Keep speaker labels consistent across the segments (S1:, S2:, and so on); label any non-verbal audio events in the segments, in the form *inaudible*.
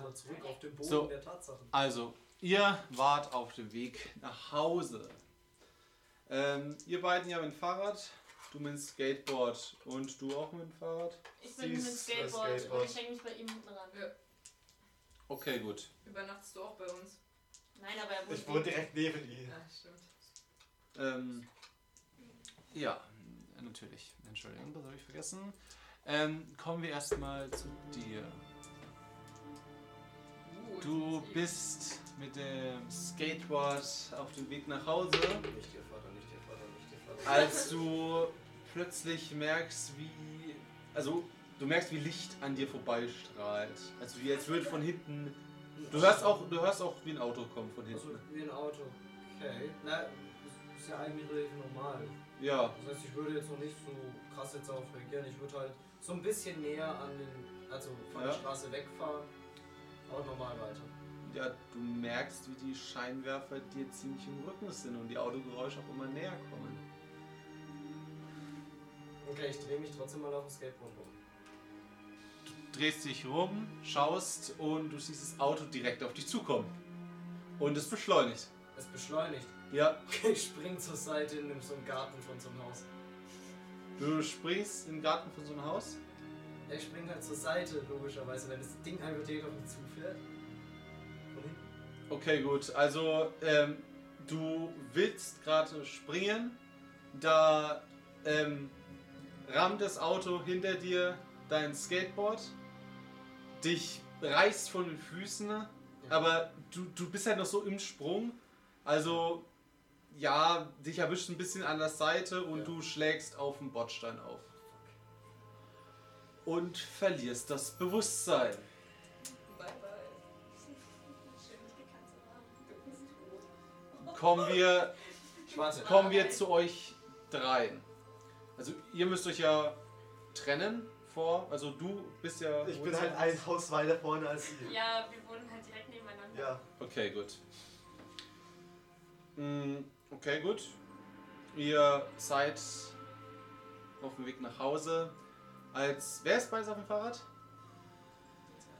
S1: mal zurück auf den Boden
S2: So.
S1: der Tatsachen.
S2: Also, ihr wart auf dem Weg nach Hause. Ähm, ihr beiden ja mit dem Fahrrad, du mit dem Skateboard und du auch mit dem Fahrrad.
S3: Ich bin mit
S1: Sie ist, äh,
S3: Skateboard,
S1: Skateboard.
S3: und ich hänge mich bei ihm hinten ran.
S2: Okay, gut.
S4: Übernachtest du auch bei uns?
S3: Nein, aber er
S5: Ich wohne direkt neben ihr.
S4: Ja, stimmt.
S2: Ähm, ja, natürlich. Entschuldigung, das habe ich vergessen. Ähm, kommen wir erstmal zu dir.
S4: Uh,
S2: Du
S4: jetzt-
S2: bist mit dem Skateboard auf dem Weg nach Hause,
S1: Nicht ihr Vater, nicht ihr Vater, nicht ihr Vater.
S2: als du plötzlich merkst, wie. Also, du merkst, wie Licht an dir vorbeistrahlt. Also, wie als würde von hinten. Du hörst auch, du hörst auch wie ein Auto kommen von
S1: Also
S2: hinten.
S1: wie ein Auto. Okay. Na, ist- ist ja eigentlich relativ normal.
S2: Ja,
S1: Das heißt, ich würde jetzt noch nicht so krass jetzt darauf reagieren. Ich würde halt so ein bisschen näher an den, also von der
S2: Ja.
S1: Straße wegfahren, aber normal weiter.
S2: ja, du merkst, wie die Scheinwerfer dir ziemlich im Rücken sind und die Autogeräusche auch immer näher kommen.
S1: Okay, ich drehe mich trotzdem mal auf dem Skateboard rum.
S2: drehst dich rum, schaust und du siehst das Auto direkt auf dich zukommen. Und es beschleunigt.
S1: Es beschleunigt. *laughs*
S2: Ja,
S1: Okay, ich spring zur Seite in so einem Garten von so einem Haus.
S2: du springst im Garten von so einem Haus.
S1: Ich spring halt zur Seite, logischerweise, wenn das Ding einfach direkt auf mich zufährt. Von hinten.
S2: Okay, gut. Also, ähm, du willst gerade springen. Da ähm, rammt das Auto hinter dir dein Skateboard. Dich reißt von den Füßen. Aber du, du bist halt noch so im Sprung. Also, ja, dich erwischt ein bisschen an der Seite und
S1: Ja.
S2: du schlägst auf den Bordstein auf. Und verlierst das Bewusstsein.
S4: Bye, bye.
S3: Schön, mich gekannt zu haben.
S4: Du bist tot.
S2: Kommen wir
S1: Ich warte.
S2: kommen wir zu euch dreien. Also ihr müsst euch ja trennen vor, also du bist ja...
S5: Ich bin halt ein Haus weiter vorne als ihr.
S3: Ja, wir wohnen halt direkt nebeneinander.
S5: Ja.
S2: Okay, gut. Mm, Okay, gut. Ihr seid auf dem Weg nach Hause. Als... Wer ist beides auf dem Fahrrad?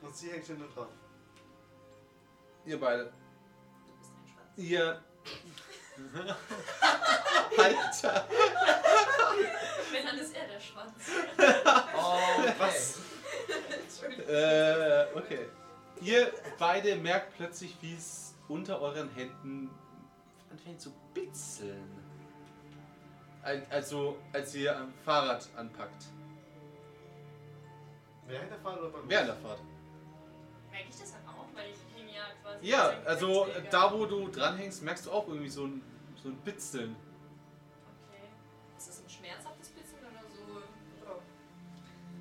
S5: Und sie hängt hinten dran.
S2: Ihr beide.
S3: Du bist ein Schwanz.
S5: *laughs*
S2: Ihr... Halt. Alter!
S3: Wenn, dann ist er der Schwanz.
S1: Oh, okay.
S2: Was?
S4: *laughs* Entschuldigung.
S2: Äh, okay. Ihr beide merkt plötzlich, wie es unter euren Händen anfängt zu bitzeln. Al- Also, als ihr am Fahrrad anpackt.
S5: Während der Fahrt oder beim
S2: Während der Fahrt.
S3: Merke ich das dann auch, weil ich hänge ja quasi.
S2: Ja,
S3: als ein
S2: also
S3: Gepäckträger.
S2: da, wo du dranhängst, merkst du auch irgendwie so ein, so ein Bitzeln.
S3: Okay.
S4: Ist das ein schmerzhaftes bisschen oder so? Ja.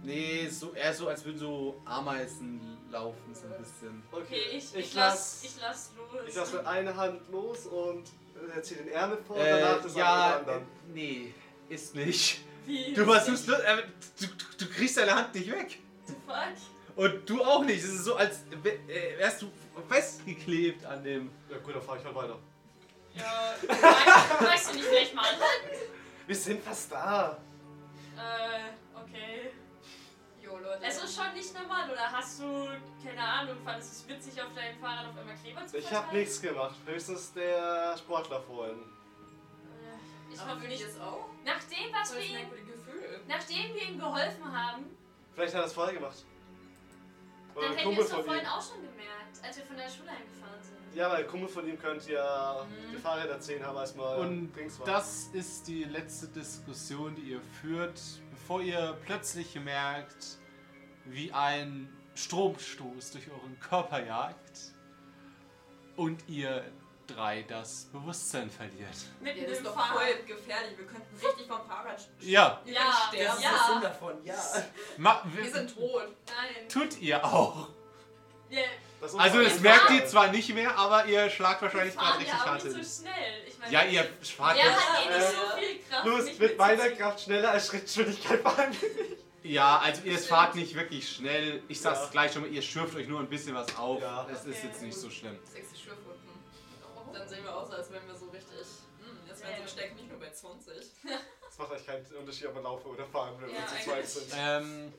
S2: Nee, so, eher so, als würden so Ameisen laufen, so ein bisschen.
S3: Okay, ich, ich, lass,
S5: lass-
S3: ich lass los.
S5: Ich lasse mit einer Hand los und äh, ziehe den Ärmel vor und
S2: Äh,
S5: danach das
S2: ja,
S5: andere
S2: äh, nee, ist nicht.
S3: Wie?
S2: Du versuchst, bloß- äh, du, du, du kriegst deine Hand nicht weg.
S3: The fuck?
S2: Und du auch nicht. Es ist so, als wär- äh, wärst du festgeklebt an dem.
S5: Ja gut, dann fahre ich halt weiter.
S3: Ja, weißt, weißt du nicht vielleicht mal anhalten?
S5: Wir sind fast da.
S3: Äh, okay.
S4: Jo, Leute.
S3: Es ist schon nicht normal, oder hast du, keine Ahnung, fandest du es witzig, auf deinem Fahrrad auf einmal Kleber zu
S5: Ich habe
S3: verteilen?
S5: nichts gemacht. Höchstens der Sportler
S3: Äh,
S5: vorhin.
S3: Ich
S4: ich
S3: hoffe
S4: hoffe,
S3: nicht.
S4: das auch.
S3: Nachdem, was
S4: So
S3: wir
S4: das
S3: ihm,
S4: merkwürdige Gefühl.
S3: nachdem wir ihm geholfen haben,
S5: Vielleicht hat er es vorher gemacht. Oder
S3: dann
S5: ein
S3: hätten wir
S5: Kumpel
S3: es doch
S5: von ihm.
S3: vorhin auch schon gemerkt, als wir von der Schule heimgefahren sind.
S5: Ja, weil ein Kumpel von ihm könnte ja
S4: Mhm.
S5: die Fahrräder 10 haben erstmal.
S2: Und
S5: links war.
S2: Das ist die letzte Diskussion, die ihr führt, bevor ihr plötzlich merkt, wie ein Stromstoß durch euren Körper jagt und ihr drei das Bewusstsein verliert.
S3: Mitten
S4: Ja, das
S3: im
S4: ist doch
S3: Fahrrad.
S4: voll gefährlich. Wir könnten richtig vom Fahrrad sch-
S2: Ja,
S3: Ja,
S4: sterben.
S1: Das ist der Sinn
S3: ja,
S1: davon, ja.
S2: ma
S4: Wir sind tot.
S3: nein.
S2: tut ihr auch.
S3: Wir,
S5: Das
S2: Also das
S5: Unfall-
S2: merkt ihr zwar nicht mehr, aber ihr schlagt wahrscheinlich gerade
S3: fahren
S2: richtig
S3: ja auch
S2: hart
S3: nicht
S2: hin.
S3: so schnell. Ich meine,
S2: Ja, ihr
S3: Der
S2: fahrt jetzt
S3: hat eh nicht so
S4: Ja.
S3: viel Kraft.
S5: Los,
S3: mich
S5: mit meiner
S3: mitzuziehen.
S5: Kraft schneller als Schrittgeschwindigkeit fahren.
S2: Ja, also ihr
S4: Stimmt.
S2: fahrt nicht wirklich schnell. Ich sag's
S5: Ja.
S2: gleich schon mal, ihr schürft euch nur ein bisschen was auf.
S5: Ja.
S2: Es ist
S3: Okay.
S2: jetzt nicht so schlimm.
S4: Sexy Schürfwunden. Dann sehen wir aus, als wären wir so richtig. Mh, jetzt wären
S3: Ja.
S4: so Stecken nicht nur bei 20.
S5: Das macht eigentlich keinen Unterschied, ob wir laufen oder fahren, wenn
S4: Ja,
S5: wir zu
S4: eigentlich.
S5: Ähm, zweit sind.
S2: Ähm,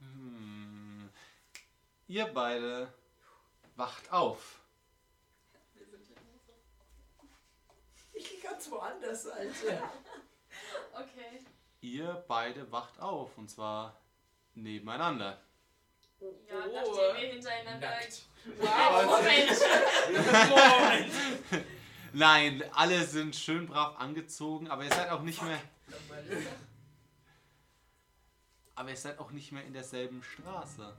S2: hm. Ihr beide wacht auf.
S4: Wir sind hier nicht so.
S1: Ich gehe ganz woanders, Alter.
S6: Okay.
S2: Ihr beide wacht auf und zwar nebeneinander.
S6: Ja,
S4: Oh.
S6: nachdem wir hintereinander.
S1: Nackt.
S6: Wow,
S5: *laughs*
S6: Moment!
S2: Nein, alle sind schön brav angezogen, aber ihr seid auch nicht mehr, aber ihr seid auch nicht mehr in derselben Straße.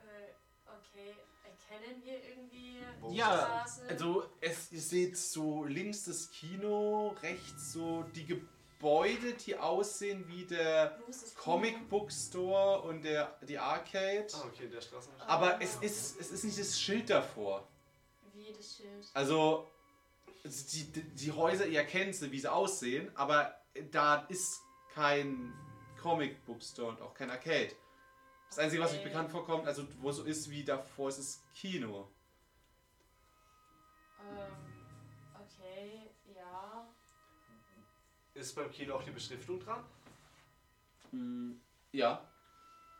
S6: Äh, okay, erkennen wir irgendwie
S5: Wo?
S6: die
S2: Ja,
S6: Straße?
S2: Also es, ihr seht so links das Kino, rechts so die Gebäude, die aussehen wie der
S6: Bloß das
S2: Comic Book Store und der, die Arcade.
S5: Ah, okay, in der Straße.
S6: Ah.
S2: Aber es ist, es ist nicht das Schild davor.
S6: Wie das Schild.
S2: Also die, die- die Häuser, ihr kennt sie, wie sie aussehen, aber da ist kein Comic Book Store und auch kein Arcade. Das Einzige, was euch
S6: Okay.
S2: bekannt vorkommt, also wo so ist wie davor, ist das Kino.
S6: Ähm, okay, ja.
S5: Ist beim Kino auch die Beschriftung dran?
S2: Ja.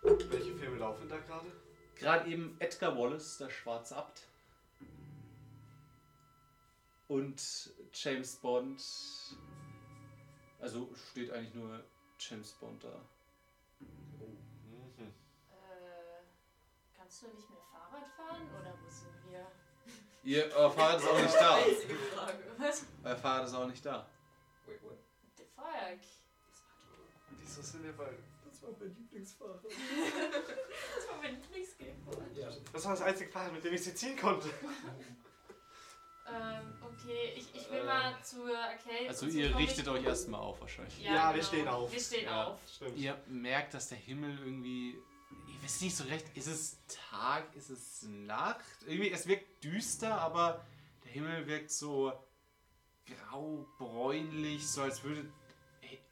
S5: Welche Filme laufen da gerade?
S2: Gerade eben Edgar Wallace, der schwarze Abt. Und James Bond. Also steht eigentlich nur James Bond da.
S5: Mhm.
S6: Äh, kannst du nicht mehr Fahrrad fahren oder wo sind wir?
S2: Ihr euer Fahrrad ist auch nicht da.
S4: Einzige Frage.
S6: Was?
S2: Euer Fahrrad ist auch nicht da.
S1: Wait, what?
S6: The fuck?
S5: Wieso sind wir bei.
S1: Das war mein Lieblingsfahrer.
S6: Das war mein Lieblingsgame.
S1: Ja.
S5: Das war das einzige Fahrrad, mit dem ich sie ziehen konnte.
S6: Ähm, okay, ich, ich will
S5: Ähm.
S6: mal zur Arcade.
S2: Äh, Also
S6: und zum
S2: ihr
S6: Comic-
S2: richtet euch erstmal auf wahrscheinlich.
S5: Ja, wir stehen auf.
S6: Wir stehen
S2: Ja.
S6: auf.
S5: Stimmt.
S2: Ihr merkt, dass der Himmel irgendwie. Ihr wisst nicht so recht, ist es Tag, ist es Nacht? Irgendwie, es wirkt düster, aber der Himmel wirkt so graubräunlich, so als würde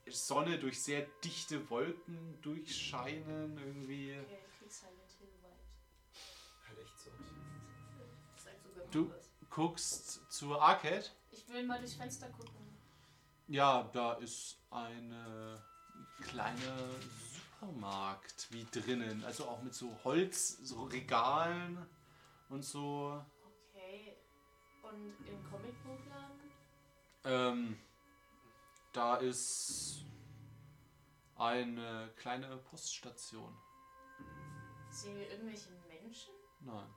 S2: Sonne durch sehr dichte Wolken durchscheinen irgendwie.
S6: Okay, ich halt krieg Silent Hill weit.
S1: Halt echt so.
S4: Sag sogar mal
S2: also Du-
S4: was.
S2: Guckst zur Arcade.
S6: Ich will mal durchs Fenster gucken.
S2: Ja, da ist eine kleine Supermarkt wie drinnen. Also auch mit so Holz, so Regalen und so.
S6: Okay. Und im Comicbuchladen?
S2: Ähm, da ist eine kleine Poststation.
S6: Sehen wir irgendwelche Menschen?
S2: Nein,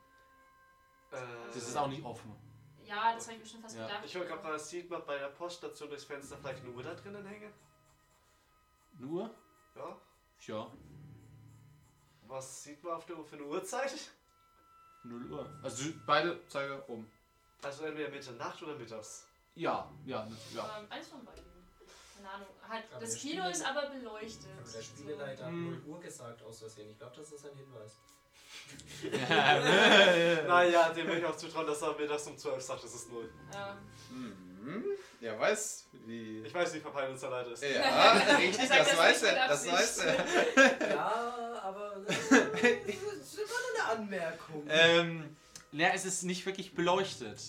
S5: Äh,
S2: das ist auch nicht offen.
S6: Ja, das habe ich mir schon fast
S2: Ja.
S6: gedacht.
S5: Ich wollte gerade fragen, sieht man bei der Poststation durchs Fenster vielleicht nur da drinnen hängen?
S2: Nur?
S5: Ja.
S2: Ja,
S5: Was sieht man auf der Uhr für eine Uhrzeit?
S2: 0 Uhr. Also beide Zeiger oben.
S5: Also entweder Mitternacht oder mittags.
S2: Ja, ja, *laughs* ja.
S6: Ähm, eins von beiden. Keine Ahnung. Halt,
S1: Aber
S6: das
S1: der
S6: Kino
S1: Spiele-
S6: ist aber beleuchtet. Also,
S1: Aber der Spieleleiter hat
S2: Hm.
S1: 0 Uhr gesagt aus Versehen. Ich glaube, das ist ein Hinweis.
S2: Äh.
S5: Naja, dem will ich auch zutrauen, dass er mittags um 12 sagt, es ist null.
S6: So. Ähm,
S2: Mhm. Ja, weiß, wie.
S5: Ich weiß, wie verpeilt unser Leiter ist.
S2: Ja, *laughs*
S6: Er
S2: richtig,
S6: sagt
S2: das
S6: das
S2: weiß
S6: nicht
S2: er,
S6: mit
S2: das weiß
S6: Absicht.
S2: er.
S1: Ja, aber äh, das ist immer eine Anmerkung.
S2: Ähm, naja, es ist nicht wirklich beleuchtet.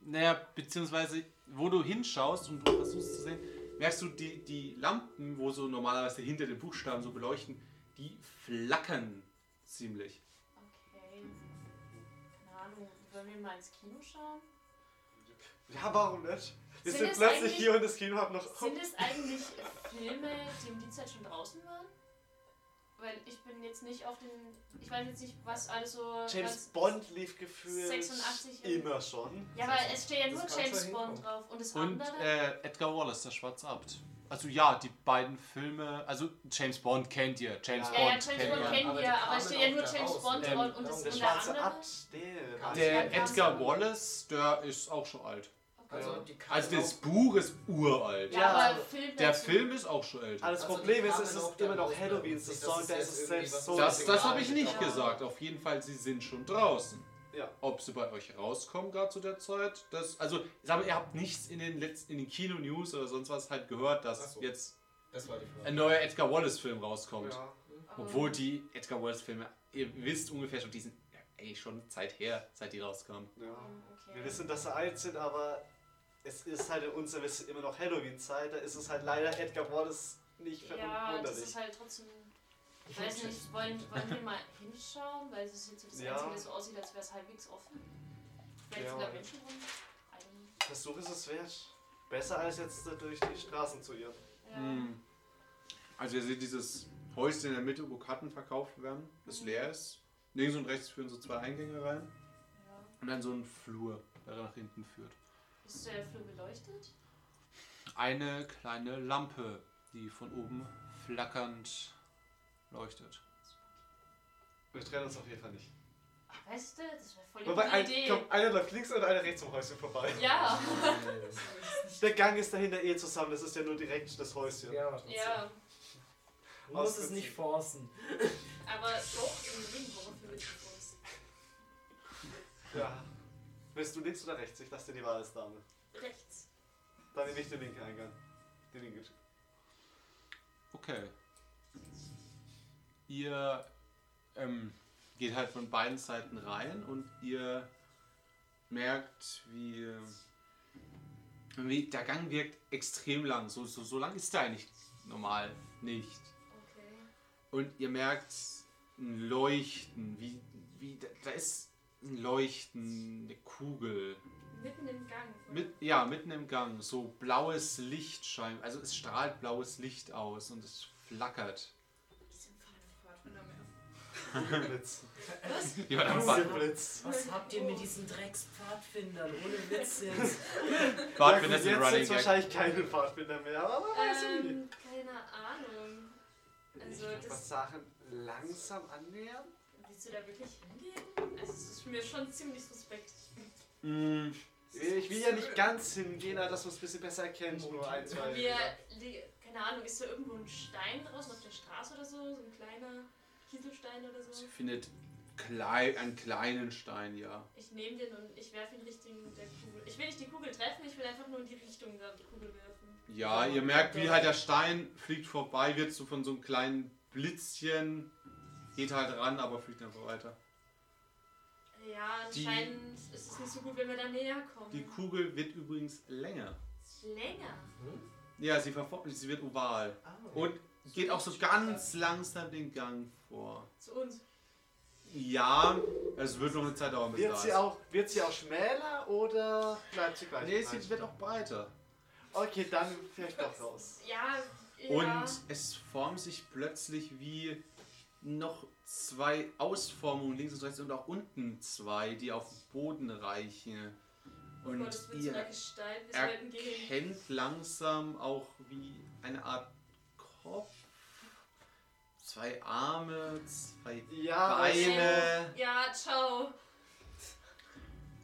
S2: Naja, beziehungsweise, wo du hinschaust und du versuchst zu sehen, merkst du, die, die Lampen, wo so normalerweise hinter den Buchstaben so beleuchten, die flackern ziemlich.
S6: okay. Keine Ahnung. Wollen wir mal ins Kino schauen?
S5: Ja, warum nicht? Wir
S6: Sind
S5: sind,
S6: es
S5: plötzlich
S6: eigentlich-
S5: hier und das Kino hat noch. Oh,
S6: Sind es eigentlich Filme, die um die Zeit schon draußen waren? Weil ich bin jetzt nicht auf den. Ich weiß jetzt nicht, was alles so.
S5: James
S6: ganz-
S5: Bond lief gefühlt
S6: 86
S5: immer schon.
S6: Ja, weil es steht ja
S1: Das
S6: nur
S1: kann
S6: James
S1: schon
S6: Bond
S1: hinkommen.
S6: drauf. Und das
S2: Und
S6: andere?
S2: äh, Edgar Wallace, der schwarze Abt. Also ja, die beiden Filme, also James Bond kennt ihr, James
S5: Ja,
S6: ja, ja,
S2: Bond
S6: James
S2: kennt
S6: Bond
S2: ihr.
S1: man.
S6: kennen
S1: Aber die
S6: wir, aber
S1: kamen
S6: es steht ja nur
S1: auch da
S6: James
S1: raus.
S6: Bond
S2: Ähm,
S6: drauf und das
S1: Und
S6: unter
S5: Der schwarze Also
S6: anderem.
S5: Abt, der.
S1: Kam-
S2: Der
S6: Ja,
S2: Edgar
S6: krass.
S2: Wallace, der ist auch schon alt.
S1: also,
S5: Ja.
S1: die kamen
S2: Also das
S1: auch-
S2: Buch ist uralt.
S6: Ja,
S5: Ja,
S6: aber
S1: also
S6: Film
S2: Der
S6: dazu.
S2: Film ist auch schon älter.
S5: Alles
S1: Also, die
S5: Problem ist,
S1: kamen
S5: es
S1: auch
S5: ist
S1: da
S5: immer noch
S1: raus,
S5: Halloween,
S1: glaub ich.
S5: das
S1: Das
S5: Song,
S1: ist
S5: der
S1: jetzt
S5: ist es
S1: irgendwie
S5: selbst
S1: was-
S5: so.
S2: Das,
S5: egal.
S2: das habe ich nicht
S6: Ja.
S2: gesagt. Auf jeden Fall, sie sind schon draußen.
S5: Ja.
S2: Ob sie bei euch rauskommen gerade zu der Zeit, das, also ich sage, ihr habt nichts in den letzten, in den Kino-News oder sonst was halt gehört,
S1: Ach
S2: dass
S1: so.
S2: jetzt
S1: Das war die Frage.
S2: ein neuer Edgar Wallace-Film rauskommt.
S5: Ja.
S6: Oh,
S2: Obwohl die Edgar Wallace-Filme, ihr wisst ungefähr schon, die sind ja, ey, schon Zeit her, seit die rauskamen.
S5: ja.
S6: Okay.
S5: Wir wissen, dass sie alt sind, aber es ist halt in unserem Wissen immer noch Halloween-Zeit. Da ist es halt leider Edgar Wallace nicht
S6: Ja, das
S5: verwunderlich.
S6: ist halt trotzdem. Ich weiß nicht, wollen, wollen wir mal hinschauen, weil es ist jetzt so das
S5: Ja.
S6: Einzige, das so aussieht, als wäre es halbwegs offen. Vielleicht
S5: Ja.
S6: sogar Menschen drin. I don't know.
S5: Versuch ist es wert. Besser als jetzt äh, durch die Straßen zu irren.
S6: Ja.
S2: Hm. Also ihr seht dieses Häuschen in der Mitte, wo Karten verkauft werden, das leer ist. Links und rechts führen so zwei Eingänge rein
S6: Ja.
S2: und dann so ein Flur, der nach hinten führt.
S6: Ist der Flur beleuchtet?
S2: Eine kleine Lampe, die von oben flackernd leuchtet.
S5: Wir trennen uns auf jeden Fall nicht.
S6: Ach, Ah, weißt du, das wäre voll die
S5: Wobei,
S6: gute
S5: ein,
S6: Idee.
S5: komm, einer läuft links und einer rechts vom Häuschen vorbei.
S6: Ja. *laughs*
S5: Der Gang ist dahinter eh zusammen, das ist ja nur direkt das Häuschen.
S1: Ja, aber trotzdem.
S6: Ja,
S1: Du musst es nicht forcen.
S5: Ausgezogen.
S6: aber doch im Sinn, worauf wir mit uns.
S5: Ja. Willst du links oder rechts? Ich lasse dir die Wahl als Dame.
S6: Rechts.
S5: Dann nehme ich den linken Eingang. Den linken. *laughs*
S2: Okay. Ihr ähm, geht halt von beiden Seiten rein und ihr merkt, wie, wie der Gang wirkt extrem lang. So, so, so lang ist der eigentlich normal nicht.
S6: Okay.
S2: Und ihr merkt ein Leuchten, wie, wie da, da ist ein Leuchten, eine Kugel.
S6: Mitten im Gang.
S2: Mit, ja, mitten im Gang, so blaues Licht scheint. Also es strahlt blaues Licht aus und es flackert.
S6: Ähm,
S5: Blitz.
S6: Was?
S2: Die war dann Bad,
S5: Blitz.
S1: Was habt ihr mit diesen Dreckspfadfindern? Ohne Witz jetzt.
S5: Ja,
S2: Bad
S5: gut,
S2: Vanessa
S5: jetzt
S2: Running
S5: sind
S2: Gag.
S5: wahrscheinlich keine Pfadfinder mehr, aber man weiß ja nie.
S6: Ähm, keine Ahnung. Also,
S5: ich würde
S6: das-
S5: Sachen langsam annähern.
S6: Willst du da wirklich hingehen? Also, es ist mir schon ziemlich suspekt.
S2: Mm,
S5: Ich will ja nicht ganz hingehen, aber dass man es ein bisschen besser um erkennt. Nur ein, zwei.
S6: Wir,
S5: ja.
S6: li- keine Ahnung, ist da irgendwo ein Stein draußen auf der Straße oder so? So ein kleiner Kieselstein oder so?
S2: Sie findet klei einen kleinen Stein, ja.
S6: Ich nehme den und ich werfe ihn Richtung der Kugel. Ich will nicht die Kugel treffen, ich will einfach nur in die Richtung der Kugel werfen.
S2: Ja, ihr merkt, wie halt der Stein fliegt vorbei, wird so von so einem kleinen Blitzchen, geht halt ran, aber fliegt einfach weiter.
S6: Ja,
S2: Die-
S6: anscheinend ist es nicht so gut, wenn wir da näher kommen.
S2: Die Kugel wird übrigens länger.
S6: Länger.
S2: Ja, sie, verfol- sie wird oval.
S1: Ah.
S2: Und geht auch so ganz langsam den Gang vor.
S6: Zu uns.
S2: Ja, es wird noch eine Zeit dauern, bis
S5: Wird
S2: da
S5: sie,
S2: ist.
S5: auch, wird sie auch schmäler oder bleibt sie gleich?
S2: Nee,
S5: breit?
S2: sie wird auch breiter.
S5: Okay, dann vielleicht doch raus.
S6: Ja,
S2: Und
S6: ja.
S2: es formen sich plötzlich wie noch zwei Ausformungen links und rechts und auch unten zwei, die auf den Boden reichen.
S6: Oh
S2: Und
S6: Gott, das wird zu einer
S2: ihr
S6: Gestalt. Wir sollten gehen.
S2: erkennt langsam auch wie eine Art Kopf, zwei Arme, zwei
S5: Ja, also,
S6: Bein.
S2: Beine.
S6: Ja, ciao.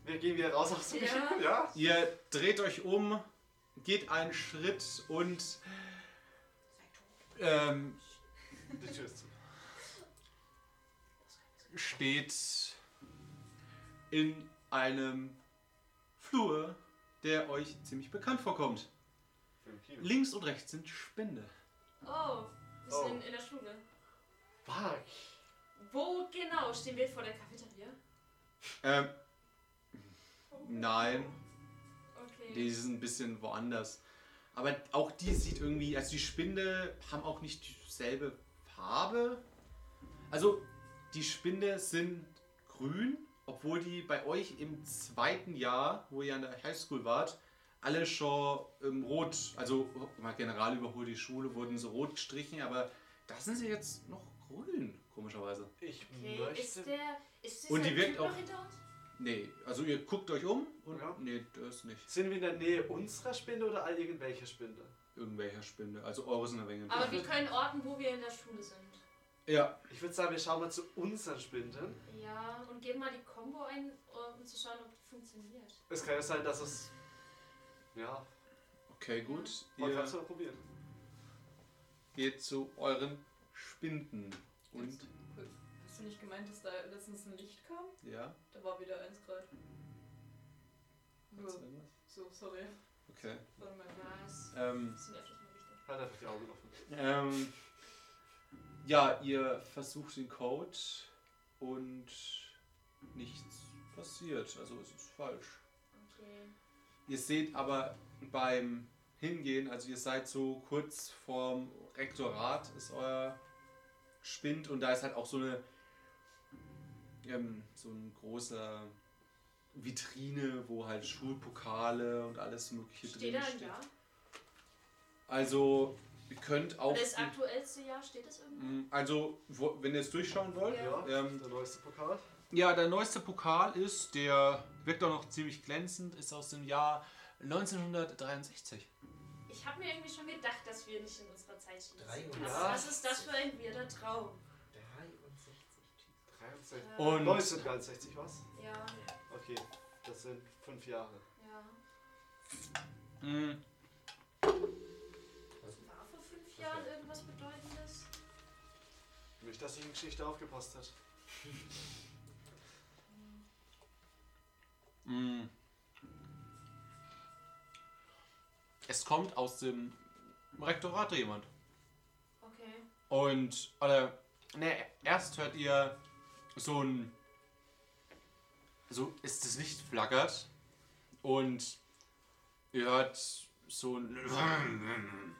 S5: wir gehen wieder raus aus
S6: Ja.
S5: dem Geschichten. Ja.
S2: Ihr dreht euch um, geht einen Schritt und ähm,
S5: Die Tür ist zu.
S2: steht in einem Flur, der euch ziemlich bekannt vorkommt.
S5: Für den Kino.
S2: Links und rechts sind Spinde.
S6: Oh, wir sind
S5: Oh.
S6: in, in der Schule.
S5: Fuck.
S6: Wo genau stehen wir vor der Cafeteria?
S2: Ähm, nein,
S6: Okay.
S2: die sind ein bisschen woanders. Aber auch die sieht irgendwie, also die Spinde haben auch nicht dieselbe Farbe. Also die Spinde sind grün, obwohl die bei euch im zweiten Jahr, wo ihr an der Highschool wart, alle schon ähm, rot, also mal general überholt die Schule, wurden so rot gestrichen, aber da sind sie jetzt noch grün, komischerweise.
S5: Ich
S6: okay.
S5: möchte.
S6: Ist der. Ist dieser
S2: Und die wirkt
S6: typ noch
S2: auch-
S6: hinter uns?
S2: Nee, also ihr guckt euch um und
S5: Ja.
S2: nee, das ist nicht
S5: Sind wir in der Nähe unserer Spinde oder all irgendwelcher Spinde?
S2: irgendwelcher Spinde, also eure sind eine Menge.
S6: Aber wir können orten, wo wir in der Schule sind.
S2: Ja,
S5: Ich würde sagen, wir schauen mal zu unseren Spinden.
S6: Ja, und geben mal die Combo ein, um zu schauen, ob die funktioniert.
S5: Es kann ja sein, dass es. Ja,
S2: okay, gut.
S5: man
S2: Ihr
S5: kann es mal probieren.
S2: geht zu euren Spinden und
S4: Cool. Hast du nicht gemeint, dass da letztens ein Licht kam?
S2: ja.
S4: Da war wieder eins gerade. Ja, So, sorry.
S2: Okay.
S4: Warte mal.
S6: Was?
S2: Ähm,
S6: Das sind öfters mal wichtig.
S5: Halt einfach die Augen offen.
S2: Ähm, ja, ihr versucht den Code und nichts passiert. Also es ist falsch.
S6: Okay.
S2: Ihr seht aber beim Hingehen, also ihr seid so kurz vorm Rektorat, ist euer spinnt und da ist halt auch so eine ähm, so ein großer Vitrine, wo halt Schulpokale und alles mögliche
S6: Steht
S2: drin
S6: da ein
S2: steht.
S6: Jahr?
S2: Also ihr könnt auch
S6: Das aktuellste Jahr steht das irgendwo?
S2: Mm, also wo, wenn ihr es durchschauen wollt,
S5: Ja,
S2: ähm,
S5: der neueste Pokal.
S2: Ja, der neueste Pokal ist, der wirkt auch noch ziemlich glänzend, ist aus dem Jahr 1963.
S6: Ich habe mir irgendwie schon gedacht, dass wir nicht in unserer Zeit stehen.
S1: Drei und
S6: was,
S5: acht.
S6: was ist das für ein weirder Traum?
S1: 63 Typen.
S5: 63.
S6: Äh,
S2: Und
S5: 1963, was?
S6: Ja,
S5: Okay, das sind fünf Jahre.
S6: ja.
S2: mh,
S6: War vor fünf Jahren irgendwas Bedeutendes?
S5: Nicht, dass ich in Geschichte aufgepasst hat.
S2: mh. es kommt aus dem Rektorat jemand.
S6: Okay.
S2: Und, oder, ne, erst hört ihr so ein, so ist das Licht flackert und ihr hört so ein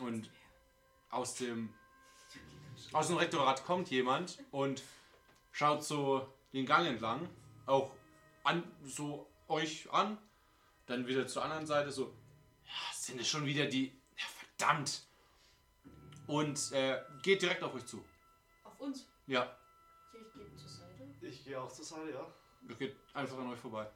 S2: und aus dem, aus dem Rektorat kommt jemand und schaut so den Gang entlang, auch an, so euch an, dann wieder zur anderen Seite so, ja, sind es schon wieder die, ja, verdammt, und äh, geht direkt auf euch zu.
S6: Auf uns.
S2: Ja,
S6: Okay, ich gehe zur Seite.
S5: Ich gehe auch zur Seite, ja.
S2: er geht einfach an euch vorbei.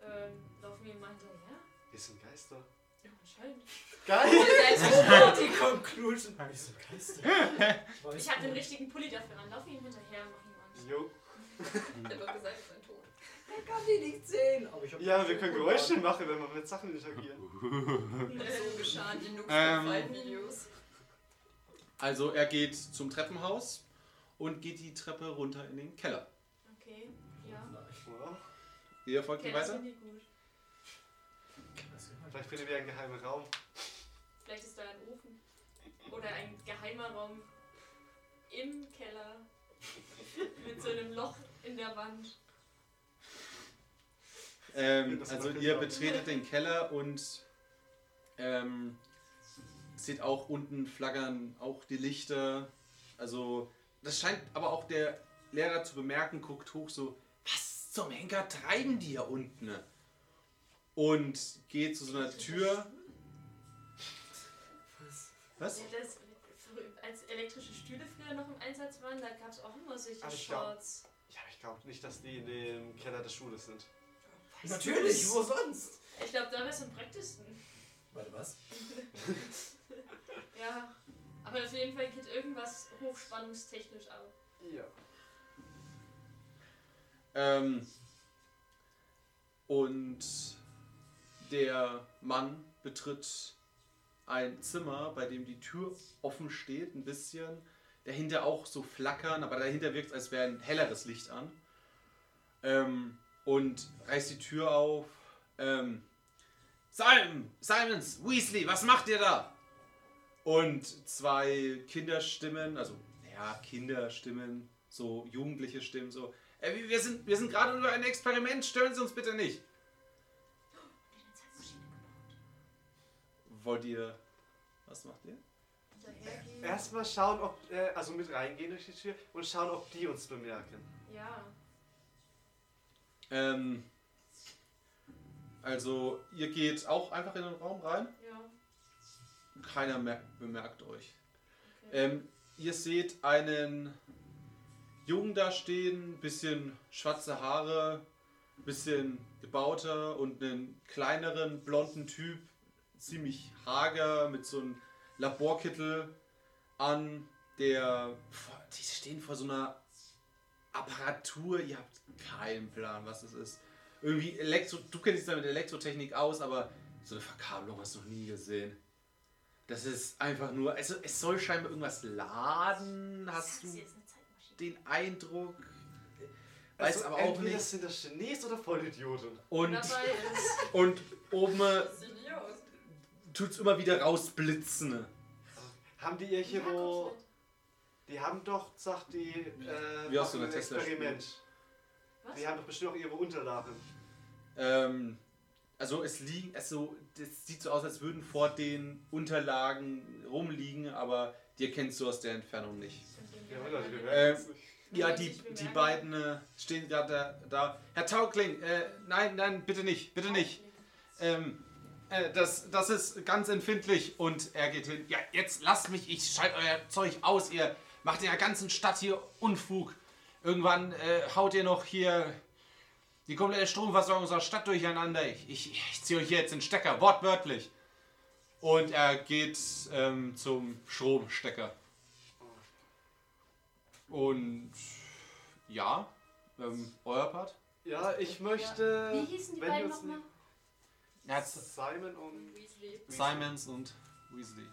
S6: Ähm, laufen wir mal hinterher?
S5: Wir sind Geister.
S6: Ja, anscheinend.
S5: Geil!
S1: Die Conclusion. Ich so Geister.
S6: Ich habe den richtigen Pulli dafür an. Lauf ihm hinterher, mach ihn
S2: *laughs*
S6: an.
S5: Jo.
S1: Hm.
S4: Ich hab doch gesagt, es ist ein Ton.
S1: Ich kann die nicht sehen. Aber ich hab
S5: Ja, wir können Geräusche machen, wenn wir mit Sachen interagieren.
S4: So geschahen Äh, die Nukes
S2: Ähm.
S4: von Fallenvideos.
S2: Also er geht zum Treppenhaus und geht die Treppe runter in den Keller.
S6: Okay, ja.
S1: Nein.
S5: Oder?
S2: Ihr folgt
S6: Okay,
S2: ihm
S6: das
S2: weiter?
S6: finde ich gut.
S5: Vielleicht finden wir einen geheimen Raum.
S6: Vielleicht ist da ein Ofen. Oder ein geheimer Raum im Keller. Mit so einem Loch in der Wand.
S2: Ähm,
S5: Das
S2: also
S5: macht
S2: ihr
S5: Sinn.
S2: betretet den Keller und ähm, seht auch unten flackern auch die Lichter. Also das scheint aber auch der Lehrer zu bemerken, guckt hoch so, was zum Henker treiben die hier unten? Und geht zu so einer Tür. Was?
S6: Ja, Also das, frü- als elektrische Stühle früher noch im Einsatz waren, da gab es auch immer solche
S5: Aber ich glaub-
S6: Shorts.
S5: Ja, aber ich glaube nicht, dass die in dem Keller der Schule sind.
S1: Natürlich, wo sonst?
S6: Ich glaube, da wäre es am praktischsten.
S1: Warte, was?
S6: Ja. Aber auf jeden Fall geht irgendwas hochspannungstechnisch ab.
S5: Ja.
S2: Ähm, und der Mann betritt ein Zimmer, bei dem die Tür offen steht, ein bisschen. Dahinter auch so flackern, aber dahinter wirkt es, als wäre ein helleres Licht an. Ähm, und reißt die Tür auf. Ähm, Simon, Simons, Weasley, was macht ihr da? Und zwei Kinderstimmen, also ja, Kinderstimmen, so jugendliche Stimmen, so. "Äh, wir- wir sind, wir sind gerade über ein Experiment, stören Sie uns bitte nicht. Wollt ihr. Was macht ihr?
S6: Hinterhergehen.
S5: Erstmal schauen, ob. Äh, also mit reingehen durch die Tür und schauen, ob die uns bemerken.
S6: Ja.
S2: Ähm, also, ihr geht auch einfach in den Raum rein.
S6: Ja.
S2: Keiner merkt, bemerkt euch.
S6: Okay.
S2: Ähm, ihr seht einen Jungen da stehen, bisschen schwarze Haare, bisschen gebauter und einen kleineren blonden Typ, ziemlich hager, mit so einem Laborkittel an, der. Boah, Die stehen vor so einer Apparatur, ihr habt keinen Plan, was es ist. Irgendwie Elektro. Du kennst dich da mit Elektrotechnik aus, aber so eine Verkabelung hast du noch nie gesehen. Das ist einfach nur. Also es soll scheinbar irgendwas laden, hast
S6: Sag's dir,
S2: du
S6: ist eine Zeitmaschine.
S2: den Eindruck. Weiß aber auch
S5: Also entweder
S2: nicht.
S5: sind das Chinesen oder Vollidioten.
S2: Und,
S6: Dabei ist.
S2: und oben äh,
S4: Das sieht nicht aus.
S2: tut's immer wieder rausblitzen.
S5: Haben die irgendwo.
S6: Jakobsweg.
S5: Die haben doch, sagt die, äh,
S2: Wie aus so
S5: machen
S2: einer
S5: ein
S2: Tesla-Spule.
S5: Experiment.
S6: Was?
S5: Die haben doch bestimmt auch ihre Unterlagen.
S2: Ähm, also es liegen, also das sieht so aus, als würden vor den Unterlagen rumliegen, aber Die erkennst du aus der Entfernung nicht.
S5: Ja, Leute, wir
S2: Äh,
S5: hören uns nicht.
S2: Ja,
S6: Wollt
S2: die,
S6: ihr sich
S2: die
S6: bemerken?
S2: beiden äh, stehen gerade da, da. Herr Taugling, äh, nein, nein, bitte nicht, bitte nicht. Ähm, äh, das, das ist ganz empfindlich. Und er geht hin. Ja, jetzt lasst mich, ich schalte euer Zeug aus. Ihr macht in der ganzen Stadt hier Unfug. Irgendwann äh, haut ihr noch hier die komplette Stromversorgung unserer Stadt durcheinander. Ich, ich, ich ziehe euch hier jetzt den Stecker, wortwörtlich. Und er geht ähm, zum Stromstecker. Und ja, ähm, euer Part.
S5: Ja, ich möchte.
S6: Wie hießen die
S5: wenn
S6: beiden
S5: wir uns
S6: nochmal?
S2: Er hat
S5: Simon und.
S6: Weasley.
S2: Simons und Weasley.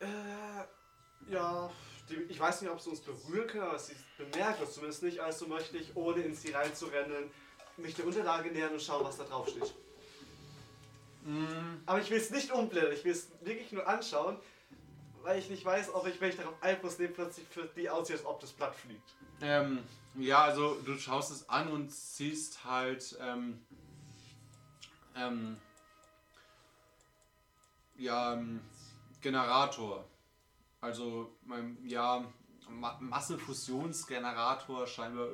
S5: Äh, ja, die, ich weiß nicht, ob sie uns berühren können, aber sie bemerken uns zumindest nicht. Also möchte ich, ohne in sie reinzurennen, mich der Unterlage nähern und schauen, was da drauf steht.
S2: Mm,
S5: Aber ich will es nicht umblättern, ich will es wirklich nur anschauen, weil ich nicht weiß, ob ich, wenn ich darauf Einfluss nehme, plötzlich für die aussieht, als ob das Blatt fliegt.
S2: ähm, ja, also du schaust es an und siehst halt, ähm, ähm, ja, ähm, Generator. Also, mein, ja, Ma Massenfusionsgenerator scheinbar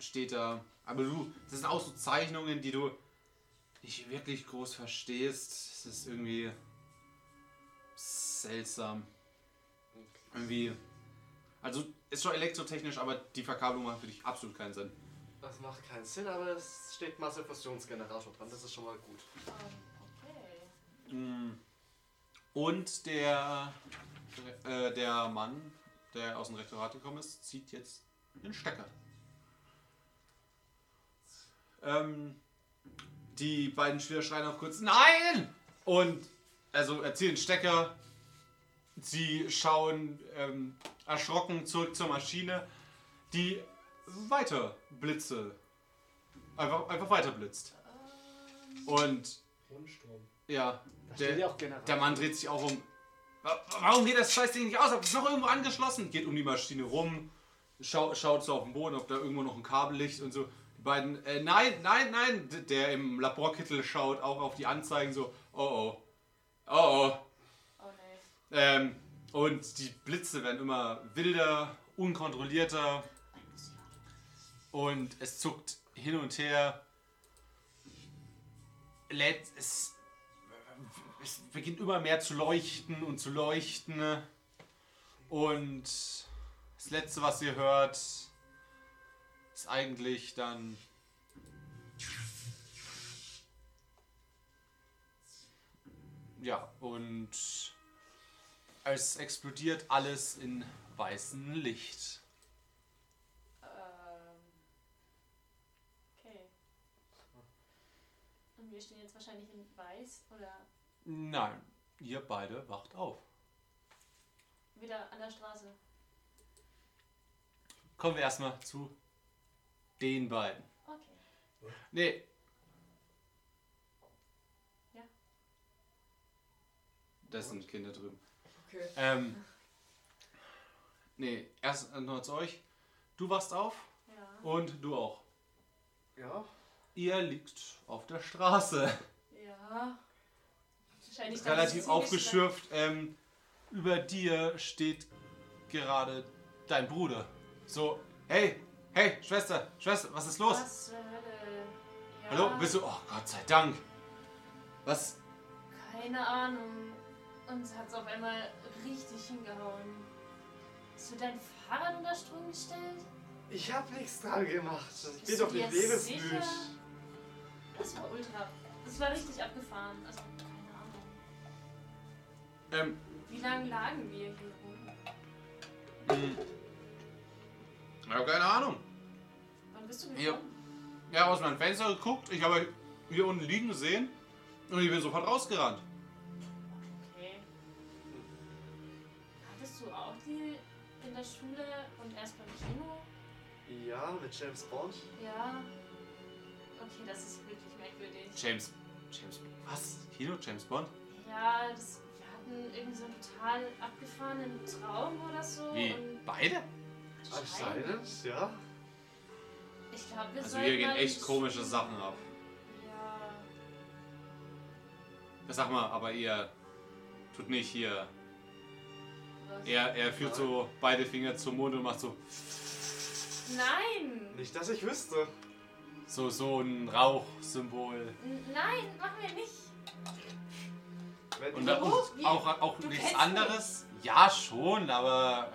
S2: steht da. Aber du, das sind auch so Zeichnungen, die du nicht wirklich groß verstehst. Es ist irgendwie seltsam. Irgendwie. Also ist schon elektrotechnisch, aber die Verkabelung macht für dich absolut keinen Sinn.
S5: Das macht keinen Sinn, aber es steht Massefusionsgenerator dran, das ist schon mal gut.
S6: Ah,
S4: Okay.
S2: Mm. Und der, äh, der Mann, der aus dem Rektorat gekommen ist, zieht jetzt den Stecker. Ähm, die beiden Schüler schreien auch kurz Nein! Und also er zieht den Stecker. Sie schauen ähm, erschrocken zurück zur Maschine, die weiter Blitze. Einfach, einfach weiter blitzt. Und
S1: Grundstrom.
S2: ja,
S5: Steht ja
S2: der,
S5: auch Generator.
S2: der Mann dreht sich auch um. Wa- Warum geht das Scheißding nicht aus? Habt ihr es noch irgendwo angeschlossen? Geht um die Maschine rum, schau, schaut so auf den Boden, ob da irgendwo noch ein Kabel liegt und so. Die beiden, äh, nein, nein, nein. D- Der im Laborkittel schaut auch auf die Anzeigen so, oh oh, oh oh.
S6: Oh nee.
S2: Ähm, und die Blitze werden immer wilder, unkontrollierter. Und es zuckt hin und her. Lädt, es, es beginnt immer mehr zu leuchten und zu leuchten. Und das letzte, was ihr hört, ist eigentlich dann. Ja, und es explodiert alles in weißem Licht.
S6: Ähm. Okay. Und wir stehen jetzt wahrscheinlich in Weiß oder
S2: Nein, ihr beide wacht auf.
S6: wieder an der Straße.
S2: Kommen wir erstmal zu den beiden.
S6: Okay.
S2: Nee.
S6: Ja.
S2: Das sind Kinder drüben.
S4: Okay.
S2: Ähm. Nee, erst noch zu euch. Du wachst auf
S6: Ja.
S2: und du auch.
S5: Ja,
S2: Ihr liegt auf der Straße.
S6: Ja. Wahrscheinlich dann ist
S2: *laughs* relativ
S6: sie gestanden.
S2: aufgeschürft. Ähm, über dir steht gerade dein Bruder. So, hey, hey, Schwester, Schwester, was ist los?
S6: Was zur Hölle? Ja,
S2: Hallo, bist du? Oh Gott sei Dank. Was?
S6: Keine Ahnung. Uns hat's auf einmal richtig hingehauen. Hast du dein Fahrrad unter Strom gestellt?
S5: ich hab nichts dran gemacht. Ich bin
S6: du
S5: doch nicht
S6: dir
S5: lebensmüd.
S6: sicher? Das war ultra. Das war richtig abgefahren. Also, keine Ahnung.
S2: Ähm,
S6: Wie lange lagen wir hier rum?
S2: mh. Hm. Ich habe keine Ahnung.
S6: Wann bist du
S2: Ja.
S6: gekommen?
S2: Ich habe aus meinem Fenster geguckt, ich habe euch hier unten liegen gesehen und ich bin sofort rausgerannt.
S6: Okay. Hattest du auch die in der Schule und erst beim Kino?
S5: Ja, mit James Bond.
S6: Ja. Okay, das ist wirklich merkwürdig.
S2: James. James. Was? Kino? James Bond?
S6: Ja, das, wir hatten irgendwie so einen total abgefahrenen Traum oder so.
S2: Wie?
S6: Und
S2: Beide?
S6: anscheinend-
S5: Anscheinend, ja.
S6: Ich glaube, wir
S2: Also
S6: sollten
S2: hier gehen
S6: mal
S2: echt
S6: nicht-
S2: komische Sachen ab.
S6: Ja.
S2: Sag mal, aber ihr tut nicht hier
S6: sowas.
S2: Er, er führt so beide Finger zum Mund und macht so,
S6: Nein!
S5: Nicht, dass ich wüsste.
S2: so, so ein Rauchsymbol.
S6: N- Nein, machen wir nicht.
S5: Wenn,
S2: Und
S5: die-
S2: dann
S6: Wie?
S2: auch, auch
S6: Du
S2: nichts
S6: kennst
S2: anderes? Ja, schon, aber.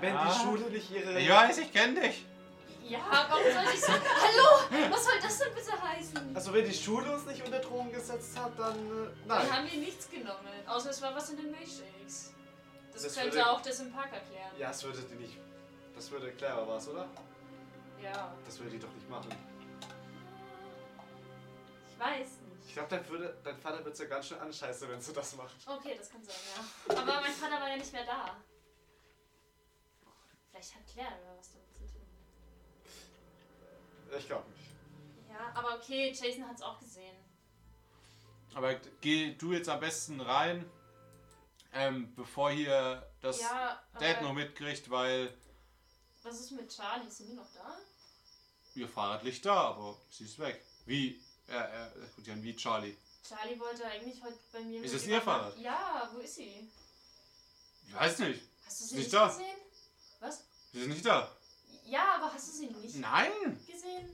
S5: wenn
S2: ja.
S5: die Schule nicht ihre.
S2: Ich weiß, ich kenne dich.
S6: Ja, warum soll ich *laughs* so. Hallo! Was soll das denn bitte heißen?
S5: Also, wenn die Schule uns nicht unter Drogen gesetzt hat, dann. Äh, nein.
S6: Dann haben wir nichts genommen. Außer es war was in den Milchshakes. Das,
S5: Das
S6: könnte
S5: würde-
S6: auch das im Park erklären.
S5: Ja, das würde die nicht. Das würde clever was, oder?
S6: Ja.
S5: Das würde die doch nicht machen.
S6: Ich weiß
S5: Ich
S6: nicht.
S5: glaube, dein, würde- dein Vater wird so ganz schön anscheißen, wenn sie das macht.
S6: Okay, das kann sein, ja. Aber mein Vater war ja nicht mehr da. Vielleicht hat Claire oder was damit zu tun.
S5: Ich glaube nicht.
S6: Ja, aber okay, Jason hat es auch gesehen.
S2: Aber geh du jetzt am besten rein, ähm, bevor hier das
S6: ja,
S2: Dad
S6: aber
S2: noch mitkriegt, weil
S6: was ist mit Charlie? Ist sie noch da?
S2: ihr Fahrradlicht da, aber sie ist weg. Wie? Ja, ja, gut, Jan, wie Charlie.
S6: Charlie wollte eigentlich heute bei mir...
S2: Ist
S6: mit
S2: es ihr
S6: übernachten.
S2: Fahrrad?
S6: Ja, wo ist sie?
S2: Ich weiß nicht.
S6: Hast du
S2: Ist
S6: sie
S2: nicht
S6: nicht
S2: da.
S6: gesehen? Was?
S2: Sie ist nicht da.
S6: Ja, aber hast du sie nicht
S2: Nein!
S6: gesehen?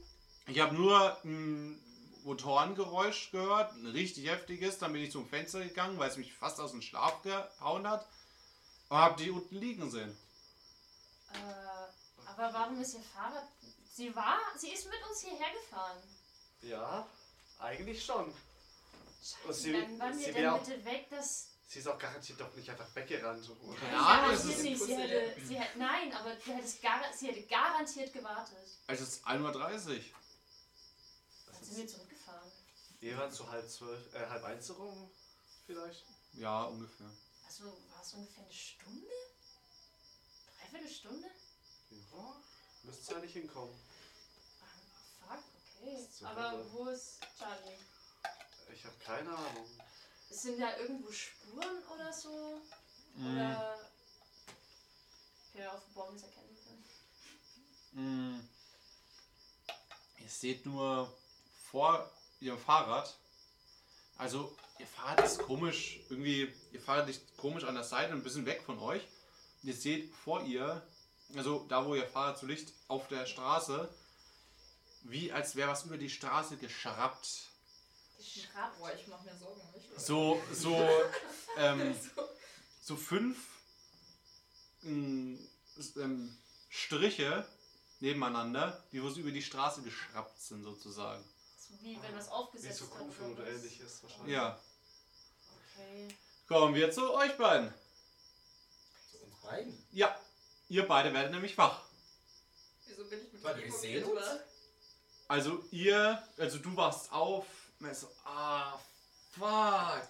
S2: Ich habe nur ein Motorengeräusch gehört, ein richtig heftiges. Dann bin ich zum Fenster gegangen, weil es mich fast aus dem Schlaf gehauen hat. Und habe die unten liegen sehen.
S6: Äh, aber warum ist ihr Fahrrad... Sie war... Sie ist mit uns hierher gefahren.
S5: Ja, eigentlich schon.
S6: Scheiße,
S5: Und sie-
S6: dann waren
S5: sie
S6: wir
S5: wäre
S6: dann
S5: auch-
S6: bitte weg, dass...
S5: Sie ist auch garantiert doch nicht einfach weggerannt. oder?
S2: Keine Ahnung,
S6: ich
S2: es
S6: weiß
S2: ist-
S6: nicht, sie
S4: Pussy.
S6: hätte, sie hätte... Nein, aber sie hätte, es gar, sie hätte garantiert gewartet.
S2: Es ist 1.30 Uhr.
S6: Dann sind wir zurückgefahren.
S5: Wir waren zu halb zwölf, äh, halb eins rum, vielleicht.
S2: Ja, ungefähr.
S6: Also war es ungefähr eine Stunde? Dreiviertel Stunde?
S5: Ja, müsste ja nicht hinkommen.
S6: Ah, fuck, okay.
S5: Ist so
S6: Aber
S5: irre.
S6: wo ist Charlie?
S5: Ich habe keine Ahnung.
S6: Sind da irgendwo Spuren oder so?
S2: Mm.
S6: Oder können wir auf dem Baum das erkennen können?
S2: Mm. Ihr seht nur vor ihrem Fahrrad. Also, ihr Fahrrad ist komisch. Irgendwie, ihr Fahrrad liegt komisch an der Seite, ein bisschen weg von euch. Ihr seht vor ihr, also da, wo ihr Fahrrad so liegt, auf der Straße, wie als wäre was über die Straße geschrappt.
S6: Geschraubt.
S4: Boah, ich mach mir Sorgen um mich.
S2: So,
S1: *laughs*
S2: so, ähm, so fünf ähm, s- ähm, Striche nebeneinander, die wo sie über die Straße geschraubt sind sozusagen.
S6: So wie wenn was
S5: Wie
S6: aufgesetzt
S5: zu
S6: hat
S5: Kufen oder
S6: was.
S5: ähnliches wahrscheinlich.
S2: Ja,
S6: Okay.
S2: kommen wir zu euch beiden.
S1: Uns beiden.
S2: Ja, ihr beide werdet nämlich wach.
S4: Wieso bin ich mit
S1: Warte,
S4: dem
S1: wir
S4: Emo
S1: sehen
S4: mit,
S1: uns?
S4: wa?
S2: Also ihr, also du wachst auf, und er ist so, ah, fuck.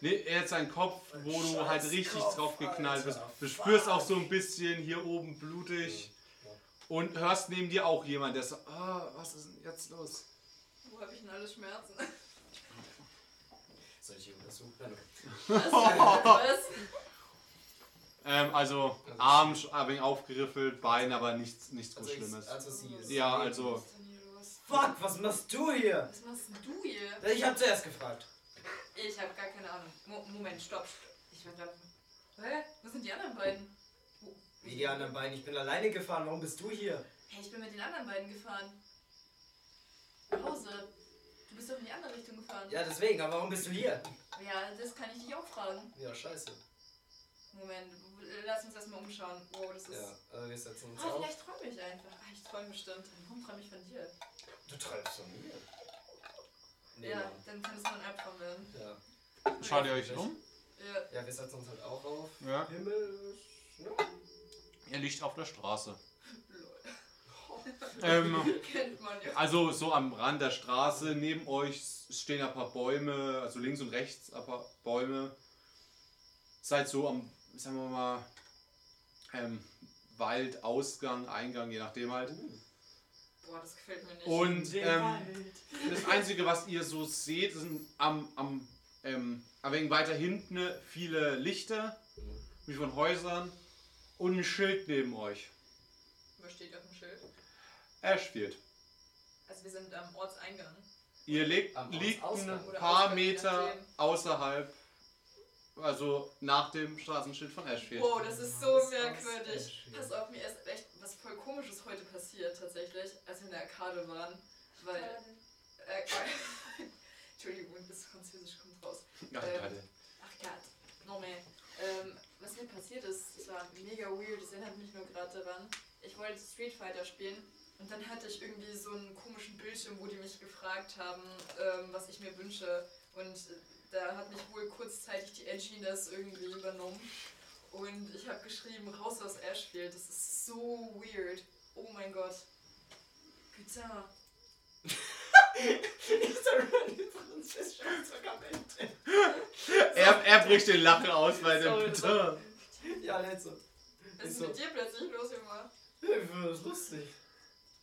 S2: Nee, er hat seinen Kopf, wo du
S1: Scheiß
S2: halt richtig
S1: Kopf,
S2: drauf geknallt bist.
S1: Alter,
S2: Du spürst
S1: fuck.
S2: auch so ein bisschen hier oben blutig.
S1: Mhm, ja.
S2: Und hörst neben dir auch jemand, der so, ah, was ist denn jetzt los?
S4: Wo hab ich denn alle Schmerzen?
S1: *laughs* Soll ich hier untersuchen? Nein, okay.
S4: Was?
S2: Ähm, also
S1: Also-
S2: Arm sch- ein wenig aufgeriffelt, Bein, aber nichts, nichts
S1: Also,
S2: groß Schlimmes.
S1: ich, also sie ist.
S2: ja, also
S4: Was ist denn hier los?
S1: Fuck, was machst du hier?
S4: Was machst denn du hier?
S1: Ich hab zuerst gefragt.
S4: Ich habe gar keine Ahnung. Mo Moment, stopp. Ich werde gerade. Hä? Wo sind die anderen beiden?
S1: Wie die anderen beiden, ich bin alleine gefahren, warum bist du hier?
S4: Hey, ich bin mit den anderen beiden gefahren. Nach Hause. Du bist doch in die andere Richtung gefahren.
S1: Ja, deswegen, aber warum bist du hier?
S4: Ja, das kann ich dich auch fragen.
S1: Ja, scheiße.
S4: Moment, lass uns erstmal umschauen. Wow, das ist.
S1: Ja, also wir setzen uns
S4: Ah,
S1: auf.
S4: vielleicht träume ich einfach. Ah, ich träume bestimmt. Warum träume ich von dir?
S1: Du treibst von mir. Nee,
S4: ja,
S1: Mann.
S4: dann kann es nur ein Albtraum werden.
S1: ja.
S2: schaut ihr euch um.
S4: Ja.
S1: Ja, wir setzen uns halt auch auf.
S2: Ja.
S1: Himmel. Ja. *laughs*
S2: Er liegt auf der Straße.
S4: Lol. *laughs*
S2: ähm,
S4: Kennt man ja.
S2: also so am Rand der Straße, neben euch stehen ein paar Bäume, also links und rechts ein paar Bäume. Seid so am, sagen wir mal, ähm, Waldausgang, Eingang, je nachdem halt.
S4: Boah, das gefällt mir nicht.
S2: Und ähm, das Einzige, was ihr so seht, sind am, am ähm, ein wenig weiter hinten ne, viele Lichter, wie von Häusern, und ein Schild neben euch.
S4: Was steht auf dem Schild?
S2: Er spielt.
S4: Also wir sind am Ortseingang.
S2: Ihr legt,
S1: Am
S2: liegt
S1: Ortsausgang
S2: ein
S4: oder
S2: paar
S4: Ausgang, je
S2: Meter
S4: nachdem.
S2: außerhalb Also nach dem Straßenschild von Ashfield.
S4: Wow, das ist so
S1: Das ist
S4: merkwürdig.
S1: echt
S4: Pass auf, mir ist echt was voll komisches heute passiert, tatsächlich, als wir in der Arcade waren. Weil. Äh, *laughs* Entschuldigung, das Französisch kommt raus.
S2: Ja,
S4: äh,
S2: gerade.
S4: Ach Gott, no mehr. Ähm, was mir passiert ist, das war mega weird, das erinnert mich nur gerade daran. Ich wollte Street Fighter spielen und dann hatte ich irgendwie so einen komischen Bildschirm, wo die mich gefragt haben, ähm, was ich mir wünsche. Und äh, da hat mich wohl kurzzeitig die Edginess irgendwie übernommen. Und ich habe geschrieben, raus aus Ashfield. Das ist so weird. Oh mein Gott. Putain.
S2: Er, er bricht den Lachen aus bei dem.
S4: Sorry, sorry.
S1: Ja, letzte.
S4: Was ist
S1: So.
S4: mit dir plötzlich los, Junge?
S1: Das ist lustig.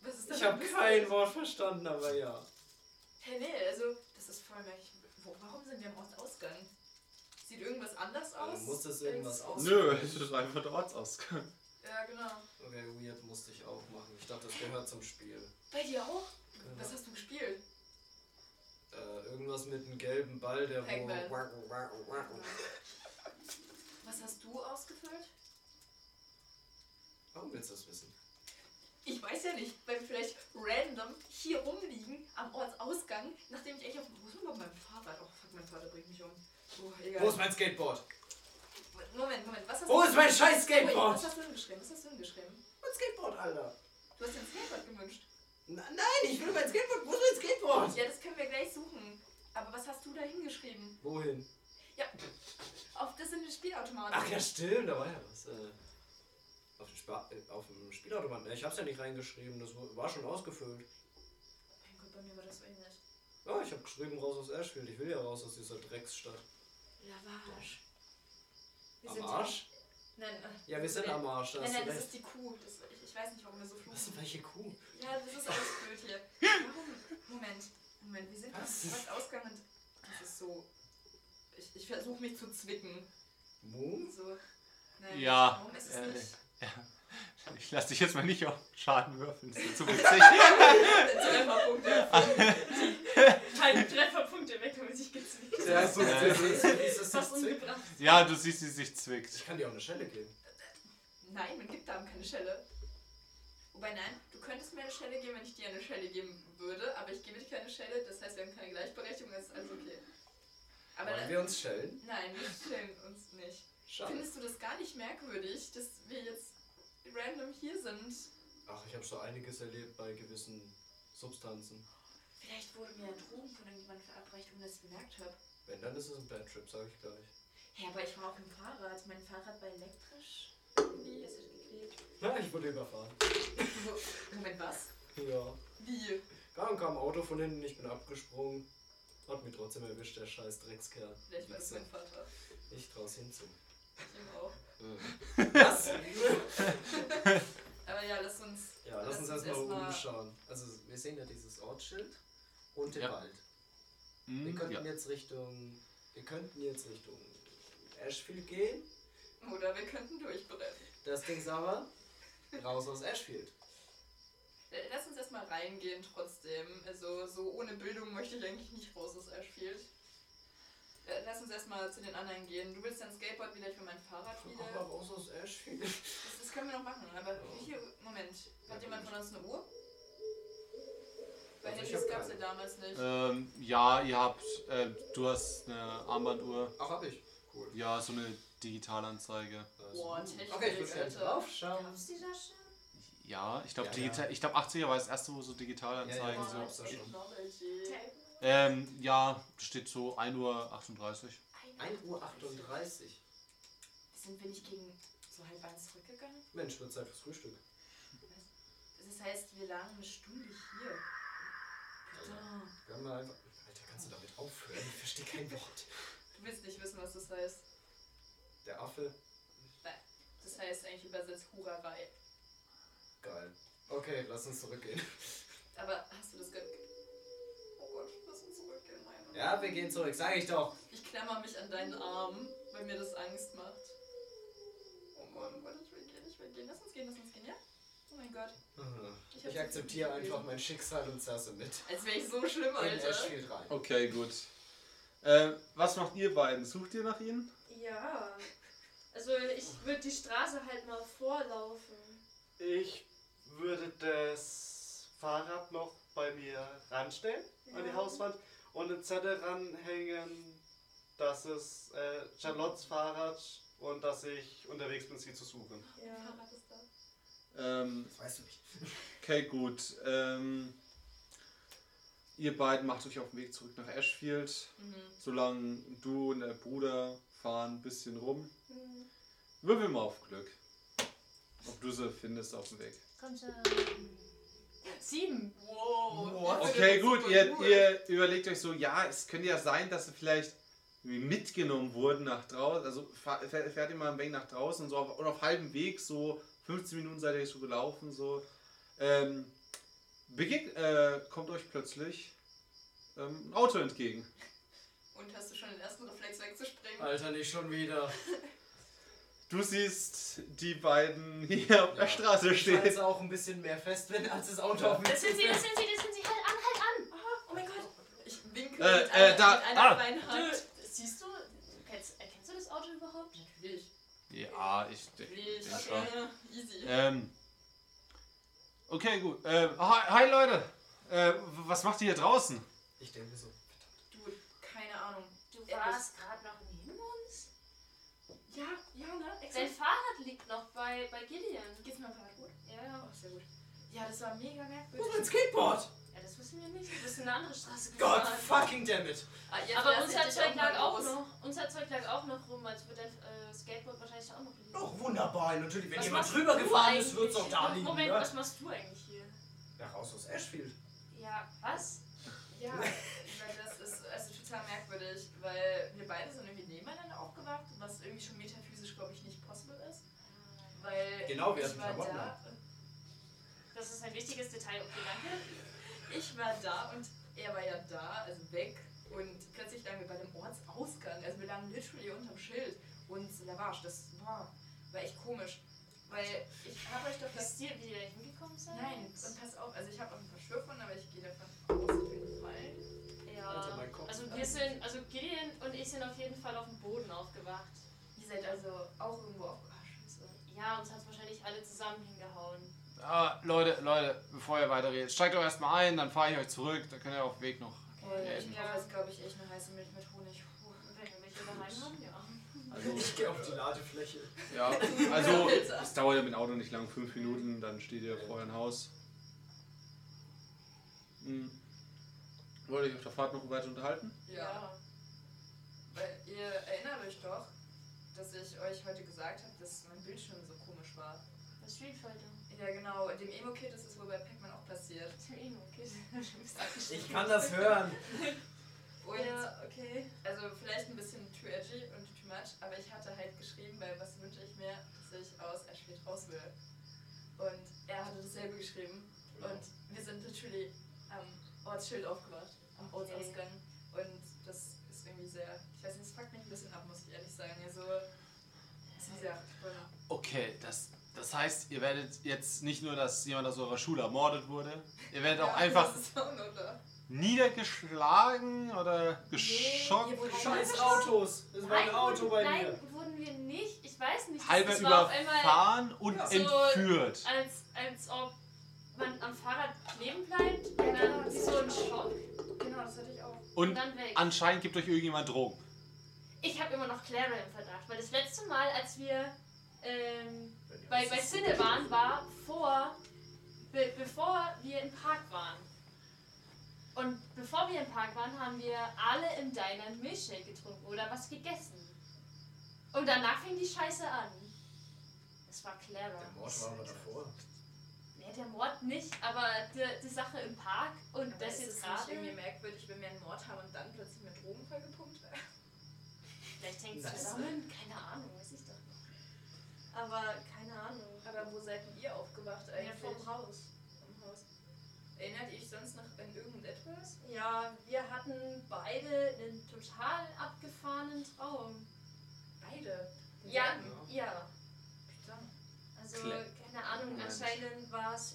S4: Was ist denn
S1: Ich habe
S4: mit dir?
S1: kein Wort verstanden, aber ja.
S4: Hey, nee, also, das ist voll merkwürdig. Wo, warum sind wir am Ortsausgang? Sieht irgendwas anders aus?
S1: Dann Also muss das irgendwas
S4: als-
S1: aus-
S2: Nö, es ist einfach der Ortsausgang.
S4: Ja, genau.
S1: Okay, weird musste ich auch machen. Ich dachte, das gehört zum Spiel.
S4: Bei dir auch?
S1: Genau.
S4: Was hast du gespielt?
S1: Äh, irgendwas mit einem gelben Ball, der
S4: Pac-Man.
S1: wo.
S4: Was hast du ausgefüllt?
S1: Warum willst du das wissen?
S4: Ich weiß ja nicht, weil wir vielleicht random hier rumliegen am Ortsausgang, nachdem ich eigentlich auf. Wo ist überhaupt mein Fahrrad? Oh, fuck, mein Vater bringt mich um. Oh, egal.
S1: Wo ist mein Skateboard?
S4: Moment, Moment, was hast
S1: Wo
S4: du.
S1: ist mein Oh. scheiß
S4: Wait,
S1: Skateboard?
S4: Was hast du denn geschrieben? Was hast du denn geschrieben?
S1: Mein Skateboard, Alter.
S4: Du hast dir ein Skateboard gewünscht.
S1: Na, nein, ich will mein Skateboard. Wo ist mein Skateboard?
S4: Ja, das können wir gleich suchen. Aber was hast du da hingeschrieben?
S1: Wohin?
S4: Auf das sind die Spielautomaten.
S1: Ach ja, stimmt, da war ja was. Äh, auf, dem Spa äh, auf dem Spielautomaten. Ich hab's ja nicht reingeschrieben, das wo- war schon ausgefüllt.
S4: Mein Gott, bei mir war das ähnlich.
S1: Ja, ich hab geschrieben, raus aus Ashfield. Ich will ja raus aus dieser Drecksstadt.
S4: Lavage. Wir
S1: Am
S4: sind-
S1: Arsch?
S4: Nein, äh,
S1: Ja, wir sind am Arsch, also da
S4: Nein,
S1: hast
S4: nein,
S1: du
S4: das
S1: recht.
S4: ist die Kuh. Das, ich, ich weiß nicht, warum wir so
S1: Was
S4: fluchen.
S1: denn, welche Kuh?
S4: Ja, das ist alles blöd
S1: *laughs*
S4: hier. Warum? Moment, Moment, wir sind
S1: Was?
S4: fast Ausgang und. Das ist so. Ich, ich versuche mich zu zwicken.
S1: Moon?
S4: So. Nein,
S2: Ja,
S4: Warum ist es
S2: äh,
S4: nicht?
S2: Ich lasse dich jetzt mal nicht auf Schaden würfeln, das *laughs* ist zu witzig.
S4: Trefferpunkte.
S6: Halt,
S3: Meine Trefferpunkte weg, damit ich gezwickt
S5: Der ist so
S2: Ja.
S1: Ist das
S3: Fast
S1: nicht Zick?
S3: umgebracht.
S2: ja, du siehst, wie sie sich
S1: Ich
S2: zwickt.
S1: kann dir auch eine Schelle geben.
S4: Nein, man gibt Damen keine Schelle. Wobei nein, du könntest mir eine Schelle geben, wenn ich dir eine Schelle geben würde, aber ich gebe dir keine Schelle, das heißt, wir haben keine Gleichberechtigung, das ist alles okay. Aber
S1: Wollen
S4: da,
S1: wir uns schellen?
S4: nein, wir stellen uns nicht.
S1: Schade.
S4: Findest du das gar nicht merkwürdig, dass wir jetzt random hier sind?
S1: Ach, ich habe schon einiges erlebt bei gewissen Substanzen.
S4: Vielleicht wurde mir ein Drogen von irgendjemandem verabreicht, ohne dass ich es bemerkt habe.
S1: Wenn, dann ist es ein Bad Trip, sag ich gleich.
S4: Ja, aber ich war auf dem Fahrrad. Mein Fahrrad war elektrisch. Wie ist es geklebt?
S1: Na, ich wurde überfahren.
S4: *laughs* Moment, was?
S1: Ja.
S4: Wie?
S1: Dann kam ein Auto von hinten, ich bin abgesprungen. Hat mich trotzdem erwischt, der scheiß Dreckskerl.
S4: Vielleicht war das mein Vater.
S1: Ich trau's hinzu.
S4: Ich ihm auch.
S2: Mhm.
S1: Was?
S4: Aber ja, lass uns.
S1: ja, lass uns erstmal umschauen. Also, wir sehen ja dieses Ortsschild und den
S2: Ja.
S1: Wald. Wir
S2: Hm,
S1: könnten
S2: ja.
S1: jetzt Richtung. Wir könnten jetzt Richtung Ashfield gehen.
S4: Oder wir könnten durchbrennen.
S1: Das Ding ist aber raus aus Ashfield.
S4: Äh, Lass uns erstmal reingehen trotzdem. Also so ohne Bildung möchte ich eigentlich nicht raus aus Ashfield. Äh, Lass uns erstmal zu den anderen gehen. Du willst dein Skateboard wieder, ich will mein Fahrrad
S1: Aber
S4: *laughs* wieder.
S1: raus aus Ashfield.
S4: Das, das können wir noch machen, aber
S1: Ja.
S4: hier, Moment. Hat jemand von uns eine Uhr? Bei
S1: Also ich
S4: Handys
S1: hab
S4: gab es
S1: keine.
S4: ja
S1: Äh,
S4: damals nicht.
S2: Ähm, ja, ihr habt, äh, du hast eine Armbanduhr.
S1: Ach, hab ich. Cool.
S2: Ja, so eine Digitalanzeige.
S4: Boah, Technik,
S1: Okay, ich würde gerne
S4: Alter.
S1: draufschauen.
S4: Gab's die da schon?
S2: Ja, ich glaube,
S1: Ja,
S2: digita
S1: ja.
S2: ich glaub 80er war das erste, wo so Digitalanzeigen
S1: Ja, ja,
S2: so.
S1: ja.
S4: Technology.
S2: Ähm, ja, steht so 1.38 Uhr.
S1: 1.38 Uhr.
S4: Sind wir nicht gegen so halb eins zurückgegangen?
S1: Mensch, wird Zeit fürs Frühstück.
S4: Das heißt, wir lagen eine Stunde hier. Putain.
S1: Wir haben mal einfach. Alter, kannst du damit aufhören? Ich verstehe kein Wort.
S4: Du willst nicht wissen, was das heißt.
S1: Der Affe.
S4: Das heißt eigentlich übersetzt Hurerei.
S1: Geil. Okay, lass uns zurückgehen.
S4: Aber hast du das gehört? Oh Gott, lass uns zurückgehen, meine.
S1: Ja, wir gehen zurück, sag ich doch.
S4: Ich klammer mich an deinen Arm, weil mir das Angst macht. Oh Mann, oh Gott, ich will gehen, ich will gehen. Lass uns gehen, lass uns gehen, ja? Oh mein Gott.
S1: Ich,
S4: hab so
S1: akzeptiere
S4: viel
S1: einfach
S4: gelesen.
S1: mein Schicksal und zerse mit.
S4: Als wäre ich so schlimm,
S1: In
S4: Alter.
S1: Oh. Ashfield rein.
S2: Okay, gut. Äh, was macht ihr beiden? Sucht ihr nach ihnen?
S3: Ja.
S6: Also ich würde die Straße halt mal vorlaufen.
S5: Ich würde das Fahrrad noch bei mir ranstellen an die
S6: Ja.
S5: Hauswand und einen Zettel ranhängen, dass es äh, Charlottes Fahrrad und dass ich unterwegs bin, sie zu suchen.
S6: Ja.
S4: Fahrrad ist da.
S2: Ähm,
S1: Das weißt du nicht.
S2: Okay, gut. Ähm, ihr beiden macht euch auf den Weg zurück nach Ashfield.
S4: Mhm.
S2: Solange du und der Bruder fahren ein bisschen rum. Würfel mal auf Glück. Ob du sie findest auf dem Weg.
S7: Komm schon. Sieben.
S4: Wow.
S1: What?
S4: das ist
S2: Okay,
S4: super
S2: gut. Ihr,
S4: cool.
S2: ihr überlegt euch so, ja, es könnte ja sein, dass sie vielleicht irgendwie mitgenommen wurden nach draußen. Also fahr- fährt fährt ihr mal ein wenig nach draußen so auf, oder auf halbem Weg, so 15 Minuten seid ihr schon gelaufen. So. Ähm, begegn- äh, kommt euch plötzlich ähm, ein Auto entgegen.
S4: Und hast du schon den ersten Reflex wegzuspringen?
S2: Ah.
S1: Alter, nicht schon wieder.
S2: Du siehst die beiden hier auf der
S1: Ja.
S2: Straße
S1: Ich halte
S2: stehen.
S1: es auch ein bisschen mehr fest, wenn als das Auto auf mich
S7: Das sind sie, das
S1: zufährt.
S7: sind sie, das sind sie. Halt an, halt an.
S4: Oh mein Gott. Ich winke
S2: Äh,
S4: mit,
S2: äh,
S4: einer,
S2: da-
S4: mit einer
S2: ah.
S4: kleinen
S6: Halt.
S4: Hand.
S7: Du, siehst du, kennst, erkennst du das Auto überhaupt?
S4: Natürlich.
S2: *laughs* Ja, ich
S4: Natürlich.
S2: denk
S4: Okay. Äh, Easy.
S2: Ähm, okay, gut. Äh, hi, hi, Leute. Äh, w- was macht ihr hier draußen?
S1: Ich denke so.
S4: Du, keine Ahnung.
S7: Du
S4: Ja,
S7: warst gerade noch neben uns.
S4: Ja, ja, ne?
S6: Sein Fahrrad liegt noch bei, bei Gideon.
S4: Geht's mir am Fahrrad gut?
S6: Ja, ja.
S4: Oh, sehr gut. Ja, das war mega
S1: Wo
S4: merkwürdig.
S1: ist mein Skateboard?
S7: Ja, das wissen wir nicht.
S6: Wir sind in eine andere Straße
S1: God
S6: gefahren.
S1: fucking damn it.
S4: Ah, jetzt
S6: Aber
S4: lass ich
S6: unser
S4: dich
S6: Zeug
S4: mal
S6: lag halt auch
S4: los.
S6: noch. Unser Zeug lag auch noch rum, als würde dein äh, Skateboard wahrscheinlich auch noch liegen.
S1: Doch, wunderbar. Natürlich, Oh, wenn
S6: Was
S1: jemand
S6: machst
S1: drüber
S6: du
S1: gefahren ist, wird es auch
S6: eigentlich?
S1: da liegen.
S6: Moment,
S1: ne?
S6: was machst du eigentlich hier?
S1: Ja, raus aus Ashfield.
S6: Ja, was?
S4: *laughs* Ja, weil das ist also total merkwürdig, weil wir beide sind irgendwie nebeneinander aufgewacht, was irgendwie schon metaphysisch, glaube ich, nicht possible ist. Weil
S1: Genau, wir
S4: ich
S1: hatten
S4: war
S1: Klamotten
S4: da,
S6: Das ist ein wichtiges Detail. Okay, danke.
S4: ich war da und er war ja da, also weg. Und plötzlich lagen wir bei dem Ortsausgang, also wir lagen literally unterm Schild und Lavage, das war, war echt komisch. Weil ich habe euch doch das
S7: Wisst ihr, wie ihr da hingekommen seid?
S4: Nein, und pass auf, also ich habe auch ein paar Schwür von, aber ich gehe davon aus, ich bin gefallen.
S1: Also
S6: Ja.
S1: mein Kopf.
S6: Also wir sind, also Gideon und ich sind auf jeden Fall auf dem Boden aufgewacht.
S4: Ihr seid also auch irgendwo auf. Ah, scheiße.
S6: Ja, uns hat's wahrscheinlich alle zusammen hingehauen.
S2: Ah, Leute, Leute, bevor ihr weiterredet, steigt doch erstmal ein, dann fahre ich euch zurück, dann könnt ihr auf dem Weg noch.
S4: Oh,
S2: *laughs*
S4: ja, ich
S6: Ja.
S4: brauche jetzt, glaube ich, echt eine heiße Milch mit Honig. Puh.
S6: Wenn wir welche daheim haben, ja.
S2: Also,
S1: ich gehe auf die Ladefläche.
S2: ja, *laughs* also, es dauert ja mit dem Auto nicht lang, fünf Minuten, dann steht ihr vor eurem Haus. Hm. Wollt ihr euch auf der Fahrt noch weiter unterhalten?
S4: Ja. Weil ihr erinnert euch doch, dass ich euch heute gesagt habe, dass mein Bildschirm so komisch war.
S6: Das Street Fighter.
S4: Ja, genau. Dem Emo-Kit ist es wohl bei Pac-Man auch passiert. *laughs*
S6: Das ist mir eh nur okay. *laughs*
S1: Ich kann das hören.
S4: Und
S6: okay.
S4: also vielleicht ein bisschen too edgy und too much, aber ich hatte halt geschrieben, weil was wünsche ich mir, dass ich aus Ashfield raus will. Und er hatte dasselbe geschrieben. Und wir sind literally am Ortsschild aufgewacht, am
S6: Okay.
S4: Ortsausgang. Und das ist irgendwie sehr, ich weiß nicht, es fuckt mich ein bisschen ab, muss ich ehrlich sagen. Also, wie gesagt, von-
S2: Okay, das, das heißt, ihr werdet jetzt nicht nur, dass jemand aus eurer Schule ermordet wurde, ihr werdet
S4: Ja, *laughs*
S2: auch einfach
S4: Das ist auch noch da.
S2: niedergeschlagen oder geschockt.
S4: Nee, ihr wurdet
S1: Scheiß Autos. Das war ein Auto bei
S6: nein,
S1: mir.
S6: wurden wir nicht. Ich weiß nicht.
S2: halbe
S6: das war auf einmal,
S2: überfahren und
S1: Ja.
S6: so-
S2: entführt.
S6: als, als ob man am Fahrrad kleben bleibt und dann
S4: das
S6: wie
S4: ist
S6: so ein
S4: schon-
S6: Schock
S4: Genau, das hatte ich auch.
S6: und
S2: Und
S6: dann weg.
S2: anscheinend gibt euch irgendjemand Drogen.
S6: Ich habe immer noch Clara im Verdacht, weil das letzte Mal, als wir ähm, bei, bei Sinne waren, war vor, be, bevor wir im Park waren. Und bevor wir im Park waren, haben wir alle im Diner einen Milchshake getrunken oder was gegessen. Und danach fing die Scheiße an. Das war Clara.
S1: Der Mord war aber davor.
S6: Nee, der Mord nicht, aber die, die Sache im Park und
S4: Aber
S6: das
S4: ist
S6: jetzt
S4: es nicht irgendwie
S6: gerade.
S4: merkwürdig, wenn wir einen Mord haben und dann plötzlich mit Drogen vollgepumpt werden?
S6: Vielleicht hängt
S1: Nein.
S6: es zusammen. Keine Ahnung, weiß ich doch noch. Aber keine Ahnung.
S4: Aber wo seid denn ihr aufgewacht
S6: Ja,
S4: eigentlich?
S6: vom Haus.
S4: Vom Haus. Erinnert ihr euch sonst noch an irgendetwas?
S6: Ja, wir hatten beide einen total abgefahrenen Traum.
S4: Beide.
S6: Ja,
S4: Denselben?
S6: ja.
S4: Verdammt.
S6: Also,
S2: Kle-
S6: keine Ahnung,
S2: Moment.
S6: anscheinend war es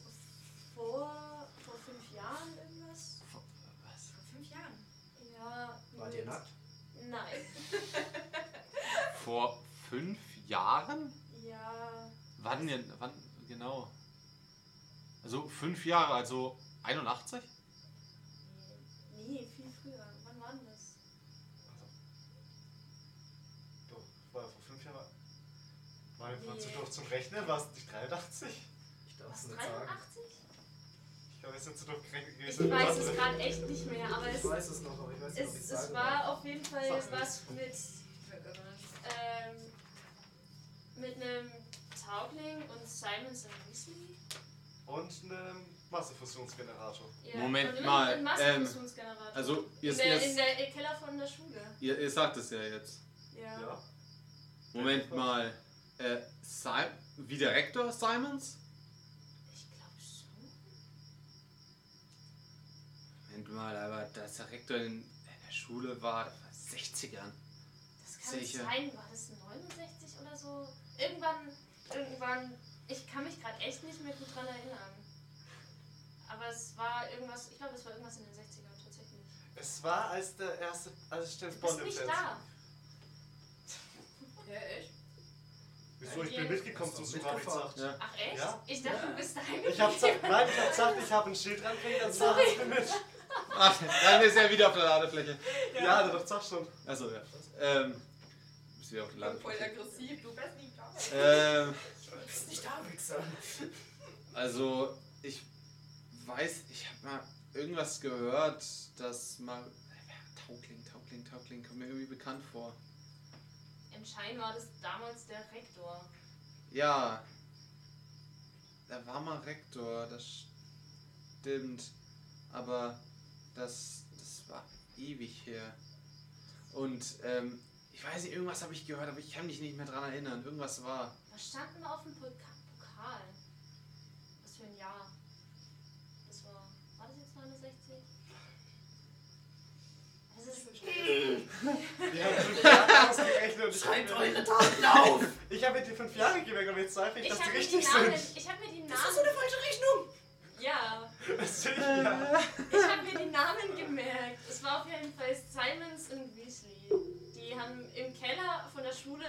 S6: vor, vor fünf Jahren irgendwas.
S2: Was?
S4: Vor fünf Jahren.
S6: Ja.
S1: Wart
S6: mit-
S1: ihr nackt?
S6: Nein.
S2: Vor fünf Jahren?
S6: Ja.
S2: Wann denn? Wann genau? Also fünf Jahre, also 81?
S6: Nee, viel früher. Wann war denn das?
S8: Du, war ja vor fünf Jahren. War ich
S6: Nee.
S8: nee. zu doof zum Rechnen? War es nicht 83?
S1: Ich darf es
S6: Was,
S1: nicht sagen.
S6: 83?
S8: Ich glaube, wir sind zu doof gerechnet
S6: Ich
S8: gewesen.
S6: weiß es gerade echt nicht mehr, aber es,
S1: Ich weiß es noch, aber ich weiß nicht, ob ich
S6: es,
S1: sagen
S6: es
S1: darf.
S6: war auf jeden Fall
S8: Sag's nicht.
S6: was mit, ähm, mit einem Taugling und Simons and Weasley.
S8: Und einem Massefusionsgenerator.
S6: Ja,
S2: Moment
S6: und immer
S2: mal, ähm,
S6: noch den Massenfusionsgenerator.
S2: Also ihr,
S6: in, der, in
S2: ihr,
S6: der Keller von der Schule.
S2: ihr, ihr sagt es ja jetzt.
S6: Ja.
S8: Ja.
S2: Moment mal. Äh, Sim wie der Rektor Simons?
S6: Ich glaube schon.
S2: Moment mal, aber dass der Rektor in, in der Schule war, das war 60 Jahren.
S6: Das kann nicht
S2: Sicher.
S6: sein. War das 69 oder so? Irgendwann, irgendwann. Ich kann mich gerade echt nicht mehr gut dran erinnern. Aber es war irgendwas, ich glaube, es war irgendwas in den 60ern tatsächlich.
S8: Es war als der erste Assistent
S6: Du bist nicht da.
S4: Ja, echt?
S8: Wieso? Ich bin
S6: Nein.
S8: mitgekommen zum
S1: Hast du
S8: Supervisor.
S1: mitgefahren?
S2: Ja.
S6: Ach echt?
S8: Ja.
S6: Ich dachte, du bist da
S8: Ich hab's nein, ich hab's gesagt, ich hab ein Schild dran kriegen, dann sag ich bin mit.
S2: Ach, dann ist er wieder auf der Ladefläche.
S8: Ja, ja doch sag schon.
S2: Achso, ja. Ähm. Bist du wieder auf der
S4: Ich bin voll
S2: Ladefläche?
S4: aggressiv. Du bist nicht da.
S2: Ähm.
S4: bist nicht da.
S2: Also, ich weiß, ich habe mal irgendwas gehört, dass mal. Taugling, Taugling, Taugling, kommt mir irgendwie bekannt vor.
S6: Im Schein war das damals der Rektor.
S2: Ja. Da war mal Rektor, das stimmt. Aber das, das war ewig her. Und, ähm, ich weiß nicht, irgendwas habe ich gehört, aber ich kann mich nicht mehr dran erinnern. Irgendwas war.
S6: Was stand denn auf dem Poka- Pokal? Was für ein Jahr? Das war. War das jetzt 69? Es ist.
S8: Wir haben
S4: *laughs*
S8: fünf Jahre ausgerechnet und ich
S4: Schreibt
S8: hab mir-
S4: eure Taten auf!
S8: *laughs* Ich habe dir fünf Jahre gegeben und jetzt zweifle ich,
S6: Ich
S8: dass die
S6: habe mir die
S8: richtig
S6: Namen.
S8: sind.
S6: Ich habe mir die
S4: Das ist
S6: Namen.
S4: so eine falsche Rechnung!
S6: Ja.
S8: Ja.
S6: Ich habe mir die Namen gemerkt. Es war auf jeden Fall Simons und Weasley. Die haben im Keller von der Schule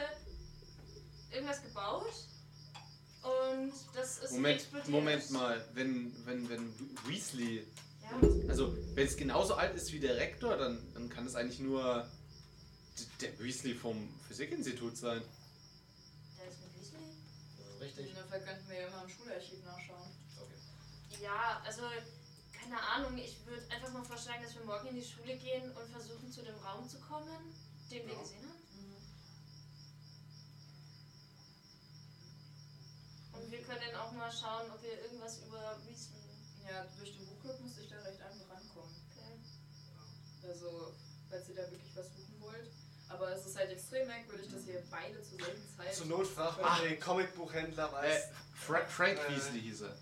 S6: irgendwas gebaut. Und das ist
S2: Moment,
S6: explodiert.
S2: Moment mal, wenn, wenn, wenn Weasley
S6: Ja,
S2: Also, wenn es genauso alt ist wie der Rektor, dann, dann kann es eigentlich nur d- der Weasley vom Physikinstitut sein.
S6: der ist mit Weasley.
S1: Richtig.
S4: Dafür könnten wir ja immer im Schularchiv nachschauen.
S6: Ja, also keine Ahnung. Ich würde einfach mal vorschlagen, dass wir morgen in die Schule gehen und versuchen, zu dem Raum zu kommen, den wir
S1: Ja.
S6: gesehen haben. Und wir können auch mal schauen, ob wir irgendwas über Weasley.
S4: Ja, durch den Buchclub musste ich da recht einfach rankommen.
S6: Okay.
S4: Also, falls ihr da wirklich was suchen wollt. Aber es ist halt extrem merkwürdig, dass ihr beide zur selben Zeit.
S8: Zur Not fragt
S4: Ach.
S1: Ah.
S8: man den Comicbuchhändler,
S2: Äh,
S8: weiß.
S2: Fra Frank
S8: Äh.
S2: Weasley hieß er.
S6: Ich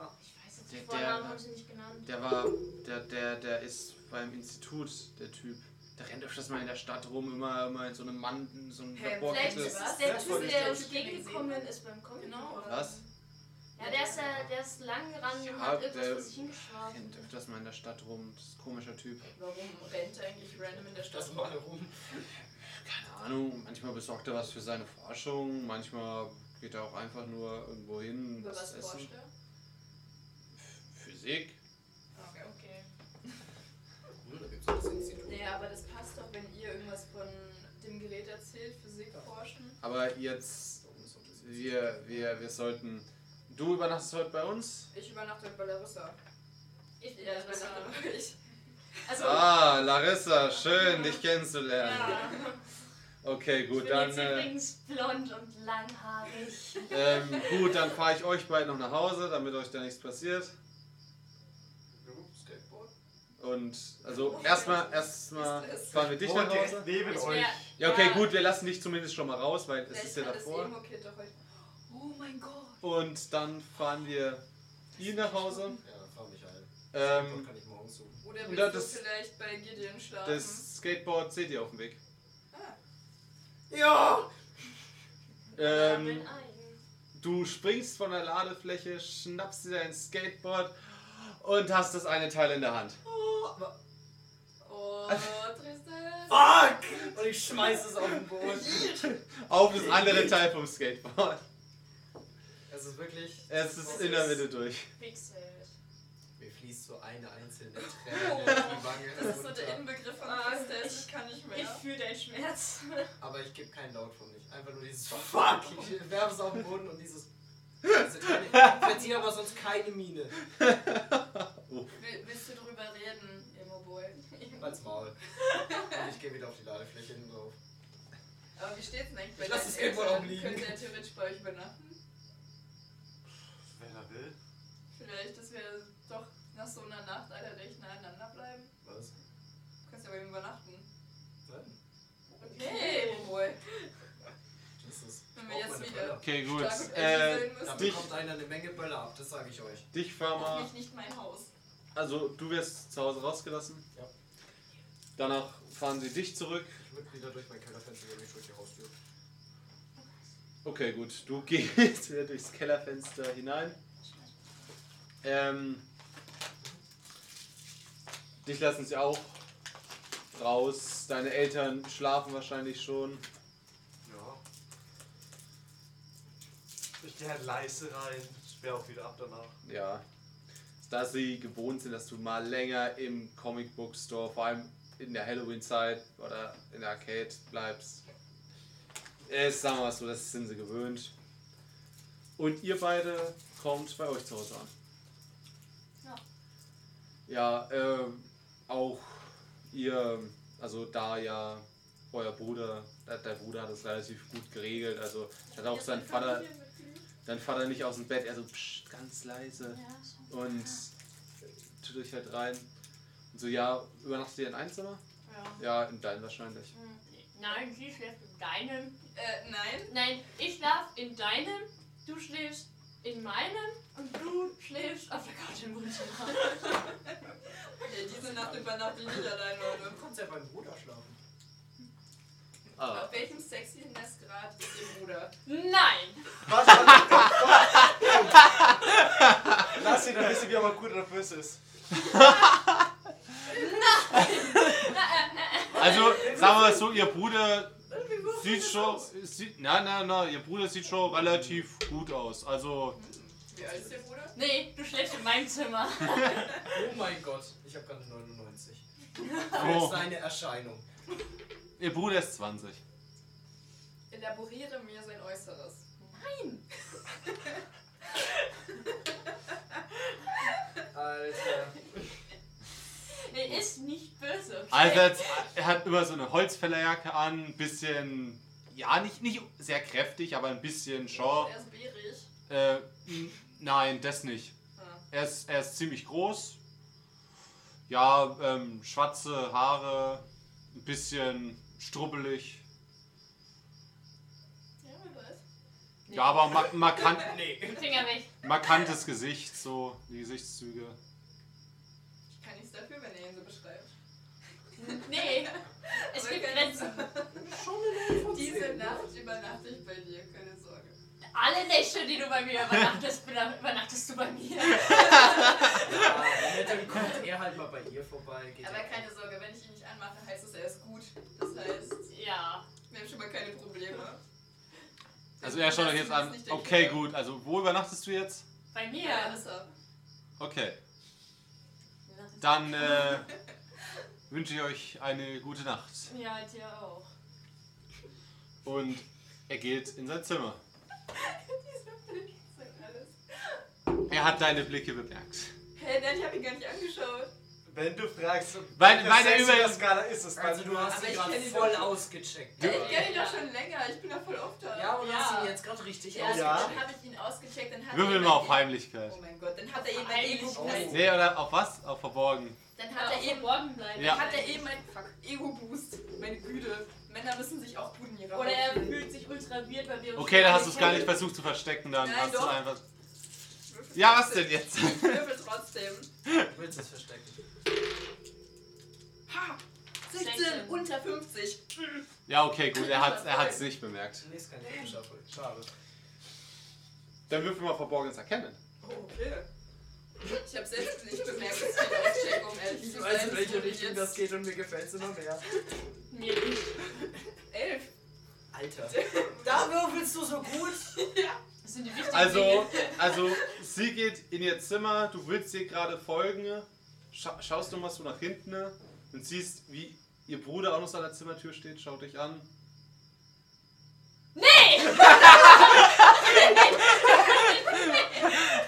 S6: weiß jetzt
S2: Der-
S6: den Vornamen
S2: der-
S6: haben sie nicht genannt.
S2: Der war, der, der, der ist beim Institut, der Typ. Der rennt öfters mal in der Stadt rum, immer, immer in so einem Mann, in so einem
S4: Hey,
S6: Vielleicht
S2: Laborkittel.
S4: Bitte.
S6: ist es der
S8: Das
S6: Typ,
S8: wollte ich
S6: der
S4: doch
S6: uns
S4: schon gesehen
S6: entgegengekommen
S4: haben.
S6: ist beim Comic.
S4: Genau.
S2: Was?
S6: Ja, der ist, der, der ist lang gerannt
S2: Ja,
S6: und hat irgendwas
S2: der-
S6: vor sich
S2: Der
S6: hingeschlafen.
S2: rennt öfters mal in der Stadt rum, das ist ein komischer Typ.
S4: Warum rennt eigentlich random in der Stadt
S1: Das
S4: rum?
S1: mal rum.
S2: Keine Ahnung, manchmal besorgt er was für seine Forschung, manchmal geht er auch einfach nur irgendwo hin,
S4: Über
S2: was
S4: was
S2: essen.
S4: forscht er?
S2: Physik.
S4: Okay, okay.
S1: Hm, da gibt's auch das Institut.
S4: Naja, aber das passt doch, wenn ihr irgendwas von dem Gerät erzählt, Physik forschen.
S2: Aber jetzt
S1: Da oben ist auch das Institut.
S2: Wir, wir, wir sollten. Du übernachtest heute bei uns?
S4: Ich übernachte bei Larissa.
S6: Ich bin
S4: Ja,
S6: ja,
S4: ich übernachte bei euch.
S6: Also,
S2: Ah, Larissa, schön, dich kennenzulernen.
S6: ja.
S2: Okay,
S6: ich
S2: gut,
S6: bin
S2: dann.
S6: jetzt
S2: Äh,
S6: übrigens blond und langhaarig.
S2: ähm, gut, dann fahre ich euch beide noch nach Hause, damit euch da nichts passiert.
S1: Du, Skateboard?
S2: Und
S6: Oh,
S2: also erstmal erstmal fahren wir dich nach
S8: Wohnt direkt
S2: Hause.
S8: neben
S6: Es
S8: euch.
S6: wär-
S2: Ja, okay,
S6: Ja.
S2: gut, wir lassen dich zumindest schon mal raus, weil es
S4: Vielleicht
S2: ist ja
S4: kann das
S2: davor.
S4: Emo-Kind doch heute. Oh mein Gott!
S2: Und dann fahren wir ihn nach Hause.
S1: Ja, fahr mich ein. Skateboard
S2: Ähm,
S1: kann ich morgen suchen.
S4: Oder
S2: Und
S4: willst
S2: da
S4: du
S2: das-
S4: vielleicht bei Gideon schlafen?
S6: Mhm.
S2: das Skateboard seht ihr auf dem Weg.
S4: ja!
S2: Ähm,
S6: Double Ein.
S2: Du springst von der Ladefläche, schnappst dir dein Skateboard und hast das eine Teil in der Hand. *laughs*
S4: Oh, aber- oh Tristan!
S8: Fuck!
S1: Und ich schmeiß es auf den Boden.
S2: Auf das andere Teil vom Skateboard.
S1: Es ist wirklich.
S2: Es ist in der Mitte durch.
S6: Pixel.
S1: Mir fließt so eine einzelne Träne in *laughs* die Wange.
S4: Das ist so der
S1: runter.
S4: Inbegriff von
S6: Ah,
S4: Christa.
S6: ich-
S4: Ich kann nicht mehr.
S6: Ich fühle deinen Schmerz.
S1: Aber ich gebe keinen Laut von mich. Einfach nur dieses Fuck. Ich werfe es auf den Boden und dieses. Diese Träne. Ich verziehe aber sonst keine Miene.
S4: Will, willst du drüber reden, *laughs* Immoboy?
S1: Als Maul. Und ich gehe wieder auf die Ladefläche hin drauf.
S4: Aber wie steht's denn eigentlich
S1: Ich lass das Skateboard
S4: Eltern?
S1: auch liegen.
S4: Könnte er theoretisch bei euch übernachten?
S8: Wenn er will.
S4: Vielleicht, dass wir doch nach so einer Nacht alle recht nah aneinander bleiben.
S1: Was?
S4: Du kannst ja bei ihm übernachten.
S1: Nein.
S4: Okay, Immoboy.
S1: Das ist.
S4: Wenn
S1: ich brauch
S4: wir jetzt
S1: meine
S4: wieder-
S1: Brille.
S2: Okay, gut.
S4: Stark und edgy
S2: Äh,
S4: sein
S1: Da
S4: müssen.
S2: Dich-
S1: bekommt einer eine Menge Böller ab, das sage ich euch.
S2: dich,
S4: Das
S2: Farmer.
S4: ist nicht mein Haus.
S2: Also, du wirst zu Hause rausgelassen.
S1: Ja.
S2: Danach fahren sie dich zurück.
S1: Ich würde wieder durch mein Kellerfenster gehen, nicht durch die Haustür.
S2: Okay, gut. Du *laughs* gehst wieder durchs Kellerfenster hinein. Ähm, dich lassen sie auch raus. Deine Eltern schlafen wahrscheinlich schon.
S8: Ja. Ich gehe halt leise rein. Sperr auch wieder ab danach.
S2: Ja. Da sie gewohnt sind, dass du mal länger im Comic Book Store, vor allem in der Halloween-Zeit oder in der Arcade bleibst. Ist sagen wir mal so, das sind sie gewöhnt. Und ihr beide kommt bei euch zu Hause an. Ja, ähm, auch ihr, also da ja euer Bruder, äh, dein Bruder hat das relativ gut geregelt, also hat auch sein Vater,
S4: Äh,
S2: dein Vater nicht aus dem Bett, er so psch, ganz leise und tut euch halt rein. Und so, ja, übernachtet ihr in einem Zimmer?
S6: Ja.
S2: Ja, in deinem wahrscheinlich.
S6: Hm, Nein, sie schläft in deinem.
S4: Äh, nein.
S6: Nein, ich schlaf in deinem, du schläfst in meinem und du schläfst auf der Couch im Wohnzimmer.
S4: Ja, diese Nacht übernachte ich nicht allein, Leute.
S1: Du kannst ja beim Bruder schlafen.
S2: Ah.
S4: Auf welchem sexy Grad ist ihr Bruder?
S6: Nein!
S5: Was? Lass ihn, dann wisst ihr, wie er mal gut oder böse ist.
S2: Also, sagen wir mal so, ihr Bruder sieht schon, sieht, na, na, na, ihr Bruder sieht schon relativ gut aus. Also,
S4: Wie alt ist ihr Bruder?
S6: Nee, du schläfst in meinem Zimmer.
S1: Oh mein Gott, ich habe gerade 99. Das ist
S2: oh,
S1: eine Erscheinung.
S2: ihr Bruder ist 20.
S4: Elaboriere mir sein Äußeres.
S1: Alter.
S6: Er ist nicht böse. okay?
S2: Also jetzt, er hat immer so eine Holzfällerjacke an, ein bisschen, ja, nicht, nicht sehr kräftig, aber ein bisschen schon.
S4: Er ist bärig.
S2: Äh, n- nein, das nicht.
S4: Ah.
S2: Er ist, er ist ziemlich groß. Ja, ähm, schwarze Haare, ein bisschen strubbelig.
S4: Ja, wer weiß.
S2: Ja, aber ma markant,
S1: Nee.
S6: Finger weg.
S2: markantes Gesicht, so die Gesichtszüge.
S4: Ich kann nichts dafür, wenn er ihn so beschreibt.
S6: Nee, es
S4: Aber
S6: gibt
S4: wir können-
S6: Grenzen.
S4: Diese Nacht übernachte ich bei dir, keine Sorge.
S6: Alle Nächte, die du bei mir übernachtest, bena- übernachtest du bei mir.
S1: Ja, dann kommt er halt mal bei ihr vorbei. Geht
S4: Aber
S1: ja.
S4: keine Sorge, wenn ich ihn nicht anmache, heißt es, er ist gut. Das heißt,
S6: Ja.
S4: wir haben schon mal keine Probleme.
S2: Also er schaut euch jetzt an.
S4: Das ist nicht der
S2: Okay,
S4: Killer.
S2: gut. Also wo übernachtest du jetzt?
S6: Bei mir.
S4: Ja, alles ab.
S2: Okay. Dann äh,
S4: *laughs*
S2: wünsche ich euch eine gute Nacht.
S6: Ja, dir auch.
S2: Und er geht in sein Zimmer.
S4: Sagt alles.
S2: Er hat deine Blicke bemerkt.
S4: Hey, nein, ich habe ihn gar nicht angeschaut.
S5: Wenn du fragst,
S2: Weil- weil der über-
S5: der Skala ist es,
S1: Also du hast
S4: Aber
S1: sie
S4: ich
S1: gerade
S4: kenn ihn
S1: voll
S4: doch.
S1: ausgecheckt.
S4: Hey, ich kenne ihn doch schon länger, ich bin doch voll oft da.
S1: Ja, und hast
S6: Ja.
S1: sie jetzt gerade richtig
S4: Ja,
S5: also-
S1: ausgecheckt.
S5: Ja.
S4: dann habe ich ihn ausgecheckt, dann hat
S2: Würfel
S4: er
S2: mal auf
S4: jemand-
S2: Heimlichkeit.
S4: Oh mein Gott, dann hat er jemand
S6: Heimlichkeit.
S4: Ego-Boost.
S2: Nee, oder auf was? Auf verborgen.
S4: Dann
S6: Hat er eben morgen bleiben.
S2: Ja.
S4: Hat er eben ein fuck, Ego-Boost. Meine Güte, Männer müssen sich auch gut in ihrer
S6: Oder
S4: Haut
S6: er
S4: fühlen.
S6: fühlt sich ultra weird, weil wir uns
S2: Okay, dann hast du es
S6: nicht
S2: gar nicht versucht zu verstecken, dann
S4: Nein,
S2: hast du es
S4: doch.
S2: einfach.
S4: Ich würfel
S2: Ja, was
S4: trotzdem.
S2: denn jetzt? *laughs*
S4: Ich würfel trotzdem.
S1: Du willst es verstecken.
S4: Ha! 16,
S6: 16.
S4: unter 50.
S2: Ja, okay, gut, er hat es er hat's nicht bemerkt.
S1: Nee, ist kein typischer Erfolg. Schade.
S2: Dann würfel mal verborgenes Erkennen.
S4: Oh, okay. Ich habe selbst nicht bemerkt, dass ich ihn auschecke, um ehrlich zu sein.
S1: Ich weiß, in
S4: Es
S1: welche
S4: wurde
S1: Richtung
S4: jetzt-
S1: das geht und mir gefällt es immer mehr.
S6: kennen.
S3: Mir nicht.
S4: Elf.
S1: Alter. Da würfelst du so gut.
S3: Das sind die wichtigen
S2: Also,
S3: Dinge.
S2: also, sie geht in ihr Zimmer, du willst ihr gerade folgen, scha schaust du mal so nach hinten und siehst, wie ihr Bruder auch noch so an der Zimmertür steht, schaut dich an. Nee!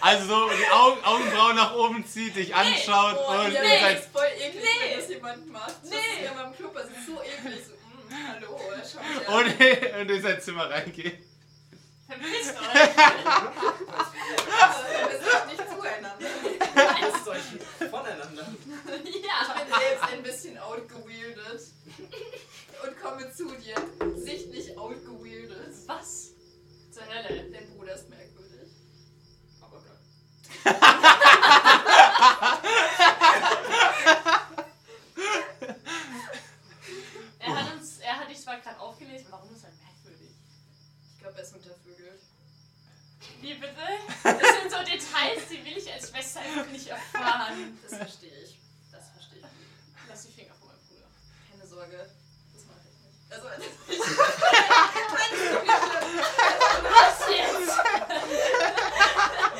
S2: also so die Augen, Augenbrauen nach oben zieht, dich anschaut
S3: Oh,
S1: Oh,
S4: Boah,
S2: und
S4: ja,
S2: ihr
S4: das
S1: halt
S2: seid
S4: ist voll eklig,
S3: Nee.
S4: wenn das jemand macht. Nee. Das ist ja beim Club, das ist so eklig. So, mm, hallo, schau mal.
S2: und, und *laughs* in sein Zimmer reingeht.
S3: Verpisst euch. *laughs*
S4: Wir sind nicht zueinander.
S1: Lasst euch voneinander.
S4: Ich
S3: ja.
S4: *laughs* bin selbst ein bisschen outgewielded. Und komme zu dir. Sichtlich outgewielded.
S3: Was? Zur Hölle.
S4: Dein Bruder ist merkwürdig.
S1: Aber geil.
S3: Er hat uns, er hat dich zwar gerade aufgelesen, warum ist er merkwürdig?
S4: Ich glaube, er ist untervögelt.
S3: Wie bitte? Das sind so Details, die will ich als Schwester einfach nicht erfahren.
S4: Das verstehe ich. Das verstehe ich.
S3: Lass die Finger von meinem Bruder.
S4: Keine Sorge. Das mache ich nicht. Also, *laughs* das ist nicht.
S3: Was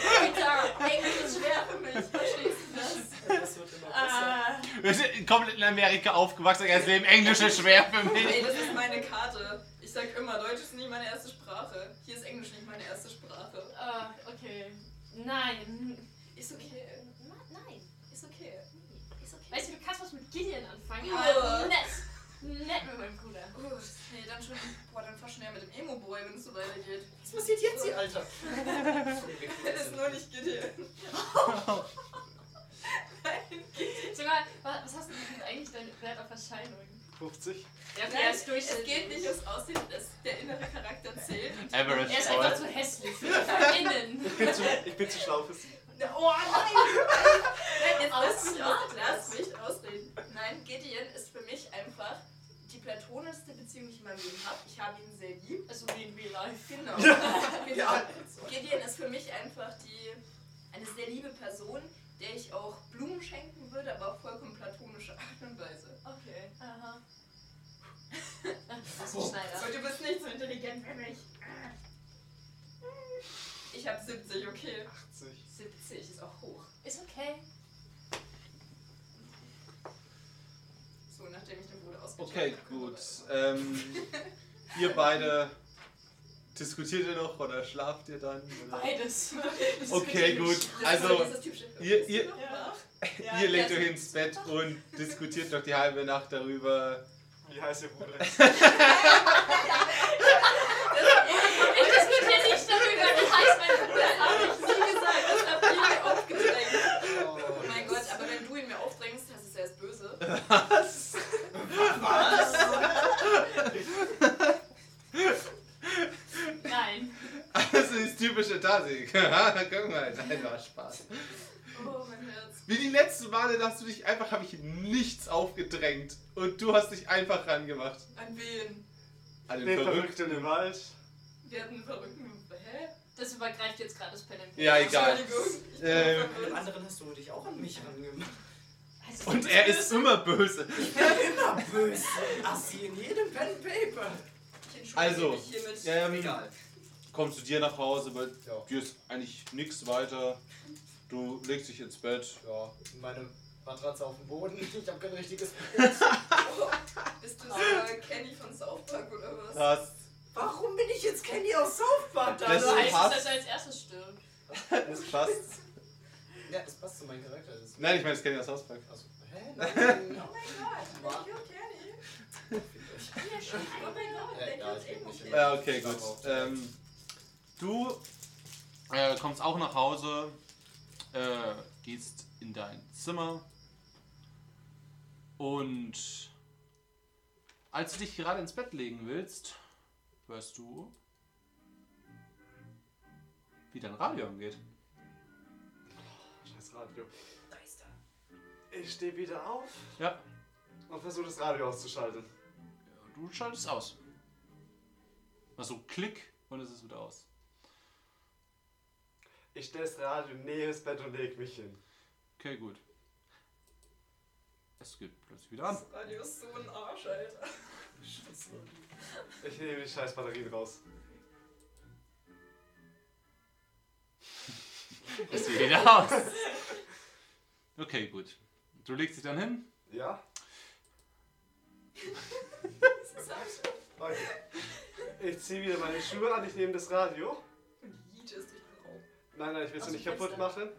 S1: *laughs*
S3: jetzt?
S4: Bitte, Englisch ist schwer für mich. Verstehst du das?
S1: Das wird immer besser.
S3: Ah,
S2: Wir sind komplett in Amerika aufgewachsen, das Leben Englisch ist schwer für
S4: Ey,
S2: mich.
S4: das ist meine Karte. Ich sag immer, Deutsch ist nicht meine erste Sprache. Hier ist Englisch nicht meine erste Sprache.
S3: ah, okay. Nein.
S4: Ist okay.
S3: Na- Nein.
S4: Ist okay. Ist okay.
S3: Weißt du, du kannst was mit Gideon anfangen,
S4: Ja.
S3: aber nett. Nett mit meinem Bruder.
S4: Gut, nee, dann schon. Boah, dann fahr schnell mit dem Emo-Boy, wenn es so weitergeht.
S1: Was passiert jetzt hier, Alter?
S4: Wenn es nur nicht geht.
S3: Sag mal, wa- was hast du denn eigentlich dein Wert auf Erscheinung?
S5: 50.
S3: Der
S4: Nein, es geht nicht um ums Aussehen, das, der innere Charakter zählt.
S2: Average
S3: Er ist
S2: Boy.
S3: einfach zu hässlich.
S4: *laughs*
S3: Von innen.
S5: Ich bin zu, ich bin zu schlau fürs.
S4: Oh nein! nein jetzt lass
S3: Aussehen.
S4: mich, aus, lass mich ausreden. Nein, Gideon ist für mich einfach die platonischste Beziehung, die ich in meinem Leben habe. Ich habe ihn sehr lieb.
S3: Also wie in Real Life.
S4: *laughs* Genau.
S1: Ja.
S4: Gideon ist für mich einfach die, eine sehr liebe Person, der ich auch Blumen schenken würde, aber auf vollkommen platonische Art und Weise.
S3: Okay.
S4: *laughs*
S3: Aha. Das ist ein
S4: So,
S3: Schneider.
S4: Also, du bist nicht so intelligent wie mich. Ich hab 70, okay.
S5: 80.
S4: 70 ist auch hoch.
S3: Ist okay.
S4: So, nachdem ich den Bruder ausgecheckt
S2: Okay,
S4: habe.
S2: gut. Ähm, ihr beide diskutiert ihr noch oder schlaft ihr dann? Oder?
S3: *laughs* Beides.
S2: Okay, gut.
S4: Das ist so
S2: Also
S4: dieses typische-
S2: ihr- ihr-
S4: Bist du noch wach?
S2: ihr legt euch ins Bett und diskutiert noch die halbe Nacht darüber. *laughs*
S5: Wie heißt ihr Bruder?
S3: Ich diskutiere nicht darüber, wie heiß mein Bruder
S4: Das hab ich
S3: ist.
S4: nie gesagt, das hab ich mir aufgedrängt.
S1: Oh
S4: Oh mein Gott, aber wenn du ihn mir aufdrängst, das ist erst böse.
S3: Nein.
S2: Das ist typische Tasik. *laughs* Haha, Guck mal, nein, war Spaß.
S4: Oh, mein Herz.
S2: Wie die letzten Male, da hast du dich einfach, habe ich nichts aufgedrängt und du hast dich einfach rangemacht.
S4: An wen?
S2: An den
S5: Den
S2: Verrückten.
S5: Verrückten im Wald.
S4: Wir hatten einen verrückten. Hä?
S3: Das übergreift jetzt gerade das Pen and Paper.
S2: Ja, egal.
S4: Entschuldigung. Ich bin
S2: Ähm,
S1: Dem
S4: verwirrt.
S1: anderen hast du dich auch an mich *laughs* angemacht.
S3: Also,
S2: Und er ist immer böse.
S1: Ich bin immer böse. Assi in jedem Pen and Paper.
S4: Ich entschuldige
S2: Also,
S4: mich hiermit.
S2: Ähm,
S1: Egal.
S2: kommst du dir nach Hause, weil
S1: Ja.
S2: dir ist eigentlich nichts weiter. Du legst dich ins Bett.
S1: Ja, meine Matratze auf dem Boden. *laughs* Ich habe kein richtiges.
S4: Bist du so äh, Kenny von South Park oder was?
S2: Das,
S1: Warum bin ich jetzt Candy aus South Park? da?
S2: Das-
S3: Also heißt es,
S2: passt.
S3: dass er als erstes stirbt.
S2: das passt.
S1: ja, das passt zu meinem Charakter. Das
S2: Nein, ich meine, das kenne ich aus Hausberg.
S1: also, *laughs* hä? Nein.
S4: Oh mein Gott, ich höre Kenny. Oh mein Gott,
S1: Ja,
S4: der
S1: ja,
S4: kommt
S1: ich bin
S4: irgendwo
S1: nicht
S4: hin.
S1: im-
S2: Ja, okay, gut. Ähm, du äh, kommst auch nach Hause, äh, gehst in dein Zimmer und als du dich gerade ins Bett legen willst, hörst du, wie dein Radio angeht.
S5: Scheiß Radio. Ich stehe wieder auf
S2: Ja,
S5: und versuche das Radio auszuschalten.
S2: Du schaltest aus. Mach so Klick und es ist wieder aus.
S5: Ich stelle das Radio neben das Bett und lege mich hin.
S2: Okay, gut. Es geht plötzlich wieder an.
S4: Oh Das Radio ist so ein Arsch, Alter.
S5: Ich nehme die scheiß Batterien raus.
S9: Ist sie wieder aus. Okay, gut. Du legst dich dann hin.
S5: Ja? Okay. Ich ziehe wieder meine Schuhe an, ich nehme das Radio.
S4: Und Yeet ist durch den Raum.
S5: Nein, nein, ich will es
S4: Aus dem
S5: nicht kaputt machen.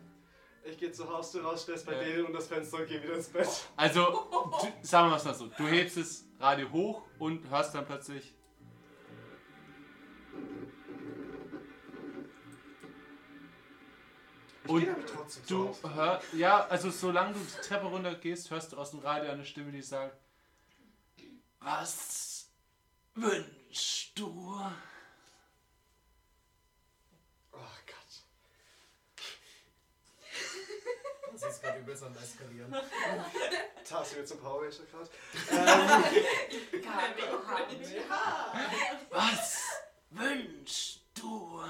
S5: Ich gehe zur Haustür raus, stell's bei
S9: Ja.
S5: denen und das Fenster und gehe wieder ins Bett.
S9: Also, du, sagen wir es mal so. Du hebst das Radio hoch und hörst dann plötzlich...
S5: Ich
S9: Und
S5: gehe aber trotzdem zur
S9: Du
S5: Haustür.
S9: hörst, ja, also solange du die Treppe runter gehst, hörst du aus dem Radio eine Stimme, die sagt, was wünschst du?
S5: Oh Gott.
S1: Das ist gerade übelst am Eskalieren.
S5: Tassi wird zum Power Ranger gerade. ähm,
S3: *laughs*
S9: Was wünschst du?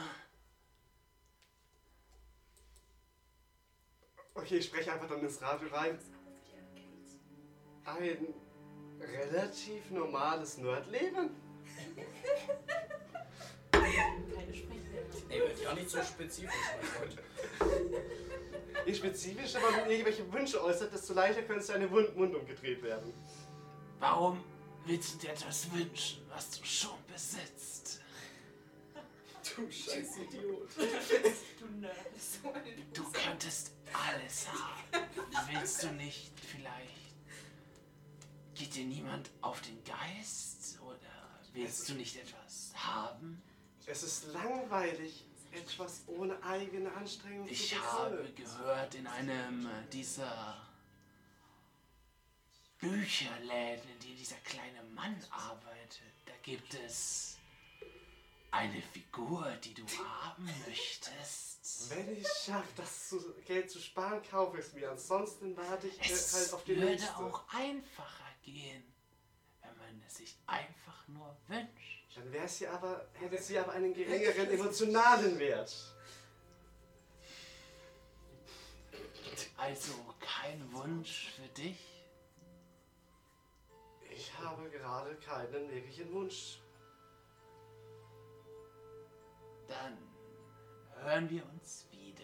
S5: okay, ich spreche einfach dann ins Radio rein. Ein relativ normales Nerdleben?
S4: Keine Sprechwerte.
S1: Ey, wird ja nicht so spezifisch, mein Freund.
S5: Je spezifischer man irgendwelche Wünsche äußert, desto leichter könnte deine Wund Mund umgedreht werden.
S9: Warum willst du dir etwas wünschen, was du schon besitzt?
S1: Du scheiß Idiot.
S4: Du Nerd. So eine
S9: Du könntest alles haben. Willst du nicht vielleicht? Geht dir niemand auf den Geist? Oder willst du nicht etwas haben?
S5: Es ist langweilig, etwas ohne eigene Anstrengung
S9: Ich
S5: zu
S9: habe
S5: bekommen.
S9: gehört, in einem dieser Bücherläden, in denen dieser kleine Mann arbeitet, da gibt es eine Figur, die du haben möchtest.
S5: Wenn ich schaffe, das zu, Geld zu sparen, kaufe ich es mir. Ansonsten warte ich
S9: Es
S5: halt auf die
S9: würde
S5: nächste.
S9: auch einfacher gehen, wenn man es sich einfach nur wünscht.
S5: Dann wäre sie aber, hätte sie aber einen geringeren emotionalen Wert.
S9: Also kein Wunsch für dich.
S5: Ich habe gerade keinen wirklichen Wunsch.
S9: Dann hören wir uns wieder.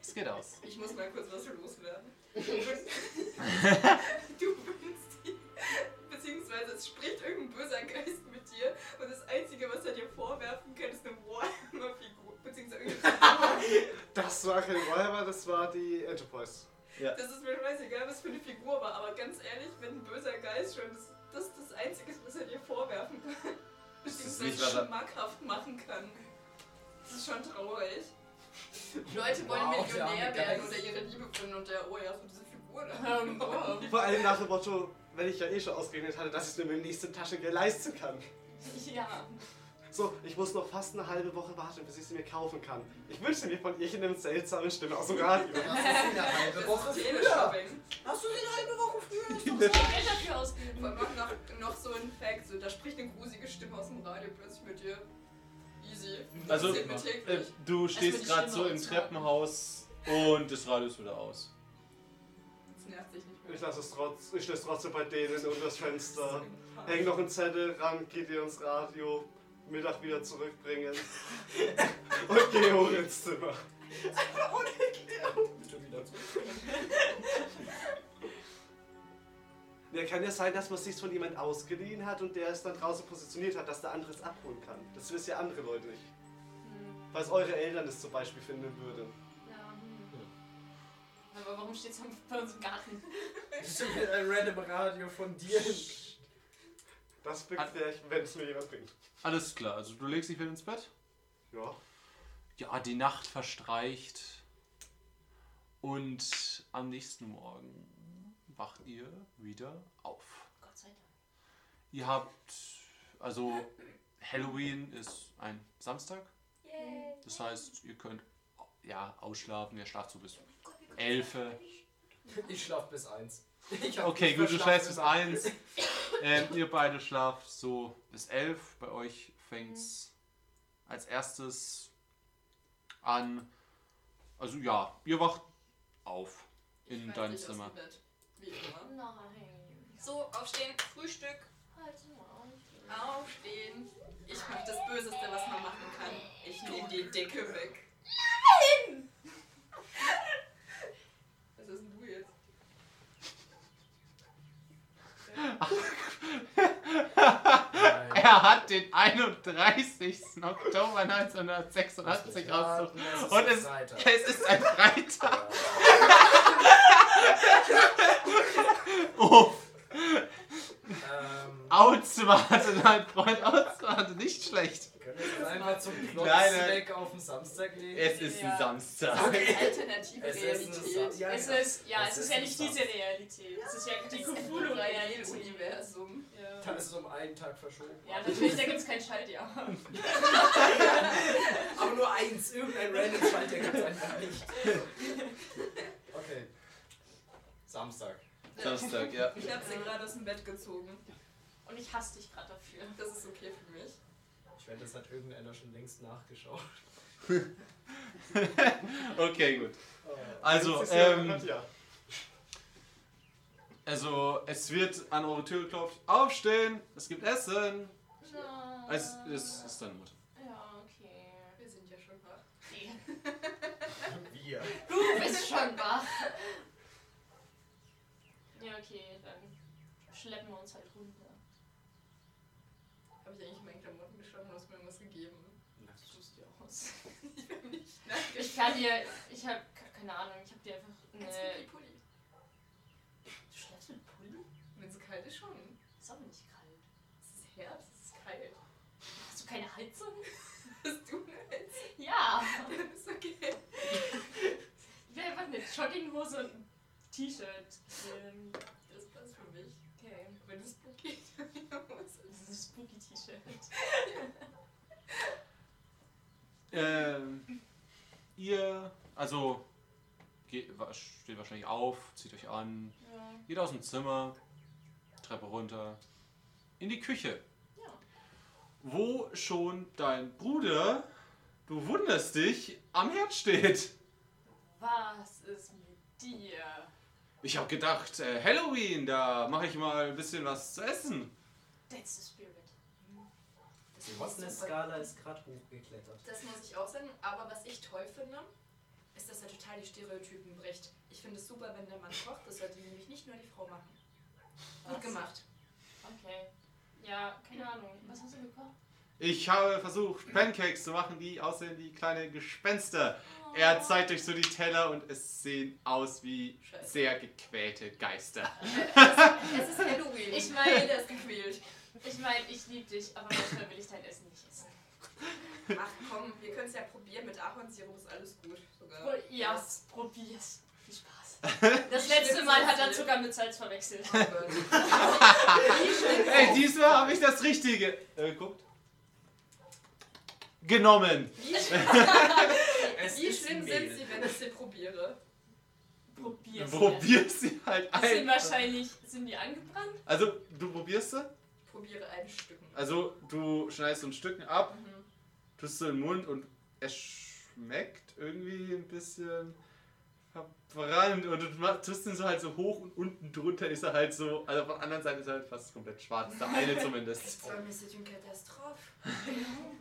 S9: Es geht aus.
S4: Ich muss mal kurz was loswerden. du wünschst dir, beziehungsweise es spricht irgendein böser Geist mit dir und das Einzige, was er dir vorwerfen kann, ist eine Warhammer-Figur, beziehungsweise irgendeine Figur.
S5: Das war keine Räuber, das war die Enterprise.
S4: Das ist mir scheißegal, was für eine Figur war, aber ganz ehrlich, wenn ein böser Geist schon das, das, ist das Einzige ist, was er dir vorwerfen kann, *laughs* beziehungsweise
S2: nicht, was er-
S4: schmackhaft machen kann, das ist schon traurig. Leute wollen
S1: Wow, der arme
S4: Millionär werden
S1: Geist.
S4: oder ihre Liebe finden und der, oh ja, so diese *laughs* Figur da.
S3: Ähm,
S5: Vor allem nach dem Motto, wenn ich ja eh schon ausgerechnet hatte, dass ich es mir mit dem nächsten Taschengeld leisten kann.
S4: Ja.
S5: So, ich muss noch fast eine halbe Woche warten, bis ich sie mir kaufen kann. Ich wünsche mir von irgendeiner seltsamen Stimme aus dem Radio.
S1: Hast du sie eine halbe Woche
S4: Das ist
S1: früher?
S4: Teleshopping.
S1: Hast du sie eine halbe Woche früher?
S3: Geld dafür
S4: Vor allem
S3: ausgeben.
S4: auch noch, noch so ein Fact, so, da spricht eine grusige Stimme aus dem Radio plötzlich mit dir. Easy. Das
S2: Also,
S4: passiert mir
S2: Äh,
S4: täglich.
S2: du
S3: die
S2: stehst gerade
S3: Stimme
S2: so im
S3: uns
S2: Treppenhaus und das Radio ist wieder aus.
S4: Das nervt dich nicht mehr.
S5: Ich lasse es trotz, ich lasse trotzdem bei denen unter das Fenster.
S4: Das
S5: Häng noch ein Zettel ran, geht ihr ins Radio, Mittag wieder zurückbringen. Und geh hoch ins Zimmer. Ja, kann ja sein, dass man es sich von jemand ausgeliehen hat und der es dann draußen positioniert hat, dass der andere es abholen kann. Das wissen ja andere Leute nicht. Falls eure Eltern es zum Beispiel finden würden.
S3: Ja. Aber warum steht es bei uns im Garten?
S1: Stimmt, ein random Radio von dir.
S5: Das bekläre ich, wenn es mir jemand bringt.
S9: Alles klar, also du legst dich wieder ins Bett.
S5: Ja.
S9: Ja, die Nacht verstreicht und am nächsten Morgen wacht ihr wieder auf.
S3: Gott sei Dank.
S9: Ihr habt, also Halloween ist ein Samstag,
S6: Yay.
S9: das heißt, ihr könnt ja ausschlafen, ihr schlaft so bis Elfe.
S1: Ich schlaf bis eins. *laughs* Ich hab
S9: Okay,
S1: nicht
S9: gut, du schläfst bis
S1: verschlafen.
S9: eins. Ähm, ihr beide schlaft so bis elf. Bei euch fängt's als erstes an. Also ja, ihr wacht auf in deinem Zimmer.
S4: Wie immer.
S3: Nein.
S4: So, aufstehen, Frühstück,
S3: Halt den Maul.
S4: aufstehen. Ich mache das Böseste, was man machen kann. Ich nehme die Decke weg. Nein! Was ist denn du jetzt?
S9: *laughs*
S1: Nein.
S9: Er hat den 31. Oktober 1986 rausgesucht. Und es, *laughs*
S1: *laughs*
S9: es ist ein Freitag. Oh,
S1: Ähm,
S9: Outsmarte, mein Freund, Outsmarte, nicht schlecht.
S1: können wir das einfach zum
S9: Nein,
S1: Plot-Zweck auf den Samstag legen?
S9: Es ist ein
S4: Ja.
S9: Samstag.
S4: Alternative
S1: Es ist ein
S4: Realität.
S1: Sam- ja,
S6: Es
S1: ja.
S6: ist, ja, genau.
S1: Es
S6: es, ist,
S1: ist
S6: ja
S1: ein
S6: nicht
S1: Spaß.
S6: diese Realität. Es ist ja die Cthulhu-Realität.
S4: Universum.
S6: Ja.
S1: Dann ist es um einen Tag verschoben.
S6: ja, natürlich, da gibt es kein Schaltjahr.
S1: Aber nur eins, irgendein random Schalter gibt es einfach nicht. Okay. Samstag.
S2: Samstag, ja.
S4: Ich habe sie gerade aus dem Bett gezogen.
S6: Und ich hasse dich gerade dafür.
S4: Das ist okay für mich.
S1: Ich werde das hat irgendeiner schon längst nachgeschaut.
S2: Okay, gut. Also,
S5: Jetzt ist ja-
S2: ähm,
S5: ja.
S2: also es wird an eure Tür geklopft. Aufstehen, es gibt Essen. Es, es Also, ist deine Mutter.
S6: Ja, okay.
S4: Wir sind ja schon wach.
S1: Wir.
S3: Du bist schon wach.
S6: Ja, okay, dann schleppen wir uns halt runter.
S4: Habe ich eigentlich in meinen Klamotten geschaut und hast mir was gegeben?
S6: Das tust du ja aus.
S4: Ich bin nicht nackt.
S6: Ich kann dir, ich hab ke- keine Ahnung, ich hab dir einfach
S4: Ganz nee.
S6: eine.
S4: Pulli.
S6: Du schläfst mit Pulli?
S4: Wenn es kalt ist schon.
S6: Ist aber nicht kalt.
S4: Es ist Herbst, es ist kalt.
S6: Hast du keine Heizung?
S4: Hast du eine
S6: *laughs*
S4: Heizung?
S6: Ja.
S4: Dann ist okay.
S6: Ich will einfach eine Jogginghose und ein T-Shirt. Ähm,
S4: Das passt für mich.
S6: okay.
S4: Wenn es spooky ist.
S6: Das ist ein spooky T-Shirt.
S2: Ähm, ihr, also, geht, wa- steht wahrscheinlich auf, zieht euch an,
S6: Ja.
S2: geht aus dem Zimmer, Treppe runter, in die Küche.
S6: Ja.
S2: Wo schon dein Bruder, du wunderst dich, am Herd steht.
S6: Was ist mit dir?
S2: Ich habe gedacht, äh, Halloween, da mache ich mal ein bisschen was zu essen.
S6: That's the spirit.
S1: Die Rottner-Skala ist gerade hochgeklettert.
S4: Das muss ich auch sagen, aber was ich toll finde, ist, dass er total die Stereotypen bricht. Ich finde es super, wenn der Mann kocht, das sollte nämlich nicht nur die Frau machen. Gut
S6: Was?
S4: gemacht.
S6: Okay. Ja, keine Ahnung. Was hast du *laughs* gekocht?
S2: Ich habe versucht, Pancakes zu machen, die aussehen wie kleine Gespenster. Er zeigt euch so die Teller und es sehen aus wie
S4: Scheiße.
S2: sehr gequälte Geister.
S4: Es ist Halloween.
S6: Ich meine-
S4: der ist gequält.
S6: Ich meine, ich liebe dich, aber manchmal will ich dein Essen nicht essen.
S4: Ach komm, wir können es ja probieren. Mit Ahornsirup ist alles gut. Sogar.
S6: Pro- Ja, s- probier's. Viel Spaß. Das letzte Mal hat er
S4: *laughs*
S6: Zucker mit Salz verwechselt.
S4: Oh Gott.
S2: Ey, diesmal habe ich das Richtige. Äh, guckt. Genommen.
S4: Wie,
S1: Es
S4: wie
S1: ist
S4: schlimm
S1: Mehl.
S4: sind sie, wenn ich sie probiere?
S6: Probier's.
S2: Probier sie halt
S6: Die Sind
S2: ein.
S6: wahrscheinlich, sind die angebrannt?
S2: Also, du probierst sie.
S4: Ich probiere ein Stück.
S2: Also, du schneidest so ein Stück ab,
S4: Mhm.
S2: tust du in den Mund und es schmeckt irgendwie ein bisschen verbrannt. Und du ma- tust ihn so halt so hoch und unten drunter ist er halt so. Also, von der anderen Seite ist er halt fast komplett schwarz. Der
S6: *laughs*
S2: eine zumindest.
S4: war mir une Katastrophe.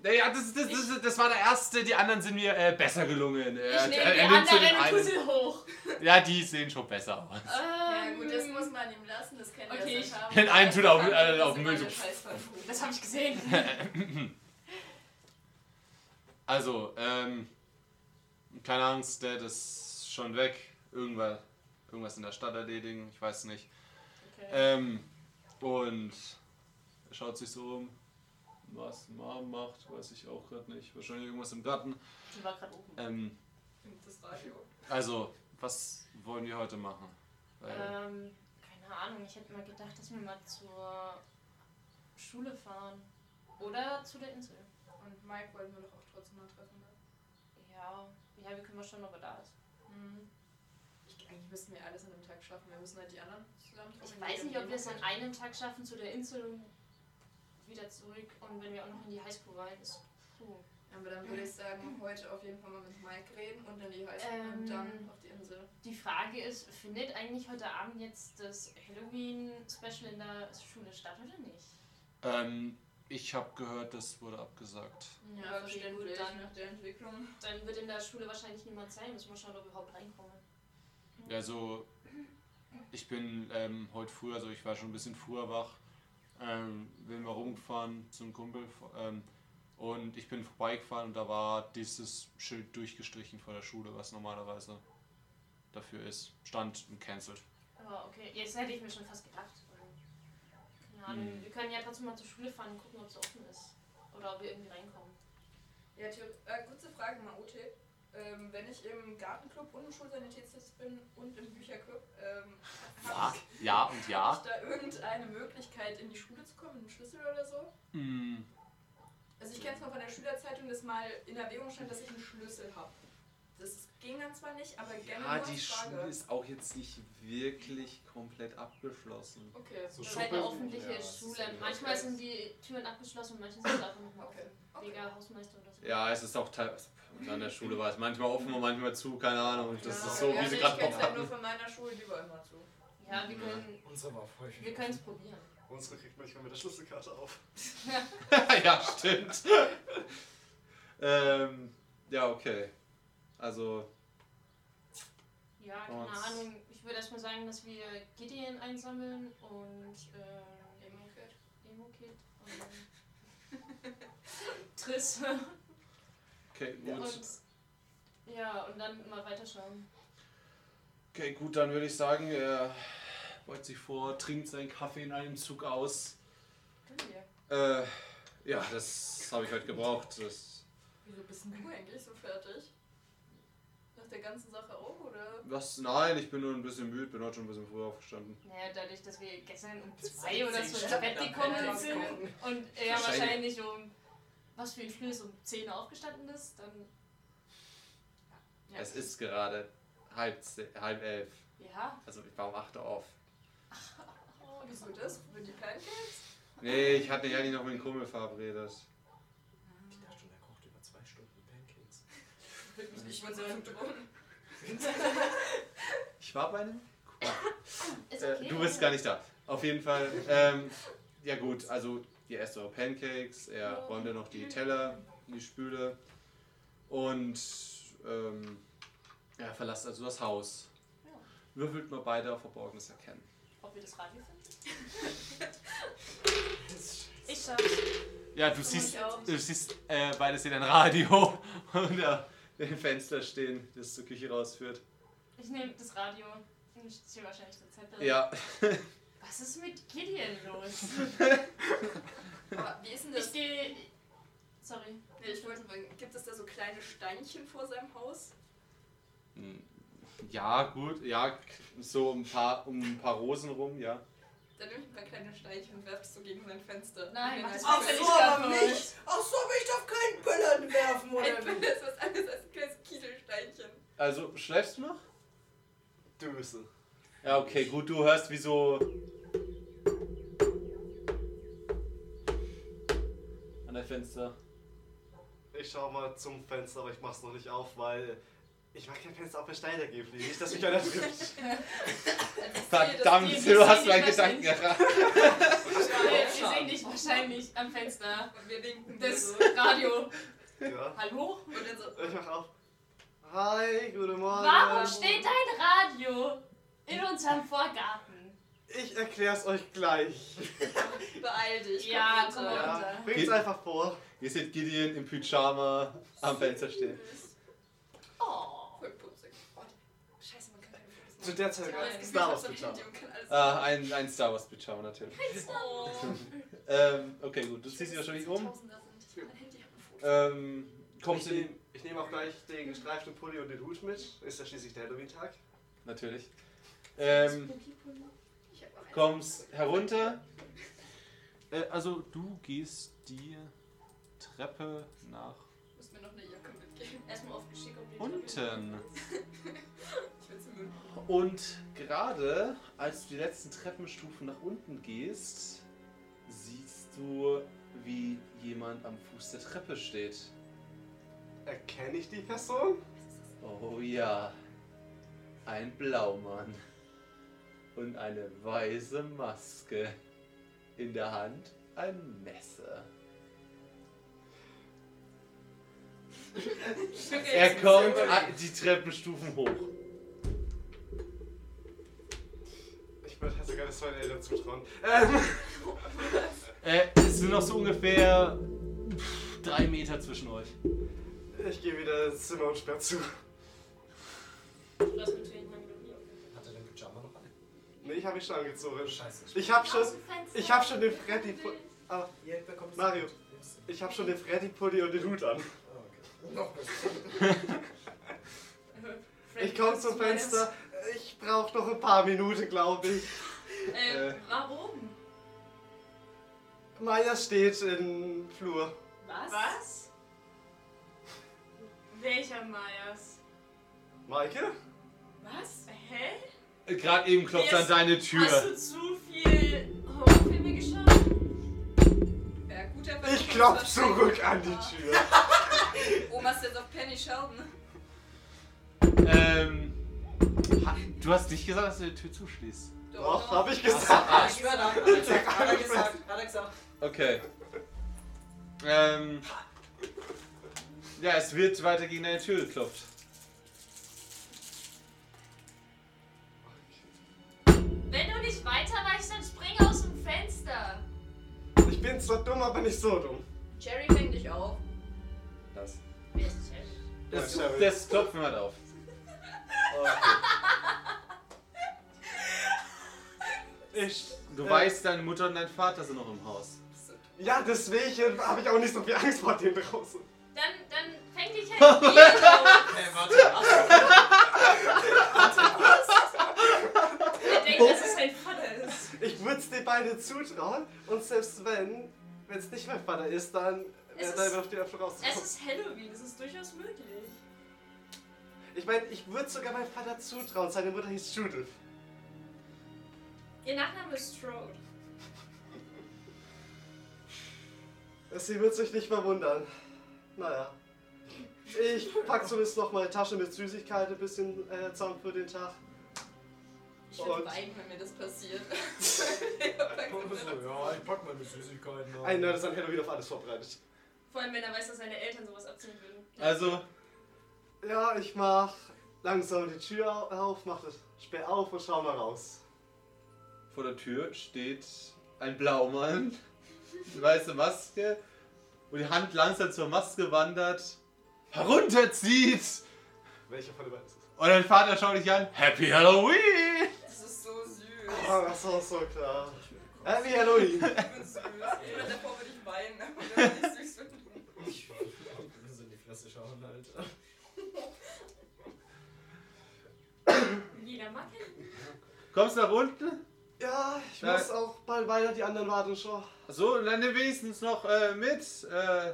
S2: Naja, das, das, das, das war der erste. Die anderen sind mir äh, besser gelungen.
S6: Ich
S2: Er-
S6: nehme
S2: er-
S6: die
S2: er nimmt so den
S6: anderen
S2: einen.
S6: Puzzle hoch.
S2: Ja, die sehen schon besser aus. *laughs*
S4: Ja
S6: Ähm,
S4: gut, das muss man ihm lassen, das kennen
S6: Okay,
S4: wir
S6: ich-
S2: Den einen tut er auf- äh, auf den Müll so.
S4: Müll.
S6: Das habe ich gesehen.
S2: Also, ähm, keine Angst, Dad ist schon weg. Irgendwas, irgendwas in der Stadt erledigen, ich weiß nicht.
S6: Okay.
S2: Ähm, und er schaut sich so um. Was Mom macht, weiß ich auch gerade nicht. Wahrscheinlich irgendwas im Garten.
S6: Die war gerade oben.
S2: Ähm,
S4: Das Radio.
S2: also, was wollen wir heute machen? Weil,
S6: Ähm, keine Ahnung, ich hätte mal gedacht, dass wir mal zur Schule fahren. Oder zu der Insel.
S4: Und Mike wollten wir doch auch trotzdem mal treffen. Ne?
S6: Ja, ja, wir können mal schauen, ob er da ist.
S4: Mhm. Ich, eigentlich müssten wir alles an einem Tag schaffen. Wir müssen halt die anderen zusammen
S6: Ich weiß nicht, ob wir es an einem Tag schaffen zu der Insel und wieder zurück. Und wenn wir auch noch in die Highschool wollen, ist. Puh.
S4: Aber dann würde ich sagen, heute auf jeden Fall mal mit Mike reden und dann die Heizung
S6: Ähm.
S4: und dann auf die Insel.
S6: Die Frage ist, findet eigentlich heute Abend jetzt das Halloween-Special in der Schule statt oder nicht?
S2: Ähm, ich habe gehört, das wurde abgesagt.
S6: Ja, verständlich,
S4: dann
S6: ne?
S4: nach der Entwicklung.
S6: Dann wird in der Schule wahrscheinlich niemand sein. Müssen wir schauen, ob wir überhaupt reinkommen.
S2: Also, ich bin ähm, heute früh, also ich war schon ein bisschen früher wach, ähm, bin mal rumgefahren zum Kumpel ähm, und ich bin vorbeigefahren und da war dieses Schild durchgestrichen vor der Schule, was normalerweise dafür ist. Stand und cancelled.
S6: Aber okay, jetzt hätte ich mir schon fast gedacht. Keine Ahnung.
S2: Mhm.
S6: Wir können ja trotzdem mal zur Schule fahren und gucken, ob es offen ist. Oder ob wir irgendwie reinkommen.
S4: Ja, Theo, äh, kurze Frage mal, OT. Ähm, wenn ich im Gartenclub und im Schulsanitätsdienst bin und im Bücherclub, ähm,
S2: Ja,
S4: habe ich,
S2: ja und
S4: hab
S2: ja.
S4: ich da irgendeine Möglichkeit, in die Schule zu kommen, einen Schlüssel oder so?
S2: Mm,
S4: Also ich kenne es noch von der Schülerzeitung, dass mal in Erwägung stand, dass ich einen Schlüssel habe. Das ging dann zwar nicht, aber gerne nur
S10: Ja,
S4: als
S10: die
S4: Frage.
S10: Schule ist auch jetzt nicht wirklich komplett abgeschlossen.
S4: okay,
S1: So
S6: Das ist halt eine
S1: Schuppen-
S6: öffentliche
S1: Ja, das ist
S6: Schule.
S1: irgendwie-
S6: Manchmal sind die Türen abgeschlossen und manchmal sind sie einfach nochmal
S4: okay.
S6: offen.
S4: okay.
S6: Wegen Hausmeister oder so.
S2: Ja, es ist auch teilweise. also An der Schule war es manchmal offen und manchmal zu, keine Ahnung. Das ist so,
S4: ja,
S2: wie
S4: nee,
S2: sie
S4: Ich
S2: gerade
S4: kenn's
S2: Bock
S4: halt nur
S2: hatten.
S4: von meiner Schule, die war immer zu.
S6: Ja, wir können
S1: Unsere war voll
S6: wir können es probieren.
S5: Unsere kriegt manchmal mit der Schlüsselkarte auf.
S2: *laughs* ja, stimmt. ähm, ja, okay. Also,
S6: Ja, keine
S2: Und-
S6: Ahnung. Ich würde erstmal sagen, dass wir Gideon einsammeln und äh,
S4: Eben okay.
S6: Emo-Kid und ähm, *laughs* Triss.
S2: okay, gut.
S6: Und, ja, und dann mal weiterschauen.
S2: Okay, gut, dann würde ich sagen, er beugt sich vor, trinkt seinen Kaffee in einem Zug aus.
S4: Können wir.
S2: Äh, ja, das habe ich heute gebraucht. Das,
S4: Wieso bist denn du eigentlich so fertig? Nach der ganzen Sache auch, oder?
S2: was? Nein, ich bin nur ein bisschen müde, bin heute schon ein bisschen früher aufgestanden.
S6: Naja, dadlich, dass wir gestern um
S4: Bis
S6: zwei oder so
S4: 16
S6: ins Bett
S4: Stunden
S6: gekommen
S4: am Bett
S6: sind und er
S2: Wahrscheinlich.
S6: wahrscheinlich um, was für ein Flöß, um 10 aufgestanden ist, dann,
S4: Ja.
S2: Es ist gerade halb, ze- halb elf.
S6: ja.
S2: Also, ich war um 8 Uhr auf.
S4: Oh, wieso das? Für die Kleinen?
S2: Nee, ich hatte ja nicht noch mit dem Kumpel verabredet.
S1: Ich dachte schon, er kocht über zwei Stunden Pancakes.
S4: Würde
S2: also
S4: mich nicht wundern.
S2: Ich war bei einem
S6: Ist
S2: Äh, du bist gar nicht da. Auf jeden Fall. Ähm, ja gut, also ihr esst eure Pancakes, er räumt dann noch die Teller in die Spüle und ähm, er verlasst also das Haus.
S6: Ja.
S2: Würfelt mal beide auf Verborgenes erkennen.
S6: Ob wir das Radio finden? Ich schaff's.
S2: Ja, du
S6: siehst- auch.
S2: du siehst beide sehen ein Radio *laughs* und im Fenster stehen, das zur Küche rausführt.
S6: Ich nehme das Radio und ich ziehe wahrscheinlich den Zettel.
S2: Ja,
S6: Was ist mit Gideon los?
S2: *laughs*
S4: Aber wie ist denn
S6: ich
S4: das?
S6: gehe. Sorry.
S4: Nee, ich wollte fragen, gibt es da so kleine Steinchen vor seinem Haus?
S2: ja gut, ja so ein paar um ein paar Rosen rum, ja.
S4: Dann nehme ich ein paar kleine Steinchen und werfe es so gegen sein Fenster.
S6: Nein, mach
S4: mach
S6: das
S1: Ach
S6: Fenster
S1: so,
S6: nicht
S1: aber
S6: kaputt.
S1: nicht! Ach so, aber ich darf keinen Böllern werfen,
S4: Ein
S1: oder wie?
S4: Bild ist was anderes als ein kleines Kiedelsteinchen.
S2: Also schläfst du noch?
S5: Döse.
S2: Ja, okay, gut, du hörst wie so. An der Fenster.
S5: Ich schau mal zum Fenster, aber ich mach's noch nicht auf, weil ich mach kein Fenster auf, wenn Steine geben. Nicht, dass mich einer trifft.
S2: Verdammt,
S6: das-
S2: du hast
S6: das-
S2: meinen
S6: das-
S2: Gedanken geraten.
S6: Wir sehen dich wahrscheinlich am Fenster.
S4: Und wir winken
S6: Das
S4: so.
S6: Radio.
S5: Ja.
S6: Hallo?
S4: Und dann so,
S5: Ich mach auf. Hi, guten Morgen.
S6: Warum steht dein Radio in unserem Vorgarten?
S5: Ich erklär's euch gleich.
S4: beeil dich. komm
S6: Ja,
S4: runter.
S6: komm mal.
S5: Ja,
S6: Alter.
S5: bringt's
S2: Geht-
S5: einfach vor.
S2: Ihr seht Gideon im Pyjama am Fenster stehen.
S6: Oh.
S4: Voll putzig. Oh, scheiße, man kann keine Fotos machen.
S5: Zu der Zeit
S4: Ich habe das
S5: hat
S4: Gefühl,
S5: Star
S4: ich hab
S5: Wars
S4: so ein
S5: getan.
S4: Handy und kann alles
S2: Ah, ein, ein Star Wars Pyjama natürlich.
S4: Oh.
S2: Ähm, okay, gut, du ziehst dich wahrscheinlich um.
S4: Tausender sind. Ich mein Handy hat ein Foto.
S2: Ähm, kommst
S5: ich
S2: du.
S5: nehme nehm auch gleich den gestreiften Pulli und den Hut mit. Ist ja schließlich der Halloween-Tag.
S2: Natürlich. Ähm,
S4: Ich hab auch einen.
S2: kommst herunter. Äh, also, du gehst die Treppe nach
S4: Muss mir noch eine Jacke mitgeben.
S6: Erstmal aufgeschickt, um den
S2: unten.
S4: Ich will zum Müll.
S2: Und gerade als du die letzten Treppenstufen nach unten gehst, siehst du, wie jemand am Fuß der Treppe steht.
S5: Erkenne ich die Person?
S11: Oh ja. Ein Blaumann. Und eine weiße Maske. In der Hand ein Messer. Er kommt
S2: Ah,
S11: a- die Treppenstufen hoch.
S5: Ich würde sogar das meinen Eltern zutrauen. Ähm,
S2: Äh, es sind noch so ungefähr pff, drei Meter zwischen euch.
S5: ich gehe wieder ins Zimmer und sperr zu.
S6: Du hast natürlich meine Melodie auf.
S1: Hat er den Pyjama noch an? Oh,
S5: Nee, ich habe mich schon angezogen.
S1: Scheiße.
S5: Ich habe schon,
S6: Aus dem Fenster.
S5: ich habe schon den Freddy, Pu- ah,
S1: Ja, da kommt es-
S5: Mario.
S1: Nimmst du.
S5: ich habe schon den Freddy Pulli und den Hut an.
S1: Ah, okay. Noch besser.
S5: Ich komme zum Fenster. Ich brauche noch ein paar Minuten, glaube ich. Äh.
S6: Ähm, Warum?
S5: Maya steht im Flur.
S3: Was?
S6: Was? Welcher Meyers?
S5: Maike?
S6: Was? Hä?
S2: Äh, Gerade eben klopft
S6: Yes.
S2: an deine
S6: Hast
S2: Tür.
S6: du zu viel Horrorfilme geschaut?
S4: Wär gut, der
S5: Ich klopf zurück an die Tür.
S4: Ah, Oma ist jetzt auf Penny Sheldon.
S2: Ähm, ha- du hast nicht gesagt, dass du die Tür zuschließt.
S5: Doch, habe ich
S1: Ach so,
S5: gesagt.
S1: ah, ich schwör da. Hat er gesagt, hat er gesagt, hat er gesagt.
S11: Okay.
S2: Ähm, ja, es wird weiter gegen deine Tür geklopft.
S6: Wenn du nicht weiterreichst, dann spring aus dem Fenster.
S5: Ich bin zwar dumm, aber nicht so dumm.
S4: Jerry fängt dich auf.
S11: Das.
S6: Wer ist Jerry?
S2: Das,
S5: Ja, Sherry.
S2: das Klopfen hört auf.
S11: Okay.
S5: Ich.
S2: Du
S5: äh,
S2: weißt, deine Mutter und dein Vater sind noch im Haus.
S5: Ja, deswegen habe ich auch nicht so viel Angst vor dem draußen.
S6: Dann, dann fäng dich halt
S2: *laughs*
S6: wieder
S1: Hey, warte. Ach,
S6: Ich denke, dass es sein Vater ist.
S5: Ich würde es dir beide zutrauen und selbst wenn, wenn es nicht mein Vater ist, dann
S6: Es
S5: wäre da
S6: ist-
S5: immer noch die Öffnung
S6: Es
S5: rauszukommen.
S6: ist Halloween, es ist durchaus möglich.
S5: Ich meine, ich würde sogar meinem Vater zutrauen, seine Mutter hieß Judith.
S6: Ihr Nachname ist Strode.
S5: Sie wird sich nicht verwundern. Naja. Ich pack zumindest noch meine Tasche mit Süßigkeit ein bisschen äh, zusammen für den Tag.
S4: Ich würde
S5: Und-
S4: weinen, wenn mir das passiert.
S1: so, ja, ich pack meine Süßigkeiten auf.
S5: Ein Nerd ist an Halloween auf alles vorbereitet.
S6: Vor allem, wenn er weiß, dass seine Eltern sowas abziehen würden.
S2: Also,
S5: Ja, ich mach langsam die Tür au- auf, mach das Sperr auf und schau mal raus.
S11: Vor der Tür steht ein Blaumann. Eine weiße Maske.
S2: wo die Hand langsam zur Maske wandert, herunterzieht
S5: Welcher von den beiden ist es?
S2: und dein Vater schaut dich an. Happy Halloween!
S4: Das ist so süß.
S5: Oh, das war so klar. Happy *laughs* Halloween!
S4: Ich bin süß. Ich würde davor würde ich weinen, *laughs* aber wenn ich süß bin.
S1: Ich muss in die Fresse schauen, Alter.
S6: Jeder mag ihn.
S2: Kommst du nach unten?
S5: Ja, ich
S2: Ja.
S5: muss auch bald weiter, die anderen warten schon.
S2: So, und dann nimm wenigstens noch äh, mit. Äh,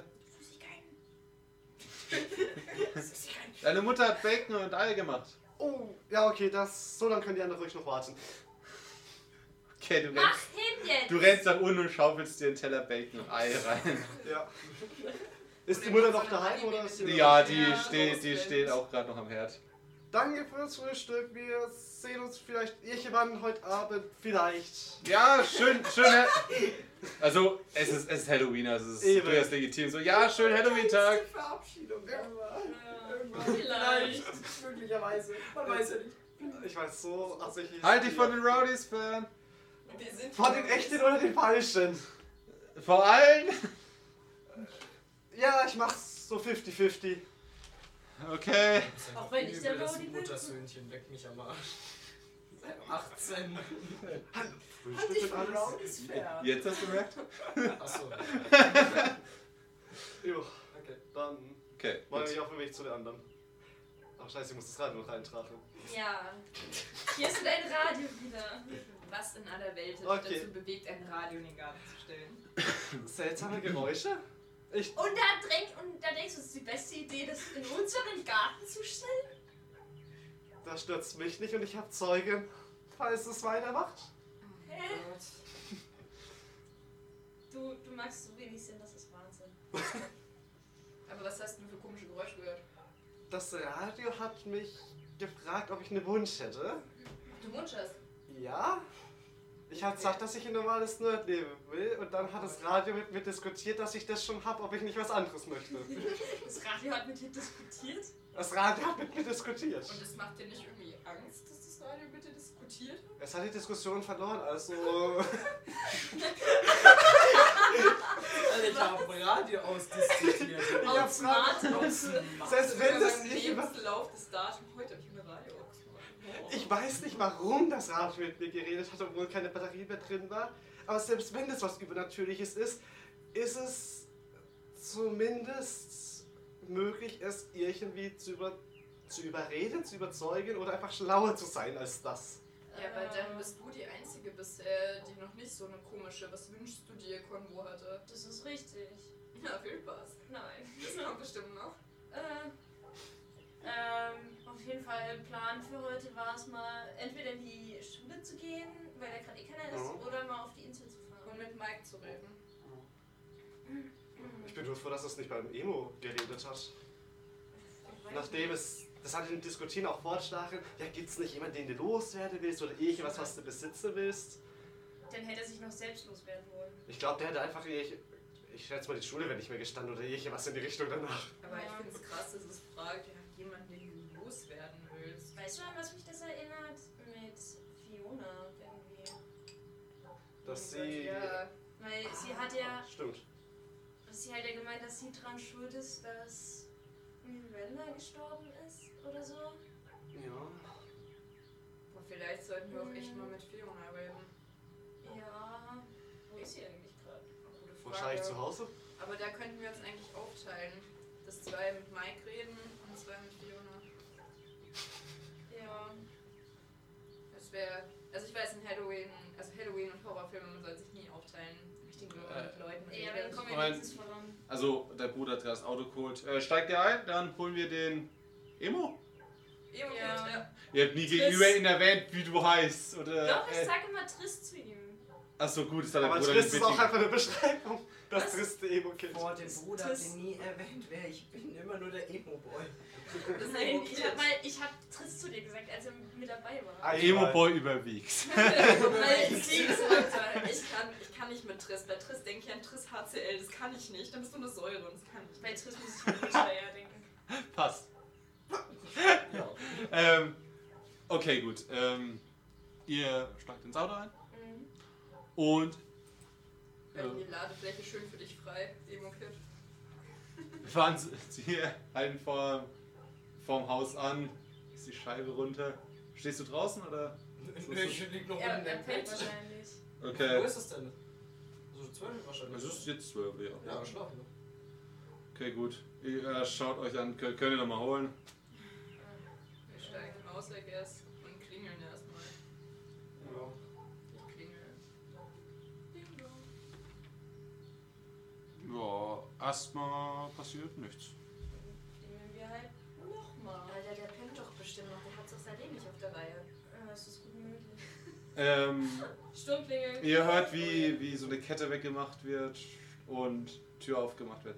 S2: deine Mutter hat Bacon und Ei gemacht.
S5: Oh, ja, okay, das. So, dann können die anderen ruhig noch warten.
S2: Okay, du
S6: Mach
S2: rennst,
S6: hin jetzt!
S2: du rennst nach unten und schaufelst dir einen Teller Bacon und Ei rein.
S5: Ja. Ist die Mutter noch daheim oder ist sie
S2: Ja, die
S4: Ja,
S2: steht, die
S4: Rosband.
S2: steht auch gerade noch am Herd.
S5: Danke fürs Frühstück. Wir sehen uns vielleicht irgendwann heute Abend. Vielleicht.
S2: Ja, schön, schön. Ha- Also, es ist, es ist Halloween, also es ist
S5: Eben.
S2: durchaus legitim. So, ja, schön Halloween-Tag.
S1: Verabschiedung, aber
S6: Äh, Vielleicht.
S1: möglicherweise. Man weiß ja nicht.
S5: Ich weiß so, also ich.
S2: Halt dich von den Rowdies fern.
S4: Wir sind
S5: Von den echten oder den falschen?
S2: Vor allem.
S5: Ja, ich mach's so 50-50.
S2: Okay.
S1: Auch
S6: wenn ich der
S1: das
S6: Rowdy bin.
S1: Muttersöhnchen leck mich am Arsch. Seit 18. Halt
S5: Frühstück und alles.
S2: Jetzt hast du gemerkt?
S1: Achso,
S5: Jo,
S1: okay.
S5: dann
S2: Okay.
S5: mache
S2: gut.
S5: ich auf den Weg zu den anderen. Ach, scheiße, ich muss das Radio noch eintragen.
S6: Ja. Hier ist dein Radio wieder.
S4: Was in aller Welt hat
S5: Okay.
S4: dich dazu bewegt, ein Radio in den Garten zu stellen?
S5: Seltsame Geräusche? Ich.
S6: Und da, denk, und da denkst du, es ist die beste Idee, das in unseren Garten zu stellen?
S5: Das stürzt mich nicht und ich hab Zeugen. Falls es weitermacht.
S6: Hä? Du, du magst so wenig Sinn, das ist Wahnsinn.
S4: Aber was hast du für komische Geräusche gehört?
S5: Das Radio hat mich gefragt, ob ich einen Wunsch hätte.
S4: Du Wunsch hast.
S5: Ja? Ich habe gesagt, dass ich ein normales Nerd leben will und dann hat das Radio mit mir diskutiert, dass ich das schon habe, ob ich nicht was anderes möchte.
S6: Das Radio hat mit dir diskutiert.
S5: Das Radio hat mit mir diskutiert.
S4: Und es macht dir nicht irgendwie Angst, dass das Radio mit dir diskutiert?
S5: Es hat die Diskussion verloren, also...
S1: Alter, ich habe Radio ausdiskutiert.
S5: Ich hab
S4: Auf Smart
S5: Selbst wenn das nicht... über-
S4: Lebenslauf des Datums. Heute habe ich eine Radio ausgemacht.
S5: Ich weiß nicht, warum das Rad mit mir geredet hat, obwohl keine Batterie mehr drin war. Aber selbst wenn das was Übernatürliches ist, ist es zumindest möglich, es irgendwie zu, über zu überreden, zu überzeugen oder einfach schlauer zu sein als das.
S4: Ja, weil
S6: Äh,
S4: dann bist du die Einzige bisher, die noch nicht so eine komische Was wünschst du dir Konvo hatte.
S6: Das ist richtig.
S4: Ja, viel Spaß.
S6: Nein.
S4: Das kommt bestimmt noch.
S6: Äh, ähm, auf jeden Fall, Plan für heute war es mal, entweder in die Schule zu gehen, weil da gerade eh keiner ist,
S5: Mhm.
S6: oder mal auf die Insel zu fahren.
S4: Und mit Mike zu reden.
S5: Ich bin nur froh, dass es nicht beim Emo geredet hat. Nachdem es, das hat in Diskutieren auch vorgeschlagen, ja, gibt's nicht jemanden, den du loswerden willst oder irgendwas, was du besitzen willst?
S6: Dann hätte er sich noch selbst loswerden wollen.
S5: Ich glaube, der hätte einfach, ich, ich schätze mal, die Schule wäre nicht mehr gestanden oder irgendwas in die Richtung danach.
S4: Aber ich
S6: Ja.
S4: finde es krass, dass es fragt, ja, jemanden, den du loswerden willst.
S6: Weißt du, an was mich das erinnert? Mit Fiona irgendwie.
S5: Dass
S4: Und
S5: sie.
S4: Ja,
S6: Weil
S2: Ah,
S6: sie hat ja,
S5: Stimmt.
S6: sie hat ja gemeint, dass sie dran schuld ist, dass Miranda gestorben ist oder so.
S5: Ja.
S4: boah, vielleicht sollten wir auch echt mal mit Fiona reden.
S6: Ja. Wo ist sie eigentlich gerade?
S4: Gute Frage.
S5: Wahrscheinlich zu Hause.
S4: Aber da könnten wir uns eigentlich aufteilen. Dass zwei mit Mike reden und zwei mit Fiona.
S6: Ja.
S4: Das wäre. Also ich weiß in Halloween, also Halloween und Horrorfilme, man soll sich nie aufteilen. Ich denke nur mit
S2: Äh,
S4: Leuten.
S6: Ja,
S4: reden.
S6: dann kommen wir
S2: Moment.
S6: wenigstens voran.
S2: Also, dein Bruder hat gerade das Auto geholt. Äh, steigt ihr ein, dann holen wir den Emo.
S4: Eben,
S6: Ja.
S4: ja.
S2: Ihr habt nie gegenüber ihn erwähnt, wie du heißt. Oder,
S6: Doch, ich
S2: äh,
S6: sag immer Trist zu ihm.
S2: achso, gut, ist dein
S5: Aber
S2: Bruder
S5: Trist ist
S2: nicht
S5: auch
S2: wichtig.
S5: einfach eine Beschreibung. Das triste Emo-Kind.
S1: Vor dem Bruder hat
S6: Das-
S1: er nie erwähnt, wer ich bin. Immer nur der *laughs* Emo-Boy.
S4: Das ist
S6: Nein, ich hab,
S4: mal.
S6: weil ich hab Triss zu dir gesagt, als er mit dabei war.
S5: Einmal.
S2: Emo-Boy überwiegt.
S4: Weil ich liebe es heute. Ich kann, ich kann nicht mit Triss. Bei Triss denke ich an Triss HCl. Das kann ich nicht. Dann bist du eine Säure und das kann ich
S6: Bei Triss muss ich an Witcher denken.
S2: *laughs* Passt. ähm, okay, gut. Ähm, ihr steigt ins Auto ein
S6: Mhm.
S2: und *laughs*
S4: nicht. Wir haben die Ladefläche schön für dich frei. Emo-Kid.
S2: fahren sie- sie halten vor vorm Haus an, ist die Scheibe runter. Stehst du draußen oder?
S1: Nö, ich lieg noch
S6: Er,
S1: unten
S6: er
S1: im
S6: pennt
S1: Bett.
S6: wahrscheinlich.
S1: Wo
S2: Okay.
S1: ist es denn? So zwölf wahrscheinlich.
S2: Es ist jetzt 12, ja.
S1: ja, ne? schlaf ich noch.
S2: Okay, gut. Ihr äh, schaut euch an, Kö- könnt ihr nochmal holen.
S4: Wir steigen aus, I guess. Und klingeln erstmal.
S1: Ja.
S4: Ich klingel. Ding dong.
S2: Ja, erstmal passiert nichts.
S6: Nehmen wir halt nochmal.
S4: Alter, der pennt doch bestimmt noch. Der hat doch seitdem nicht auf der Reihe.
S6: Äh, es ist gut möglich.
S2: Ähm,
S6: Sturmklingel.
S2: Ihr hört, wie, wie so eine Kette weggemacht wird und Tür aufgemacht wird.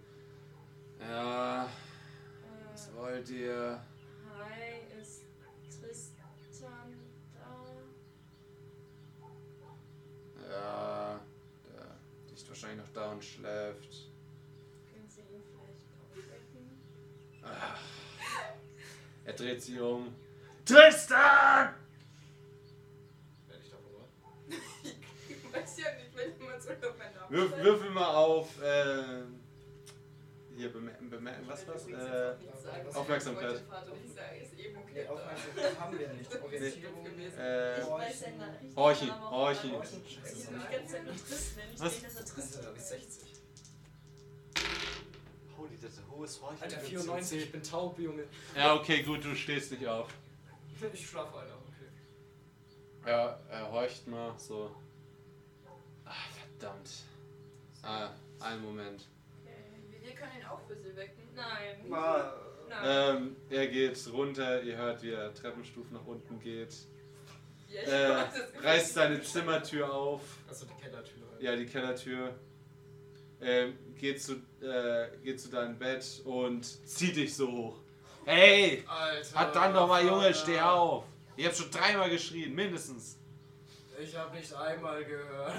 S2: Ja, was
S6: Äh,
S2: wollt ihr?
S6: hi, ist Tristan da?
S2: Ja, der liegt wahrscheinlich noch da und schläft.
S6: Können Sie ihn vielleicht aufwecken?
S2: Er dreht sich um. Tristan!
S1: Werde ich davon wach?
S4: Ich weiß ja nicht, wenn jemand so über meinen Namen
S2: Würf, würfel mal auf, äh, hier bemerken, bemerken was war's? Äh, Aufmerksamkeit.
S4: Ich sage, ist eben okay.
S1: Nee, Aufmerksamkeit haben wir nicht. Orientierung.
S4: gewesen.
S2: äh,
S6: Ich weiß seinen Na- richtigen
S2: Horchen,
S6: Namen auch
S2: Horchen.
S6: gar
S1: Oh,
S6: nicht.
S1: ich-
S6: Ich
S1: Scheiße.
S6: bin die ganze Zeit nur Triss nennen. Ich
S2: Was?
S6: denke, dass er Triss
S1: Alter, da bin ich 60.
S5: Holy, das ist ein hohes Horchen.
S1: Alter, 94, ich bin taub, Junge.
S2: ja, okay, gut, du stehst nicht auf.
S1: Ich schlafe, Alter, okay.
S2: Ja, er horcht mal so. Ah, verdammt. Ah, einen Moment.
S4: Äh, Wir können ihn auch für sie wecken.
S6: Nein.
S5: Mal-
S6: Nein.
S2: Ähm, er geht runter, ihr hört, wie er Treppenstufen nach unten geht.
S4: Ja, ich
S2: Äh,
S4: weiß, das-
S2: reißt seine Zimmertür auf.
S1: Also die Kellertür.
S2: Ja, die Kellertür. ähm, geht, zu, äh, geht zu deinem Bett und zieht dich so hoch. Hey!
S1: Alter.
S2: Hat dann doch mal,
S1: Vater.
S2: Junge, steh auf! Ich hab schon dreimal geschrien, mindestens.
S1: Ich habe nicht einmal gehört.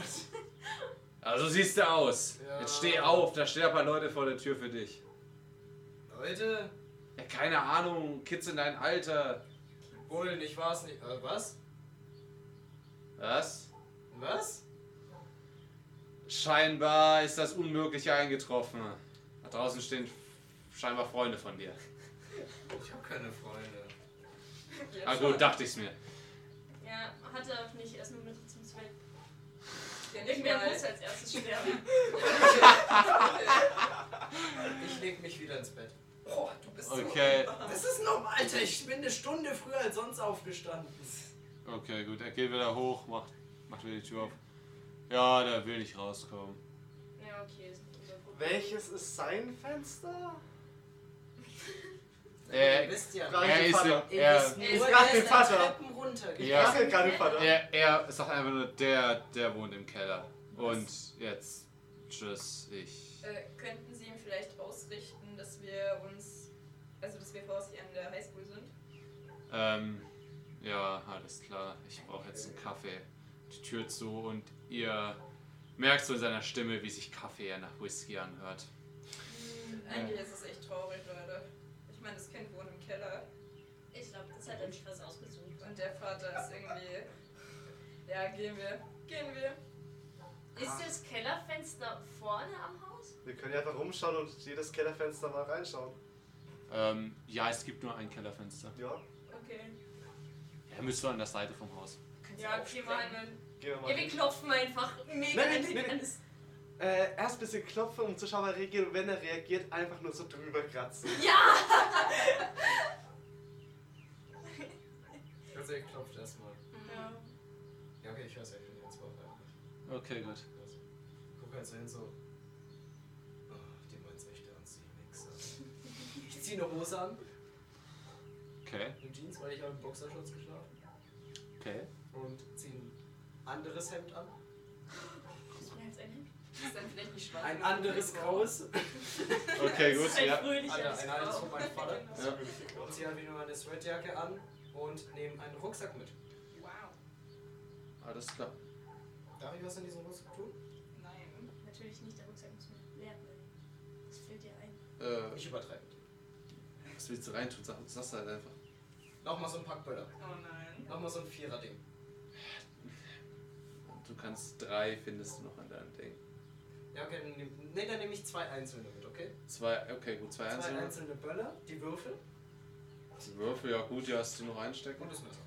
S2: Also siehst du aus.
S1: Ja.
S2: Jetzt steh auf, da stehen ein paar Leute vor der Tür für dich.
S1: Leute,
S2: Ja, keine Ahnung, Kids in deinem Alter.
S1: Bullen, ich war's nicht. Äh, was?
S2: Was?
S1: Was?
S2: Scheinbar ist das Unmögliche eingetroffen. Da draußen stehen scheinbar Freunde von dir.
S1: Ich habe keine Freunde.
S2: Ah gut, dachte ich's mir.
S6: Ja, hat er nicht erstmal mit zum Zweiten.
S4: Ja, nicht
S6: Irgendwer
S4: mal.
S6: muss als erstes sterben.
S1: Ich leg mich wieder ins Bett.
S4: Boah, du bist
S2: Okay,
S1: Das ist normal, Alter. Ich bin eine Stunde früher als sonst aufgestanden.
S2: okay, gut. Er geht wieder hoch, macht, macht wieder die Tür auf. Ja, der will nicht rauskommen.
S6: *laughs* Ja, okay, ist nicht unser Problem.
S5: Welches ist sein Fenster?
S1: Ihr
S2: Er,
S1: Äh, wisst ja.
S5: Frage-
S2: er ist
S5: Vater.
S2: Äh,
S1: Ihr
S2: ja. Er,
S1: wisst
S5: Er ist
S1: nur,
S5: gerade
S1: er ist
S5: den Vater.
S1: da Treppen runter.
S2: Ja.
S5: Ich bin gerade Vater.
S2: er, er sagt einfach nur, der, der wohnt im Keller. Und jetzt, tschüss, ich.
S4: Äh, könnten Sie ihm vielleicht ausrichten, dass wir uns, also dass wir voraussichtlich an der Highschool sind?
S2: Ähm, ja, alles klar. Ich brauche jetzt einen Kaffee. Die Tür zu und ihr merkt so in seiner Stimme, wie sich Kaffee ja nach Whisky anhört.
S4: Eigentlich ist es echt traurig, Leute. Ich meine, das Kind wohnt im Keller
S6: Ich glaube, das hat er nicht was ausgesucht.
S4: und der Vater ist irgendwie. Ja, gehen wir. Gehen wir.
S5: Ah.
S6: Ist das Kellerfenster vorne am Haus?
S5: Wir können ja einfach rumschauen und jedes Kellerfenster mal reinschauen.
S2: Ähm, ja, es gibt nur ein Kellerfenster.
S5: Ja,
S4: Okay.
S2: Er müsste an der Seite vom Haus.
S6: Ja, okay, mal.
S5: gehen wir mal.
S6: Ja, wir
S5: hin.
S6: klopfen einfach mega
S5: Nein, nein,
S6: dick
S5: nein.
S6: an das-
S5: Äh, erst ein bisschen klopfen, um zu schauen, ob er reagiert. Und wenn er reagiert, einfach nur so drüber kratzen.
S1: Also ich klopft erstmal.
S6: Ja.
S1: Ja, okay, ich hör's ja wieder ins Wort eigentlich.
S2: Okay, gut.
S1: Also, guck halt so hin so. Oh, die meint's echt ernst, die Mixer. Ich zieh eine Hose an,
S2: Okay,
S1: eine Jeans, weil ich habe einen Boxershorts geschlafen.
S2: okay.
S1: Und zieh ein anderes Hemd an.
S6: Ich bin jetzt ein
S4: Ist dann vielleicht nicht schwarz.
S1: Ein anderes graues.
S2: Okay, gut, *laughs*
S6: halt
S2: ja.
S1: Alter,
S6: fröhlicher.
S1: ein altes von meinem Vater. *laughs*
S2: Ja.
S1: Und ziehe halt wieder meine Sweatjacke an und nehme einen Rucksack mit.
S4: Wow.
S2: Alles klar.
S1: Darf ich was in diesem Rucksack tun?
S4: Nein.
S6: Natürlich nicht, der Rucksack muss man leer bleiben. Das fällt dir ein.
S2: Äh,
S1: Ich übertreibe.
S2: was willst du reintun? Sag, sag's halt einfach.
S1: Nochmal so ein Packböller.
S4: Oh nein.
S1: Nochmal so ein Vierer-Ding.
S2: Du kannst drei, findest du noch an deinem Ding.
S1: Ja, okay, dann nehm, nee, dann nehme ich zwei einzelne mit, okay?
S2: Zwei, okay, gut, zwei
S1: Zwei
S2: einzelne.
S1: einzelne Böller, die Würfel
S2: Die Würfel, ja gut, die hast du noch einstecken.
S1: und das Messer.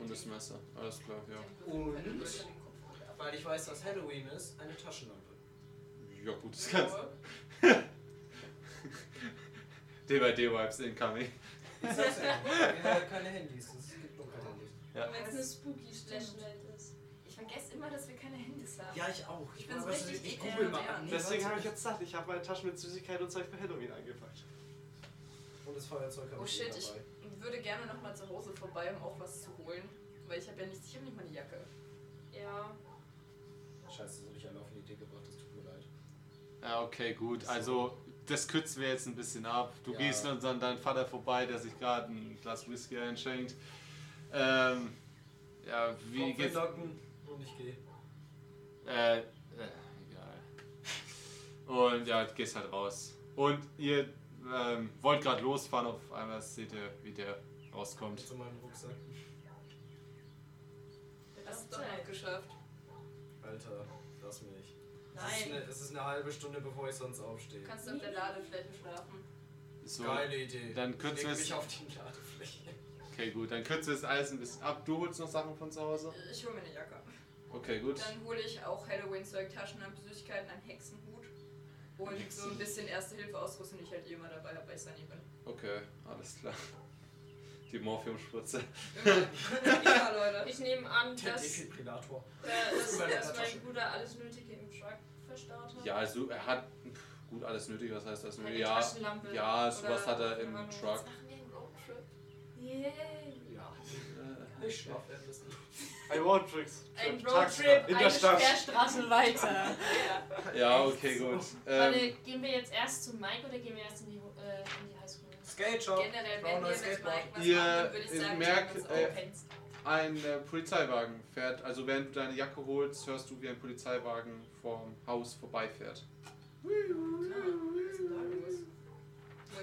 S2: Und das Messer. Alles klar, ja.
S1: Und weil ich weiß, was Halloween ist, eine *laughs* Taschenlampe.
S2: Ja gut, das kannst DVD-Vibes incoming.
S1: Ich sag's ja, wir haben keine Handys, es gibt noch keine Handys.
S6: Wenn es eine spooky Flashlight ist.
S4: Ich vergesse immer, dass wir keine Handys haben.
S1: Ja, ich auch. Ich,
S4: bin so
S1: weißt du,
S4: richtig
S1: ich google mal
S4: ekelhaft,
S1: an. Nee,
S5: Deswegen
S1: warte.
S5: habe ich jetzt gesagt, ich habe meine Taschen mit Süßigkeiten und Zeug für Halloween eingepackt.
S1: Und das Feuerzeug habe
S4: Oh
S1: ich
S4: shit,
S1: eh
S4: ich
S1: dabei.
S4: würde gerne nochmal zu Hause vorbei, um auch was zu holen. Weil ich habe ja nichts, ich habe nicht mal eine Jacke.
S6: Ja.
S1: Scheiße, das habe ich alle auf die Idee gebracht, das tut mir leid.
S2: Ja, okay, gut. Also, das kürzen wir jetzt ein bisschen ab. Du
S1: Ja.
S2: gehst dann an deinen Vater vorbei, der sich gerade ein Glas Whisky einschenkt. Ähm, ja, wie
S1: Kopf
S2: geht's?
S1: hinlocken und ich gehe.
S2: Äh, äh, egal. Und ja, du gehst halt raus. Und ihr ähm, wollt gerade losfahren, auf einmal seht ihr, wie der rauskommt.
S1: Zu meinem Rucksack.
S4: Wir haben es doch
S6: halt-
S4: noch geschafft.
S1: Alter, lass mich. Es ist, eine,
S4: Nein.
S1: es ist eine halbe Stunde, bevor ich sonst aufstehe.
S4: Du kannst auf der Ladefläche schlafen.
S2: So,
S1: Geile Idee.
S2: Dann
S1: Ich
S2: kürzen
S1: leg
S2: wir es-
S1: mich auf die Ladefläche.
S2: okay, gut. Dann kürzen wir es alles ein bisschen ab. Du holst noch Sachen von zu Hause?
S4: Ich hole mir eine Jacke.
S2: Okay, gut.
S4: Dann hole ich auch Halloween-Zeug, Taschenlampe, Süßigkeiten, einen Hexenhut. Und so ein bisschen Erste-Hilfe-Ausrüstung, die ich halt eh immer dabei habe, weil ich Sunny bin.
S2: Okay, alles klar. Die Morphiumspritze.
S4: *laughs* ja, Leute.
S6: Ich nehme an,
S1: Der
S6: dass, äh,
S1: Defibrillator.
S6: dass,
S1: Überall in der
S6: dass
S1: Tasche.
S6: mein Bruder alles Nötige im Truck verstaut hat.
S2: Ja, also er hat gut alles nötig, was heißt das
S6: Eine
S2: nötig? Ja,
S6: Taschenlampe.
S2: ja, sowas
S6: Oder-
S2: hat er im
S6: keine Ahnung.
S2: Truck.
S6: Machen wir einen Roadtrip? Yay.
S5: Ja.
S4: Äh,
S1: Ich schlafe ein bisschen.
S5: Ein Roadtrip.
S4: Ein
S5: Taxi.
S4: Roadtrip,
S5: In der
S4: eine
S5: Stadt.
S4: Sperrstraße weiter.
S2: Ja, okay, gut. Ähm,
S6: Warte, gehen wir jetzt erst zu Mike oder gehen wir erst in die, äh, in die Highschool?
S1: Skate Shop.
S4: Generell, wenn wir mit Mike was
S2: Ihr-
S4: machen, dann würde ich
S2: ihr
S4: sagen,
S2: merkt,
S4: wir
S2: äh,
S4: haben
S2: ein
S4: uns
S2: äh, Polizeiwagen fährt, also während du deine Jacke holst, hörst du, wie ein Polizeiwagen vom Haus vorbeifährt.
S4: auch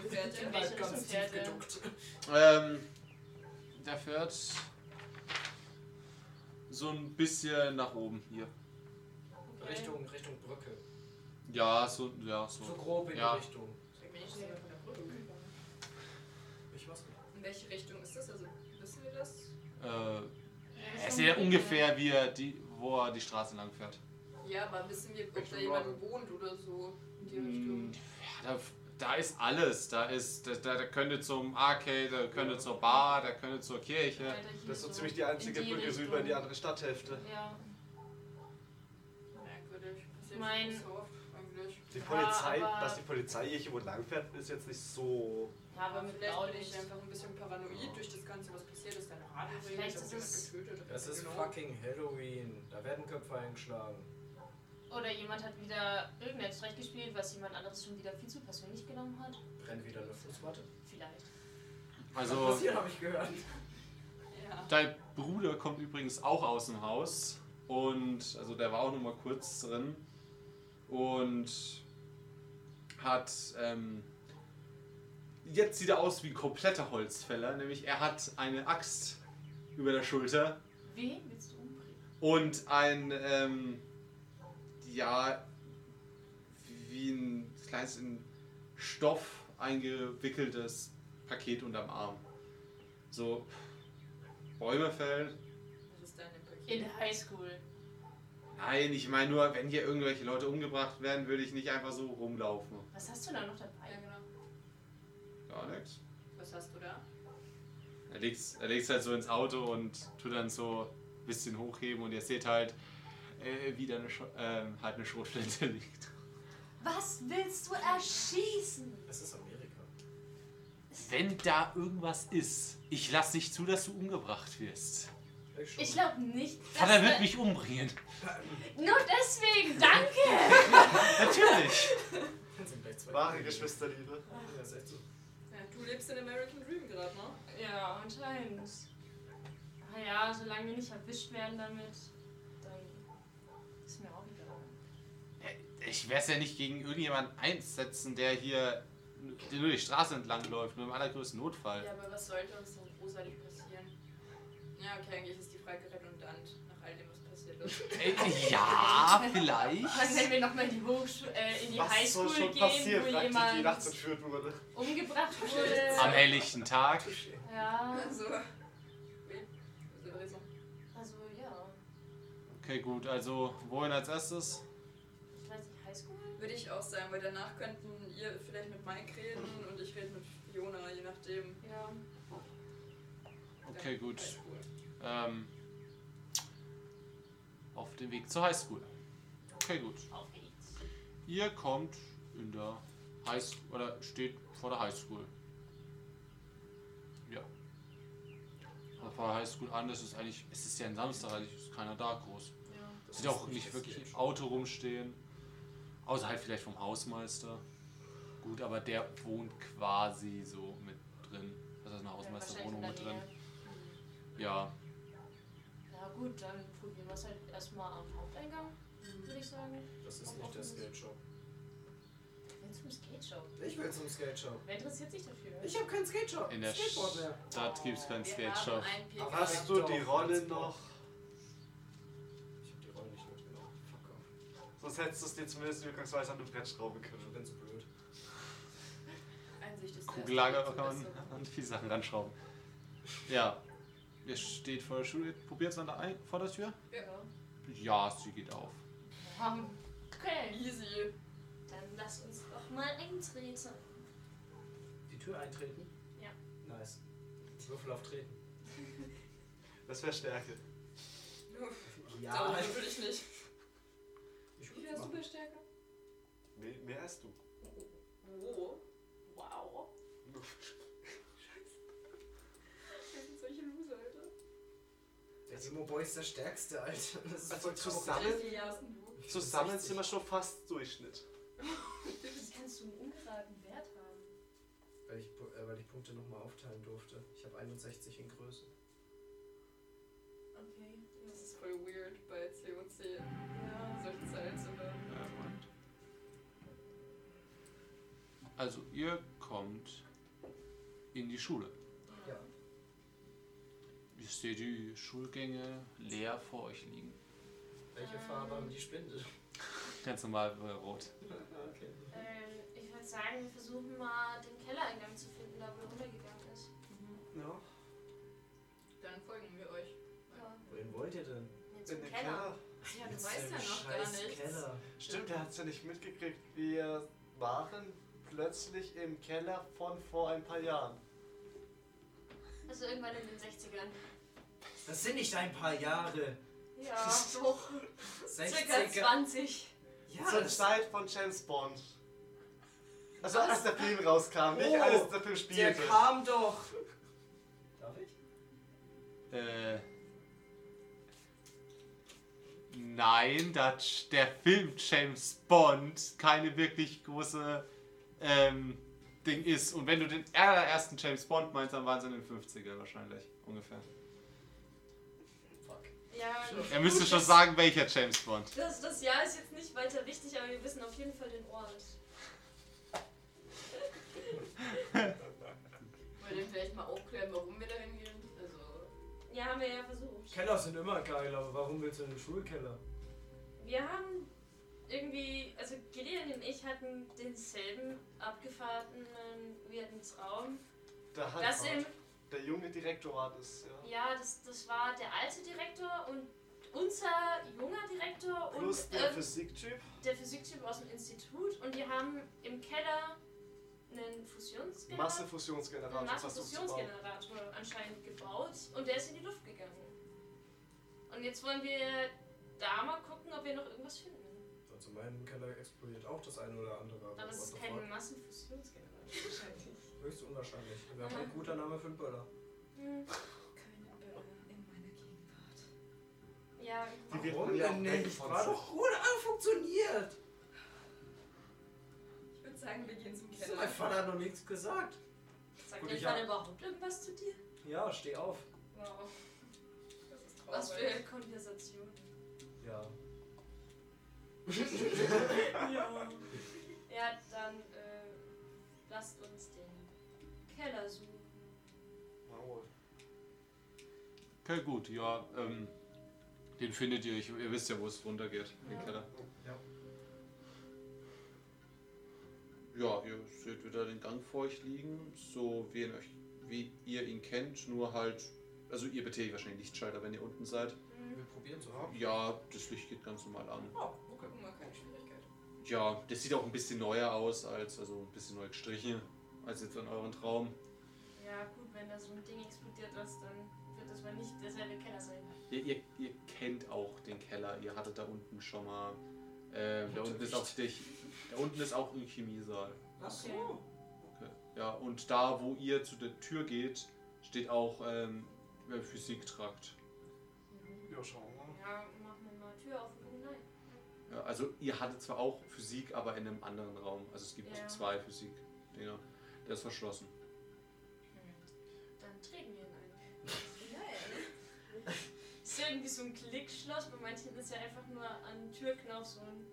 S4: Wo fährt
S6: In welche Richtung
S4: ihr?
S1: halt ganz tief
S6: fährt er?
S1: geduckt.
S2: Ähm, der fährt so ein bisschen nach oben hier.
S1: Richtung, Richtung Brücke.
S2: Ja, so, ja, so.
S1: So grob in
S2: Ja.
S1: die Richtung.
S4: Deswegen bin ich schon wieder von der Brücke gegangen.
S1: Ich weiß nicht.
S4: In welche Richtung ist das? Also wissen wir das?
S2: Äh, er ist ja ungefähr, wie er die, wo er die Straße lang fährt.
S4: Ja, aber wissen wir, ob da
S1: Richtung
S4: jemand
S1: Norden.
S4: wohnt oder so in die
S2: Mm,
S4: Richtung?
S2: Ja, da, da ist alles. Da ist, da, da, da könnte zum Arcade, da könnte zur Bar, da könnte zur Kirche.
S6: Weiter hier
S5: Das ist so ziemlich die einzige
S6: in die
S5: Brücke
S6: Richtung.
S5: rüber in die andere Stadthälfte.
S6: Ja.
S4: Merkwürdig. Passiert
S6: Mein-
S4: nicht so oft eigentlich.
S5: Die
S6: Ja,
S5: Polizei,
S6: aber-
S5: dass die Polizei irgendwo langfährt, ist jetzt nicht so.
S6: Ja, aber mit
S4: vielleicht bin ich
S6: Blaulicht.
S4: einfach ein bisschen paranoid durch das Ganze, was passiert ist. Deine Radio
S6: Vielleicht
S4: dass
S6: ist
S4: jemand
S6: es-
S4: getötet hat.
S1: Das ist
S4: Genau.
S1: fucking Halloween. Da werden Köpfe eingeschlagen.
S6: Oder jemand hat wieder irgendein Streich gespielt, was jemand anderes schon wieder viel zu persönlich genommen hat.
S1: Brennt wieder eine Fußmatte.
S6: Vielleicht.
S1: Was
S2: Also
S1: passiert, habe ich gehört.
S4: Ja.
S2: dein Bruder kommt übrigens auch aus dem Haus und also der war auch noch mal kurz drin und hat ähm, jetzt sieht er aus wie ein kompletter Holzfäller, nämlich er hat eine Axt über der Schulter
S6: Wen willst du umbringen?
S2: Und ein, ähm, ja, wie ein kleines in Stoff eingewickeltes Paket unterm Arm. So, Bäume fällen.
S4: Das ist deine Paket.
S6: In der Highschool.
S2: Nein, ich meine nur, wenn hier irgendwelche Leute umgebracht werden, würde ich nicht einfach so rumlaufen.
S6: Was hast du da noch
S4: Ja,
S6: dabei?
S4: genau.
S2: Gar nichts.
S4: Was hast du da?
S2: Er legt es er legt's halt so ins Auto und tut dann so ein bisschen hochheben und ihr seht halt, äh, wie da eine, Scho- ähm, halt eine Schrotflinte *laughs* liegt.
S6: Was willst du erschießen?
S1: Es ist Amerika.
S9: Wenn da irgendwas ist, ich lasse nicht zu, dass du umgebracht wirst.
S1: schon.
S6: Ich glaube nicht. dass
S9: Vater
S6: wir-
S9: wird mich umbringen.
S6: Nur deswegen, danke!
S9: Natürlich.
S1: Das sind gleich zwei.
S5: Wahre Geschwisterliebe.
S1: Ja, ist echt so.
S4: Ja, du lebst in American Dream gerade, ne?
S6: Ja, anscheinend. Naja, solange wir nicht erwischt werden damit, dann ist mir auch egal.
S2: Ich werde es ja nicht gegen irgendjemanden einsetzen, der hier der nur die Straße entlang läuft, nur im allergrößten Notfall.
S4: Ja, aber was sollte uns denn großartig passieren? Ja, okay, eigentlich ist die Frage redundant, nach all dem, was passiert ist. *laughs*
S9: Äh, Ja, vielleicht.
S6: Was, Also wenn wir nochmal in die, Hochschu äh, in die
S5: Was soll
S6: Highschool
S5: schon
S6: gehen,
S5: passieren,
S6: wo
S5: fragte die, die
S6: jemand
S5: nachts entführt wurde. *laughs*
S6: umgebracht wurde?
S9: Am helllichten Tag.
S6: Ja,
S4: Also, wait, also, also,
S6: also ja.
S2: Okay, gut, also wohin als erstes?
S6: Ich weiß nicht, Highschool?
S4: würde ich auch sagen, weil danach könnten ihr vielleicht mit Mike reden und ich rede mit Fiona, je nachdem.
S6: Ja.
S2: Okay, gut.
S4: Highschool.
S2: Ähm, auf dem Weg zur Highschool. Okay, gut.
S6: Auf geht's.
S2: Ihr kommt in der Highschool, oder steht vor der Highschool. Ja. Also vor der Highschool an, das ist eigentlich, es ist ja ein Samstag, also ist keiner da groß.
S1: Das
S2: Sieht auch
S1: ist
S2: nicht
S1: festgelegt.
S2: wirklich im Auto rumstehen. Außer halt vielleicht vom Hausmeister. Gut, aber der wohnt quasi so mit drin. Das ist eine Hausmeisterwohnung mit drin. Ja.
S6: Ja gut, dann probieren wir es halt erstmal am Haupteingang, würde ich sagen.
S1: Das ist nicht der Skate Shop.
S6: Wenn zum Skate Shop.
S1: Ich will zum Skate Shop.
S6: Wer interessiert sich dafür?
S1: Ich habe keinen Skate Shop.
S2: In der
S1: Skateboard mehr.
S2: Stadt gibt es keinen
S4: Wir haben
S2: Skate-Shop.
S4: einen Pick.
S1: Aber
S5: Hast du die Rolle noch?
S1: Ich habe die Rolle nicht mitgenommen. Genau. Fuck off.
S5: Sonst hättest du es dir zumindest übergangsweise an dem Brett schrauben
S1: Ich
S5: können.
S1: bin so blöd.
S4: Einsicht ist der
S2: Kugellager
S4: erste
S2: kann
S4: Weg zur
S2: man an viele Sachen ranschrauben. Ja. Ihr steht vor der Schule. Probiert es an der Ein vor der Tür?
S6: Ja.
S2: Ja, sie geht auf.
S6: Ähm, Okay,
S4: Easy.
S6: dann lass uns doch mal eintreten.
S1: Die Tür eintreten?
S6: Ja.
S1: Nice. Würfel auftreten.
S5: Das wäre Stärke.
S4: Ja. Damit würde ich nicht.
S1: Ich
S4: Wie viel hast du bei Stärke?
S5: Me- Mehr als du.
S4: Wo? Wow.
S1: Emo Boy ist der Stärkste, Alter. Das ist
S5: Also
S1: voll traurig.
S5: zusammen,
S4: Ja,
S5: zusammen sind wir schon fast Durchschnitt.
S6: Wie kannst du einen ungeraden Wert haben?
S1: Weil ich, pu- äh, weil ich Punkte nochmal aufteilen durfte. Ich habe 61 in Größe.
S6: Okay.
S4: Das ist voll weird bei COC solche Zahlen zu hören.
S2: Ja, Moment. Also ihr kommt in die Schule.
S1: Ja.
S2: Ihr seht die Schulgänge leer vor euch liegen.
S1: Welche
S4: Ah.
S1: Farbe haben die Spindel?
S2: Ganz normal äh, rot.
S1: okay.
S6: Ähm, ich würde sagen, wir versuchen mal den Kellereingang zu finden, da wo er runtergegangen ist.
S5: Ja.
S4: Dann folgen wir euch.
S6: Ja.
S1: Wohin wollt ihr denn?
S6: Nee,
S5: In
S6: zum
S5: den
S6: Keller.
S5: Keller.
S4: Ja, du
S1: Jetzt
S4: weißt
S1: im
S4: ja noch gar
S1: scheiß
S4: nichts.
S1: Keller.
S5: Stimmt, der hat's ja nicht mitgekriegt. Wir waren plötzlich im Keller von vor ein paar Jahren.
S6: Also irgendwann in den 60ern.
S1: Das sind nicht ein paar Jahre.
S5: *laughs*
S6: Ja, so circa
S1: 60er.
S6: 20.
S1: Ja,
S5: Zur
S1: das
S5: Zeit von James Bond. Also als der Film rauskam, nicht
S1: Oh,
S5: als der Film
S1: der
S5: spielte.
S1: kam doch. Darf ich?
S2: Äh. Nein, da hat der Film James Bond keine wirklich große ähm, Ding ist. Und wenn du den allerersten James Bond meinst, dann waren es in den 50er wahrscheinlich. Ungefähr.
S1: Fuck.
S6: Ja,
S2: Er müsste schon sagen, welcher James Bond.
S6: das, das Jahr ist jetzt nicht weiter wichtig, aber wir wissen auf jeden Fall den Ort.
S4: Wollt ihr vielleicht mal aufklären, warum wir da hingehen? Also,
S6: Ja, haben wir ja versucht.
S1: Keller sind immer geil, aber warum willst du einen Schulkeller?
S6: Wir haben irgendwie, also Gideon und ich hatten denselben abgefahrenen Wirtensraum.
S5: Der
S6: Das im,
S5: Handball. Der junge Direktor war das, ja.
S6: ja, das, das war der alte Direktor und unser junger Direktor und
S5: Plus der
S6: ähm,
S5: Physiktyp.
S6: der Physiktyp aus dem Institut und die haben im Keller einen Fusionsgenerator,
S5: Massefusionsgenerator.
S6: einen
S5: versucht zu bauen.
S6: Massenfusionsgenerator anscheinend gebaut und der ist in die Luft gegangen. Und jetzt wollen wir da mal gucken, ob wir noch irgendwas finden.
S1: Also meinem Keller explodiert auch das eine oder andere.
S6: Aber es
S1: what
S6: ist
S1: the
S6: kein
S1: fuck?
S6: Massenfusionsgenerator wahrscheinlich.
S1: Höchst unwahrscheinlich. Wäre ein guter Name für einen Böller.
S6: Hm,
S4: keine Bälle in meiner Gegenwart.
S6: Ja,
S5: Die wird man ja auch weg von
S1: War
S5: sich.
S1: doch gut, alles funktioniert.
S4: Ich würde sagen, wir gehen zum
S1: So, Mein
S4: Keller.
S1: Vater hat noch nichts gesagt.
S6: sagt
S1: Gut,
S6: dein
S1: ich
S6: Vater
S1: hab-
S6: überhaupt irgendwas zu dir?
S1: Ja, steh auf.
S6: Wow. Oh,
S4: Das ist traurig.
S6: Was für Konversation.
S1: Ja.
S6: ja. *laughs* ja, dann äh, lasst uns den Keller suchen.
S5: Maul.
S2: Okay, gut, ja. Ähm, den findet ihr. Ich, ihr wisst ja, wo es runtergeht. Den
S6: Ja.
S2: Keller.
S1: Ja.
S2: Ja, ihr seht wieder den Gang vor euch liegen, so wie, ihn euch, wie ihr ihn kennt, nur halt. Also ihr betätigt wahrscheinlich Lichtschalter, wenn ihr unten seid.
S6: Hm.
S1: Mhm. Wir probieren zu haben.
S2: Ja, das Licht geht ganz normal an.
S1: Oh, okay.
S4: Guck mal, keine Schwierigkeit.
S2: Ja, das sieht auch ein bisschen neuer aus, als also ein bisschen neu gestrichen, als jetzt in eurem Traum.
S6: Ja, gut, wenn da so ein Ding explodiert ist, dann wird das wohl nicht derselbe Keller sein.
S2: Ihr, ihr, ihr kennt auch den Keller, ihr hattet da unten schon mal. Ähm, da unten ist auch dich. Da unten ist auch ein Chemiesaal.
S1: Ach so.
S2: Okay. Ja, und da, wo ihr zu der Tür geht, steht auch ähm, äh, Physiktrakt.
S5: Ja, ne? schauen wir mal.
S6: Ja, machen wir mal Tür auf und gucken rein.
S2: Ja, also ihr hattet zwar auch Physik, aber in einem anderen Raum. Also es gibt
S6: Ja.
S2: zwei Physik-Dinger. Der ist verschlossen.
S6: Dann treten wir in einen.
S4: Nein.
S6: *laughs* Ist ja irgendwie so ein Klickschloss, bei manchen ist ja einfach nur an Türknauf so ein.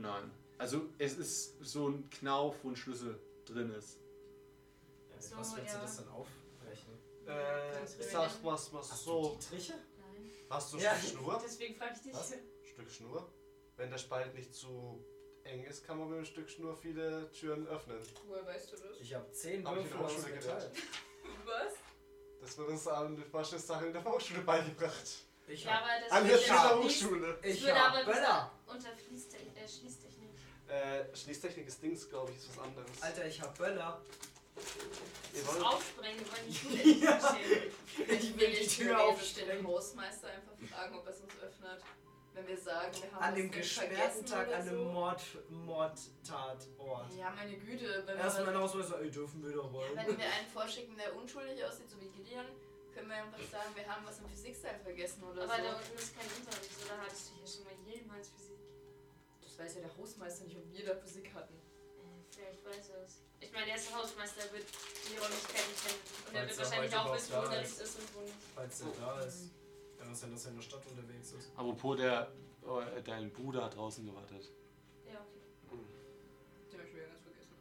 S2: Nein. Also es ist so ein Knauf, wo ein Schlüssel drin ist.
S1: Mit
S6: So,
S1: was willst
S6: ja.
S1: du das dann aufbrechen?
S5: Äh,
S6: kannst du
S5: sag was mal so.
S1: Triche?
S6: Nein.
S5: Hast du ein
S1: Ja.
S5: Stück Schnur?
S6: Deswegen frage ich dich.
S1: Was?
S5: Stück Schnur? Wenn der Spalt nicht zu eng ist, kann man mit einem Stück Schnur viele Türen öffnen.
S4: Woher weißt du das?
S1: Ich habe 10
S5: Hab ich in
S1: Würfel
S5: der
S1: aus
S5: Hochschule
S1: Metall.
S4: Was?
S5: Das wird uns an die Sache in der Hochschule beigebracht.
S1: Ich
S6: Ja,
S1: hab,
S6: aber das
S5: An
S6: wird
S1: ja
S5: der Schüler
S6: ja nicht-
S5: Hochschule.
S1: ich
S6: würde
S1: hab
S6: aber
S1: Böller.
S6: Unter Fließtechnik, äh, Schließtechnik.
S5: Äh, Schließtechnik ist Dings, glaube ich, ist was anderes.
S1: Alter, ich hab Böller.
S5: Ihr
S6: Das
S5: wollt,
S6: Aufsprengen, wenn
S1: *laughs*
S6: die Schule nicht verstehen.
S1: Ich will die Tür
S4: Den
S1: aufstellen.
S4: Hausmeister einfach fragen, ob er es uns öffnet. Wenn wir sagen, wir haben
S1: An
S4: das
S1: dem
S4: nicht
S1: gesperrten
S4: vergessen
S1: Tag,
S4: oder
S1: an dem
S4: so.
S1: Mord, Mordtatort.
S4: Ja, meine Güte. Wenn wir,
S1: Erstmal
S4: was-
S1: ein Ausweis, ey, dürfen wir doch
S4: Ja,
S1: wollen.
S4: wenn wir einen vorschicken, der unschuldig aussieht, so wie Gideon, Können wir einfach sagen, wir haben was im Physikseil vergessen oder
S6: Aber
S4: so.
S6: da unten ist kein Unterricht, oder hattest du hier schon mal jemals Physik?
S4: das weiß ja der Hausmeister nicht, ob wir da Physik hatten.
S6: Äh, Vielleicht weiß er es. Ich meine, der ist Hausmeister, wird die Räumlichkeiten kennen. Und er
S1: Falls er
S6: wird wahrscheinlich
S1: heute
S6: auch wissen, wo
S1: überhaupt da
S6: Unterricht
S1: ist.
S6: ist und wo nicht.
S1: Falls er
S6: Oh,
S1: da ist. Kann das sein, dass er in der Stadt unterwegs ist?
S11: Apropos, der, äh, dein Bruder hat draußen gewartet.
S6: Ja, okay.
S4: Den hab ich wieder ganz vergessen.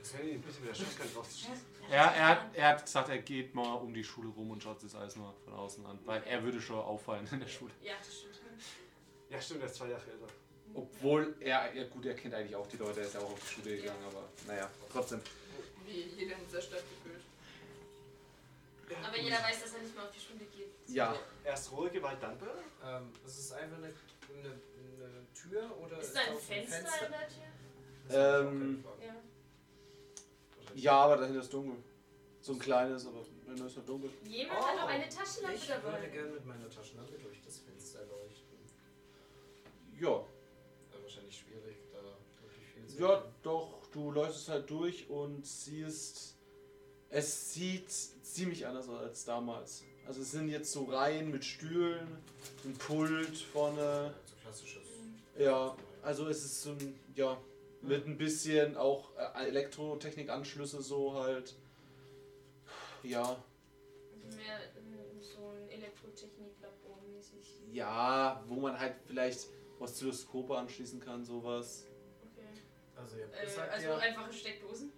S5: Das wäre ein bisschen mit der Schusskanne rauszuschießen.
S11: Er, er, hat, er hat gesagt, er geht mal um die Schule rum und schaut sich das alles mal von außen an. Weil er würde schon auffallen in der Schule.
S6: Ja, das stimmt.
S5: Ja, stimmt, er ist zwei Jahre älter.
S2: Obwohl er, ja gut, er kennt eigentlich auch die Leute, er ist ja auch auf die Schule gegangen, aber naja, trotzdem.
S4: Wie jeder in dieser Stadt gefühlt.
S6: Aber jeder weiß, dass er nicht mal auf die Schule geht.
S2: Ja,
S5: Erst rohe Gewalt, dann Böse?
S1: Ähm, das ist einfach eine, eine, eine Tür oder
S6: Ist da ein
S1: auf dem
S6: Fenster, in der Tür?
S1: Das ist auch
S2: Ähm,
S1: keine Frage.
S6: Ja.
S2: ja, aber dahinter ist dunkel. So ein kleines, aber dahinter ist noch dunkel.
S6: Jemand hat auch eine Taschenlampe
S1: Oh, Ich würde
S6: dabei.
S1: gerne mit meiner Taschenlampe durch das Fenster leuchten.
S2: Ja,
S1: Aber wahrscheinlich schwierig, da wirklich viel zu
S2: ja,
S1: sehen.
S2: doch, du läufst halt durch und siehst, es sieht ziemlich anders aus als damals. Also es sind jetzt so Reihen mit Stühlen, ein Pult vorne.
S1: So Also klassisches.
S6: Mhm.
S2: Ja, also es ist so ein, ja, mit ein bisschen auch äh, Elektrotechnikanschlüsse so halt. Ja,
S6: Mehr ähm, so ein Elektrotechnik-Labor mäßig.
S2: ja, wo man halt vielleicht Oszilloskope anschließen kann, sowas.
S6: Okay.
S1: Also, ihr habt
S6: Äh,
S1: gesagt,
S6: also
S1: ja,
S6: einfache Steckdosen.